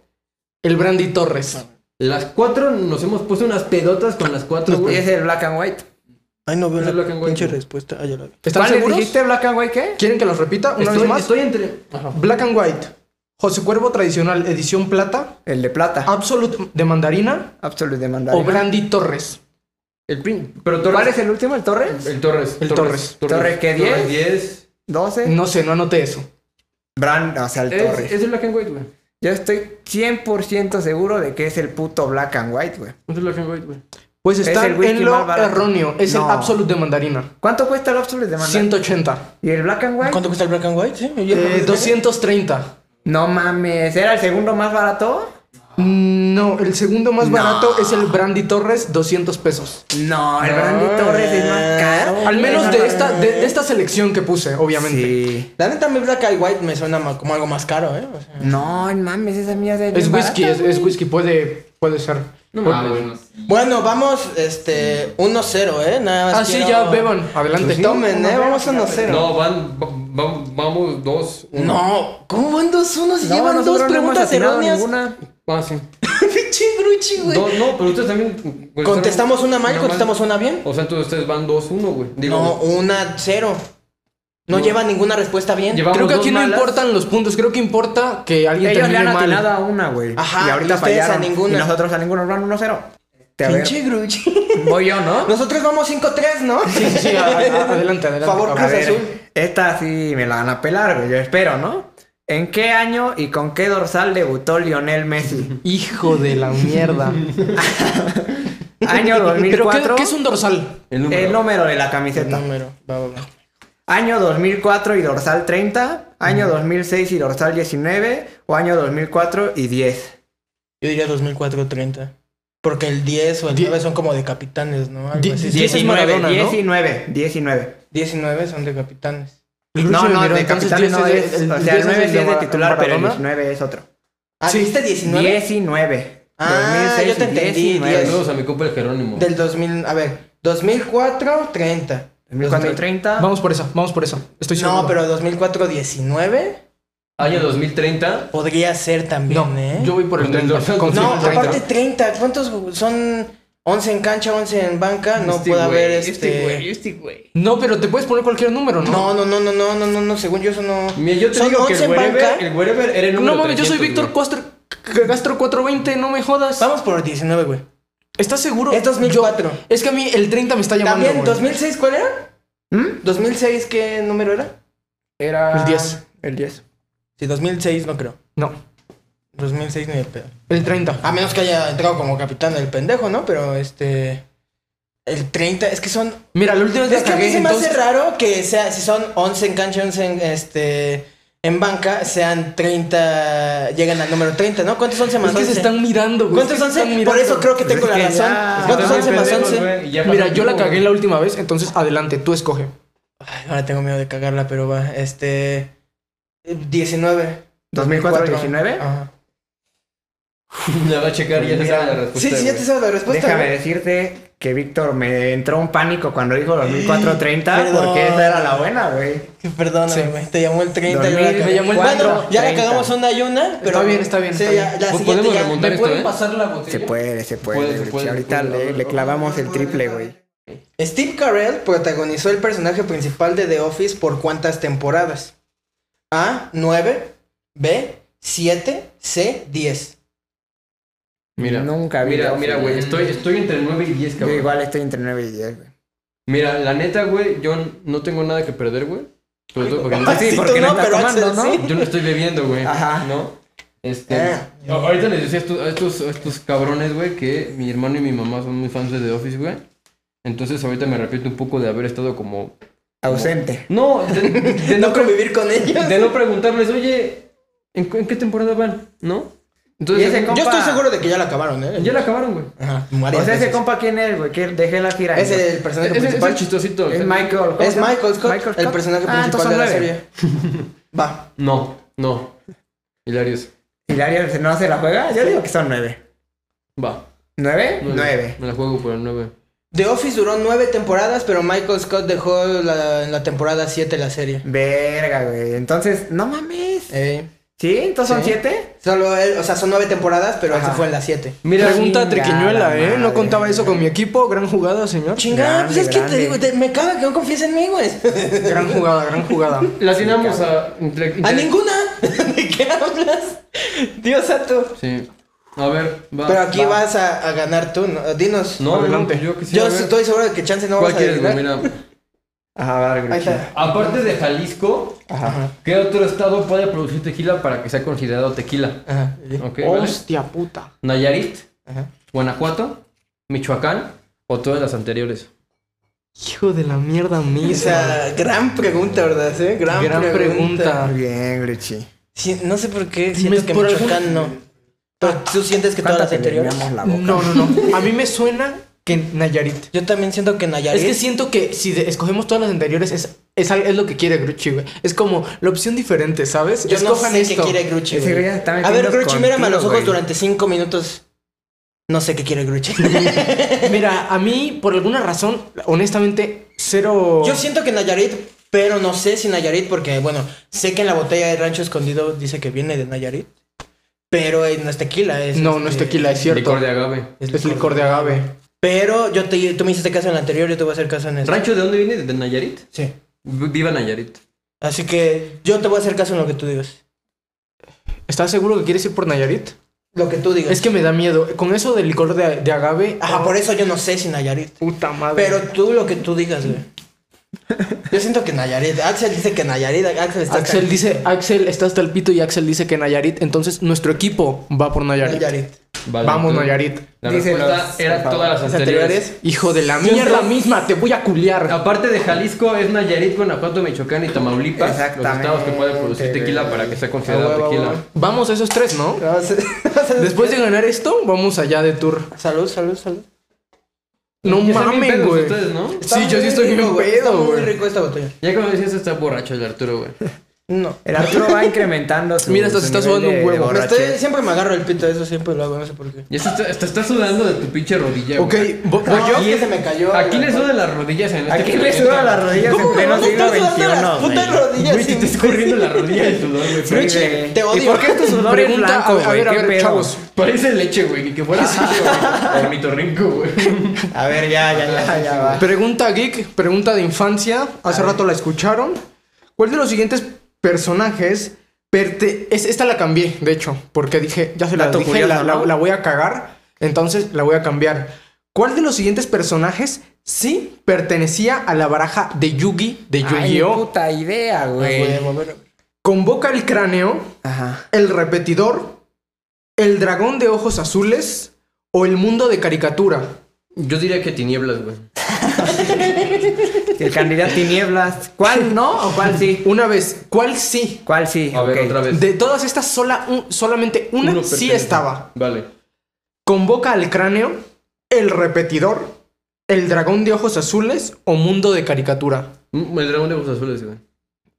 Speaker 4: el Brandy Torres.
Speaker 3: Las cuatro nos hemos puesto unas pedotas con las cuatro,
Speaker 1: ¿Y
Speaker 3: güey.
Speaker 1: es el black and white?
Speaker 2: Ay, no veo
Speaker 3: Esa es
Speaker 2: la
Speaker 3: la que engaño.
Speaker 2: pinche respuesta. Ah, ya la vi.
Speaker 4: ¿Están
Speaker 1: ¿Cuál
Speaker 4: seguros?
Speaker 1: dijiste black and white qué?
Speaker 4: ¿Quieren que los repita una
Speaker 3: Estoy,
Speaker 4: vez más?
Speaker 3: estoy entre. Ajá.
Speaker 4: Black and White, José Cuervo Tradicional Edición Plata,
Speaker 1: El de plata.
Speaker 4: Absolute de Mandarina
Speaker 1: Ah, Absolute de
Speaker 4: o
Speaker 1: mandarina.
Speaker 4: Brandy Torres.
Speaker 3: El pin. Pero Torres.
Speaker 1: ¿Cuál es el último? ¿El Torres?
Speaker 3: El Torres.
Speaker 4: El Torres.
Speaker 1: Torres, ¿qué, diez?
Speaker 3: Torres, diez.
Speaker 1: 12.
Speaker 4: No sé, no anoté eso.
Speaker 1: Brand, o sea, el
Speaker 3: Es,
Speaker 1: Torres.
Speaker 3: es el Black and White, güey.
Speaker 1: Yo estoy 100% seguro de que es el puto black and white, güey.
Speaker 3: Es el Black and White, güey.
Speaker 4: Pues
Speaker 1: Es
Speaker 4: está
Speaker 1: el whisky
Speaker 4: en lo
Speaker 1: más barato.
Speaker 4: erróneo. Es
Speaker 1: No.
Speaker 4: el Absolute de Mandarina.
Speaker 1: ¿Cuánto cuesta el Absolute de mandarina?
Speaker 4: 180.
Speaker 1: ¿Y el black and white?
Speaker 2: ¿Cuánto cuesta el black and white? Sí, yo-
Speaker 4: Eh, 230.
Speaker 1: No mames, ¿era el segundo más barato?
Speaker 4: Mm, No, el segundo más
Speaker 1: No.
Speaker 4: barato es el Brandy Torres, 200 pesos.
Speaker 1: No, el
Speaker 2: No,
Speaker 1: Brandy Torres es más caro.
Speaker 4: Al menos
Speaker 1: No
Speaker 4: de
Speaker 1: mames.
Speaker 4: esta, de, de esta selección que puse, obviamente.
Speaker 1: Sí.
Speaker 2: La neta, mi black and white me suena ma- como algo más caro, ¿eh? O sea,
Speaker 1: No, mames, esa mía de
Speaker 4: Es whisky, es, es whisky, puede, puede ser.
Speaker 3: No
Speaker 4: Puede-
Speaker 3: mames. no.
Speaker 2: Bueno, vamos, este, 1-0, ¿eh? Nada más
Speaker 4: Ah, sí,
Speaker 2: quiero-
Speaker 4: ya beban. Adelante.
Speaker 2: Pues tomen, ¿eh? Vamos 1-0.
Speaker 3: No, van. va- va- vamos dos.
Speaker 2: Mm.
Speaker 3: uno.
Speaker 2: No, ¿cómo van 2-1 si
Speaker 1: No,
Speaker 2: llevan
Speaker 1: nosotros
Speaker 2: dos
Speaker 1: no hemos
Speaker 2: preguntas
Speaker 1: atinado
Speaker 2: erróneas?
Speaker 1: ninguna.
Speaker 3: Ah, sí.
Speaker 2: Pinche gruchi, güey.
Speaker 3: Dos, no, pero ustedes también. güey,
Speaker 2: Contestamos
Speaker 3: están-
Speaker 2: una mal,
Speaker 3: no,
Speaker 2: contestamos una bien.
Speaker 3: O sea, entonces ustedes van 2-1, güey. Digo,
Speaker 2: No, una cero. No,
Speaker 3: No.
Speaker 2: lleva ninguna respuesta bien.
Speaker 3: Llevamos
Speaker 4: Creo que
Speaker 3: dos
Speaker 4: aquí no
Speaker 3: malas.
Speaker 4: importan los puntos, creo que importa que alguien
Speaker 1: Ellos le
Speaker 4: termine
Speaker 1: han
Speaker 4: mal.
Speaker 1: atinado a una, güey.
Speaker 2: Ajá,
Speaker 1: y ahorita
Speaker 2: y ustedes a
Speaker 1: fallaron.
Speaker 2: ninguna.
Speaker 1: Y nosotros a ninguno nos van 1-0. Te a ver,
Speaker 2: Pinche gruchi.
Speaker 1: Voy yo, ¿no?
Speaker 2: Nosotros vamos 5-3, ¿no?
Speaker 4: Sí, sí, sí, a- a- adelante, adelante.
Speaker 2: Favor,
Speaker 1: A
Speaker 4: cabrón.
Speaker 2: Cruz
Speaker 1: ver,
Speaker 2: Azul.
Speaker 1: esta sí me la van a pelar, güey. Yo espero, ¿no? ¿En qué año y con qué dorsal debutó Lionel Messi?
Speaker 4: Hijo de la mierda.
Speaker 1: Año
Speaker 4: Pero,
Speaker 1: 2004.
Speaker 4: ¿qué, qué es un dorsal?
Speaker 3: El número.
Speaker 1: El número de la camiseta.
Speaker 4: Mm.
Speaker 2: Número, va, va, va.
Speaker 1: Año 2004 y dorsal 30.
Speaker 4: Mm.
Speaker 1: Año 2006 y dorsal 19. O año 2004 y 10.
Speaker 2: Yo diría 2430. Porque el 10 o el
Speaker 4: Die-
Speaker 2: 9 son como de capitanes, ¿no? Algo
Speaker 4: Die-
Speaker 2: así.
Speaker 4: die-
Speaker 1: 19,
Speaker 4: Ese es Maradona, ¿no?
Speaker 1: 19, 19.
Speaker 2: 19 son de capitanes.
Speaker 1: No, no, el de
Speaker 4: entonces,
Speaker 1: capitán no
Speaker 4: 10
Speaker 1: es.
Speaker 4: es de-
Speaker 1: o sea, el
Speaker 4: 10 es
Speaker 1: 9 sí
Speaker 4: de
Speaker 1: es de
Speaker 4: Mar-
Speaker 1: titular, pero el
Speaker 4: Maradona.
Speaker 1: 19 es otro.
Speaker 2: Ah,
Speaker 4: Sí.
Speaker 2: ¿dijiste 19?
Speaker 1: 19.
Speaker 2: Ah,
Speaker 1: 2006
Speaker 2: yo te
Speaker 1: y
Speaker 2: entendí,
Speaker 1: 19.
Speaker 2: diez.
Speaker 3: Saludos a mi compa el Jerónimo.
Speaker 2: Del 2000, a ver, 2004, 30.
Speaker 1: 2004, 30.
Speaker 4: Vamos por esa, vamos por esa. Estoy seguro.
Speaker 2: No, pero 2004, 19
Speaker 3: Año 2030.
Speaker 2: podría ser también,
Speaker 4: No,
Speaker 2: ¿eh?
Speaker 4: yo voy por el
Speaker 3: Con el
Speaker 4: 30.
Speaker 3: dorsal.
Speaker 4: confío
Speaker 2: No,
Speaker 4: en el 30.
Speaker 2: aparte 30, ¿cuántos son 11 en cancha, 11 en banca? No
Speaker 3: Este
Speaker 2: puede haber
Speaker 3: güey,
Speaker 2: este...
Speaker 3: güey, este güey.
Speaker 4: No, pero te puedes poner cualquier número, ¿no?
Speaker 2: No, no, no, no, no, no, no, no, según yo eso no.
Speaker 3: Mira, yo te
Speaker 2: Son
Speaker 3: digo que
Speaker 2: 11
Speaker 3: el
Speaker 2: en
Speaker 3: Wherever,
Speaker 2: banca.
Speaker 3: el Wherever era el número
Speaker 4: No mames, yo soy
Speaker 3: 300,
Speaker 4: Víctor
Speaker 3: güey.
Speaker 4: Castro, Castro 420, no me jodas.
Speaker 2: Vamos por 19, güey.
Speaker 4: ¿Estás seguro?
Speaker 2: Es 2004.
Speaker 4: Yo- es que a mí el 30 me está llamando.
Speaker 2: También,
Speaker 4: güey.
Speaker 2: 2006, ¿cuál era?
Speaker 1: ¿Mm?
Speaker 2: ¿2006 qué número era?
Speaker 1: Era.
Speaker 4: El 10.
Speaker 1: El 10.
Speaker 2: Sí, 2006 no creo.
Speaker 4: No,
Speaker 2: 2006 ni el pedo.
Speaker 4: el Ah, 30.
Speaker 2: A menos que haya entrado como capitán el pendejo, ¿no? Pero este... El 30, es que son...
Speaker 4: Mira, la última vez
Speaker 2: Es
Speaker 4: la
Speaker 2: que a mí
Speaker 4: cagué,
Speaker 2: se me hace
Speaker 4: entonces-
Speaker 2: raro que sea, si son 11 en cancha, 11 en, este, en banca, sean 30, llegan al número 30, ¿no? ¿Cuántos 11 más
Speaker 4: Es que
Speaker 2: 11?
Speaker 4: se están mirando, güey.
Speaker 2: ¿Cuántos
Speaker 4: Es que se
Speaker 2: 11?
Speaker 4: están
Speaker 2: Por
Speaker 4: mirando.
Speaker 2: eso creo que
Speaker 1: Pues
Speaker 2: tengo
Speaker 1: es
Speaker 2: la
Speaker 1: que
Speaker 2: razón.
Speaker 1: ya-
Speaker 2: ¿Cuántos
Speaker 3: También
Speaker 2: 11 más
Speaker 3: perdemos,
Speaker 2: 11?
Speaker 3: güey, y ya
Speaker 4: Mira,
Speaker 3: pasó
Speaker 4: yo la
Speaker 3: tiempo,
Speaker 4: cagué
Speaker 3: güey.
Speaker 4: la última vez, entonces adelante, tú escoge.
Speaker 2: Ay, ahora tengo miedo de cagarla, pero va, este... 19.
Speaker 1: 2004, 19.
Speaker 2: Ajá.
Speaker 3: La va a checar y ya te
Speaker 2: Mira,
Speaker 3: sabe la respuesta.
Speaker 2: sí, sí, ya te
Speaker 3: güey.
Speaker 2: sabes la respuesta.
Speaker 1: Déjame
Speaker 2: güey.
Speaker 1: decirte que Víctor me entró un pánico cuando dijo 2004, 30.
Speaker 2: Perdón.
Speaker 1: Porque esa era la buena, güey.
Speaker 2: Que Perdóname,
Speaker 4: Sí.
Speaker 2: güey. Te llamó el 30. yo la
Speaker 1: 2000,
Speaker 2: cagué.
Speaker 4: me llamó el
Speaker 2: Bueno,
Speaker 4: 4,
Speaker 2: ya la
Speaker 1: 30.
Speaker 2: cagamos una y una, pero...
Speaker 4: Está bien, está bien,
Speaker 2: Sí,
Speaker 4: está
Speaker 2: ya,
Speaker 4: bien.
Speaker 2: la
Speaker 3: Pues
Speaker 2: siguiente
Speaker 3: podemos
Speaker 2: ya-
Speaker 3: remontar esto,
Speaker 4: pueden
Speaker 3: ¿eh?
Speaker 4: pasar la botella?
Speaker 1: Se puede, se puede.
Speaker 3: Puede, se
Speaker 1: güey.
Speaker 3: puede,
Speaker 1: Si
Speaker 3: se
Speaker 1: ahorita
Speaker 3: puede.
Speaker 1: le, le clavamos el triple, güey.
Speaker 2: Steve Carell protagonizó el personaje principal de The Office por cuántas temporadas? A, 9, B, 7, C, 10.
Speaker 3: Mira,
Speaker 1: Nunca vi
Speaker 3: Mira,
Speaker 1: Office,
Speaker 3: mira, güey.
Speaker 1: güey.
Speaker 3: Estoy, estoy entre 9 y 10,
Speaker 1: Yo
Speaker 3: cabrón.
Speaker 1: igual estoy entre 9 y 10, güey.
Speaker 3: Mira, la neta, güey, yo no tengo nada que perder, güey. Sobre todo porque no-
Speaker 1: Sí, porque
Speaker 2: tú
Speaker 1: no estás tomando,
Speaker 2: Axel
Speaker 1: ¿no?
Speaker 2: sí.
Speaker 3: yo no estoy bebiendo, güey.
Speaker 1: Ajá.
Speaker 3: ¿No? Este.
Speaker 1: Eh.
Speaker 3: a- Ahorita les decía a estos, a estos, a estos cabrones, güey, que mi hermano y mi mamá son muy fans de The Office, güey. Entonces ahorita me arrepiento un poco de haber estado como.
Speaker 1: Ausente.
Speaker 3: No, de, de
Speaker 2: No
Speaker 3: no, pre-
Speaker 2: convivir con ellos.
Speaker 3: de no preguntarles, oye, ¿en, cu- en qué temporada van? ¿No?
Speaker 1: Y ese
Speaker 3: Entonces,
Speaker 1: compa-
Speaker 2: Yo estoy seguro de que ya la acabaron, ¿eh?
Speaker 3: ya la acabaron, güey.
Speaker 2: Ajá.
Speaker 1: O
Speaker 2: varias
Speaker 1: sea, ese
Speaker 2: veces.
Speaker 1: compa, ¿quién es, güey? Que dejé la gira.
Speaker 2: Es el personaje
Speaker 3: Ese- ese
Speaker 2: principal.
Speaker 3: es chistosito.
Speaker 1: Es Michael. ¿cómo
Speaker 2: Es
Speaker 1: se llama?
Speaker 2: Michael Scott,
Speaker 1: Michael
Speaker 2: el personaje
Speaker 1: Ah, entonces
Speaker 2: principal de
Speaker 1: son
Speaker 2: la
Speaker 1: nueve.
Speaker 2: serie. Va.
Speaker 3: No, no. Hilarious.
Speaker 1: ¿Hilario se- no se la juega? Yo digo que son nueve.
Speaker 3: Va.
Speaker 1: ¿Nueve?
Speaker 3: nueve. Me la juego por el 9.
Speaker 2: The Office duró nueve temporadas, pero Michael Scott dejó la- en la temporada 7 la serie.
Speaker 1: Verga, güey. Entonces, no mames.
Speaker 2: Eh,
Speaker 1: ¿Sí? ¿Entonces son
Speaker 2: Sí.
Speaker 1: siete?
Speaker 2: solo él, o sea, son nueve temporadas, pero él se
Speaker 1: Ajá.
Speaker 2: fue en la 7.
Speaker 3: Mira,
Speaker 4: Pregunta
Speaker 1: chingada
Speaker 4: triquiñuela, ¿eh? No
Speaker 1: madre.
Speaker 4: contaba eso con mi equipo. Gran jugada, señor.
Speaker 2: Chingada, pues es
Speaker 1: Grande,
Speaker 2: que te
Speaker 1: grande.
Speaker 2: digo, te- me caga que no confíes en mí, güey.
Speaker 4: Gran jugada, gran jugada.
Speaker 3: Latinamos a. entre-
Speaker 2: A
Speaker 3: inter-
Speaker 2: ninguna. ¿De qué hablas? Dios santo.
Speaker 3: Sí. A ver, va.
Speaker 2: Pero aquí
Speaker 3: va.
Speaker 2: vas a, a ganar tú, ¿no? dinos.
Speaker 3: No,
Speaker 4: Adelante.
Speaker 3: no, yo quisiera
Speaker 2: Yo
Speaker 3: ver.
Speaker 2: estoy seguro de que chance no
Speaker 3: ¿Cuál
Speaker 2: vas a
Speaker 3: quieres, güey?
Speaker 2: adivinar.
Speaker 3: Mira.
Speaker 2: Ah,
Speaker 1: Ajá, va,
Speaker 2: Ahí está.
Speaker 3: Aparte de Jalisco,
Speaker 1: Ajá.
Speaker 3: ¿qué otro estado puede producir tequila para que sea considerado tequila?
Speaker 2: Ajá.
Speaker 3: Ok, ¿vale?
Speaker 4: Hostia puta.
Speaker 3: Nayarit,
Speaker 2: Ajá.
Speaker 3: Guanajuato, Michoacán o todas las anteriores.
Speaker 4: Hijo de la mierda
Speaker 2: O
Speaker 4: misa.
Speaker 2: sea, gran pregunta, ¿verdad? eh? Gran,
Speaker 4: Gran pregunta.
Speaker 1: Muy bien, Grichi.
Speaker 2: Sí, no sé por qué siento
Speaker 4: Me-
Speaker 2: que
Speaker 4: por
Speaker 2: Michoacán
Speaker 4: algún-
Speaker 2: no. Pero tú sientes que todas las
Speaker 1: ¿Cuántas
Speaker 2: anteriores.
Speaker 1: terminamos la boca?
Speaker 4: No, no, no. A mí me suena que Nayarit.
Speaker 2: Yo también siento que Nayarit.
Speaker 4: Es que siento que si de- escogemos todas las anteriores es, es, al- es lo que quiere Gruchi, güey. Es como la opción diferente, ¿sabes?
Speaker 2: yo no
Speaker 4: Escojan
Speaker 2: sé
Speaker 4: esto.
Speaker 2: qué quiere Gruchi.
Speaker 1: Ese
Speaker 2: güey.
Speaker 1: güey está
Speaker 2: A ver,
Speaker 1: metiendo
Speaker 2: Gruchi, mírame a
Speaker 1: contigo,
Speaker 2: los ojos
Speaker 1: güey.
Speaker 2: durante cinco minutos. No sé qué quiere Gruchi.
Speaker 4: Mira, a mí, por alguna razón, honestamente, cero.
Speaker 2: Yo siento que Nayarit, pero no sé si Nayarit, porque bueno, sé que en la botella de Rancho Escondido dice que viene de Nayarit. Pero eh, no es tequila, es.
Speaker 4: No, no es
Speaker 2: este,
Speaker 4: tequila, es cierto.
Speaker 3: Licor de agave.
Speaker 4: Es licor de agave.
Speaker 2: Pero yo te, tú me hiciste caso en la anterior, yo te voy a hacer caso en esta.
Speaker 3: ¿Rancho de dónde viene? ¿De Nayarit?
Speaker 2: Sí.
Speaker 3: V- Viva Nayarit.
Speaker 2: Así que yo te voy a hacer caso en lo que tú digas.
Speaker 4: ¿Estás seguro que quieres ir por Nayarit?
Speaker 2: Lo que tú digas.
Speaker 4: Es que me da miedo. Con eso del licor de, de agave.
Speaker 2: Ajá, Ah, por eso yo no sé si Nayarit.
Speaker 4: Puta madre.
Speaker 2: Pero tú lo que tú digas, güey. Yo siento que Nayarit. Axel dice que Nayarit. Axel está.
Speaker 4: Axel dice, Axel está hasta el pito y Axel dice que Nayarit. Entonces nuestro equipo va por Nayarit.
Speaker 2: Nayarit.
Speaker 3: Vale,
Speaker 4: Vamos,
Speaker 3: tú-
Speaker 4: Nayarit.
Speaker 3: La
Speaker 1: Dice
Speaker 3: respuesta
Speaker 1: los-
Speaker 3: era
Speaker 1: por favor.
Speaker 3: todas las
Speaker 2: Las
Speaker 3: anteriores.
Speaker 2: anteriores.
Speaker 4: Hijo de la
Speaker 3: Siento-
Speaker 4: mierda misma, te voy a culiar.
Speaker 3: Aparte de Jalisco, es Nayarit, Guanajuato, Michoacán y Tamaulipas. Los
Speaker 1: Exactamente,
Speaker 3: estados que pueden producir tequila
Speaker 1: güey.
Speaker 3: para que sea
Speaker 2: Ah,
Speaker 3: considerado
Speaker 2: huevo,
Speaker 3: tequila.
Speaker 2: huevo.
Speaker 4: Vamos a esos tres, ¿no? Después de ganar esto, vamos allá de tour.
Speaker 2: Salud, salud, salud.
Speaker 4: No
Speaker 3: Ya están bien
Speaker 4: mames,
Speaker 3: pedos
Speaker 4: güey.
Speaker 3: ustedes, ¿no?
Speaker 4: Sí, yo sí estoy bien
Speaker 2: Está
Speaker 4: pedo,
Speaker 2: muy
Speaker 4: güey.
Speaker 2: rico esta botella.
Speaker 3: Ya como decías, está borracho el Arturo, güey.
Speaker 2: No.
Speaker 1: El Arturo va incrementando su.
Speaker 4: Mira, hasta
Speaker 1: su
Speaker 4: se está
Speaker 1: nivel
Speaker 4: sudando un
Speaker 1: de- de
Speaker 4: huevo.
Speaker 2: Me estoy-
Speaker 1: borrachez.
Speaker 2: siempre me agarro el pito, eso siempre lo hago, no sé por qué.
Speaker 3: Ya se está, está, está sudando de tu pinche rodilla,
Speaker 4: Ok,
Speaker 3: güey.
Speaker 4: vo- voy
Speaker 2: No,
Speaker 4: yo.
Speaker 2: es que se me cayó.
Speaker 3: Aquí le sudan las rodillas en este
Speaker 1: Aquí le
Speaker 3: planeta,
Speaker 1: suda las
Speaker 3: güey.
Speaker 1: rodillas en
Speaker 2: ¿Cómo me
Speaker 1: pleno
Speaker 2: vas a
Speaker 1: siglo
Speaker 2: estar sudando las
Speaker 1: XXI.
Speaker 2: putas
Speaker 1: güey.
Speaker 2: rodillas?
Speaker 3: Güey, te
Speaker 2: sin-
Speaker 3: está escurriendo la rodilla de sudor, güey.
Speaker 1: Sí,
Speaker 3: Parece-
Speaker 2: Gruchi,
Speaker 1: güey.
Speaker 2: te odio.
Speaker 1: ¿Y por qué tu sudor es
Speaker 4: Pregunta,
Speaker 1: blanco,
Speaker 4: a ver, a
Speaker 1: güey?
Speaker 4: ver, a
Speaker 1: ¿Qué
Speaker 4: ver,
Speaker 1: pedo?
Speaker 4: chavos.
Speaker 3: Parece leche, güey. ni Que fuera así, güey. Ornitorrinco, güey.
Speaker 1: A ver, ya, ya, ya, ya va.
Speaker 4: Pregunta geek, pregunta de infancia. Hace rato la escucharon. ¿Cuál de los siguientes personajes perte- es- esta la cambié, de hecho, porque dije, ya se la
Speaker 1: Dato
Speaker 4: dije,
Speaker 1: curioso,
Speaker 4: la, la-
Speaker 1: ¿no?
Speaker 4: la voy a cagar, entonces la voy a cambiar. ¿Cuál de los siguientes personajes sí pertenecía a la baraja de Yugi de
Speaker 1: Ay,
Speaker 4: Yu-Gi-Oh?
Speaker 1: puta idea, güey.
Speaker 2: Huevo, bueno.
Speaker 4: Convoca el cráneo,
Speaker 1: Ajá.
Speaker 4: el repetidor, el dragón de ojos azules o el mundo de caricatura.
Speaker 3: Yo diría que tinieblas, güey.
Speaker 1: El candidato tinieblas. ¿Cuál no o cuál sí?
Speaker 4: Una vez, ¿cuál sí?
Speaker 1: ¿Cuál sí?
Speaker 3: A ver,
Speaker 1: Ok.
Speaker 3: otra vez.
Speaker 4: De todas estas, sola, un- solamente una
Speaker 3: Uno
Speaker 4: sí
Speaker 3: pertenece.
Speaker 4: estaba.
Speaker 3: Vale.
Speaker 4: Convoca al cráneo, el repetidor, el dragón de ojos azules o mundo de caricatura.
Speaker 3: Mm, El dragón de ojos azules, güey.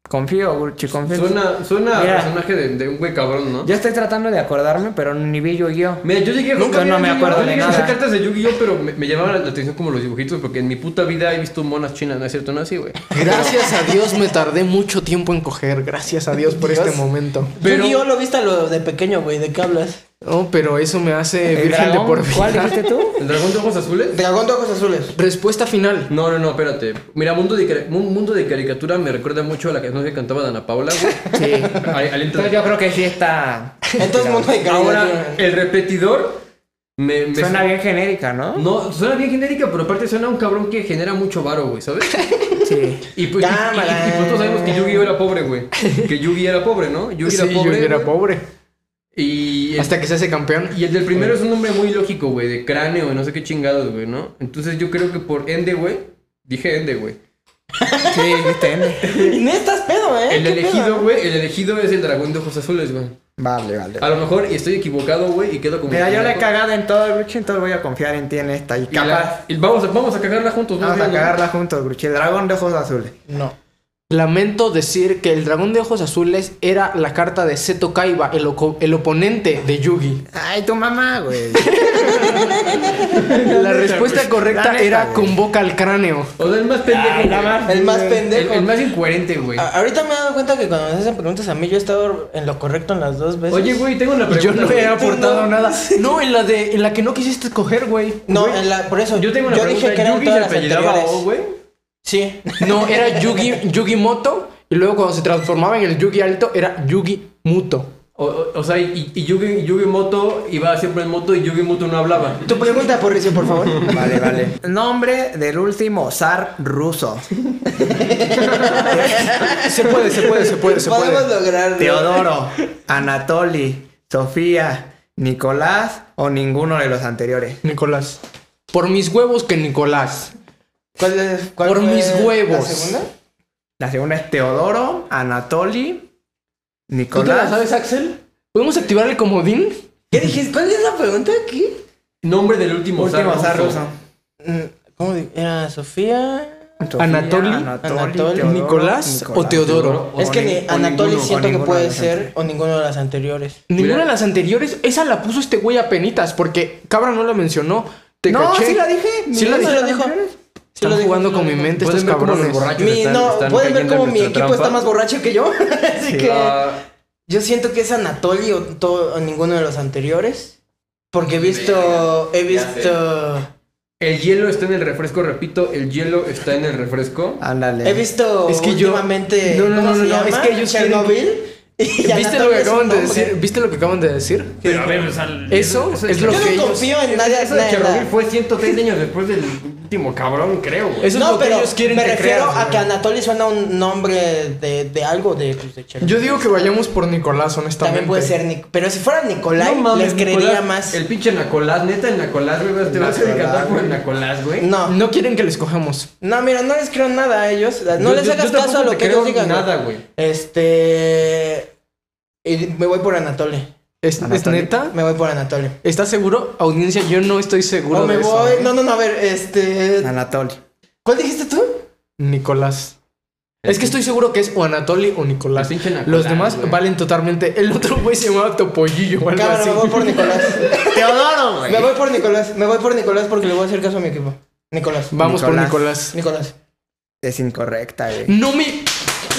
Speaker 1: Confío, Gurchi, confío.
Speaker 3: Suena, suena a
Speaker 1: Mira.
Speaker 3: personaje de, de un güey cabrón, ¿no?
Speaker 1: Yo estoy tratando de acordarme, pero ni vi yo yo.
Speaker 3: Mira, yo llegué a
Speaker 1: Nunca
Speaker 3: jugar-
Speaker 1: no me
Speaker 3: yo
Speaker 1: acuerdo
Speaker 3: llegué a
Speaker 1: de
Speaker 3: hacer
Speaker 1: nada.
Speaker 3: cartas de Yu-Gi-Oh, pero me, me llamaban la atención como los dibujitos, porque en mi puta vida he visto monas chinas, ¿no es cierto? No así, güey.
Speaker 4: Gracias a Dios me tardé mucho tiempo en coger. Gracias a Dios por este momento.
Speaker 2: Pero... Yo lo viste a lo de pequeño, güey, ¿de qué hablas?
Speaker 4: No, pero eso me hace
Speaker 1: ¿El
Speaker 4: virgen de
Speaker 1: dragón?
Speaker 4: por vida.
Speaker 1: ¿Cuál dijiste tú?
Speaker 3: ¿El dragón de ojos azules?
Speaker 2: Dragón de ojos azules.
Speaker 4: Respuesta final.
Speaker 3: No, no, no, espérate. Mira, mundo de, Cari- Mu- mundo de caricatura me recuerda mucho a la canción que cantaba Dana Paula, güey.
Speaker 1: Sí.
Speaker 3: Al- al intro.
Speaker 1: Entonces yo creo que sí está.
Speaker 2: Entonces, mundo de
Speaker 3: Ahora, el repetidor Me, me
Speaker 1: Suena bien genérica, ¿no?
Speaker 3: No, suena bien genérica, pero aparte suena a un cabrón que genera mucho varo, güey, ¿sabes?
Speaker 1: Sí.
Speaker 3: Y pues, y- y-
Speaker 2: Cámara.
Speaker 3: y, pues todos sabemos que Yugi era pobre, güey. Que Yugi era pobre, ¿no? Yugi
Speaker 4: Sí,
Speaker 3: era pobre.
Speaker 4: Yugi era
Speaker 3: güey.
Speaker 4: pobre.
Speaker 3: Y el,
Speaker 4: Hasta que se hace campeón.
Speaker 3: y el del primero es un nombre muy lógico, güey, de cráneo, no sé qué chingados, güey, ¿no? Entonces yo creo que por Ende, güey, dije Ende, güey.
Speaker 1: Sí, viste, Ende.
Speaker 2: Y no estás pedo, ¿eh?
Speaker 3: El
Speaker 2: ¿Qué pedo,
Speaker 3: elegido,
Speaker 2: no?
Speaker 3: güey, el elegido es el dragón de ojos azules, güey.
Speaker 1: Vale, vale.
Speaker 3: A lo mejor estoy equivocado, güey, y quedo como.
Speaker 1: Mira, yo la he
Speaker 3: pendejo.
Speaker 1: cagado en todo el Gruchi, entonces voy a confiar en ti en esta. Y
Speaker 3: Y la-
Speaker 1: capaz.
Speaker 3: y vamos, a, vamos a cagarla juntos,
Speaker 1: Vamos a
Speaker 3: Viendo.
Speaker 1: cagarla juntos, Gruchi. El dragón de ojos azules.
Speaker 2: No.
Speaker 4: Lamento decir que el dragón de ojos azules era la carta de Seto Kaiba, el, oco- el oponente de Yugi.
Speaker 1: Ay, tu mamá, güey.
Speaker 4: La respuesta
Speaker 1: güey. La
Speaker 4: correcta
Speaker 1: neta,
Speaker 4: era
Speaker 1: güey.
Speaker 4: convoca al cráneo.
Speaker 3: O sea, el más pendejo. güey.
Speaker 2: El Ah, más
Speaker 3: El-
Speaker 2: pendejo. Ah,
Speaker 3: el, más incoherente, güey.
Speaker 2: A- ahorita me he dado cuenta que cuando me hacen preguntas a mí, yo he estado en lo correcto en las dos veces.
Speaker 3: Oye, güey, tengo una pregunta.
Speaker 4: Yo no he
Speaker 3: güey.
Speaker 4: aportado
Speaker 2: No.
Speaker 4: nada. No, en la de en la que no quisiste escoger, güey.
Speaker 2: No,
Speaker 3: Güey,
Speaker 2: en la, por eso.
Speaker 3: Yo tengo una pregunta.
Speaker 2: dije que eran
Speaker 3: ¿Yugi
Speaker 2: todas
Speaker 3: se
Speaker 2: las
Speaker 3: apellidaba
Speaker 2: anteriores.
Speaker 3: O, güey?
Speaker 2: Sí.
Speaker 4: No, era Yugi, Yugi Moto. Y luego cuando se transformaba en el Yugi Alto, era Yugi Muto.
Speaker 3: O, o- o sea, y, y Yugi, Yugi Moto iba siempre en moto y Yugi Moto no hablaba.
Speaker 2: Tu pregunta, Porricio, por favor.
Speaker 1: Vale, vale. Nombre del último zar ruso.
Speaker 4: Se puede, se puede, se puede, se
Speaker 2: Podemos
Speaker 4: puede.
Speaker 2: lograrlo.
Speaker 1: Teodoro, Anatoli, Sofía, Nicolás o ninguno de los anteriores.
Speaker 4: Nicolás. Por mis huevos que Nicolás.
Speaker 2: ¿Cuál es- cuál
Speaker 4: Por
Speaker 2: fue
Speaker 4: mis
Speaker 2: ¿La
Speaker 4: huevos.
Speaker 2: segunda?
Speaker 1: La segunda es Teodoro, Anatoli,
Speaker 4: ¿Tú te la
Speaker 1: Nicolás.
Speaker 4: sabes, Axel? ¿Podemos activar el comodín?
Speaker 2: ¿Qué dijiste? ¿Cuál es la pregunta aquí?
Speaker 3: Nombre del último
Speaker 1: Último
Speaker 3: zar
Speaker 1: zar
Speaker 3: ruso.
Speaker 1: ruso.
Speaker 2: Mm, ¿Cómo di- Era Sofía.
Speaker 1: Sofía,
Speaker 4: Anatoli,
Speaker 2: Anatoli,
Speaker 1: Teodoro,
Speaker 4: Nicolás o Teodoro.
Speaker 3: O
Speaker 2: es que
Speaker 1: ni-
Speaker 2: ni
Speaker 1: o
Speaker 2: Anatoly
Speaker 1: ninguno, o
Speaker 2: siento que
Speaker 1: ninguno de
Speaker 2: puede
Speaker 1: los
Speaker 2: ser
Speaker 1: anteriores.
Speaker 2: o ninguno de las anteriores.
Speaker 4: Ninguna
Speaker 3: Mira.
Speaker 4: de las anteriores, esa la puso este güey a penitas, porque Cabra no la mencionó. Te
Speaker 1: No,
Speaker 4: caché.
Speaker 1: sí la dije.
Speaker 4: Sí
Speaker 1: Ninguno
Speaker 4: la
Speaker 1: de
Speaker 4: dije.
Speaker 1: los
Speaker 2: lo dijo.
Speaker 1: anteriores.
Speaker 2: Sí lo
Speaker 4: Están
Speaker 2: dijo,
Speaker 4: jugando
Speaker 2: sí lo
Speaker 4: con mi
Speaker 2: dijo.
Speaker 4: mente estos
Speaker 3: Pueden ver cómo los
Speaker 4: cabrones.
Speaker 3: borrachos
Speaker 2: Mi-
Speaker 3: están,
Speaker 2: no,
Speaker 3: están
Speaker 2: pueden ver
Speaker 3: cayendo
Speaker 2: cómo
Speaker 3: en
Speaker 2: mi equipo
Speaker 3: nuestra
Speaker 2: está más
Speaker 3: trampa.
Speaker 2: borracho que yo. Así que
Speaker 3: Ah,
Speaker 2: yo siento que es Anatoly o, to- o ninguno de los anteriores. Porque he visto. He visto.
Speaker 3: el hielo está en el refresco, repito, el hielo está en el refresco.
Speaker 1: Ándale.
Speaker 2: He visto
Speaker 4: Es que yo-
Speaker 2: últimamente.
Speaker 4: No, no,
Speaker 2: ¿cómo
Speaker 4: no,
Speaker 2: se
Speaker 4: no, no,
Speaker 2: llama?
Speaker 4: es que ellos quieren-
Speaker 2: Chernobyl. y
Speaker 4: ¿Viste lo
Speaker 2: Anatoly
Speaker 4: que
Speaker 2: es un
Speaker 4: acaban de
Speaker 2: nombre.
Speaker 4: decir? ¿Viste lo que acaban de decir?
Speaker 3: Pero a ver, o sea,
Speaker 4: Eso
Speaker 3: eso de
Speaker 4: es lo
Speaker 2: Yo
Speaker 4: que
Speaker 2: no
Speaker 4: ellos.
Speaker 2: confío en nadie.
Speaker 3: Eso de
Speaker 2: nada.
Speaker 3: Chernobyl fue 103 años después del último cabrón, creo, güey.
Speaker 4: Eso es
Speaker 2: no,
Speaker 4: lo que
Speaker 2: pero
Speaker 4: ellos quieren
Speaker 2: me
Speaker 4: que
Speaker 2: refiero
Speaker 4: creas,
Speaker 2: a que
Speaker 4: güey.
Speaker 2: Anatoly suena un nombre de, de algo de, pues, de Chernobyl.
Speaker 4: Yo digo que vayamos por Nicolás, honestamente.
Speaker 2: También puede ser Nic- Pero si fuera Nicolai,
Speaker 3: No mames,
Speaker 2: les creería
Speaker 3: Nicolás,
Speaker 2: más.
Speaker 3: El pinche Nacolás, neta, el Nacolás, güey, te vas a decantar por el Nacolás, güey.
Speaker 2: No.
Speaker 4: No quieren que les cojamos.
Speaker 2: No, mira, no les creo nada a ellos. No
Speaker 3: Yo-
Speaker 2: les
Speaker 3: yo-
Speaker 2: hagas
Speaker 3: yo tampoco
Speaker 2: caso a lo
Speaker 3: te
Speaker 2: que
Speaker 3: creo
Speaker 2: ellos digan.
Speaker 3: nada,
Speaker 2: güey.
Speaker 3: güey.
Speaker 2: Este. y me voy por Anatoly.
Speaker 4: ¿Es, es
Speaker 1: Anatoly.
Speaker 4: neta?
Speaker 2: Me voy por Anatoly.
Speaker 4: ¿Estás seguro? Audiencia, yo no estoy seguro
Speaker 2: No, me
Speaker 4: de eso,
Speaker 2: voy.
Speaker 4: ¿eh?
Speaker 2: No, no, no, a ver, este.
Speaker 1: Anatoli.
Speaker 2: ¿Cuál dijiste tú?
Speaker 4: Nicolás. Es que estoy seguro que es o Anatoly o Nicolás.
Speaker 3: El pinche Nicolás,
Speaker 4: Los demás
Speaker 3: güey.
Speaker 4: valen totalmente. El otro güey se llamaba Topollillo o algo
Speaker 2: Cámara,
Speaker 4: así.
Speaker 2: me voy por Nicolás.
Speaker 1: Teodoro, güey.
Speaker 2: me voy por Nicolás. Me voy por Nicolás porque le voy a hacer caso a mi equipo. Nicolás.
Speaker 4: Vamos por
Speaker 1: Nicolás.
Speaker 4: Nicolás.
Speaker 2: Nicolás.
Speaker 1: Es incorrecta, güey.
Speaker 4: No me.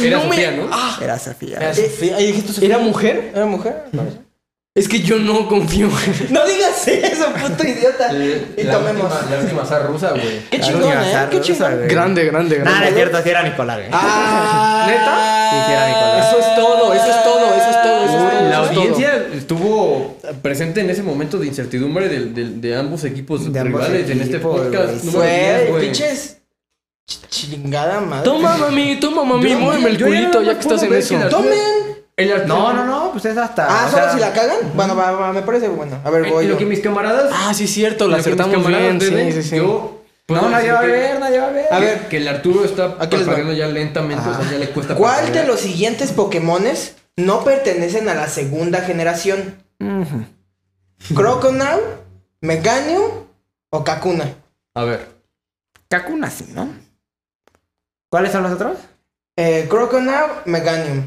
Speaker 3: Era
Speaker 4: no
Speaker 3: Sofía,
Speaker 4: me-
Speaker 3: ¿no?
Speaker 4: Ah,
Speaker 1: Era Sofía.
Speaker 2: Era Sofía. Ay, dijiste Sofía.
Speaker 4: ¿Era mujer?
Speaker 2: ¿Era mujer?
Speaker 4: Es que yo no confío.
Speaker 2: No digas eso, puto idiota. y
Speaker 3: la
Speaker 2: tomemos.
Speaker 3: última, la última zar rusa, güey.
Speaker 2: Qué
Speaker 1: La
Speaker 2: chingón,
Speaker 1: última
Speaker 2: ¿eh?
Speaker 1: zar
Speaker 2: Qué
Speaker 1: rusa,
Speaker 2: chingón.
Speaker 1: güey.
Speaker 4: grande, grande,
Speaker 1: Nada, es
Speaker 4: grande.
Speaker 1: cierto, sí era Nicolás, güey.
Speaker 2: Ah,
Speaker 4: ¿Neta?
Speaker 1: Sí, sí era Nicolás.
Speaker 4: Eso es todo, eso es todo, eso es todo, eso es
Speaker 3: La
Speaker 4: todo. eso es todo.
Speaker 3: audiencia estuvo presente en ese momento de incertidumbre de, de- de ambos equipos
Speaker 1: De ambos
Speaker 3: rivales en este
Speaker 1: equipos,
Speaker 3: podcast
Speaker 1: güey.
Speaker 3: número 10,
Speaker 2: Fue,
Speaker 3: güey.
Speaker 2: pinches. ch- Chingada madre.
Speaker 4: Toma, mami, toma, mami,
Speaker 3: Yo-
Speaker 4: muéveme el
Speaker 3: yo ya
Speaker 4: culito
Speaker 3: no
Speaker 4: ya que
Speaker 3: puedo
Speaker 4: estás en
Speaker 3: ver
Speaker 4: eso.
Speaker 3: que la-
Speaker 2: Tomen.
Speaker 3: El art-
Speaker 1: No, no, no, pues es hasta.
Speaker 2: Ah,
Speaker 1: o
Speaker 2: solo
Speaker 1: sea,
Speaker 2: si la cagan. Bueno, va, va, me parece bueno. A ver,
Speaker 3: Eh,
Speaker 2: voy.
Speaker 3: lo
Speaker 2: Yo.
Speaker 3: que mis camaradas.
Speaker 4: Ah, sí, es cierto,
Speaker 3: lo
Speaker 4: la
Speaker 3: que mis
Speaker 4: acertamos
Speaker 3: camaradas
Speaker 4: bien. Sí,
Speaker 3: deben,
Speaker 4: sí, sí.
Speaker 3: Yo. puedo
Speaker 1: No, nadie
Speaker 3: decir
Speaker 1: va a
Speaker 3: que-
Speaker 1: ver, nadie va a ver.
Speaker 2: A ver.
Speaker 3: Que el Arturo está
Speaker 2: Aquí les va.
Speaker 3: parpadeando ya lentamente, o sea, ya le cuesta.
Speaker 2: ¿Cuál
Speaker 3: parpadear.
Speaker 2: de los siguientes Pokémones no pertenecen a la segunda generación? Croconaw, Meganium o Kakuna.
Speaker 3: A ver.
Speaker 1: Kakuna sí, ¿no? ¿Cuáles son los otros?
Speaker 2: Eh, Croconaw, Meganium.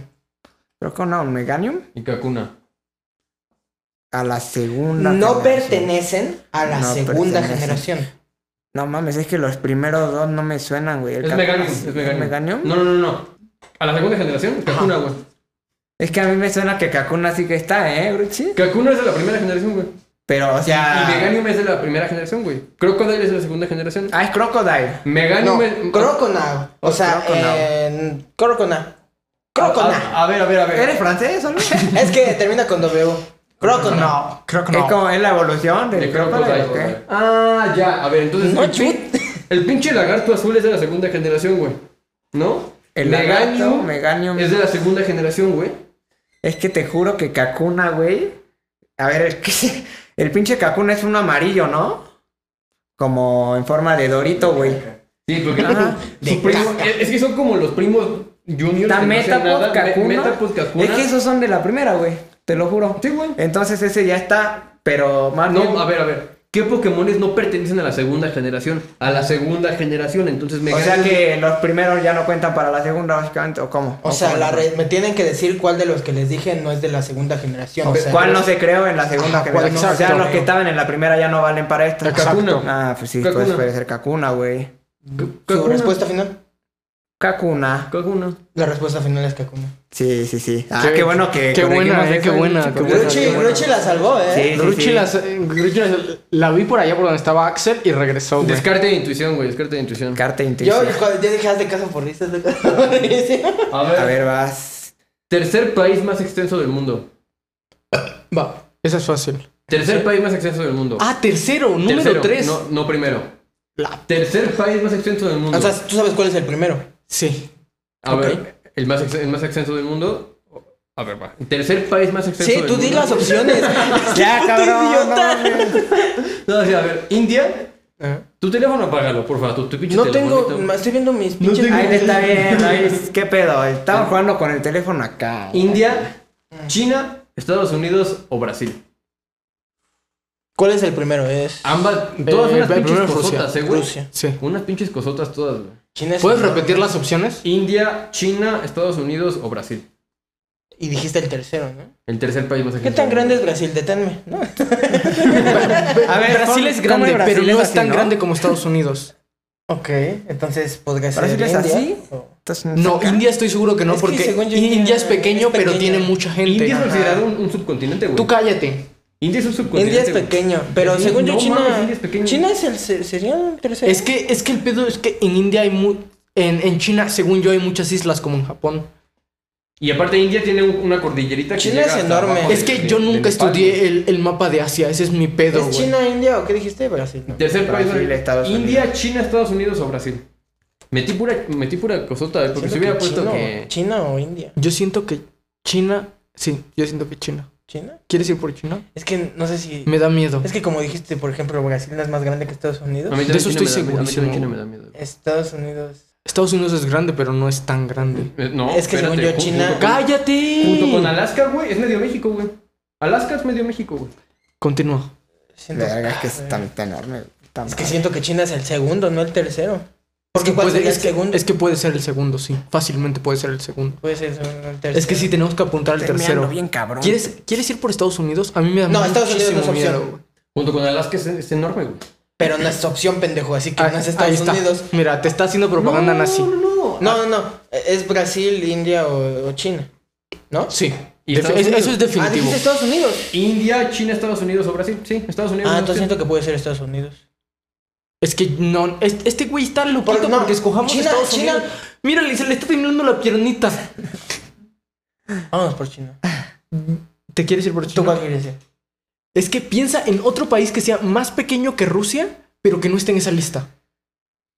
Speaker 1: Creo que no, Meganium.
Speaker 3: Y Kakuna.
Speaker 1: A la segunda.
Speaker 2: No
Speaker 1: generación.
Speaker 2: pertenecen a la
Speaker 1: No
Speaker 2: segunda
Speaker 1: pertenecen.
Speaker 2: generación.
Speaker 1: No mames, es que los primeros dos no me suenan, güey. El
Speaker 3: Es
Speaker 1: Kakuna
Speaker 3: Meganium.
Speaker 1: sí.
Speaker 3: Es Meganium.
Speaker 1: Meganium?
Speaker 3: No, no, no, no. A la segunda generación, Kakuna, güey.
Speaker 1: Es que a mí me suena que Kakuna sí que está, ¿eh, Bruchi?
Speaker 3: Kakuna es de la primera generación, güey.
Speaker 1: Pero, o sea.
Speaker 3: Y Meganium es de la primera generación, güey. Crocodile es de la segunda generación.
Speaker 1: Ah, es Crocodile.
Speaker 3: Meganium
Speaker 2: No,
Speaker 3: es.
Speaker 2: Croconaw. O
Speaker 1: Oh,
Speaker 2: sea,
Speaker 1: Croconaw.
Speaker 2: eh, Croconaw.
Speaker 3: A-
Speaker 2: Croconaw.
Speaker 3: Ah, A, a ver, a ver, a ver.
Speaker 1: ¿Eres francés o no?
Speaker 2: Es que termina con W. Eh, Crocodile. No.
Speaker 4: Creo que
Speaker 1: Es
Speaker 4: no.
Speaker 1: como es la evolución del
Speaker 3: De Crocodile,
Speaker 1: crocodile, ¿o
Speaker 3: güey.
Speaker 1: qué?
Speaker 3: Ah, ya. A ver, entonces.
Speaker 2: No,
Speaker 3: el, pin- el pinche lagarto azul es de la segunda generación, güey. ¿No?
Speaker 1: El lagarto, Meganium.
Speaker 3: es de la segunda generación, güey.
Speaker 1: Es que te juro que Kakuna, güey. A ver, el, el pinche Kakuna es un amarillo, ¿no? Como en forma de dorito, güey.
Speaker 3: Sí, porque
Speaker 1: Ajá.
Speaker 3: su primo. Es, es que son como los primos juniors.
Speaker 1: Está
Speaker 3: que no hacen nada.
Speaker 1: Metapod
Speaker 3: Me-
Speaker 1: Kakuna.
Speaker 3: Metapod Kakuna.
Speaker 1: Es que esos son de la primera, güey. Te lo juro.
Speaker 3: Sí, güey.
Speaker 1: Entonces ese ya está, pero más bien-
Speaker 3: No, a ver, a ver. ¿Qué Pokémones no pertenecen a la segunda generación? A la segunda generación, entonces me
Speaker 1: O sea que los primeros ya no cuentan para la segunda, básicamente, ¿o cómo?
Speaker 2: O sea,
Speaker 1: cómo?
Speaker 2: la re- me tienen que decir cuál de los que les dije no es de la segunda generación. o sea,
Speaker 1: ¿Cuál no se creó en la segunda
Speaker 2: Ajá,
Speaker 1: generación?
Speaker 2: ¿cuál no?
Speaker 1: o sea,
Speaker 2: Exacto.
Speaker 1: los que estaban en la primera ya no valen para esta.
Speaker 4: El Kakuna.
Speaker 1: Exacto. Ah, pues sí, pues
Speaker 3: Kakuna.
Speaker 1: puede ser Kakuna, güey.
Speaker 2: ¿Su respuesta final?
Speaker 1: Kakuna.
Speaker 3: Kakuna.
Speaker 2: La respuesta final es Kakuna.
Speaker 1: Sí, sí, sí. Ah,
Speaker 4: Qué-
Speaker 1: qué, bueno que.
Speaker 4: qué
Speaker 1: corregimos
Speaker 4: buena, eh,
Speaker 1: eso,
Speaker 4: qué
Speaker 1: eh,
Speaker 4: buena,
Speaker 1: chicos.
Speaker 4: qué buena.
Speaker 2: Gruchi, Gruchi la salvó, ¿eh?
Speaker 1: Sí.
Speaker 4: Gruchi las- eh, Gruchi las- la vi por allá por donde estaba Axel y regresó, güey.
Speaker 3: Descarte de intuición, güey, descarte de intuición.
Speaker 1: Carta de
Speaker 2: Yo,
Speaker 1: intuición.
Speaker 2: cuando- yo dije, haz de casa por risas. de casa por risas.
Speaker 3: A ver,
Speaker 1: A ver, vas.
Speaker 3: Tercer país más extenso del mundo.
Speaker 4: Va, esa es fácil.
Speaker 3: Tercer país más extenso del mundo.
Speaker 4: Ah, tercero, número
Speaker 3: Tercero,
Speaker 4: 3.
Speaker 3: No, no primero. Tercer país más extenso del mundo.
Speaker 2: O sea, tú sabes cuál es el primero.
Speaker 4: Sí.
Speaker 3: a
Speaker 2: ok.
Speaker 3: ver, el más, ex- el más extenso del mundo. A ver, va. Tercer país más extenso
Speaker 2: Sí,
Speaker 3: del
Speaker 2: tú
Speaker 3: mundo.
Speaker 2: di las opciones.
Speaker 1: Ya,
Speaker 2: Puto
Speaker 1: cabrón.
Speaker 2: idiota.
Speaker 1: no mames.
Speaker 3: No, sí, a ver, India.
Speaker 4: Ah.
Speaker 3: Tu teléfono apágalo, por favor. Tu, tu pinche
Speaker 2: No tengo,
Speaker 3: telefonito.
Speaker 2: estoy viendo mis
Speaker 3: No
Speaker 2: pinches.
Speaker 3: tengo-
Speaker 1: Ahí está bien. ahí- ¿Qué pedo?
Speaker 4: Ah.
Speaker 1: Estamos jugando con el teléfono acá.
Speaker 3: India, China, Estados Unidos o Brasil.
Speaker 2: ¿Cuál es el primero? Es
Speaker 3: Ambas, todas
Speaker 4: Eh,
Speaker 3: unas
Speaker 4: primero
Speaker 3: pinches
Speaker 4: Rusia.
Speaker 3: cosotas, eh, Ah, güey.
Speaker 2: Rusia.
Speaker 4: Sí.
Speaker 3: Unas pinches cosotas todas, güey.
Speaker 2: China es-
Speaker 4: ¿Puedes repetir las opciones?
Speaker 3: India, China, Estados Unidos o Brasil.
Speaker 2: Y dijiste el tercero, ¿no?
Speaker 3: El tercer país más
Speaker 2: ¿Qué
Speaker 3: extenso.
Speaker 2: tan grande es Brasil? Deténme. ¿no?
Speaker 1: A ver,
Speaker 4: Brasil
Speaker 1: ¿cómo-
Speaker 4: es
Speaker 1: cómo
Speaker 4: grande,
Speaker 1: el Brasil
Speaker 4: pero no
Speaker 1: es
Speaker 4: es tan
Speaker 1: así, no?
Speaker 4: grande como Estados Unidos.
Speaker 2: Ok, entonces podría ser.
Speaker 1: ¿Brasil es
Speaker 2: India,
Speaker 1: así?
Speaker 2: o-
Speaker 1: Entonces,
Speaker 4: No, India estoy seguro que no,
Speaker 2: Es que
Speaker 4: porque
Speaker 2: según yo
Speaker 4: India,
Speaker 2: India
Speaker 4: es pequeño,
Speaker 2: es
Speaker 4: pero
Speaker 2: pequeña.
Speaker 4: tiene mucha gente.
Speaker 3: India es
Speaker 4: Ajá.
Speaker 3: considerado un, un subcontinente, güey.
Speaker 4: Tú cállate.
Speaker 3: India es un subcontinente.
Speaker 2: India es
Speaker 3: güey.
Speaker 2: pequeño, pero
Speaker 3: Sí,
Speaker 2: según yo
Speaker 3: no
Speaker 2: China.
Speaker 3: mames, India es pequeño.
Speaker 2: China es el se- sería el tercero.
Speaker 4: Es que, es que el pedo es que en India hay mu en, en China, según yo, hay muchas islas como en Japón.
Speaker 3: Y aparte India tiene un- una cordillerita que
Speaker 2: China
Speaker 3: llega
Speaker 2: es
Speaker 3: hasta
Speaker 2: enorme.
Speaker 3: abajo de- de-
Speaker 4: Es que yo
Speaker 3: de
Speaker 4: nunca
Speaker 3: Nepal, güey.
Speaker 4: estudié el, el mapa de Asia, ese es mi pedo,
Speaker 2: ¿Es
Speaker 4: güey.
Speaker 2: China, India o qué dijiste? Brasil. ¿no?
Speaker 3: Tercer país
Speaker 1: Brasil,
Speaker 3: güey.
Speaker 1: Estados
Speaker 3: India, China, Estados Unidos o Brasil. Metí pura, metí pura cosota, eh, porque
Speaker 2: Siento
Speaker 3: se hubiera
Speaker 2: que
Speaker 3: puesto
Speaker 2: China o-
Speaker 3: que...
Speaker 2: China o India.
Speaker 4: Yo siento que China, sí, yo siento que China.
Speaker 2: China.
Speaker 4: ¿Quieres ir por China?
Speaker 2: Es que no sé si.
Speaker 4: Me da miedo.
Speaker 2: Es que como dijiste, por ejemplo, Brasil no es más grande que Estados Unidos.
Speaker 3: A mí
Speaker 4: De eso
Speaker 3: también China
Speaker 4: estoy
Speaker 3: me da- a mí también
Speaker 4: segurísimo,
Speaker 3: China me
Speaker 4: güey.
Speaker 3: da miedo.
Speaker 2: Estados Unidos.
Speaker 4: Estados Unidos es grande, pero no es tan grande.
Speaker 3: Eh, No,
Speaker 2: Es que según yo,
Speaker 3: espérate, ju-
Speaker 2: China-
Speaker 3: junto con-
Speaker 4: ¡Cállate!
Speaker 3: Junto con Alaska, güey, es medio México, güey. Alaska es medio México, güey.
Speaker 4: Continúa.
Speaker 2: Siento-
Speaker 1: Verga, es que es tan, tan enorme. tan
Speaker 2: Es que
Speaker 1: mal.
Speaker 2: siento que China es el segundo, no el tercero.
Speaker 4: Es que,
Speaker 2: Porque cuál
Speaker 4: puede,
Speaker 2: sería
Speaker 4: es,
Speaker 2: el
Speaker 4: que-
Speaker 2: segundo.
Speaker 4: es que puede ser el segundo, sí. Fácilmente puede ser el segundo.
Speaker 2: Puede ser el segundo, el tercero.
Speaker 4: Es que sí tenemos que apuntar al
Speaker 1: Estoy meando
Speaker 4: tercero.
Speaker 1: bien cabrón.
Speaker 4: ¿Quieres, ¿Quieres ir por Estados Unidos? A mí me da
Speaker 2: No, Estados Unidos no
Speaker 4: muchísimo
Speaker 2: es opción.
Speaker 4: miedo, güey.
Speaker 3: Junto con Alaska es, es enorme, güey.
Speaker 2: Pero no es opción, pendejo. Así que
Speaker 4: Ah,
Speaker 2: no es Estados Unidos.
Speaker 4: Mira, te está haciendo propaganda nazi.
Speaker 3: no,
Speaker 2: No, no, no. Es Brasil, India o, o China. ¿No?
Speaker 4: Sí.
Speaker 3: ¿Y
Speaker 4: Defi-
Speaker 3: Estados
Speaker 4: es-
Speaker 3: Unidos?
Speaker 4: eso es
Speaker 2: Ah,
Speaker 4: definitivo.
Speaker 2: dijiste Estados Unidos.
Speaker 3: India, China, Estados Unidos o Brasil. Sí, Estados Unidos.
Speaker 2: Ah,
Speaker 3: no
Speaker 2: entonces
Speaker 3: sé.
Speaker 2: siento que puede ser Estados Unidos.
Speaker 4: es que no. es- Este güey está loquito
Speaker 2: Por- no,
Speaker 4: porque escojamos
Speaker 2: China,
Speaker 4: Estados
Speaker 2: China.
Speaker 4: Unidos. Mira, le- se le está temblando la piernita.
Speaker 2: Vamos por China.
Speaker 4: ¿Te quieres ir por
Speaker 2: ¿Tú cuál
Speaker 4: Ah, China?
Speaker 2: quieres decir?
Speaker 4: Es que piensa en otro país que sea más pequeño que Rusia, pero que no esté en esa lista.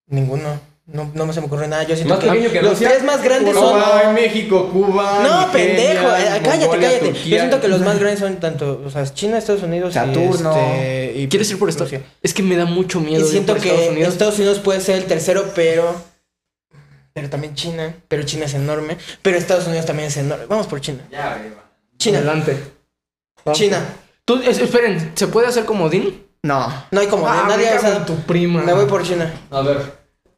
Speaker 2: Ninguno. No, no se me ocurre nada. Yo siento
Speaker 3: Más
Speaker 2: que
Speaker 3: pequeño que
Speaker 2: los
Speaker 3: Rusia,
Speaker 2: tres más grandes
Speaker 3: Uruguay,
Speaker 2: son.
Speaker 3: México, Cuba.
Speaker 2: No,
Speaker 3: Nigeria,
Speaker 2: pendejo. eh, cállate,
Speaker 3: Mongolia,
Speaker 2: cállate. Yo
Speaker 3: Turquía.
Speaker 2: siento que los más grandes son tanto, o sea, China, Estados Unidos, y,
Speaker 1: Saturno.
Speaker 2: este, y
Speaker 4: ¿Quieres ir por Estados
Speaker 2: Rusia.
Speaker 4: Unidos? Es que me da mucho miedo.
Speaker 2: Y
Speaker 4: ir
Speaker 2: siento
Speaker 4: por
Speaker 2: que
Speaker 4: Estados Unidos.
Speaker 2: Estados Unidos puede ser el tercero, pero. Pero también China. Pero China es enorme. Pero Estados Unidos también es enorme. Vamos por China.
Speaker 3: Ya, güey, va.
Speaker 2: China.
Speaker 4: Adelante.
Speaker 2: China.
Speaker 4: Tú- es- esperen, ¿se puede hacer comodín?
Speaker 1: No.
Speaker 2: No hay como.
Speaker 4: Ah,
Speaker 2: nadie
Speaker 4: me
Speaker 2: ha
Speaker 4: cago en
Speaker 2: usado.
Speaker 4: tu prima.
Speaker 2: Me voy por China.
Speaker 3: A ver.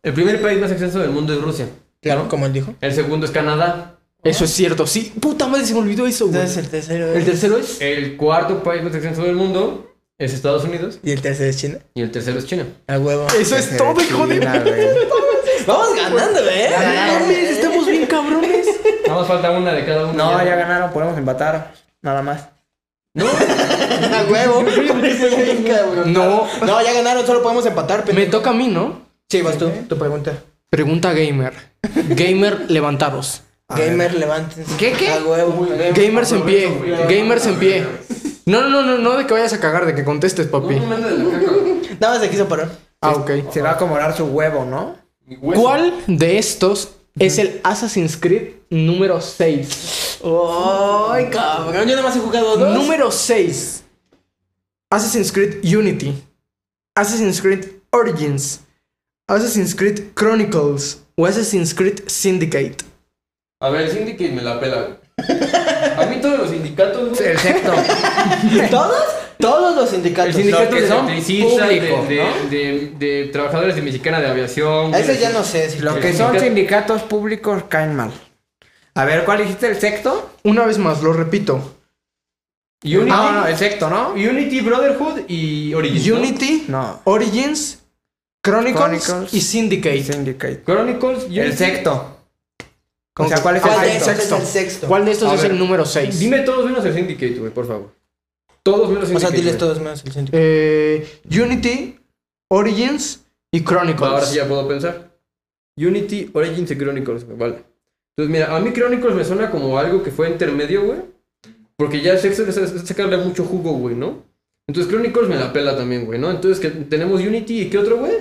Speaker 3: El primer país más extenso del mundo es Rusia.
Speaker 2: Claro, como él dijo.
Speaker 3: El segundo es Canadá.
Speaker 4: Eso es cierto, sí. Puta madre, se me olvidó eso, güey.
Speaker 2: Entonces el tercero.
Speaker 4: El tercero es.
Speaker 3: El cuarto país más extenso del mundo es Estados Unidos.
Speaker 2: Y el tercero es China.
Speaker 3: Y el tercero es China.
Speaker 2: A huevo.
Speaker 4: Eso es todo, hijo de.
Speaker 1: China, güey.
Speaker 2: Vamos ganando, ¿eh?
Speaker 4: No mames, estamos bien cabrones.
Speaker 3: Nada más falta una de cada uno.
Speaker 1: No, ya ganaron, podemos empatar. Nada más.
Speaker 2: A huevo. Sí, cabrón.
Speaker 4: No.
Speaker 2: No, ya ganaron, solo podemos empatar,
Speaker 4: Me
Speaker 2: pendejo.
Speaker 4: toca a mí, ¿no?
Speaker 2: Sí, vas tú, tu pregunta.
Speaker 4: Pregunta gamer. Gamer, levantaros.
Speaker 2: Gamer, levántense.
Speaker 1: ¿Qué, qué?
Speaker 2: A huevo.
Speaker 4: Gamers en pie. Gamers en pie. No, no, no, no, no de que vayas a cagar, de que contestes, papi.
Speaker 3: No, no me ande de la caca.
Speaker 2: Nada más se quiso parar.
Speaker 4: Ah, ok.
Speaker 1: Se va a acomodar su huevo, ¿no?
Speaker 3: Mi hueso.
Speaker 4: ¿Cuál de estos es el Assassin's Creed número 6?
Speaker 2: Ay, cabrón. Yo nada más he jugado dos.
Speaker 4: Número 6. Assassin's Creed Unity. Assassin's Creed Origins. Assassin's Creed Chronicles. O Assassin's Creed Syndicate.
Speaker 3: A ver, el Syndicate me la pela. güey. A mí todos los sindicatos, güey.
Speaker 1: El sexto.
Speaker 2: ¿Todos? Todos los
Speaker 3: El
Speaker 2: sindicatos.
Speaker 3: sindicato
Speaker 1: que
Speaker 3: de
Speaker 1: son
Speaker 3: electricistas, de,
Speaker 1: públicos,
Speaker 3: de- de- de trabajadores de Mexicana de Aviación. güey,
Speaker 2: Ese
Speaker 3: de-
Speaker 2: ya no sé. Si
Speaker 1: Los que son sindicatos públicos caen mal. A ver, ¿cuál dijiste? ¿El sexto?
Speaker 4: Una vez más, lo repito.
Speaker 3: Unity,
Speaker 1: Ah, no, el sexto, ¿no?
Speaker 3: Unity, Brotherhood y Origins. ¿no?
Speaker 4: Unity,
Speaker 1: No.
Speaker 4: Origins, Chronicles,
Speaker 1: Chronicles
Speaker 4: y Syndicate.
Speaker 1: Syndicate.
Speaker 3: Chronicles, Unity.
Speaker 1: El sexto. O sea, ¿cuál es el
Speaker 2: ¿Cuál de
Speaker 1: sexto?
Speaker 2: esos es
Speaker 4: Sexto.
Speaker 2: el sexto?
Speaker 4: ¿Cuál de estos
Speaker 3: A
Speaker 4: es
Speaker 3: ver,
Speaker 4: el número 6?
Speaker 3: Dime todos menos el Syndicate, güey, por favor. Todos menos el
Speaker 2: O sea,
Speaker 3: Syndicate.
Speaker 2: diles
Speaker 3: güey.
Speaker 2: todos menos el sindicato.
Speaker 4: Eh, Unity, Origins y Chronicles.
Speaker 3: Ahora sí ya puedo pensar. Unity, Origins y Chronicles, güey, vale. Entonces, mira, a mí Chronicles me suena como algo que fue intermedio, güey. Porque ya el sexo es es sacarle mucho jugo, güey, ¿no? Entonces Chronicles me la pela también, güey, ¿no? Entonces que tenemos Unity y ¿qué otro, güey?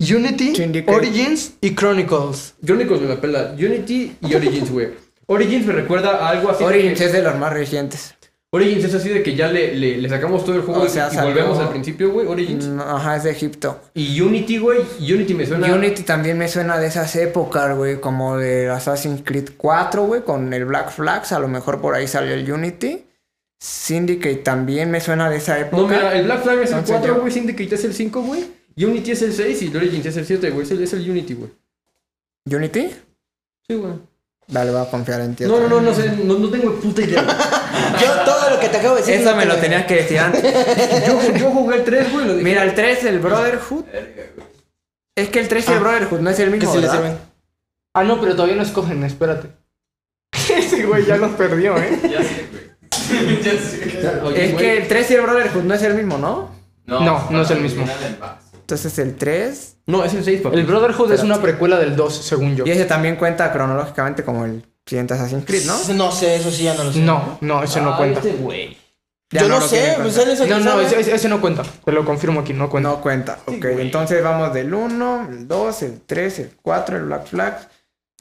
Speaker 4: Unity,
Speaker 1: Syndicate.
Speaker 4: Origins y Chronicles.
Speaker 3: Chronicles me la pela. Unity y Origins, güey. Origins me recuerda a algo así. de
Speaker 1: Origins
Speaker 3: que-
Speaker 1: es de los más recientes.
Speaker 3: Origins es así de que ya le, le- le sacamos todo el juego
Speaker 1: O
Speaker 3: y-
Speaker 1: sea,
Speaker 3: y volvemos
Speaker 1: salió- Mm.
Speaker 3: al principio, güey. Origins.
Speaker 1: No, Ajá, es de Egipto.
Speaker 3: Y Unity, güey. Unity me suena.
Speaker 1: Unity también me suena de esas épocas, güey, como de Assassin's Creed 4, güey, con el Black Flags, a lo mejor por ahí salió el Unity. Syndicate también me suena de esa época.
Speaker 3: No, mira, el Black Flag es el
Speaker 1: Entonces
Speaker 3: 4,
Speaker 1: yo-
Speaker 3: güey, Syndicate es el 5, güey. Unity es el 6 y Origins es el 7, güey. Es el, es el Unity, güey.
Speaker 1: ¿Unity?
Speaker 3: Sí, güey.
Speaker 1: Vale, voy a confiar en ti.
Speaker 3: No,
Speaker 1: otra
Speaker 3: no, no,
Speaker 1: vez.
Speaker 3: no sé, no, no tengo puta idea. güey.
Speaker 2: Yo todo lo que te acabo de decir.
Speaker 1: Eso
Speaker 2: no
Speaker 1: me lo
Speaker 2: tengo
Speaker 1: tenías
Speaker 2: idea.
Speaker 1: que decir antes.
Speaker 3: Yo, yo jugué el 3, güey. lo dejé.
Speaker 1: Mira, el 3, el Brotherhood. Es que el 3 y el Brotherhood no es el mismo.
Speaker 2: Que se le
Speaker 1: ¿verdad?
Speaker 2: sirven.
Speaker 4: Ah, no, pero todavía no escogen, espérate. Ese güey ya los perdió, ¿eh?
Speaker 5: Ya sé, güey. ya sé.
Speaker 3: Oye,
Speaker 1: es
Speaker 3: güey,
Speaker 1: que el 3 y el Brotherhood no es el mismo, ¿no?
Speaker 4: No, no es el mismo.
Speaker 1: Entonces el 3.
Speaker 3: No, es el 6, papá.
Speaker 4: El Brotherhood es una precuela del 2, según yo.
Speaker 1: Y ese también cuenta cronológicamente como el siguiente Assassin's Creed, ¿no?
Speaker 2: No sé, eso sí ya no lo sé.
Speaker 4: No, no, ese no cuenta.
Speaker 3: Este güey.
Speaker 1: Ya
Speaker 2: Yo no,
Speaker 1: lo
Speaker 2: sé,
Speaker 1: quieren
Speaker 2: pues
Speaker 1: contar.
Speaker 2: él es el
Speaker 4: No,
Speaker 2: que
Speaker 4: no,
Speaker 2: sabe.
Speaker 4: ese, ese- ese no cuenta. Te lo confirmo aquí, no cuenta.
Speaker 1: No cuenta. ok, entonces vamos del 1, el 2, el 3, el 4, el Black Flag.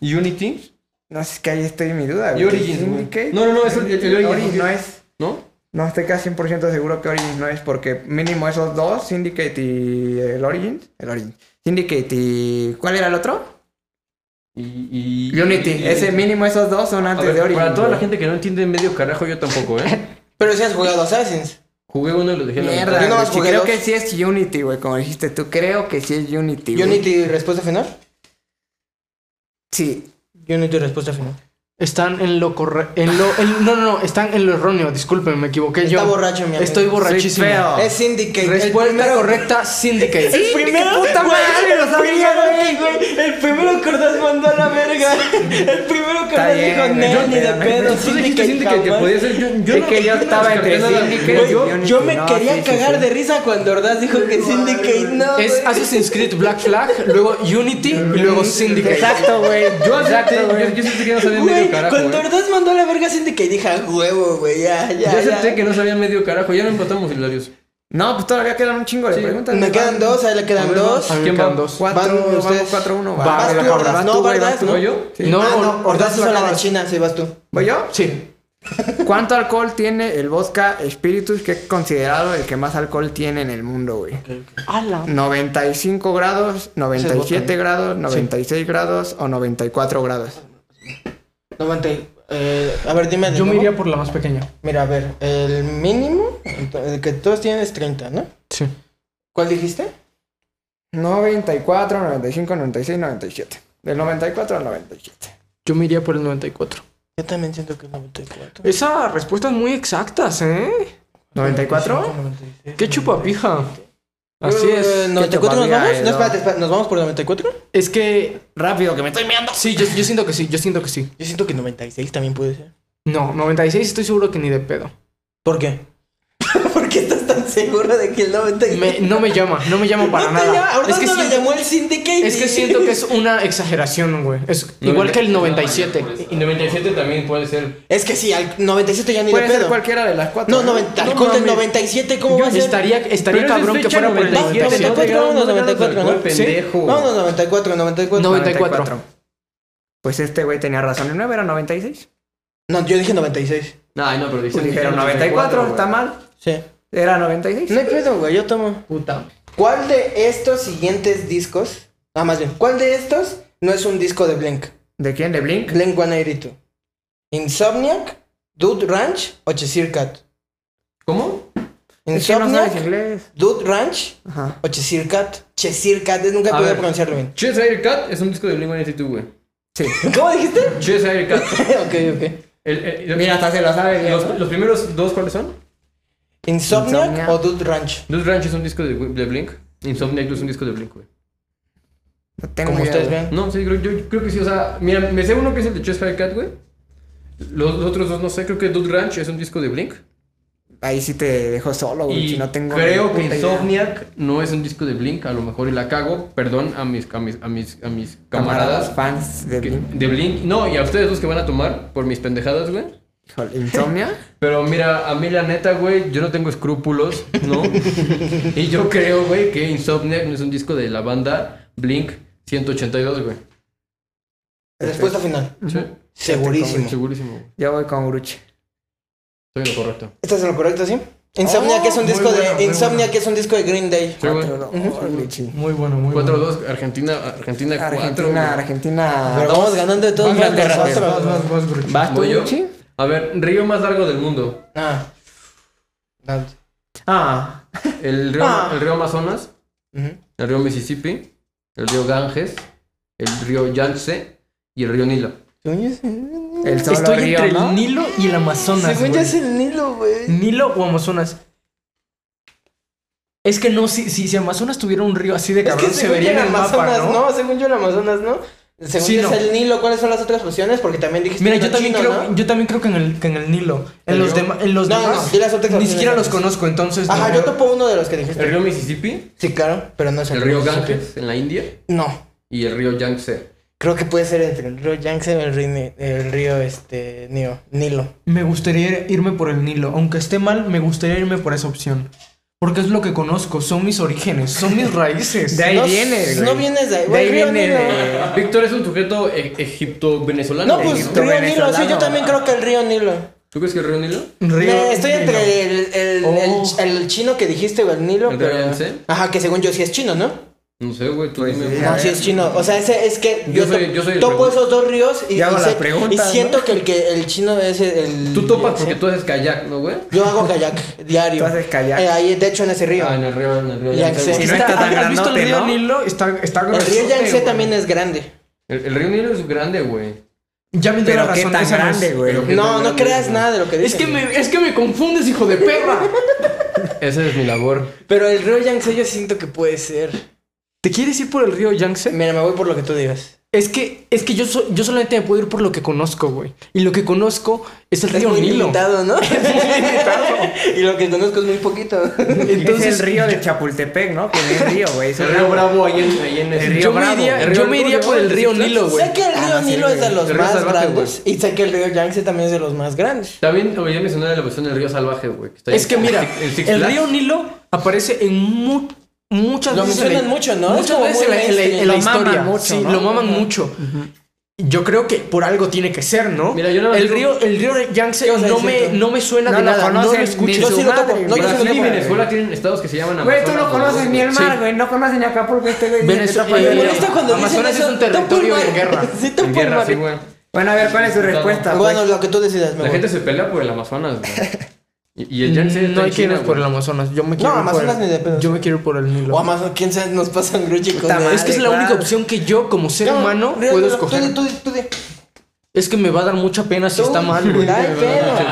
Speaker 3: Unity
Speaker 1: No sé, es que ahí estoy en mi duda. güey.
Speaker 3: y Origins, güey.
Speaker 1: Syndicate.
Speaker 3: No, no, no, es el, el- el
Speaker 1: Origins
Speaker 3: Origins.
Speaker 1: no es.
Speaker 3: ¿No?
Speaker 1: No estoy casi 100% seguro que Origins no es, porque mínimo esos dos, Syndicate y el Origins. El Origins. Syndicate y. ¿Cuál era el otro?
Speaker 3: Y, y-
Speaker 1: Unity.
Speaker 3: y-
Speaker 1: Ese mínimo esos dos son
Speaker 3: A
Speaker 1: antes
Speaker 3: ver,
Speaker 1: de Origins.
Speaker 3: Para toda la
Speaker 1: güey.
Speaker 3: gente que no entiende medio carajo, yo tampoco, ¿eh?
Speaker 2: Pero si has jugado Assassins.
Speaker 3: Jugué uno y lo dejé en la
Speaker 1: Mierda,
Speaker 3: mitad.
Speaker 2: Yo nomás
Speaker 1: güey,
Speaker 2: jugué
Speaker 1: creo
Speaker 2: dos.
Speaker 1: que sí es Unity, güey, como dijiste tú. Creo que sí es Unity, güey.
Speaker 2: Unity, respuesta final.
Speaker 1: Sí.
Speaker 2: Unity, respuesta final.
Speaker 4: Están en lo correcto. No, no, no, están en lo erróneo. Disculpen, me equivoqué
Speaker 2: Está
Speaker 4: yo.
Speaker 2: borracho, mi amigo.
Speaker 4: Estoy borrachísimo.
Speaker 1: Soy feo.
Speaker 2: Es Syndicate. el
Speaker 4: Respuesta
Speaker 2: primero.
Speaker 4: correcta, Syndicate.
Speaker 1: ¡Sí! ¡Qué puta madre! ¡Lo sabía, güey!
Speaker 2: El primero que Ordaz mandó a la verga. El primero que
Speaker 1: Está
Speaker 2: Ordaz
Speaker 1: bien,
Speaker 2: dijo,
Speaker 1: güey.
Speaker 2: no,
Speaker 1: Yo-
Speaker 2: ni de
Speaker 1: yo-
Speaker 2: pedo.
Speaker 3: Tú dijiste
Speaker 2: Syndicate
Speaker 3: Syndicate que
Speaker 2: jamás.
Speaker 3: podía ser. Yo, yo
Speaker 1: Es
Speaker 3: no-
Speaker 1: que
Speaker 3: yo
Speaker 1: yo
Speaker 3: no
Speaker 1: estaba
Speaker 3: descarté
Speaker 1: entre
Speaker 3: nada.
Speaker 1: Syndicate
Speaker 2: Güey,
Speaker 1: y Unity,
Speaker 2: yo me
Speaker 1: no,
Speaker 2: quería
Speaker 1: sí, sí,
Speaker 2: cagar
Speaker 1: sí.
Speaker 2: de risa cuando Ordaz dijo que Syndicate no.
Speaker 4: Es
Speaker 2: güey.
Speaker 4: Assassin's Creed Black Flag, luego Unity y luego Syndicate.
Speaker 1: Exacto, güey.
Speaker 3: Yo
Speaker 1: Exacto,
Speaker 3: acepté,
Speaker 1: güey.
Speaker 3: yo, yo sentí que no sabía
Speaker 2: Güey,
Speaker 3: medio carajo.
Speaker 2: cuando
Speaker 3: ¿eh?
Speaker 2: Ordaz mandó a la verga Syndicate dije, "A huevo, güey, ya,
Speaker 3: Yo
Speaker 2: ya.
Speaker 3: acepté
Speaker 2: ya".
Speaker 3: que no sabía medio carajo. Ya no empatamos, Hilarios.
Speaker 1: No, pues todavía quedan un chingo de
Speaker 3: Sí.
Speaker 1: preguntas.
Speaker 2: Me quedan dos, ahí le
Speaker 3: A
Speaker 2: quedan
Speaker 3: ver,
Speaker 2: dos.
Speaker 4: A mí me
Speaker 3: ¿Quién
Speaker 4: quedan
Speaker 3: va?
Speaker 4: dos.
Speaker 2: Van
Speaker 1: Cuatro,
Speaker 2: ustedes.
Speaker 1: vamos, cuatro, uno.
Speaker 4: Va,
Speaker 1: Va.
Speaker 2: Vas
Speaker 4: me la
Speaker 2: tú,
Speaker 4: acabas.
Speaker 2: Ordaz,
Speaker 1: Vas tú,
Speaker 2: no,
Speaker 1: güey, vas
Speaker 2: Ordaz,
Speaker 1: tú,
Speaker 2: ¿no?
Speaker 3: ¿Voy yo?
Speaker 1: Sí.
Speaker 4: No,
Speaker 2: Ah,
Speaker 4: Or-
Speaker 2: no, Ordaz hizo la de
Speaker 4: acabas.
Speaker 2: China, sí, vas tú.
Speaker 1: ¿Voy yo?
Speaker 4: Sí.
Speaker 1: ¿Cuánto alcohol tiene el vodka Spiritus, que es considerado el que más alcohol tiene en el mundo, güey?
Speaker 4: Ala.
Speaker 1: 95 grados, 97 grados, 96 grados o 94 grados.
Speaker 2: 90. y- Eh, a ver, dime. de
Speaker 4: Yo me
Speaker 2: nuevo.
Speaker 4: iría por la más pequeña.
Speaker 2: Mira, a ver, el mínimo, ento- el que todos tienen es 30, ¿no?
Speaker 4: Sí.
Speaker 2: ¿Cuál dijiste?
Speaker 1: 94, 95, 96, 97. Del 94 al 97.
Speaker 4: Yo me iría por el 94.
Speaker 2: Yo también siento que es 94.
Speaker 4: Esas respuestas muy exactas, ¿eh?
Speaker 1: ¿94?
Speaker 2: 96.
Speaker 4: Qué chupapija.
Speaker 1: Uh,
Speaker 4: Así es.
Speaker 2: Eh, ¿94 nos
Speaker 1: chupapija,
Speaker 2: vamos?
Speaker 1: eh,
Speaker 2: No,
Speaker 1: no.
Speaker 2: espérate, espérate, ¿nos vamos por 94?
Speaker 4: Es que.
Speaker 1: Rápido, que me estoy meando.
Speaker 4: Sí, yo, yo siento que sí, yo siento que sí.
Speaker 2: Yo siento que 96 también puede ser.
Speaker 4: No, 96 estoy seguro que ni de pedo.
Speaker 2: ¿Por qué? ¿Por qué estás estás tan seguro de que el 90 y-
Speaker 4: Me- no me llama, no me llama para
Speaker 2: No te
Speaker 4: nada.
Speaker 2: llama, ahorita
Speaker 4: es, que
Speaker 2: no me
Speaker 4: siento,
Speaker 2: llamó el Syndicate.
Speaker 4: es que siento que es una exageración, güey. Es igual que el 97.
Speaker 3: Y 97 también puede ser.
Speaker 2: Es que sí, al 97 ya ni
Speaker 1: Puede
Speaker 2: le
Speaker 1: ser
Speaker 2: pedo.
Speaker 1: cualquiera de las cuatro.
Speaker 2: No,
Speaker 1: ¿no?
Speaker 2: 90,
Speaker 1: No
Speaker 2: alcohol del
Speaker 1: mames.
Speaker 2: 97, ¿cómo va a ser?
Speaker 4: Estaría, estaría
Speaker 3: Pero es
Speaker 4: cabrón que
Speaker 3: fecha
Speaker 4: fuera por el
Speaker 3: 97,
Speaker 2: ¿no?
Speaker 4: 97.
Speaker 3: No, no, no,
Speaker 2: 94, ¿no?
Speaker 3: Pendejo.
Speaker 2: No, no, 94, 94.
Speaker 4: No. 94.
Speaker 1: Pues este güey tenía razón. El 9 era 96.
Speaker 2: No, yo dije 96.
Speaker 3: Ay, no, pero dicen
Speaker 1: Pues dijeron 94, está mal.
Speaker 2: Sí.
Speaker 1: Era 96.
Speaker 2: No hay pedo, güey, yo tomo.
Speaker 3: Puta.
Speaker 2: ¿Cuál de estos siguientes discos? Ah, más bien, ¿cuál de estos no es un disco de Blink?
Speaker 1: ¿De quién? ¿De Blink?
Speaker 2: Blink 182. Insomniac, Dude Ranch o Cheshire Cat.
Speaker 3: ¿Cómo?
Speaker 1: Es que no sabes
Speaker 2: Insomniac,
Speaker 1: inglés.
Speaker 2: Dude Ranch
Speaker 1: Ajá.
Speaker 2: o Cheshire Cat. Cheshire Cat, nunca
Speaker 3: A
Speaker 2: pude
Speaker 3: ver.
Speaker 2: pronunciarlo bien.
Speaker 3: Chess Air Cat es un disco de Blink-182, güey.
Speaker 1: Sí.
Speaker 2: ¿Cómo dijiste?
Speaker 3: Chess Air Cat.
Speaker 2: ok, ok.
Speaker 3: El- el-
Speaker 1: Mira, hasta se lo sabe bien,
Speaker 3: Los,
Speaker 1: ¿no?
Speaker 3: los primeros dos, ¿cuáles son?
Speaker 2: Insomniac,
Speaker 1: Insomniac.
Speaker 2: o Dude Ranch.
Speaker 3: Dude Ranch es un disco de, de Blink. Insomniac es un disco de Blink, güey.
Speaker 1: No tengo
Speaker 2: Como
Speaker 1: idea,
Speaker 2: ustedes
Speaker 1: güey.
Speaker 2: vean.
Speaker 3: No, sí, creo, yo creo que sí. O sea, mira, me sé uno que es el de Chess Air Cat, güey. Los, los otros dos no sé. Creo que Dude Ranch es un disco de Blink.
Speaker 1: Ahí sí te dejo solo, güey.
Speaker 3: Y
Speaker 1: Si no tengo
Speaker 3: creo
Speaker 1: ni
Speaker 3: que
Speaker 1: puta idea.
Speaker 3: Insomniac no es un disco de Blink, a lo mejor y la cago, perdón a mis, a mis, a mis, a mis camaradas
Speaker 1: Fans de
Speaker 3: que-
Speaker 1: Blink.
Speaker 3: de Blink. No, y a ustedes dos que van a tomar por mis pendejadas, güey.
Speaker 1: Híjole, Insomnia.
Speaker 3: Pero mira, a mí la neta, güey, yo no tengo escrúpulos, ¿no? y yo creo, güey, que Insomniac no es un disco de la banda Blink 182, güey.
Speaker 2: Respuesta final.
Speaker 3: Sí,
Speaker 2: Segurísimo.
Speaker 3: segurísimo. güey.
Speaker 1: Yo voy con Uruche.
Speaker 3: Estoy en lo correcto.
Speaker 2: ¿Estás en lo correcto, sí? Insomniac
Speaker 1: Oh,
Speaker 2: es un
Speaker 4: muy
Speaker 2: disco
Speaker 4: bueno,
Speaker 2: de
Speaker 4: muy
Speaker 2: Insomniac es un disco de Green Day.
Speaker 3: Sí, güey.
Speaker 1: 4-2.
Speaker 4: Muy bueno, muy
Speaker 3: 4-2, Argentina, Argentina 4.
Speaker 1: Argentina,
Speaker 2: Pero
Speaker 1: Argentina.
Speaker 2: vamos ganando de todos
Speaker 1: Vamos
Speaker 2: modos
Speaker 1: ganando,
Speaker 2: nosotros,
Speaker 1: güey.
Speaker 2: güey.
Speaker 1: ¿Vas tú,
Speaker 3: ¿Voy yo?
Speaker 1: Uruchi?
Speaker 3: A ver, río más largo del mundo.
Speaker 2: Ah. Ah.
Speaker 1: Ah.
Speaker 3: El río,
Speaker 2: Ah.
Speaker 3: el río Amazonas.
Speaker 2: Ujú.
Speaker 3: el río Mississippi, el río Ganges, el río Yangtze y el río Nilo.
Speaker 1: El solo
Speaker 4: Estoy
Speaker 1: río,
Speaker 4: entre
Speaker 1: ¿no?
Speaker 4: el Nilo y el Amazonas.
Speaker 2: Según
Speaker 4: güey.
Speaker 2: ya es el Nilo, güey.
Speaker 4: Nilo o Amazonas. Es que no, si, si, si Amazonas tuviera un río así de
Speaker 2: Es
Speaker 4: cabrón,
Speaker 2: que
Speaker 4: se
Speaker 2: según yo
Speaker 4: vería en
Speaker 2: el
Speaker 4: el
Speaker 2: Amazonas,
Speaker 4: mapa, ¿no?
Speaker 2: ¿no? Según yo el Amazonas, ¿no? Según
Speaker 4: Sí,
Speaker 2: yo es
Speaker 4: no.
Speaker 2: el Nilo, ¿cuáles son las otras opciones? Porque también dijiste
Speaker 4: Mira,
Speaker 2: uno
Speaker 4: yo también,
Speaker 2: chino,
Speaker 4: creo,
Speaker 2: ¿no?
Speaker 4: yo también creo que en el, que en el Nilo. En
Speaker 3: ¿El
Speaker 4: los,
Speaker 3: río?
Speaker 4: dema- en los
Speaker 2: No, no,
Speaker 4: demás,
Speaker 2: di las otras
Speaker 4: ni
Speaker 2: opciones.
Speaker 4: siquiera los conozco, entonces...
Speaker 2: Ajá,
Speaker 4: no.
Speaker 2: yo topo uno de los que dijiste.
Speaker 3: El río Mississippi,
Speaker 2: Sí, claro, pero no es
Speaker 3: el río Ganges en la India
Speaker 2: No.
Speaker 3: y el río Yangtze.
Speaker 2: Creo que puede ser entre el río Yangtze o el río, Ni- el río este, Nilo. Nilo.
Speaker 4: Me gustaría irme por el Nilo. Aunque esté mal, me gustaría irme por esa opción. Porque es lo que conozco, son mis orígenes, son mis raíces.
Speaker 1: De ahí
Speaker 2: No,
Speaker 1: viene, güey.
Speaker 2: no vienes de ahí,
Speaker 1: De
Speaker 2: güey,
Speaker 1: ahí
Speaker 2: río
Speaker 1: viene.
Speaker 2: Nilo.
Speaker 1: de-
Speaker 3: Víctor es un sujeto e- egipto-venezolano.
Speaker 2: No, pues
Speaker 1: Egipto,
Speaker 2: río Nilo, sí, yo
Speaker 1: venezolano.
Speaker 2: también creo que el río Nilo.
Speaker 3: ¿Tú crees que el río Nilo?
Speaker 4: Río
Speaker 2: Eh, estoy entre el, el- el-
Speaker 4: Oh.
Speaker 2: el chino que dijiste o el Nilo.
Speaker 3: ¿El río
Speaker 2: pero...
Speaker 3: Yangtze?
Speaker 2: Ajá, que según yo sí es chino, ¿no?
Speaker 3: No sé, güey, tú
Speaker 1: Pues
Speaker 3: dime.
Speaker 1: sí,
Speaker 3: güey.
Speaker 1: ya.
Speaker 2: No, sí es chino. O sea, ese, es que
Speaker 3: Yo
Speaker 2: yo,
Speaker 3: soy-
Speaker 2: to-
Speaker 3: yo soy el
Speaker 2: topo
Speaker 3: pregun-
Speaker 2: esos dos ríos y,
Speaker 1: Yo hago
Speaker 2: y
Speaker 1: las
Speaker 2: sé-
Speaker 1: preguntas,
Speaker 2: y
Speaker 1: ¿no?
Speaker 2: siento que el que el chino es el.
Speaker 3: Tú topas porque tú haces kayak, ¿no, güey?
Speaker 2: Yo hago kayak diario.
Speaker 1: Tú haces kayak.
Speaker 2: Eh, ahí, de hecho, en ese río.
Speaker 3: Ah, en el río, en el río
Speaker 2: Yangtze.
Speaker 3: Yangtze. güey.
Speaker 1: Si no está tan
Speaker 4: ¿Has visto el
Speaker 1: grandote,
Speaker 4: río
Speaker 1: ¿no?
Speaker 4: Nilo? Está, está
Speaker 2: el río
Speaker 4: gruesote,
Speaker 2: Yangtze
Speaker 4: güey.
Speaker 2: también es grande.
Speaker 3: El, el río Nilo es grande, güey.
Speaker 4: Ya me dio la
Speaker 1: Pero qué
Speaker 4: razón.
Speaker 1: tan
Speaker 4: esa no es.
Speaker 1: grande, güey.
Speaker 3: Pero qué
Speaker 2: No,
Speaker 3: tan
Speaker 2: no
Speaker 3: grande,
Speaker 2: creas
Speaker 3: güey.
Speaker 2: nada de lo que
Speaker 4: Es
Speaker 2: dices.
Speaker 4: que, me, es que me confundes, hijo de perra.
Speaker 3: Esa es mi labor.
Speaker 2: Pero el río Yangtze yo siento que puede ser.
Speaker 4: ¿Te quieres ir por el río Yangtze?
Speaker 2: Mira, me voy por lo que tú digas.
Speaker 4: Es que, es que yo, so- yo solamente me puedo ir por lo que conozco, güey. Y lo que conozco es el
Speaker 2: Es
Speaker 4: río
Speaker 2: muy
Speaker 4: Nilo.
Speaker 2: limitado, ¿no? y lo que conozco es muy poquito.
Speaker 1: es el río de Chapultepec, ¿no? Que es río, güey. es un
Speaker 3: El río Bravo ahí en, ahí en
Speaker 1: El
Speaker 3: ese-
Speaker 1: río
Speaker 4: yo me
Speaker 1: Bravo.
Speaker 4: iría,
Speaker 3: El río
Speaker 4: yo me iría
Speaker 3: Nilo,
Speaker 4: por el
Speaker 3: ¿no?
Speaker 4: río
Speaker 3: Sí, claro.
Speaker 4: Nilo, güey.
Speaker 2: sé que el río
Speaker 1: Ah, no, sí,
Speaker 2: Nilo es de
Speaker 1: güey.
Speaker 2: los
Speaker 3: El río
Speaker 2: más
Speaker 3: salvaje,
Speaker 2: grandes. Y sé que el río Yangtze también es de los más grandes.
Speaker 3: También olvidé mencionar la versión del río salvaje, güey. está ahí
Speaker 4: Es que
Speaker 3: en-
Speaker 4: mira,
Speaker 3: en Six
Speaker 4: el
Speaker 3: Flags.
Speaker 4: río Nilo aparece en mu- muchas
Speaker 2: Lo
Speaker 4: veces.
Speaker 2: mencionan
Speaker 4: en-
Speaker 2: mucho, ¿no? Es
Speaker 4: Muchas
Speaker 2: como
Speaker 4: veces en
Speaker 2: muy
Speaker 4: la, en la- en
Speaker 1: mainstream.
Speaker 4: la
Speaker 1: Lo
Speaker 4: historia.
Speaker 1: maman mucho,
Speaker 4: sí,
Speaker 1: ¿no?
Speaker 4: lo maman mucho. Yo creo que por algo tiene que ser, ¿no?
Speaker 3: Mira, yo nada más
Speaker 4: el,
Speaker 3: digo-
Speaker 4: río, el río Yangtze
Speaker 2: ¿Qué vas a
Speaker 4: no
Speaker 2: decir
Speaker 4: me,
Speaker 2: tú?
Speaker 4: no me suena
Speaker 1: No
Speaker 4: de
Speaker 1: lo
Speaker 4: nada, no lo
Speaker 1: conocen,
Speaker 4: escucho.
Speaker 1: ni
Speaker 2: Yo
Speaker 1: su
Speaker 2: sí lo topo.
Speaker 1: madre,
Speaker 2: No, yo sí lo
Speaker 3: Brasil y
Speaker 2: topo.
Speaker 3: Venezuela tienen estados que se llaman
Speaker 1: Güey,
Speaker 3: Amazonas.
Speaker 1: tú no
Speaker 3: güey.
Speaker 1: conoces ni el mar,
Speaker 4: Sí.
Speaker 1: güey. No conoces ni Acapulco, este güey.
Speaker 4: Venezue-
Speaker 1: está por
Speaker 4: eh,
Speaker 2: Me
Speaker 1: ahí.
Speaker 2: molesta cuando
Speaker 4: Amazonas
Speaker 2: dicen
Speaker 4: es un
Speaker 2: eso. Topo
Speaker 4: territorio
Speaker 2: el mar.
Speaker 4: en guerra.
Speaker 2: Sí, topo
Speaker 3: En
Speaker 2: el
Speaker 3: guerra,
Speaker 2: mar.
Speaker 3: sí, güey.
Speaker 1: Bueno, a ver, ¿cuál es su respuesta, güey?
Speaker 2: Bueno, lo que tú decidas, me
Speaker 3: La
Speaker 2: voy.
Speaker 3: gente se pelea por el Amazonas, güey. Y, y el Yangtze está
Speaker 4: No
Speaker 3: en
Speaker 4: hay que
Speaker 3: China,
Speaker 4: ir por el
Speaker 3: güey.
Speaker 4: Amazonas. Yo me quiero ir por
Speaker 2: Amazonas
Speaker 4: el-
Speaker 2: ni de pedo.
Speaker 4: Yo me quiero ir por el Nilo.
Speaker 2: O Amazon, quién sabe, nos pasan gruchicos.
Speaker 1: Puta madre.
Speaker 4: Es que es la
Speaker 1: Igual.
Speaker 4: única opción que yo, como ser humano, puedo escoger.
Speaker 2: Tú, di, tú, di, tú,
Speaker 4: Es que me va a dar mucha pena si está mal, güey.
Speaker 2: Ay, pedo.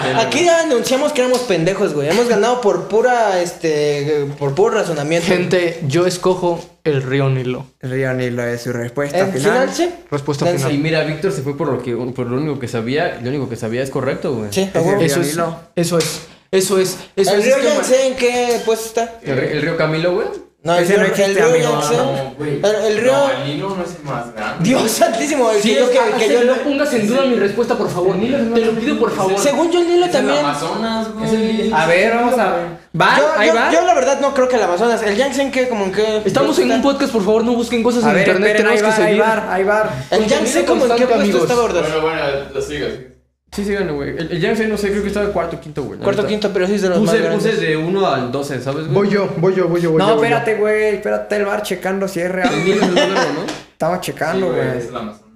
Speaker 3: pena,
Speaker 2: Aquí ya anunciamos que éramos pendejos, güey. Hemos ganado por pura, este, por puro razonamiento.
Speaker 4: Gente, yo escojo el río Nilo.
Speaker 1: Río Nilo es su respuesta
Speaker 2: ¿En
Speaker 1: final.
Speaker 2: final, sí?
Speaker 4: Respuesta
Speaker 2: Dense.
Speaker 3: Y
Speaker 4: final.
Speaker 3: mira, Víctor se fue por lo que por lo único que sabía, lo único que sabía es correcto, güey.
Speaker 2: Sí, a
Speaker 1: Es
Speaker 2: huevo.
Speaker 1: el
Speaker 4: Eso
Speaker 1: río
Speaker 4: es.
Speaker 1: Nilo.
Speaker 4: Eso es. Eso es. Eso
Speaker 2: el
Speaker 4: es
Speaker 2: río
Speaker 4: esquema.
Speaker 2: Yangtze, ¿en qué puesto está?
Speaker 3: El, ri- el río Camilo, güey.
Speaker 2: No, el
Speaker 1: Ese
Speaker 2: río,
Speaker 1: no existe,
Speaker 2: el río
Speaker 1: amigo,
Speaker 2: Yangtze.
Speaker 3: Ah,
Speaker 5: No, güey.
Speaker 2: el, el río.
Speaker 5: No, el Nilo no es el más grande.
Speaker 2: Dios santísimo, el
Speaker 3: Sí,
Speaker 2: que yo,
Speaker 3: es
Speaker 2: que, que yo
Speaker 3: no
Speaker 2: lo-
Speaker 3: pongas en duda mi respuesta, por favor. Te lo pido, por favor.
Speaker 2: Según yo, el Nilo
Speaker 5: Es el
Speaker 2: también.
Speaker 5: Amazonas, güey.
Speaker 1: A ver, vamos a ver. ¿Va?
Speaker 2: Yo,
Speaker 1: ¿Ahí
Speaker 2: yo-
Speaker 1: va?
Speaker 2: yo la verdad no creo que el Amazonas. El Yangtze, ¿en qué? Como en qué.
Speaker 4: Estamos en un podcast, por favor, no busquen cosas
Speaker 1: A
Speaker 4: en
Speaker 1: ver,
Speaker 4: internet.
Speaker 1: esperen, ahí
Speaker 4: Tenemos
Speaker 1: va,
Speaker 4: que
Speaker 1: ahí
Speaker 4: seguir.
Speaker 1: va, ahí va.
Speaker 2: El Yangtze,
Speaker 4: Contenido
Speaker 2: ¿como en qué
Speaker 4: constante,
Speaker 2: puesto
Speaker 4: amigos.
Speaker 2: estaba, Ordaz?
Speaker 5: Bueno, bueno, lo sigo. así.
Speaker 3: Sí, sí, gano, güey. El, el Yangtze, no sé, creo que estaba cuarto, quinto, güey. la
Speaker 2: Cuarto,
Speaker 3: neta.
Speaker 2: quinto, pero sí es de los más
Speaker 3: Puse,
Speaker 2: grandes.
Speaker 3: puse de 1 al 12, ¿sabes, güey?
Speaker 4: Voy yo, voy yo, voy yo, voy yo.
Speaker 1: No,
Speaker 4: voy yo.
Speaker 1: espérate, güey. Espérate el bar checando si es
Speaker 3: El
Speaker 1: real.
Speaker 3: Nilo es el número, ¿no?
Speaker 1: Estamos
Speaker 2: Ah,
Speaker 5: Sí,
Speaker 1: checando,
Speaker 5: güey,
Speaker 1: güey.
Speaker 5: es el Amazonas.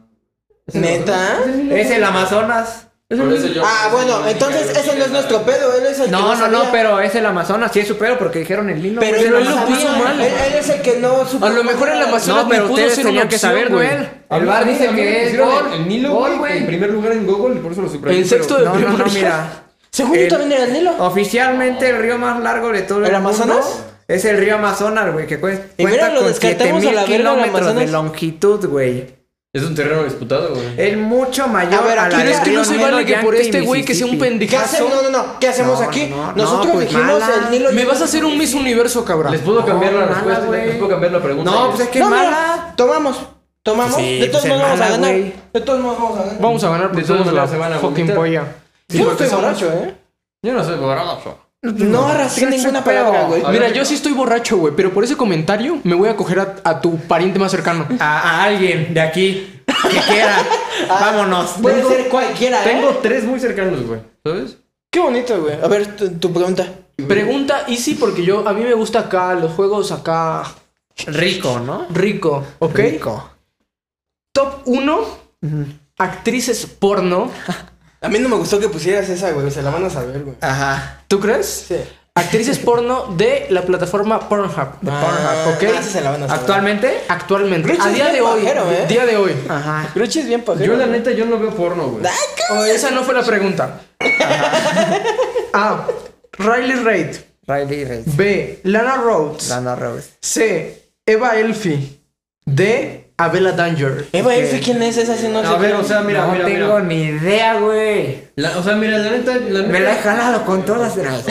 Speaker 2: ¿Neta?
Speaker 1: Es el Amazonas.
Speaker 5: Por eso yo-
Speaker 2: Ah, bueno, entonces ese no es nuestro pedo, él es el que
Speaker 1: No, no, no,
Speaker 2: sabía.
Speaker 1: pero es el Amazonas. Sí es su pedo porque dijeron el Nilo.
Speaker 2: Pero
Speaker 1: güey,
Speaker 2: él
Speaker 1: es el
Speaker 2: no lo
Speaker 1: Amazonas.
Speaker 2: puso mal. Él, él es el que no supo.
Speaker 4: A lo mejor el Amazonas
Speaker 1: No,
Speaker 4: ni
Speaker 1: pero
Speaker 4: pudo
Speaker 1: ustedes
Speaker 4: ser una
Speaker 1: tenían que
Speaker 4: opción,
Speaker 1: saber,
Speaker 4: güey.
Speaker 1: güey. El bar dice que es gol.
Speaker 3: El Nilo,
Speaker 1: Gol,
Speaker 3: güey. En primer lugar en Google, por eso lo superé.
Speaker 4: En sexto de
Speaker 1: No, no, no,
Speaker 4: primaria.
Speaker 1: mira.
Speaker 2: Según
Speaker 1: El-
Speaker 2: yo también era el Nilo.
Speaker 1: Oficialmente el río más largo de todo el,
Speaker 2: ¿El
Speaker 1: mundo
Speaker 2: Amazonas?
Speaker 1: es el río Amazonas, güey, que cuesta,
Speaker 2: Y mira,
Speaker 1: cuenta
Speaker 2: lo
Speaker 1: con
Speaker 2: descartamos a la
Speaker 1: 7000
Speaker 2: verga, el
Speaker 1: kilómetros de
Speaker 2: Amazonas.
Speaker 1: longitud, güey.
Speaker 3: Es un terreno disputado, güey.
Speaker 1: Es mucho mayor
Speaker 2: A ver,
Speaker 1: a la
Speaker 2: aquí
Speaker 1: del
Speaker 4: Pero es que
Speaker 1: río
Speaker 4: no se
Speaker 1: Nilo,
Speaker 4: vale que por
Speaker 1: Yangtze y
Speaker 4: este güey que sea un
Speaker 1: Mississippi.
Speaker 2: ¿Qué hacemos? No,
Speaker 4: pendejazo.
Speaker 2: no, no. ¿Qué hacemos
Speaker 1: No,
Speaker 2: aquí?
Speaker 1: no, no,
Speaker 2: Nosotros
Speaker 1: pues,
Speaker 2: dijimos
Speaker 1: mala.
Speaker 2: el Nilo.
Speaker 4: Me vas a hacer un Miss Universo, cabrón.
Speaker 3: Les puedo cambiar
Speaker 1: No,
Speaker 3: la
Speaker 1: mala,
Speaker 3: respuesta,
Speaker 1: güey.
Speaker 3: les puedo cambiar la pregunta.
Speaker 1: No,
Speaker 3: güey.
Speaker 1: pues es que
Speaker 2: No,
Speaker 1: es
Speaker 2: mira,
Speaker 1: mala.
Speaker 2: Tomamos. Tomamos.
Speaker 1: Sí,
Speaker 2: de todos
Speaker 1: pues,
Speaker 2: modos vamos a
Speaker 1: mala,
Speaker 2: ganar.
Speaker 1: güey.
Speaker 2: De todos modos vamos a ganar.
Speaker 4: Vamos a ganar
Speaker 3: De
Speaker 4: porque
Speaker 3: todas
Speaker 4: somos la
Speaker 3: maneras se van a
Speaker 4: fucking
Speaker 3: vomitar.
Speaker 4: polla.
Speaker 2: Yo no estoy borracho, ¿eh?
Speaker 3: Yo no soy borracho.
Speaker 2: No arrastré
Speaker 1: yo soy
Speaker 2: ninguna
Speaker 1: peor.
Speaker 2: palabra, güey.
Speaker 3: A ver,
Speaker 4: Mira,
Speaker 3: amigo.
Speaker 4: yo sí estoy borracho, güey, pero por ese comentario me voy a coger a, a tu pariente más cercano.
Speaker 1: A, a alguien de aquí que quiera. Vámonos.
Speaker 2: Puede ser cualquiera, ¿eh?
Speaker 3: Tengo tres muy cercanos, güey. ¿Sabes?
Speaker 2: Qué bonito, güey. A ver, tu, tu pregunta.
Speaker 4: Pregunta easy porque yo a mí me gusta acá los juegos acá
Speaker 1: Rico, ¿no?
Speaker 4: rico, ¿ok?
Speaker 1: Rico.
Speaker 4: Top 1 actrices porno.
Speaker 2: A mí no me gustó que pusieras esa, güey. Se la van a saber, güey.
Speaker 1: Ajá.
Speaker 4: ¿Tú crees?
Speaker 2: Sí.
Speaker 4: Actrices porno de la plataforma Pornhub. De
Speaker 2: Ah,
Speaker 4: Pornhub, ¿ok?
Speaker 2: esa se la van a saber.
Speaker 1: ¿Actualmente?
Speaker 4: Actualmente,
Speaker 2: Richie
Speaker 4: a
Speaker 2: es
Speaker 4: día
Speaker 2: bien
Speaker 4: de hoy,
Speaker 2: pajero, ¿eh?
Speaker 4: día de hoy.
Speaker 1: Ajá.
Speaker 2: Gruchi es bien pajero.
Speaker 3: Yo, la neta, yo no veo porno, güey.
Speaker 4: Oh, esa no fue la pregunta. A. Riley Reid.
Speaker 1: Riley Reid.
Speaker 4: B. Lana Rhodes.
Speaker 1: Lana Rhodes.
Speaker 4: C. Eva Elfie. D. Abela Danger.
Speaker 2: Eva Elfi, ¿quién Eh, es esa? Si no sé
Speaker 3: A ver,
Speaker 2: quién
Speaker 3: o sea, mira,
Speaker 1: no
Speaker 3: mira, mira.
Speaker 1: tengo ni idea, güey.
Speaker 3: La- o sea, mira, la neta, la neta.
Speaker 1: Me la he jalado con todas las.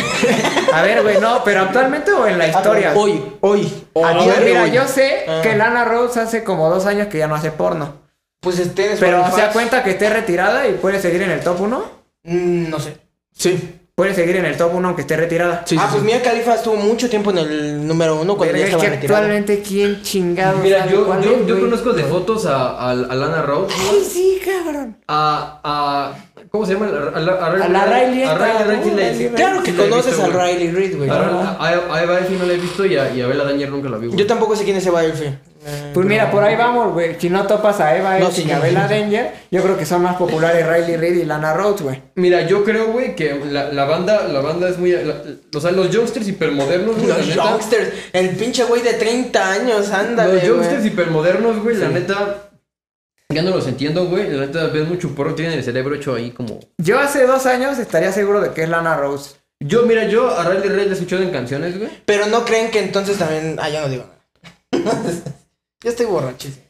Speaker 1: A ver, güey, no, pero actualmente o en la historia.
Speaker 4: Hoy, hoy.
Speaker 1: A
Speaker 4: a
Speaker 1: ver,
Speaker 4: día de
Speaker 1: mira,
Speaker 4: hoy.
Speaker 1: yo sé
Speaker 2: Ah.
Speaker 1: que Lana Rhodes hace como dos años que ya no hace porno.
Speaker 2: Pues este es
Speaker 1: Pero
Speaker 2: Spotify.
Speaker 1: se da cuenta que esté retirada y puede seguir en el top 1.
Speaker 2: Mm, no sé.
Speaker 4: Sí.
Speaker 1: Puede seguir en el top 1 aunque esté retirada.
Speaker 4: sí,
Speaker 2: ah,
Speaker 4: sí,
Speaker 2: pues
Speaker 4: sí.
Speaker 2: Mia Khalifa estuvo mucho tiempo en el número uno cuando
Speaker 1: Verga,
Speaker 2: ya
Speaker 1: es
Speaker 2: estaba
Speaker 1: que
Speaker 2: retirada.
Speaker 1: actualmente, ¿quién chingado?
Speaker 3: Mira,
Speaker 1: sabe
Speaker 3: yo,
Speaker 1: cuál
Speaker 3: yo,
Speaker 1: es,
Speaker 3: yo
Speaker 1: güey?
Speaker 3: conozco de fotos a, a, a Lana Rhodes,
Speaker 1: Ay, sí, cabrón.
Speaker 3: a, a... ¿Cómo se llama? A, la-
Speaker 1: A la Riley
Speaker 3: A Riley
Speaker 1: esta,
Speaker 3: Reid sí
Speaker 1: ¿no?
Speaker 3: la-
Speaker 1: Riley
Speaker 3: sí la he
Speaker 2: Claro que
Speaker 3: visto,
Speaker 2: conoces
Speaker 3: güey.
Speaker 2: al Riley Reid, güey.
Speaker 3: A, a- a Eva Elfie no la he visto y a, y a Bella Danger nunca la vi, güey.
Speaker 2: Yo tampoco sé quién es Eva Elfi. Eh,
Speaker 1: Pues mira, por ahí vamos, güey. Si no topas a Eva
Speaker 2: No,
Speaker 1: Elfie
Speaker 2: sí.
Speaker 1: y a Bella Danger, yo creo que son más populares Riley Reid y Lana Rhodes, güey.
Speaker 3: Mira, yo creo, güey, que la, la banda la banda es muy... la- o sea, los youngsters hipermodernos, güey, la
Speaker 2: Los
Speaker 3: neta...
Speaker 2: youngsters, el pinche güey de 30 años, ándale.
Speaker 3: Los youngsters
Speaker 2: güey.
Speaker 3: hipermodernos, güey, la neta... Ya no los entiendo, güey. La neta, ves mucho porro, tienen el cerebro hecho ahí como...
Speaker 1: Yo hace dos años estaría seguro de que es Lana Rhodes.
Speaker 3: Yo, mira, yo a Riley Reid la he escuchado en canciones, güey.
Speaker 2: Pero no creen que entonces también. Ah, ya no digo nada. Yo estoy borrachísimo.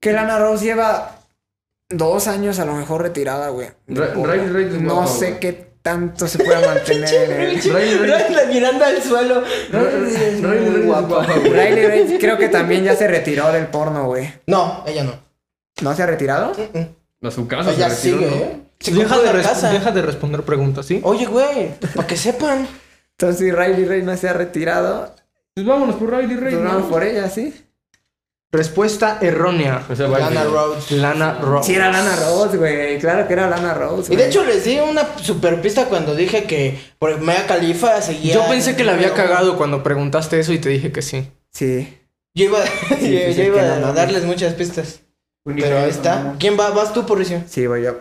Speaker 1: Que Lana Rhodes lleva dos años a lo mejor retirada, güey.
Speaker 3: Ra- Riley Reid es
Speaker 1: No
Speaker 3: guapa,
Speaker 1: sé
Speaker 3: güey.
Speaker 1: qué tanto se puede mantener en el...
Speaker 3: Riley Reid-
Speaker 2: Riley mirando al suelo.
Speaker 3: Riley Reid es muy guapa, güey.
Speaker 1: Riley Reid creo que también ya se retiró del porno, güey.
Speaker 2: No, ella no.
Speaker 1: ¿No se ha retirado?
Speaker 3: A su casa
Speaker 2: Ella
Speaker 3: se retiró,
Speaker 2: sigue,
Speaker 3: ¿no?
Speaker 2: ¿eh? Se
Speaker 4: Deja,
Speaker 2: compró
Speaker 4: de
Speaker 2: una
Speaker 4: res-
Speaker 2: casa.
Speaker 4: deja de responder preguntas, ¿sí?
Speaker 2: Oye, güey, para que sepan.
Speaker 1: Entonces, si Riley Reid no se ha retirado,
Speaker 3: Pues vámonos por Riley Reid,
Speaker 1: pues
Speaker 3: ¿no?
Speaker 1: vamos por ella, ¿sí?
Speaker 4: Respuesta errónea.
Speaker 3: O sea,
Speaker 2: Lana
Speaker 3: Riley.
Speaker 2: Rhodes.
Speaker 4: Lana Rhodes.
Speaker 1: Sí, era Lana Rhodes, güey. Claro que era Lana Rhodes.
Speaker 2: Y
Speaker 1: güey.
Speaker 2: de hecho les di una super pista cuando dije que por Maya Califa seguía.
Speaker 4: Yo pensé que la había
Speaker 2: Pero-
Speaker 4: cagado cuando preguntaste eso y te dije que sí.
Speaker 1: Sí.
Speaker 2: Yo iba, yo-
Speaker 1: pues
Speaker 2: yo
Speaker 1: es
Speaker 2: iba
Speaker 1: que no
Speaker 2: a
Speaker 1: mames.
Speaker 2: darles muchas pistas. Pero ahí está. ¿Quién va? ¿Vas tú, Porricio?
Speaker 1: Sí, voy yo.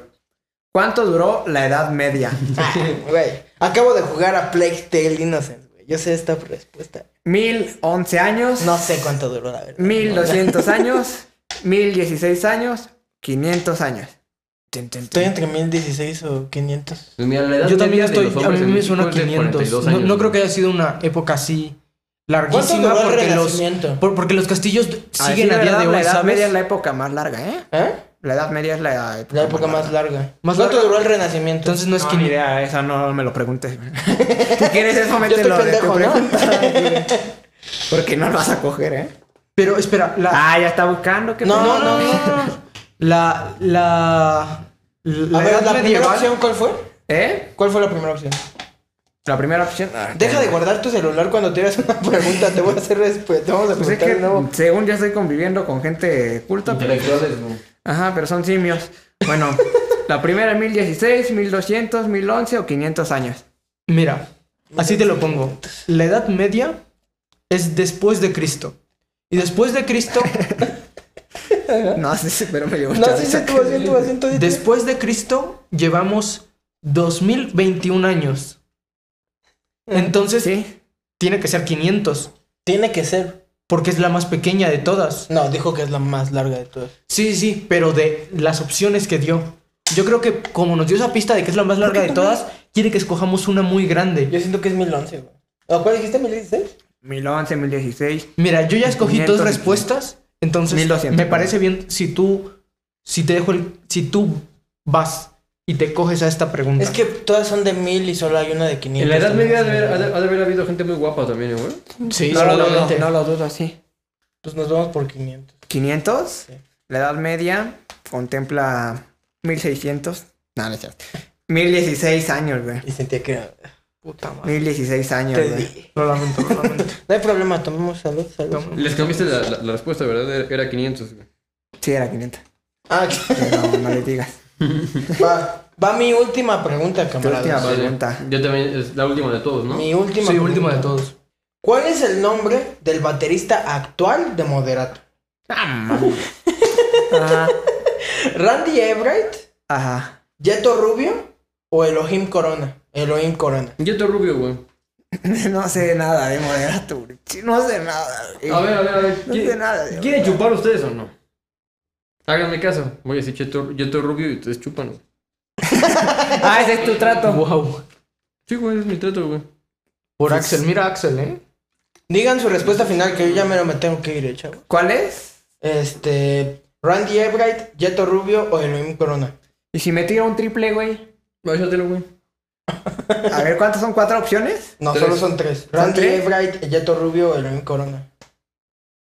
Speaker 1: ¿Cuánto duró la Edad Media?
Speaker 2: Ah, güey. Acabo de jugar a Plague Tale Innocent, güey. Yo sé esta respuesta.
Speaker 1: ¿Mil once años?
Speaker 2: No sé cuánto duró, la verdad.
Speaker 1: ¿Mil doscientos años? ¿Mil dieciséis años? ¿Quinientos años? Tin, tin,
Speaker 2: Estoy
Speaker 1: tin.
Speaker 2: entre 1016 o 500.
Speaker 3: Pues mira, la edad
Speaker 4: Yo también
Speaker 3: media de
Speaker 4: estoy.
Speaker 3: los
Speaker 4: A
Speaker 3: hombres
Speaker 4: mí
Speaker 3: en
Speaker 4: me
Speaker 3: México
Speaker 4: suena
Speaker 3: es de
Speaker 4: 500.
Speaker 3: 42
Speaker 4: No,
Speaker 3: años,
Speaker 4: no creo que
Speaker 3: güey.
Speaker 4: haya sido una época así
Speaker 2: ¿Cuánto
Speaker 4: larguísima.
Speaker 2: duró el
Speaker 4: Porque los,
Speaker 2: Renacimiento?
Speaker 4: por- porque los castillos
Speaker 1: Ah,
Speaker 4: siguen
Speaker 1: sí,
Speaker 4: a día
Speaker 1: ¿verdad?
Speaker 4: de
Speaker 1: La
Speaker 4: hoy,
Speaker 1: Edad Media es
Speaker 4: ¿sabes?
Speaker 1: la época más larga, ¿eh?
Speaker 2: ¿Eh?
Speaker 1: La Edad Media es la época,
Speaker 2: La época más larga.
Speaker 4: Más
Speaker 2: ¿Cuánto
Speaker 4: larga.
Speaker 2: duró el Renacimiento?
Speaker 4: Entonces no es
Speaker 1: No,
Speaker 4: que...
Speaker 1: ni idea, eso no me lo preguntes. Si quieres eso, mételo de tu
Speaker 2: pendejo, ¿no?
Speaker 1: pregunta. Porque no lo vas a coger, ¿eh?
Speaker 4: Pero espera, la...
Speaker 1: Ah, ya está buscando. ¿qué
Speaker 2: No,
Speaker 1: pedo?
Speaker 2: no, no.
Speaker 4: La... La... La
Speaker 2: A ver,
Speaker 4: edad
Speaker 2: la primera
Speaker 4: medieval-
Speaker 2: opción, ¿cuál fue?
Speaker 1: ¿Eh?
Speaker 2: ¿Cuál fue la primera opción?
Speaker 1: La primera opción. ah,
Speaker 2: Deja de guardar tu celular cuando te hagas una pregunta. Te voy a hacer después. Te vamos a
Speaker 1: Pues es
Speaker 2: preguntar
Speaker 1: que,
Speaker 2: de nuevo.
Speaker 1: según ya estoy conviviendo con gente culta, pero-
Speaker 5: Intelectuales, güey.
Speaker 1: Ajá, pero son simios. Bueno, la primera 1016, 1200, 1011 o 500 años.
Speaker 4: Mira, así te lo pongo. La Edad Media es después de Cristo. Y después de Cristo,
Speaker 1: No sé, si- pero me llevo
Speaker 2: No, sí, sí, tu asiento, tu asiento. sí, tú.
Speaker 4: después de Cristo llevamos 2021 años. Entonces,
Speaker 1: Sí.
Speaker 4: tiene que ser 500,
Speaker 2: Tiene que ser.
Speaker 4: porque es la más pequeña de todas.
Speaker 2: No, dijo que es la más larga de todas.
Speaker 4: Sí, sí, pero de las opciones que dio. Yo creo que como nos dio esa pista de que es la más larga de todas, quiere que escojamos una muy grande.
Speaker 2: Yo siento que es 1011, güey. ¿O cuál dijiste? ¿1016?
Speaker 1: 1011, 1016.
Speaker 4: Mira, yo ya escogí
Speaker 1: 500.
Speaker 4: dos respuestas, entonces
Speaker 1: 1200,
Speaker 4: me
Speaker 1: ¿no?
Speaker 4: parece bien si tú, si te dejo el, si tú vas y te coges a esta pregunta.
Speaker 2: Es que todas son de 1000 y solo hay una de 500.
Speaker 3: En la Edad
Speaker 2: también.
Speaker 3: Media ha de haber- ha de ha de haber habido gente muy guapa también, güey.
Speaker 4: sí,
Speaker 1: No lo dudo,
Speaker 4: seguramente.
Speaker 1: no lo dudo, sí.
Speaker 2: Pues nos vamos por 500.
Speaker 1: 500.
Speaker 2: Sí.
Speaker 1: La Edad Media contempla 1600. No, no es cierto. 1016 años, güey.
Speaker 2: Y sentía que era. Puta madre.
Speaker 1: 1016 años,
Speaker 2: Te
Speaker 1: güey.
Speaker 2: di.
Speaker 4: Lo lamento, lo lamento.
Speaker 2: No hay problema, tomemos salud, salud.
Speaker 4: Toma.
Speaker 3: Les cambiaste la, la- la respuesta, ¿verdad? Era 500, güey.
Speaker 1: Sí, era 500.
Speaker 2: Ah, ok.
Speaker 1: Pero no le digas.
Speaker 2: va, va mi última pregunta,
Speaker 1: última
Speaker 2: camaradas.
Speaker 1: Vale. Pregunta.
Speaker 3: Yo también, es la última de todos, ¿no?
Speaker 2: Ah, Mi última.
Speaker 4: Soy el
Speaker 2: pregunta.
Speaker 4: último de todos.
Speaker 2: ¿Cuál es el nombre del baterista actual de Moderato?
Speaker 1: Ajá.
Speaker 2: ¿Randy Ebright?
Speaker 1: Ajá.
Speaker 2: ¿Yeto Rubio? ¿O Elohim Corona? Elohim Corona.
Speaker 3: Yo te rubio, güey.
Speaker 1: No sé nada de moderato, güey. Sí, No sé nada. güey.
Speaker 3: A ver, a ver, a ver.
Speaker 1: No
Speaker 3: ¿Qui-
Speaker 1: sé nada de-
Speaker 3: ¿Quieren chupar ustedes o no? Háganme caso. Voy a decir Cheto- Yeto Rubio y ustedes chupan, güey.
Speaker 1: Ah, ese es tu trato.
Speaker 4: Wow.
Speaker 3: Sí, güey, es mi trato, güey.
Speaker 4: Por Axel, mira a Axel, ¿eh?
Speaker 2: Digan su respuesta final que yo ya mero me tengo que ir, eh, chavo.
Speaker 1: ¿Cuál es?
Speaker 2: Este. ¿Randy Ebright, Yeto Rubio o Elohim Corona?
Speaker 1: ¿Y si me tiro un triple, güey?
Speaker 3: Bájatelo, güey.
Speaker 1: A ver, ¿cuántas son cuatro opciones?
Speaker 2: No,
Speaker 3: Tres.
Speaker 2: solo son tres. Randy
Speaker 1: tres?
Speaker 2: Ebright, Yeto Rubio o Elohim Corona.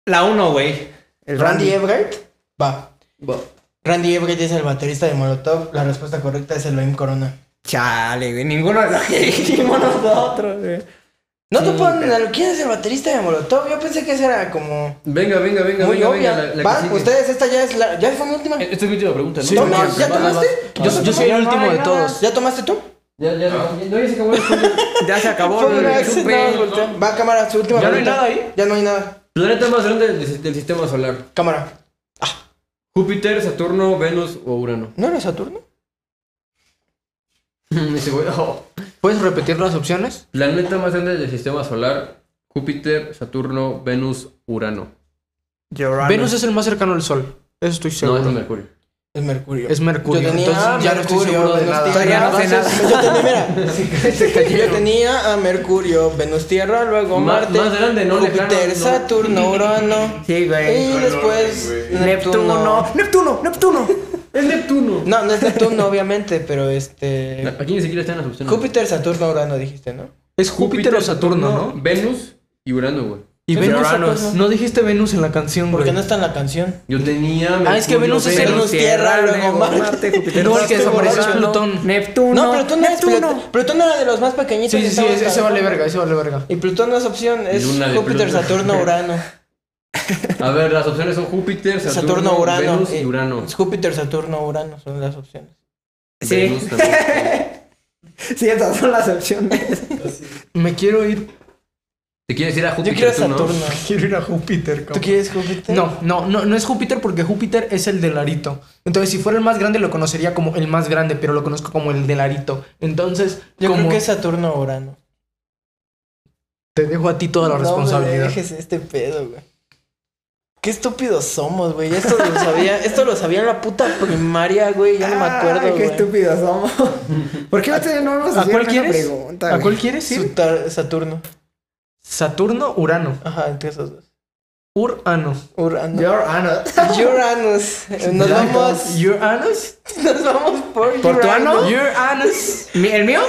Speaker 1: La uno, güey. El Randy.
Speaker 2: Randy Ebright, va. Randy Ebright es el baterista de Molotov. La respuesta correcta es Elohim Corona.
Speaker 1: Chale, güey. Ninguno de los que dijimos nosotros, güey.
Speaker 2: No te ponen a lo quién es el baterista de Molotov. Yo pensé que esa era como
Speaker 3: Venga, venga, venga,
Speaker 2: muy
Speaker 3: venga,
Speaker 2: obvia.
Speaker 3: venga. La, la
Speaker 2: Va,
Speaker 3: que sigue.
Speaker 2: ustedes, esta ya es la. ¿Ya fue mi última?
Speaker 3: Esta Eh, es mi última pregunta, ¿no?
Speaker 4: Sí,
Speaker 3: Venga,
Speaker 2: Toma,
Speaker 3: venga,
Speaker 2: ¿ya
Speaker 3: va, va,
Speaker 2: tomaste?
Speaker 3: va.
Speaker 4: Yo, yo soy el último de todos.
Speaker 2: ¿Ya tomaste tú?
Speaker 3: Ya, ya, ya, ya, ya se acabó esto, güey.
Speaker 1: Ya se acabó,
Speaker 2: Fue una
Speaker 1: güey.
Speaker 2: vez, no,
Speaker 1: Supe.
Speaker 2: voltea. Va, cámara, su última
Speaker 4: ¿Ya no hay
Speaker 2: pregunta.
Speaker 4: nada ahí?
Speaker 2: Ya no hay nada.
Speaker 3: Planeta más grande del, del sistema solar.
Speaker 2: Cámara.
Speaker 3: Júpiter, Saturno, Venus o Urano.
Speaker 2: ¿No era Saturno?
Speaker 3: Ese güey, oh.
Speaker 4: ¿Puedes repetir las opciones?
Speaker 3: Planeta más grande del sistema solar. Júpiter, Saturno, Venus, Urano.
Speaker 1: Llorando.
Speaker 4: Venus es el más cercano al Sol. Eso estoy
Speaker 3: No,
Speaker 4: seguro.
Speaker 3: es Mercurio.
Speaker 2: Es Mercurio.
Speaker 4: Es Mercurio.
Speaker 2: Yo tenía
Speaker 4: Entonces ya no estoy
Speaker 2: Mercurio,
Speaker 4: seguro de
Speaker 2: Venus,
Speaker 4: nada.
Speaker 2: Tierra,
Speaker 1: Ya no sé
Speaker 2: entonces, Yo tenía, mira, yo tenía a Mercurio, Venus, Tierra, luego
Speaker 3: Más-
Speaker 2: Marte,
Speaker 3: más grande, no
Speaker 2: Júpiter,
Speaker 3: lejano, no.
Speaker 2: Saturno, Urano,
Speaker 1: Sí, güey.
Speaker 2: y después
Speaker 5: güey.
Speaker 2: Neptuno.
Speaker 1: Neptuno. Neptuno, Neptuno.
Speaker 3: Es Neptuno.
Speaker 2: No, no es Neptuno, obviamente, pero este...
Speaker 3: Aquí ni siquiera están las opciones.
Speaker 2: Júpiter, Saturno, Urano dijiste, ¿no?
Speaker 4: Es Júpiter o Saturno, ¿no?
Speaker 3: Venus y Urano, güey.
Speaker 4: Y
Speaker 1: Sí,
Speaker 4: Venus,
Speaker 1: Urano.
Speaker 4: Saturno. no dijiste Venus en la canción,
Speaker 2: Porque
Speaker 4: güey.
Speaker 2: no está en la canción.
Speaker 3: Yo tenía.
Speaker 4: Ah, es que Venus es el-
Speaker 2: Venus, Tierra, luego Marte,
Speaker 1: Júpiter,
Speaker 4: No, el que
Speaker 1: Saturno,
Speaker 4: desapareció es
Speaker 1: Urano,
Speaker 4: Plutón.
Speaker 1: Neptuno.
Speaker 2: No, Plutón no es
Speaker 1: Neptuno.
Speaker 2: Plutón. Plutón era de los más pequeñitos.
Speaker 4: Sí,
Speaker 2: que
Speaker 4: sí, sí,
Speaker 2: estaban
Speaker 4: ese, ese
Speaker 2: acá,
Speaker 4: vale
Speaker 2: ¿no?
Speaker 4: verga, ese vale verga.
Speaker 2: Y Plutón no es opción, es
Speaker 3: Luna de
Speaker 2: Júpiter,
Speaker 3: Plutón.
Speaker 2: Saturno, Urano.
Speaker 3: A ver, las opciones son Júpiter, Saturno,
Speaker 2: Saturno, Urano.
Speaker 3: Venus y
Speaker 2: eh,
Speaker 3: Urano.
Speaker 2: Júpiter, Saturno, Urano son las opciones.
Speaker 1: Sí,
Speaker 3: Venus también.
Speaker 1: sí, esas son las opciones.
Speaker 4: Me quiero ir.
Speaker 3: ¿Te quieres ir a
Speaker 2: Yo
Speaker 3: Júpiter?
Speaker 2: quiero
Speaker 3: tú, no?
Speaker 2: Saturno.
Speaker 4: Quiero ir a Júpiter,
Speaker 2: ¿Tú quieres Júpiter?
Speaker 4: No, no, no, no es Júpiter porque Júpiter es el del arito. Entonces, si fuera el más grande, lo conocería como el más grande, pero lo conozco como el del arito. Entonces,
Speaker 2: Yo
Speaker 4: como
Speaker 2: creo que es Saturno o Urano.
Speaker 4: te dejo a ti toda la
Speaker 2: No me
Speaker 4: responsabilidad.
Speaker 2: dejes este pedo, güey. Qué estúpidos somos, güey. Esto lo sabía, esto lo sabía en la puta primaria, güey. Ya no me
Speaker 1: Ay,
Speaker 2: acuerdo,
Speaker 1: qué
Speaker 2: güey.
Speaker 1: estúpidos somos. ¿Por qué no te- no nos
Speaker 4: ¿A
Speaker 1: hicieron
Speaker 4: cuál
Speaker 1: esa
Speaker 4: quieres?
Speaker 1: pregunta?
Speaker 4: ¿A
Speaker 1: güey?
Speaker 4: cuál quieres ir?
Speaker 2: Sutar- Saturno.
Speaker 4: Saturno, Urano.
Speaker 2: Ajá, entre esos dos.
Speaker 4: Urano.
Speaker 2: Uranus.
Speaker 1: Your ano.
Speaker 2: Uranus. Nos vamos.
Speaker 4: ¿Uranus?
Speaker 2: Nos vamos por.
Speaker 1: ¿Por tu
Speaker 2: Uranus.
Speaker 1: ano?
Speaker 4: ¿Uranus?
Speaker 1: ¿Mi- ¿El mío?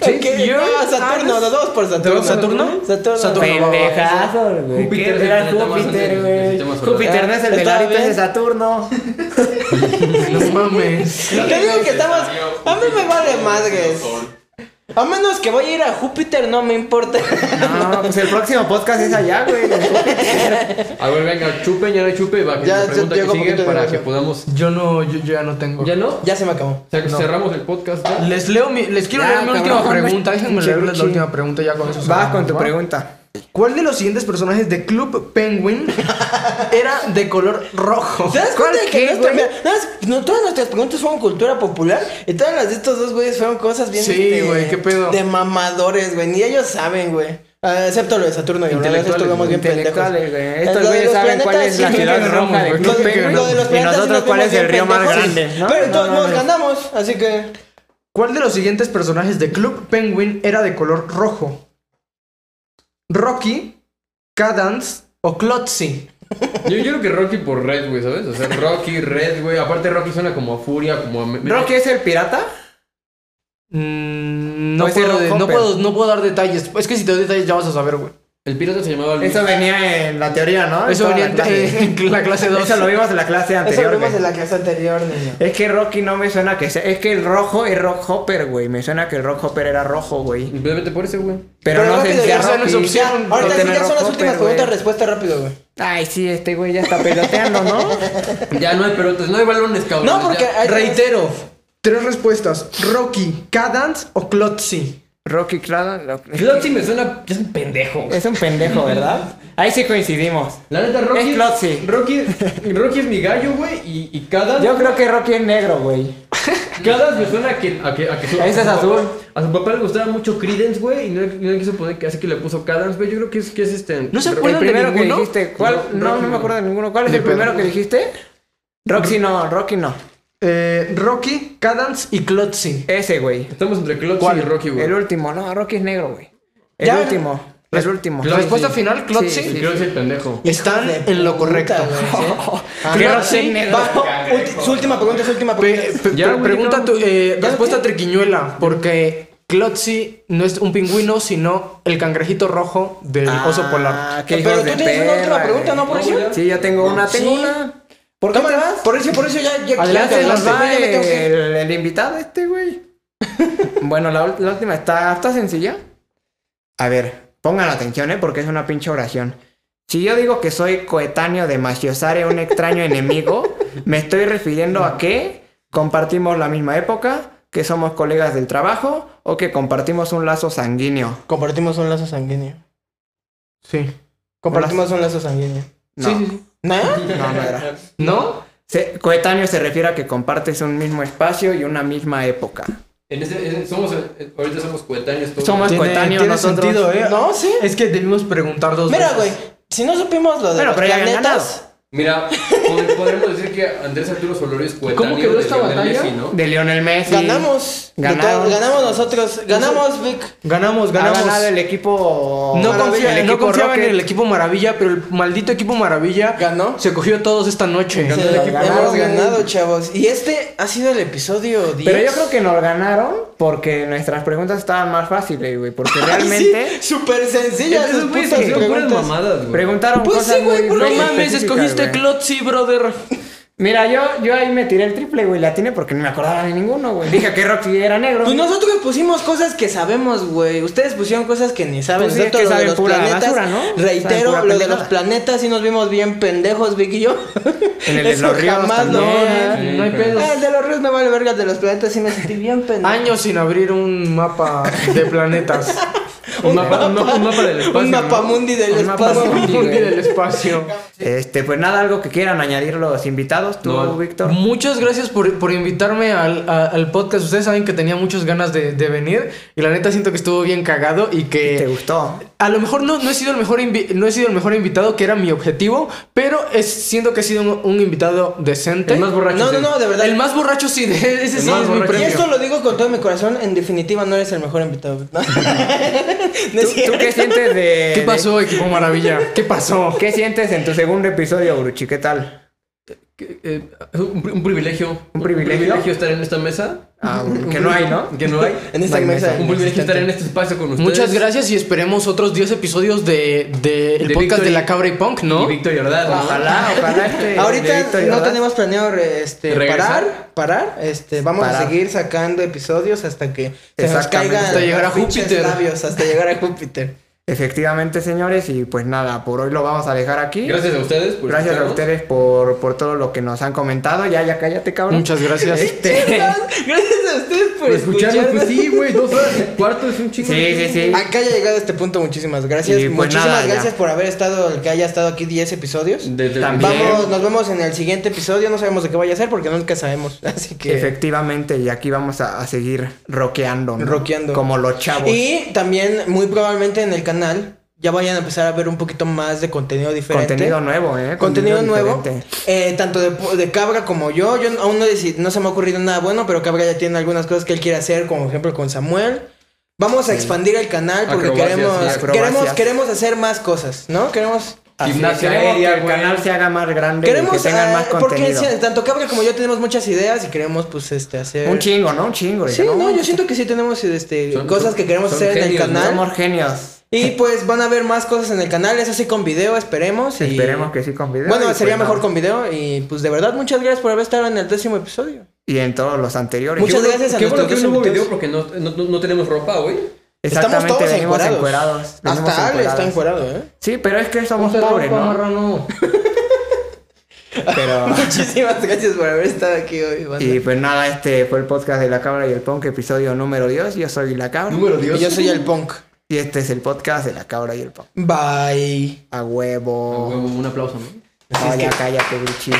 Speaker 2: Ok, no,
Speaker 4: Uranus.
Speaker 2: Saturno. Nos vamos por Saturno.
Speaker 4: Saturno?
Speaker 2: Saturno.
Speaker 1: Pendejazo, güey.
Speaker 3: Júpiter
Speaker 1: ¿Qué
Speaker 3: es el
Speaker 1: era
Speaker 3: planeta más grande
Speaker 1: Júpiter,
Speaker 3: del
Speaker 1: güey.
Speaker 3: sistema solar.
Speaker 1: Júpiter no es el
Speaker 2: Ah,
Speaker 1: del
Speaker 2: está
Speaker 1: arito, es
Speaker 2: bien.
Speaker 1: de Saturno.
Speaker 4: No mames.
Speaker 2: Te digo que estamos. A mí me vale madres. A menos que vaya a ir a Júpiter, no me importa.
Speaker 1: No, pues el próximo podcast es allá, güey.
Speaker 3: A ver, venga, chupen, ya no chupe, va, que
Speaker 2: Ya,
Speaker 3: la
Speaker 2: yo
Speaker 3: pregunta
Speaker 2: llego
Speaker 3: que
Speaker 2: un
Speaker 3: sigue
Speaker 2: poquito de
Speaker 3: para
Speaker 2: eso.
Speaker 3: que podamos...
Speaker 4: Yo no, yo, yo ya no tengo.
Speaker 3: ¿Ya no?
Speaker 2: ya se me acabó.
Speaker 3: O sea, que
Speaker 4: No.
Speaker 3: cerramos el podcast. ¿ya?
Speaker 4: Les leo mi, les quiero
Speaker 1: Ya,
Speaker 4: leer mi
Speaker 1: cabrón,
Speaker 4: última
Speaker 1: hombre.
Speaker 4: pregunta. Déjenme
Speaker 1: Che,
Speaker 4: leerles la
Speaker 1: che.
Speaker 4: última pregunta ya con eso.
Speaker 1: Vas
Speaker 4: cerramos,
Speaker 1: con tu
Speaker 4: ¿va?
Speaker 1: pregunta.
Speaker 4: ¿Cuál de los siguientes personajes de Club Penguin era de color rojo?
Speaker 2: ¿Te das cuenta de que
Speaker 1: qué,
Speaker 2: nuestra-
Speaker 1: güey?
Speaker 2: mira, nada más- no, todas nuestras preguntas fueron cultura popular? Y todas las de estos dos güeyes fueron cosas bien. este,
Speaker 4: Sí, güey, qué pedo.
Speaker 2: De mamadores, güey. Ni ellos saben, güey. Ah, excepto lo de Saturno y Uranus,
Speaker 3: Intelectuales,
Speaker 2: estuvimos bien pendejos.
Speaker 1: Intelectuales, güey.
Speaker 2: Lo
Speaker 1: Estos
Speaker 2: de
Speaker 1: güeyes
Speaker 2: los
Speaker 1: saben cuál
Speaker 2: planetas
Speaker 1: es
Speaker 2: sí
Speaker 1: la
Speaker 2: nos
Speaker 1: ciudad
Speaker 4: ganamos,
Speaker 1: roja de
Speaker 4: güey.
Speaker 2: Lo
Speaker 1: Club
Speaker 4: Creo que
Speaker 2: de, lo de
Speaker 1: Penguin.
Speaker 2: los
Speaker 1: Y
Speaker 2: planetas sí
Speaker 1: nosotros
Speaker 2: nos
Speaker 1: cuál
Speaker 2: vimos
Speaker 1: es el
Speaker 2: bien
Speaker 1: río más
Speaker 2: pendejos.
Speaker 1: grande, ¿no?
Speaker 2: Pero todos
Speaker 1: No,
Speaker 2: nos
Speaker 1: no, no.
Speaker 2: ganamos, así que.
Speaker 4: ¿Cuál de los siguientes personajes de Club Penguin era de color rojo? ¿Rocky, Cadence o Clotzy?
Speaker 3: Yo, yo creo que Rocky por Red, güey, ¿sabes? O sea, Rocky, Red, güey. Aparte, Rocky suena como a furia, como a... me- me-
Speaker 1: ¿Rocky es el pirata?
Speaker 4: Mm, no,
Speaker 1: Puede ser
Speaker 4: puedo, de-
Speaker 1: rojo,
Speaker 4: no,
Speaker 1: pero-
Speaker 4: puedo, no puedo dar detalles. Es que si te doy detalles ya vas a saber, güey.
Speaker 3: El pirata se llamaba... Luis.
Speaker 1: Eso venía en la teoría, ¿no? En
Speaker 4: Eso
Speaker 1: toda
Speaker 4: venía
Speaker 1: la
Speaker 4: en,
Speaker 1: clase.
Speaker 4: en la clase 2.
Speaker 1: Eso lo vimos en la clase
Speaker 2: Eso lo
Speaker 1: anterior,
Speaker 2: vimos
Speaker 1: güey.
Speaker 2: en la clase anterior, niño.
Speaker 1: Es que Rocky no me suena que sea... Es que el rojo es Rock Hopper, güey. Me suena que el Rock Hopper era rojo, güey.
Speaker 3: Simplemente por ese, güey.
Speaker 1: Pero, no sé
Speaker 2: rápido,
Speaker 1: si
Speaker 2: ya
Speaker 1: a
Speaker 4: esa no es
Speaker 1: Rocky...
Speaker 4: opción.
Speaker 2: Ya, ahorita
Speaker 1: Porque
Speaker 2: sí
Speaker 1: no
Speaker 2: ya
Speaker 1: es
Speaker 2: son las
Speaker 1: rojo,
Speaker 2: últimas
Speaker 1: pero,
Speaker 2: preguntas,
Speaker 1: güey.
Speaker 2: respuesta rápido, güey.
Speaker 1: Ay, sí, este güey ya está peloteando, ¿no?
Speaker 3: Ya no hay pelotas, no hay balones, cabrón.
Speaker 2: No, porque
Speaker 3: ya.
Speaker 2: hay-
Speaker 4: Reitero. Tres respuestas. ¿Rocky, Cadence o Clotzy?
Speaker 1: Rocky Claro.
Speaker 3: Clotzy me suena... Es un pendejo, güey.
Speaker 1: Es un pendejo, ¿verdad? Ahí sí coincidimos.
Speaker 3: La neta, Rocky...
Speaker 1: Es Clotzy.
Speaker 3: Rocky, Rocky es mi gallo, güey. Y, y cada...
Speaker 1: Yo creo que Rocky es negro, güey.
Speaker 3: Cada me suena a que... A que, a que su,
Speaker 1: Ese es
Speaker 3: a su
Speaker 1: azul.
Speaker 3: papá- A su papá le gustaba mucho Credence, güey. Y no, no le quiso poner... Así que le puso Cadence, güey. Yo creo que es, que es este...
Speaker 4: No se
Speaker 3: Rocky-
Speaker 1: El
Speaker 4: acuerdan de
Speaker 1: primero que
Speaker 4: ninguno?
Speaker 1: dijiste, ¿cuál?
Speaker 3: No,
Speaker 1: No, no
Speaker 3: Rocky
Speaker 1: me
Speaker 3: no.
Speaker 1: acuerdo de ninguno. ¿Cuál es
Speaker 4: Ni
Speaker 1: el primero
Speaker 4: pedo.
Speaker 1: que dijiste? Roxy no, Rocky no.
Speaker 4: Eh, Rocky, Cadence y Clotzy.
Speaker 1: Ese, güey.
Speaker 3: Estamos entre Clotzy
Speaker 4: ¿Cuál?
Speaker 3: y Rocky, güey.
Speaker 1: El último, no, Rocky es negro, güey. El
Speaker 2: Ya.
Speaker 1: último, el último.
Speaker 3: Clotzy.
Speaker 4: Respuesta final, Clotzy.
Speaker 1: Sí, sí.
Speaker 3: El Clotzy, el pendejo.
Speaker 4: Están
Speaker 2: Hijo de
Speaker 4: en lo
Speaker 2: puta,
Speaker 4: correcto.
Speaker 2: güey, ¿sí?
Speaker 1: Ah, ¿Qué
Speaker 4: Ahora
Speaker 1: Roxy
Speaker 4: sí,
Speaker 1: negro?
Speaker 2: Bajo, ulti- su última pregunta, su última
Speaker 4: Pe-
Speaker 2: pregunta.
Speaker 4: pe-
Speaker 3: Ya,
Speaker 4: Eh, pre-
Speaker 3: güey,
Speaker 4: pregunta
Speaker 3: no.
Speaker 4: tu, eh, respuesta triquiñuela, porque Clotzy no es un pingüino, sino el cangrejito rojo del oso polar.
Speaker 1: Ah, qué
Speaker 2: Pero
Speaker 1: hijos
Speaker 2: tú
Speaker 1: de
Speaker 2: tienes una última
Speaker 1: perra,
Speaker 2: pregunta,
Speaker 1: güey.
Speaker 2: ¿no, por
Speaker 3: No,
Speaker 2: eso?
Speaker 3: ya.
Speaker 1: Sí, yo tengo una, tengo
Speaker 2: Sí.
Speaker 1: una.
Speaker 2: ¿Por qué te vas? Por eso, por eso ya, ya,
Speaker 1: Adelante,
Speaker 2: ya,
Speaker 1: nos
Speaker 2: ya
Speaker 1: va
Speaker 2: me tengo que ir.
Speaker 1: el, el invitado este, güey. bueno, la, ul- la última está, está sencilla. A ver, pongan atención, ¿eh? Porque es una pinche oración. Si yo digo que soy coetáneo de Machiosare, un extraño enemigo, me estoy refiriendo a que compartimos la misma época, que somos colegas del trabajo o que compartimos un lazo sanguíneo.
Speaker 2: Compartimos un lazo sanguíneo.
Speaker 4: Sí.
Speaker 2: Compartimos un lazo sanguíneo.
Speaker 1: No,
Speaker 4: Sí, sí, sí.
Speaker 2: ¿Nada?
Speaker 1: no, no era.
Speaker 4: ¿No?
Speaker 1: Se- coetáneo se refiere a que compartes un mismo espacio y una misma época.
Speaker 3: En ese, en- somos, eh, ahorita somos coetáneos todos.
Speaker 1: Somos
Speaker 4: Tiene-
Speaker 1: coetáneos
Speaker 4: tiene
Speaker 1: nosotros.
Speaker 4: sentido, ¿eh?
Speaker 2: No, sí.
Speaker 4: Es que debimos preguntar dos
Speaker 2: Mira,
Speaker 4: veces.
Speaker 2: güey, si no supimos lo de
Speaker 1: Bueno,
Speaker 2: los
Speaker 1: pero ya habían
Speaker 2: planetas...
Speaker 3: Mira, pod- podremos decir que Andrés Arturo Solorio es coetáneo
Speaker 4: ¿Cómo quedó
Speaker 3: de
Speaker 4: esta
Speaker 3: Lionel
Speaker 4: batalla?
Speaker 3: Messi, ¿no?
Speaker 1: De Lionel Messi.
Speaker 2: Ganamos. De
Speaker 1: Ganamos.
Speaker 2: todo- ganamos nosotros. Ganamos, Vic.
Speaker 4: Ganamos,
Speaker 1: Ha
Speaker 4: ganamos.
Speaker 1: ganado Ah, el equipo.
Speaker 4: No,
Speaker 2: Maravilla,
Speaker 4: confía,
Speaker 1: el
Speaker 4: no
Speaker 1: equipo
Speaker 4: confiaba en
Speaker 1: Rocket.
Speaker 4: el equipo Maravilla, pero el maldito equipo Maravilla
Speaker 2: Ganó.
Speaker 4: se cogió a todos esta noche.
Speaker 2: Sí,
Speaker 1: el equipo.
Speaker 2: hemos
Speaker 1: Ganaron.
Speaker 2: ganado, chavos. Y este ha sido el episodio 10.
Speaker 1: Pero yo creo que nos ganaron porque nuestras preguntas estaban más fáciles, güey. Porque realmente
Speaker 2: Sí, Súper sencilla.
Speaker 3: Esos güeyes hicieron puras mamadas, güey.
Speaker 1: preguntaron
Speaker 2: Pues
Speaker 1: cosas
Speaker 2: sí, güey,
Speaker 1: muy
Speaker 2: ¿por
Speaker 1: muy
Speaker 2: qué?
Speaker 4: No mames,
Speaker 1: específicas,
Speaker 4: escogiste
Speaker 1: güey.
Speaker 4: Clotzy, brother.
Speaker 1: Mira, yo, yo ahí me tiré el triple, güey. La tiene porque no me acordaba de ninguno, güey. Dije que Roxy era negro.
Speaker 2: Pues nosotros pusimos cosas que sabemos, güey. Ustedes pusieron cosas que ni saben.
Speaker 1: Pues sí,
Speaker 2: Nosotros
Speaker 1: que
Speaker 2: lo de
Speaker 1: saben
Speaker 2: los
Speaker 1: pura
Speaker 2: planetas.
Speaker 1: basura, ¿no? Saben
Speaker 2: Reitero,
Speaker 1: pura
Speaker 2: lo de
Speaker 1: pendejada.
Speaker 2: los planetas sí nos vimos bien pendejos, Vic y yo.
Speaker 1: En el de
Speaker 2: Eso
Speaker 1: los ríos
Speaker 2: jamás lo
Speaker 1: también.
Speaker 2: van a-
Speaker 3: Sí,
Speaker 4: no hay
Speaker 3: pero-
Speaker 4: pedo.
Speaker 2: Ah, el de los ríos me vale verga, el de los planetas sí me sentí bien pendejo.
Speaker 4: Años sin abrir un mapa de planetas.
Speaker 3: Un mapa, un mapa- un mapa del espacio.
Speaker 2: Un
Speaker 3: ¿no?
Speaker 2: mapamundi del
Speaker 1: Un
Speaker 2: espacio.
Speaker 1: mapamundi.
Speaker 4: Un día del espacio.
Speaker 1: Este, pues nada, algo que quieran añadir los invitados, tú,
Speaker 3: No.
Speaker 1: Víctor.
Speaker 4: Muchas gracias por, por invitarme al, a- al podcast. Ustedes saben que tenía muchas ganas de, de venir y la neta siento que estuvo bien cagado y
Speaker 1: ¿Te
Speaker 4: que
Speaker 1: gustó?
Speaker 4: a lo mejor no, no, he sido el mejor invi- no he sido el mejor invitado, que era mi objetivo, pero es, siento que he sido un, un invitado decente.
Speaker 3: El más borracho.
Speaker 2: No, no,
Speaker 3: sí.
Speaker 2: no, de verdad.
Speaker 4: El más borracho sí, de- ese
Speaker 3: El
Speaker 4: sí
Speaker 3: más
Speaker 4: es mi
Speaker 3: borracho.
Speaker 2: y
Speaker 4: premio.
Speaker 2: esto lo digo con todo mi corazón, en definitiva no eres el mejor invitado. No, No es
Speaker 1: ¿Tú, tú
Speaker 2: cierto.
Speaker 1: qué sientes de.
Speaker 4: ¿Qué pasó, equipo maravilla? ¿Qué pasó?
Speaker 1: de- ¿Qué sientes en tu segundo episodio, Bruchi? ¿Qué tal?
Speaker 3: Que, eh, un, pri- un privilegio.
Speaker 1: ¿Un privilegio?
Speaker 3: estar en esta mesa.
Speaker 1: Ah,
Speaker 3: Un
Speaker 1: que no hay,
Speaker 3: privilegio-
Speaker 1: ¿no?
Speaker 3: Que no hay.
Speaker 2: En esta
Speaker 1: No hay
Speaker 2: mesa.
Speaker 1: mesa.
Speaker 3: un privilegio estar en este espacio con ustedes.
Speaker 4: Muchas gracias y esperemos otros 10 episodios de, de el
Speaker 3: De
Speaker 4: podcast
Speaker 3: Victory.
Speaker 4: de la cabra y punk, ¿no?
Speaker 3: Y Víctor Jordán. ¿no?
Speaker 1: Ojalá, ojalá este.
Speaker 2: Ahorita
Speaker 1: Víctor
Speaker 2: no
Speaker 1: Jordán-
Speaker 2: tenemos planeado re- este, parar,
Speaker 3: ¿Regresar?
Speaker 2: parar, este, vamos a
Speaker 1: Parar.
Speaker 2: seguir sacando episodios hasta que se nos
Speaker 1: Exactamente.
Speaker 2: caigan
Speaker 1: Hasta
Speaker 4: llegar
Speaker 2: los
Speaker 4: a
Speaker 2: pinches
Speaker 4: Júpiter.
Speaker 2: labios, hasta llegar a Júpiter.
Speaker 1: Efectivamente, señores, y pues nada, por hoy lo vamos a dejar aquí.
Speaker 3: Gracias a ustedes. por
Speaker 1: Gracias a
Speaker 3: escucharnos.
Speaker 1: ustedes por, por todo lo que nos han comentado. Ya, ya cállate, cabrón. Este,
Speaker 4: Muchas gracias.
Speaker 3: ¿Eh?
Speaker 2: Gracias a ustedes por
Speaker 3: Por escucharnos.
Speaker 2: escucharnos.
Speaker 3: Pues sí, güey. Dos horas y cuarto es un chico.
Speaker 1: Sí, sí, sí.
Speaker 2: Acá haya llegado a este punto, muchísimas gracias.
Speaker 1: pues. Y pues
Speaker 2: muchísimas
Speaker 1: nada, ya.
Speaker 2: gracias por haber estado, el que haya estado aquí 10 episodios.
Speaker 3: Desde-
Speaker 1: También.
Speaker 3: Bien.
Speaker 2: Vamos, nos vemos en el siguiente episodio, no sabemos de qué vaya a ser porque nunca sabemos, así que...
Speaker 1: Efectivamente, y aquí vamos a, a seguir roqueando. ¿no?
Speaker 2: Rockeando.
Speaker 1: Como los chavos.
Speaker 2: Y también, muy probablemente en el canal, ya vayan a empezar a ver un poquito más de contenido diferente.
Speaker 1: Contenido nuevo, ¿eh?
Speaker 2: Contenido nuevo,
Speaker 1: diferente.
Speaker 2: eh, tanto de, de Cabra como yo. Yo aún no, he decid- no se me ha ocurrido nada bueno, pero Cabra ya tiene algunas cosas que él quiere hacer, como por ejemplo con Samuel. Vamos a expandir el canal porque
Speaker 3: Acrobacias, sí,
Speaker 2: queremos,
Speaker 1: acrobacias.
Speaker 2: queremos, queremos hacer más cosas, ¿no? Queremos
Speaker 1: Así
Speaker 3: Gimnasia
Speaker 1: que
Speaker 3: aérea,
Speaker 1: el
Speaker 3: güey.
Speaker 1: canal se haga más grande y
Speaker 2: queremos
Speaker 1: que tengan
Speaker 2: eh,
Speaker 1: más
Speaker 2: porque
Speaker 1: contenido.
Speaker 2: sí, tanto Cabra como yo tenemos muchas ideas y queremos pues este hacer
Speaker 1: Un chingo, ¿no? Un chingo.
Speaker 2: Sí,
Speaker 1: ya,
Speaker 2: no, yo siento que sí tenemos este
Speaker 3: Son-
Speaker 2: cosas que queremos
Speaker 3: son
Speaker 2: hacer
Speaker 3: genios,
Speaker 2: en el
Speaker 3: ¿no?
Speaker 2: canal.
Speaker 1: Somos genios.
Speaker 2: Y pues van a ver más cosas en el canal, eso sí con video, esperemos. y-
Speaker 1: Esperemos que sí con video. y
Speaker 2: Bueno,
Speaker 1: pues
Speaker 2: sería
Speaker 1: nada.
Speaker 2: mejor con video. Y pues de verdad, muchas gracias por haber estado en el décimo episodio.
Speaker 1: Y en todos los anteriores.
Speaker 2: Muchas
Speaker 1: Yo-
Speaker 2: gracias a
Speaker 3: Qué bueno que
Speaker 2: nuestros
Speaker 3: no hubo
Speaker 2: invitados.
Speaker 3: video porque no, no, no- no tenemos ropa, güey.
Speaker 1: Exactamente,
Speaker 2: Estamos todos
Speaker 1: venimos
Speaker 2: encuerados.
Speaker 1: encuerados. venimos
Speaker 2: Hasta Ale está
Speaker 1: encuerados.
Speaker 2: encuerado, ¿eh?
Speaker 1: Sí, pero es que somos
Speaker 3: Ponte
Speaker 1: pobres,
Speaker 3: ropa,
Speaker 1: ¿no?
Speaker 3: marrano.
Speaker 1: Pero...
Speaker 2: Muchísimas gracias por haber estado aquí hoy, banda.
Speaker 1: Y pues nada, este fue el podcast de La Cabra y el Punk, episodio número 10. Yo soy La Cabra.
Speaker 3: Número
Speaker 2: Y
Speaker 3: Dios.
Speaker 2: yo soy el punk.
Speaker 1: Y este es el podcast de La Cabra y el Punk.
Speaker 2: Bye.
Speaker 1: A
Speaker 3: Ah,
Speaker 1: huevo.
Speaker 3: huevo, Un aplauso, ¿no?
Speaker 1: Vaya, cállate, Bruchi.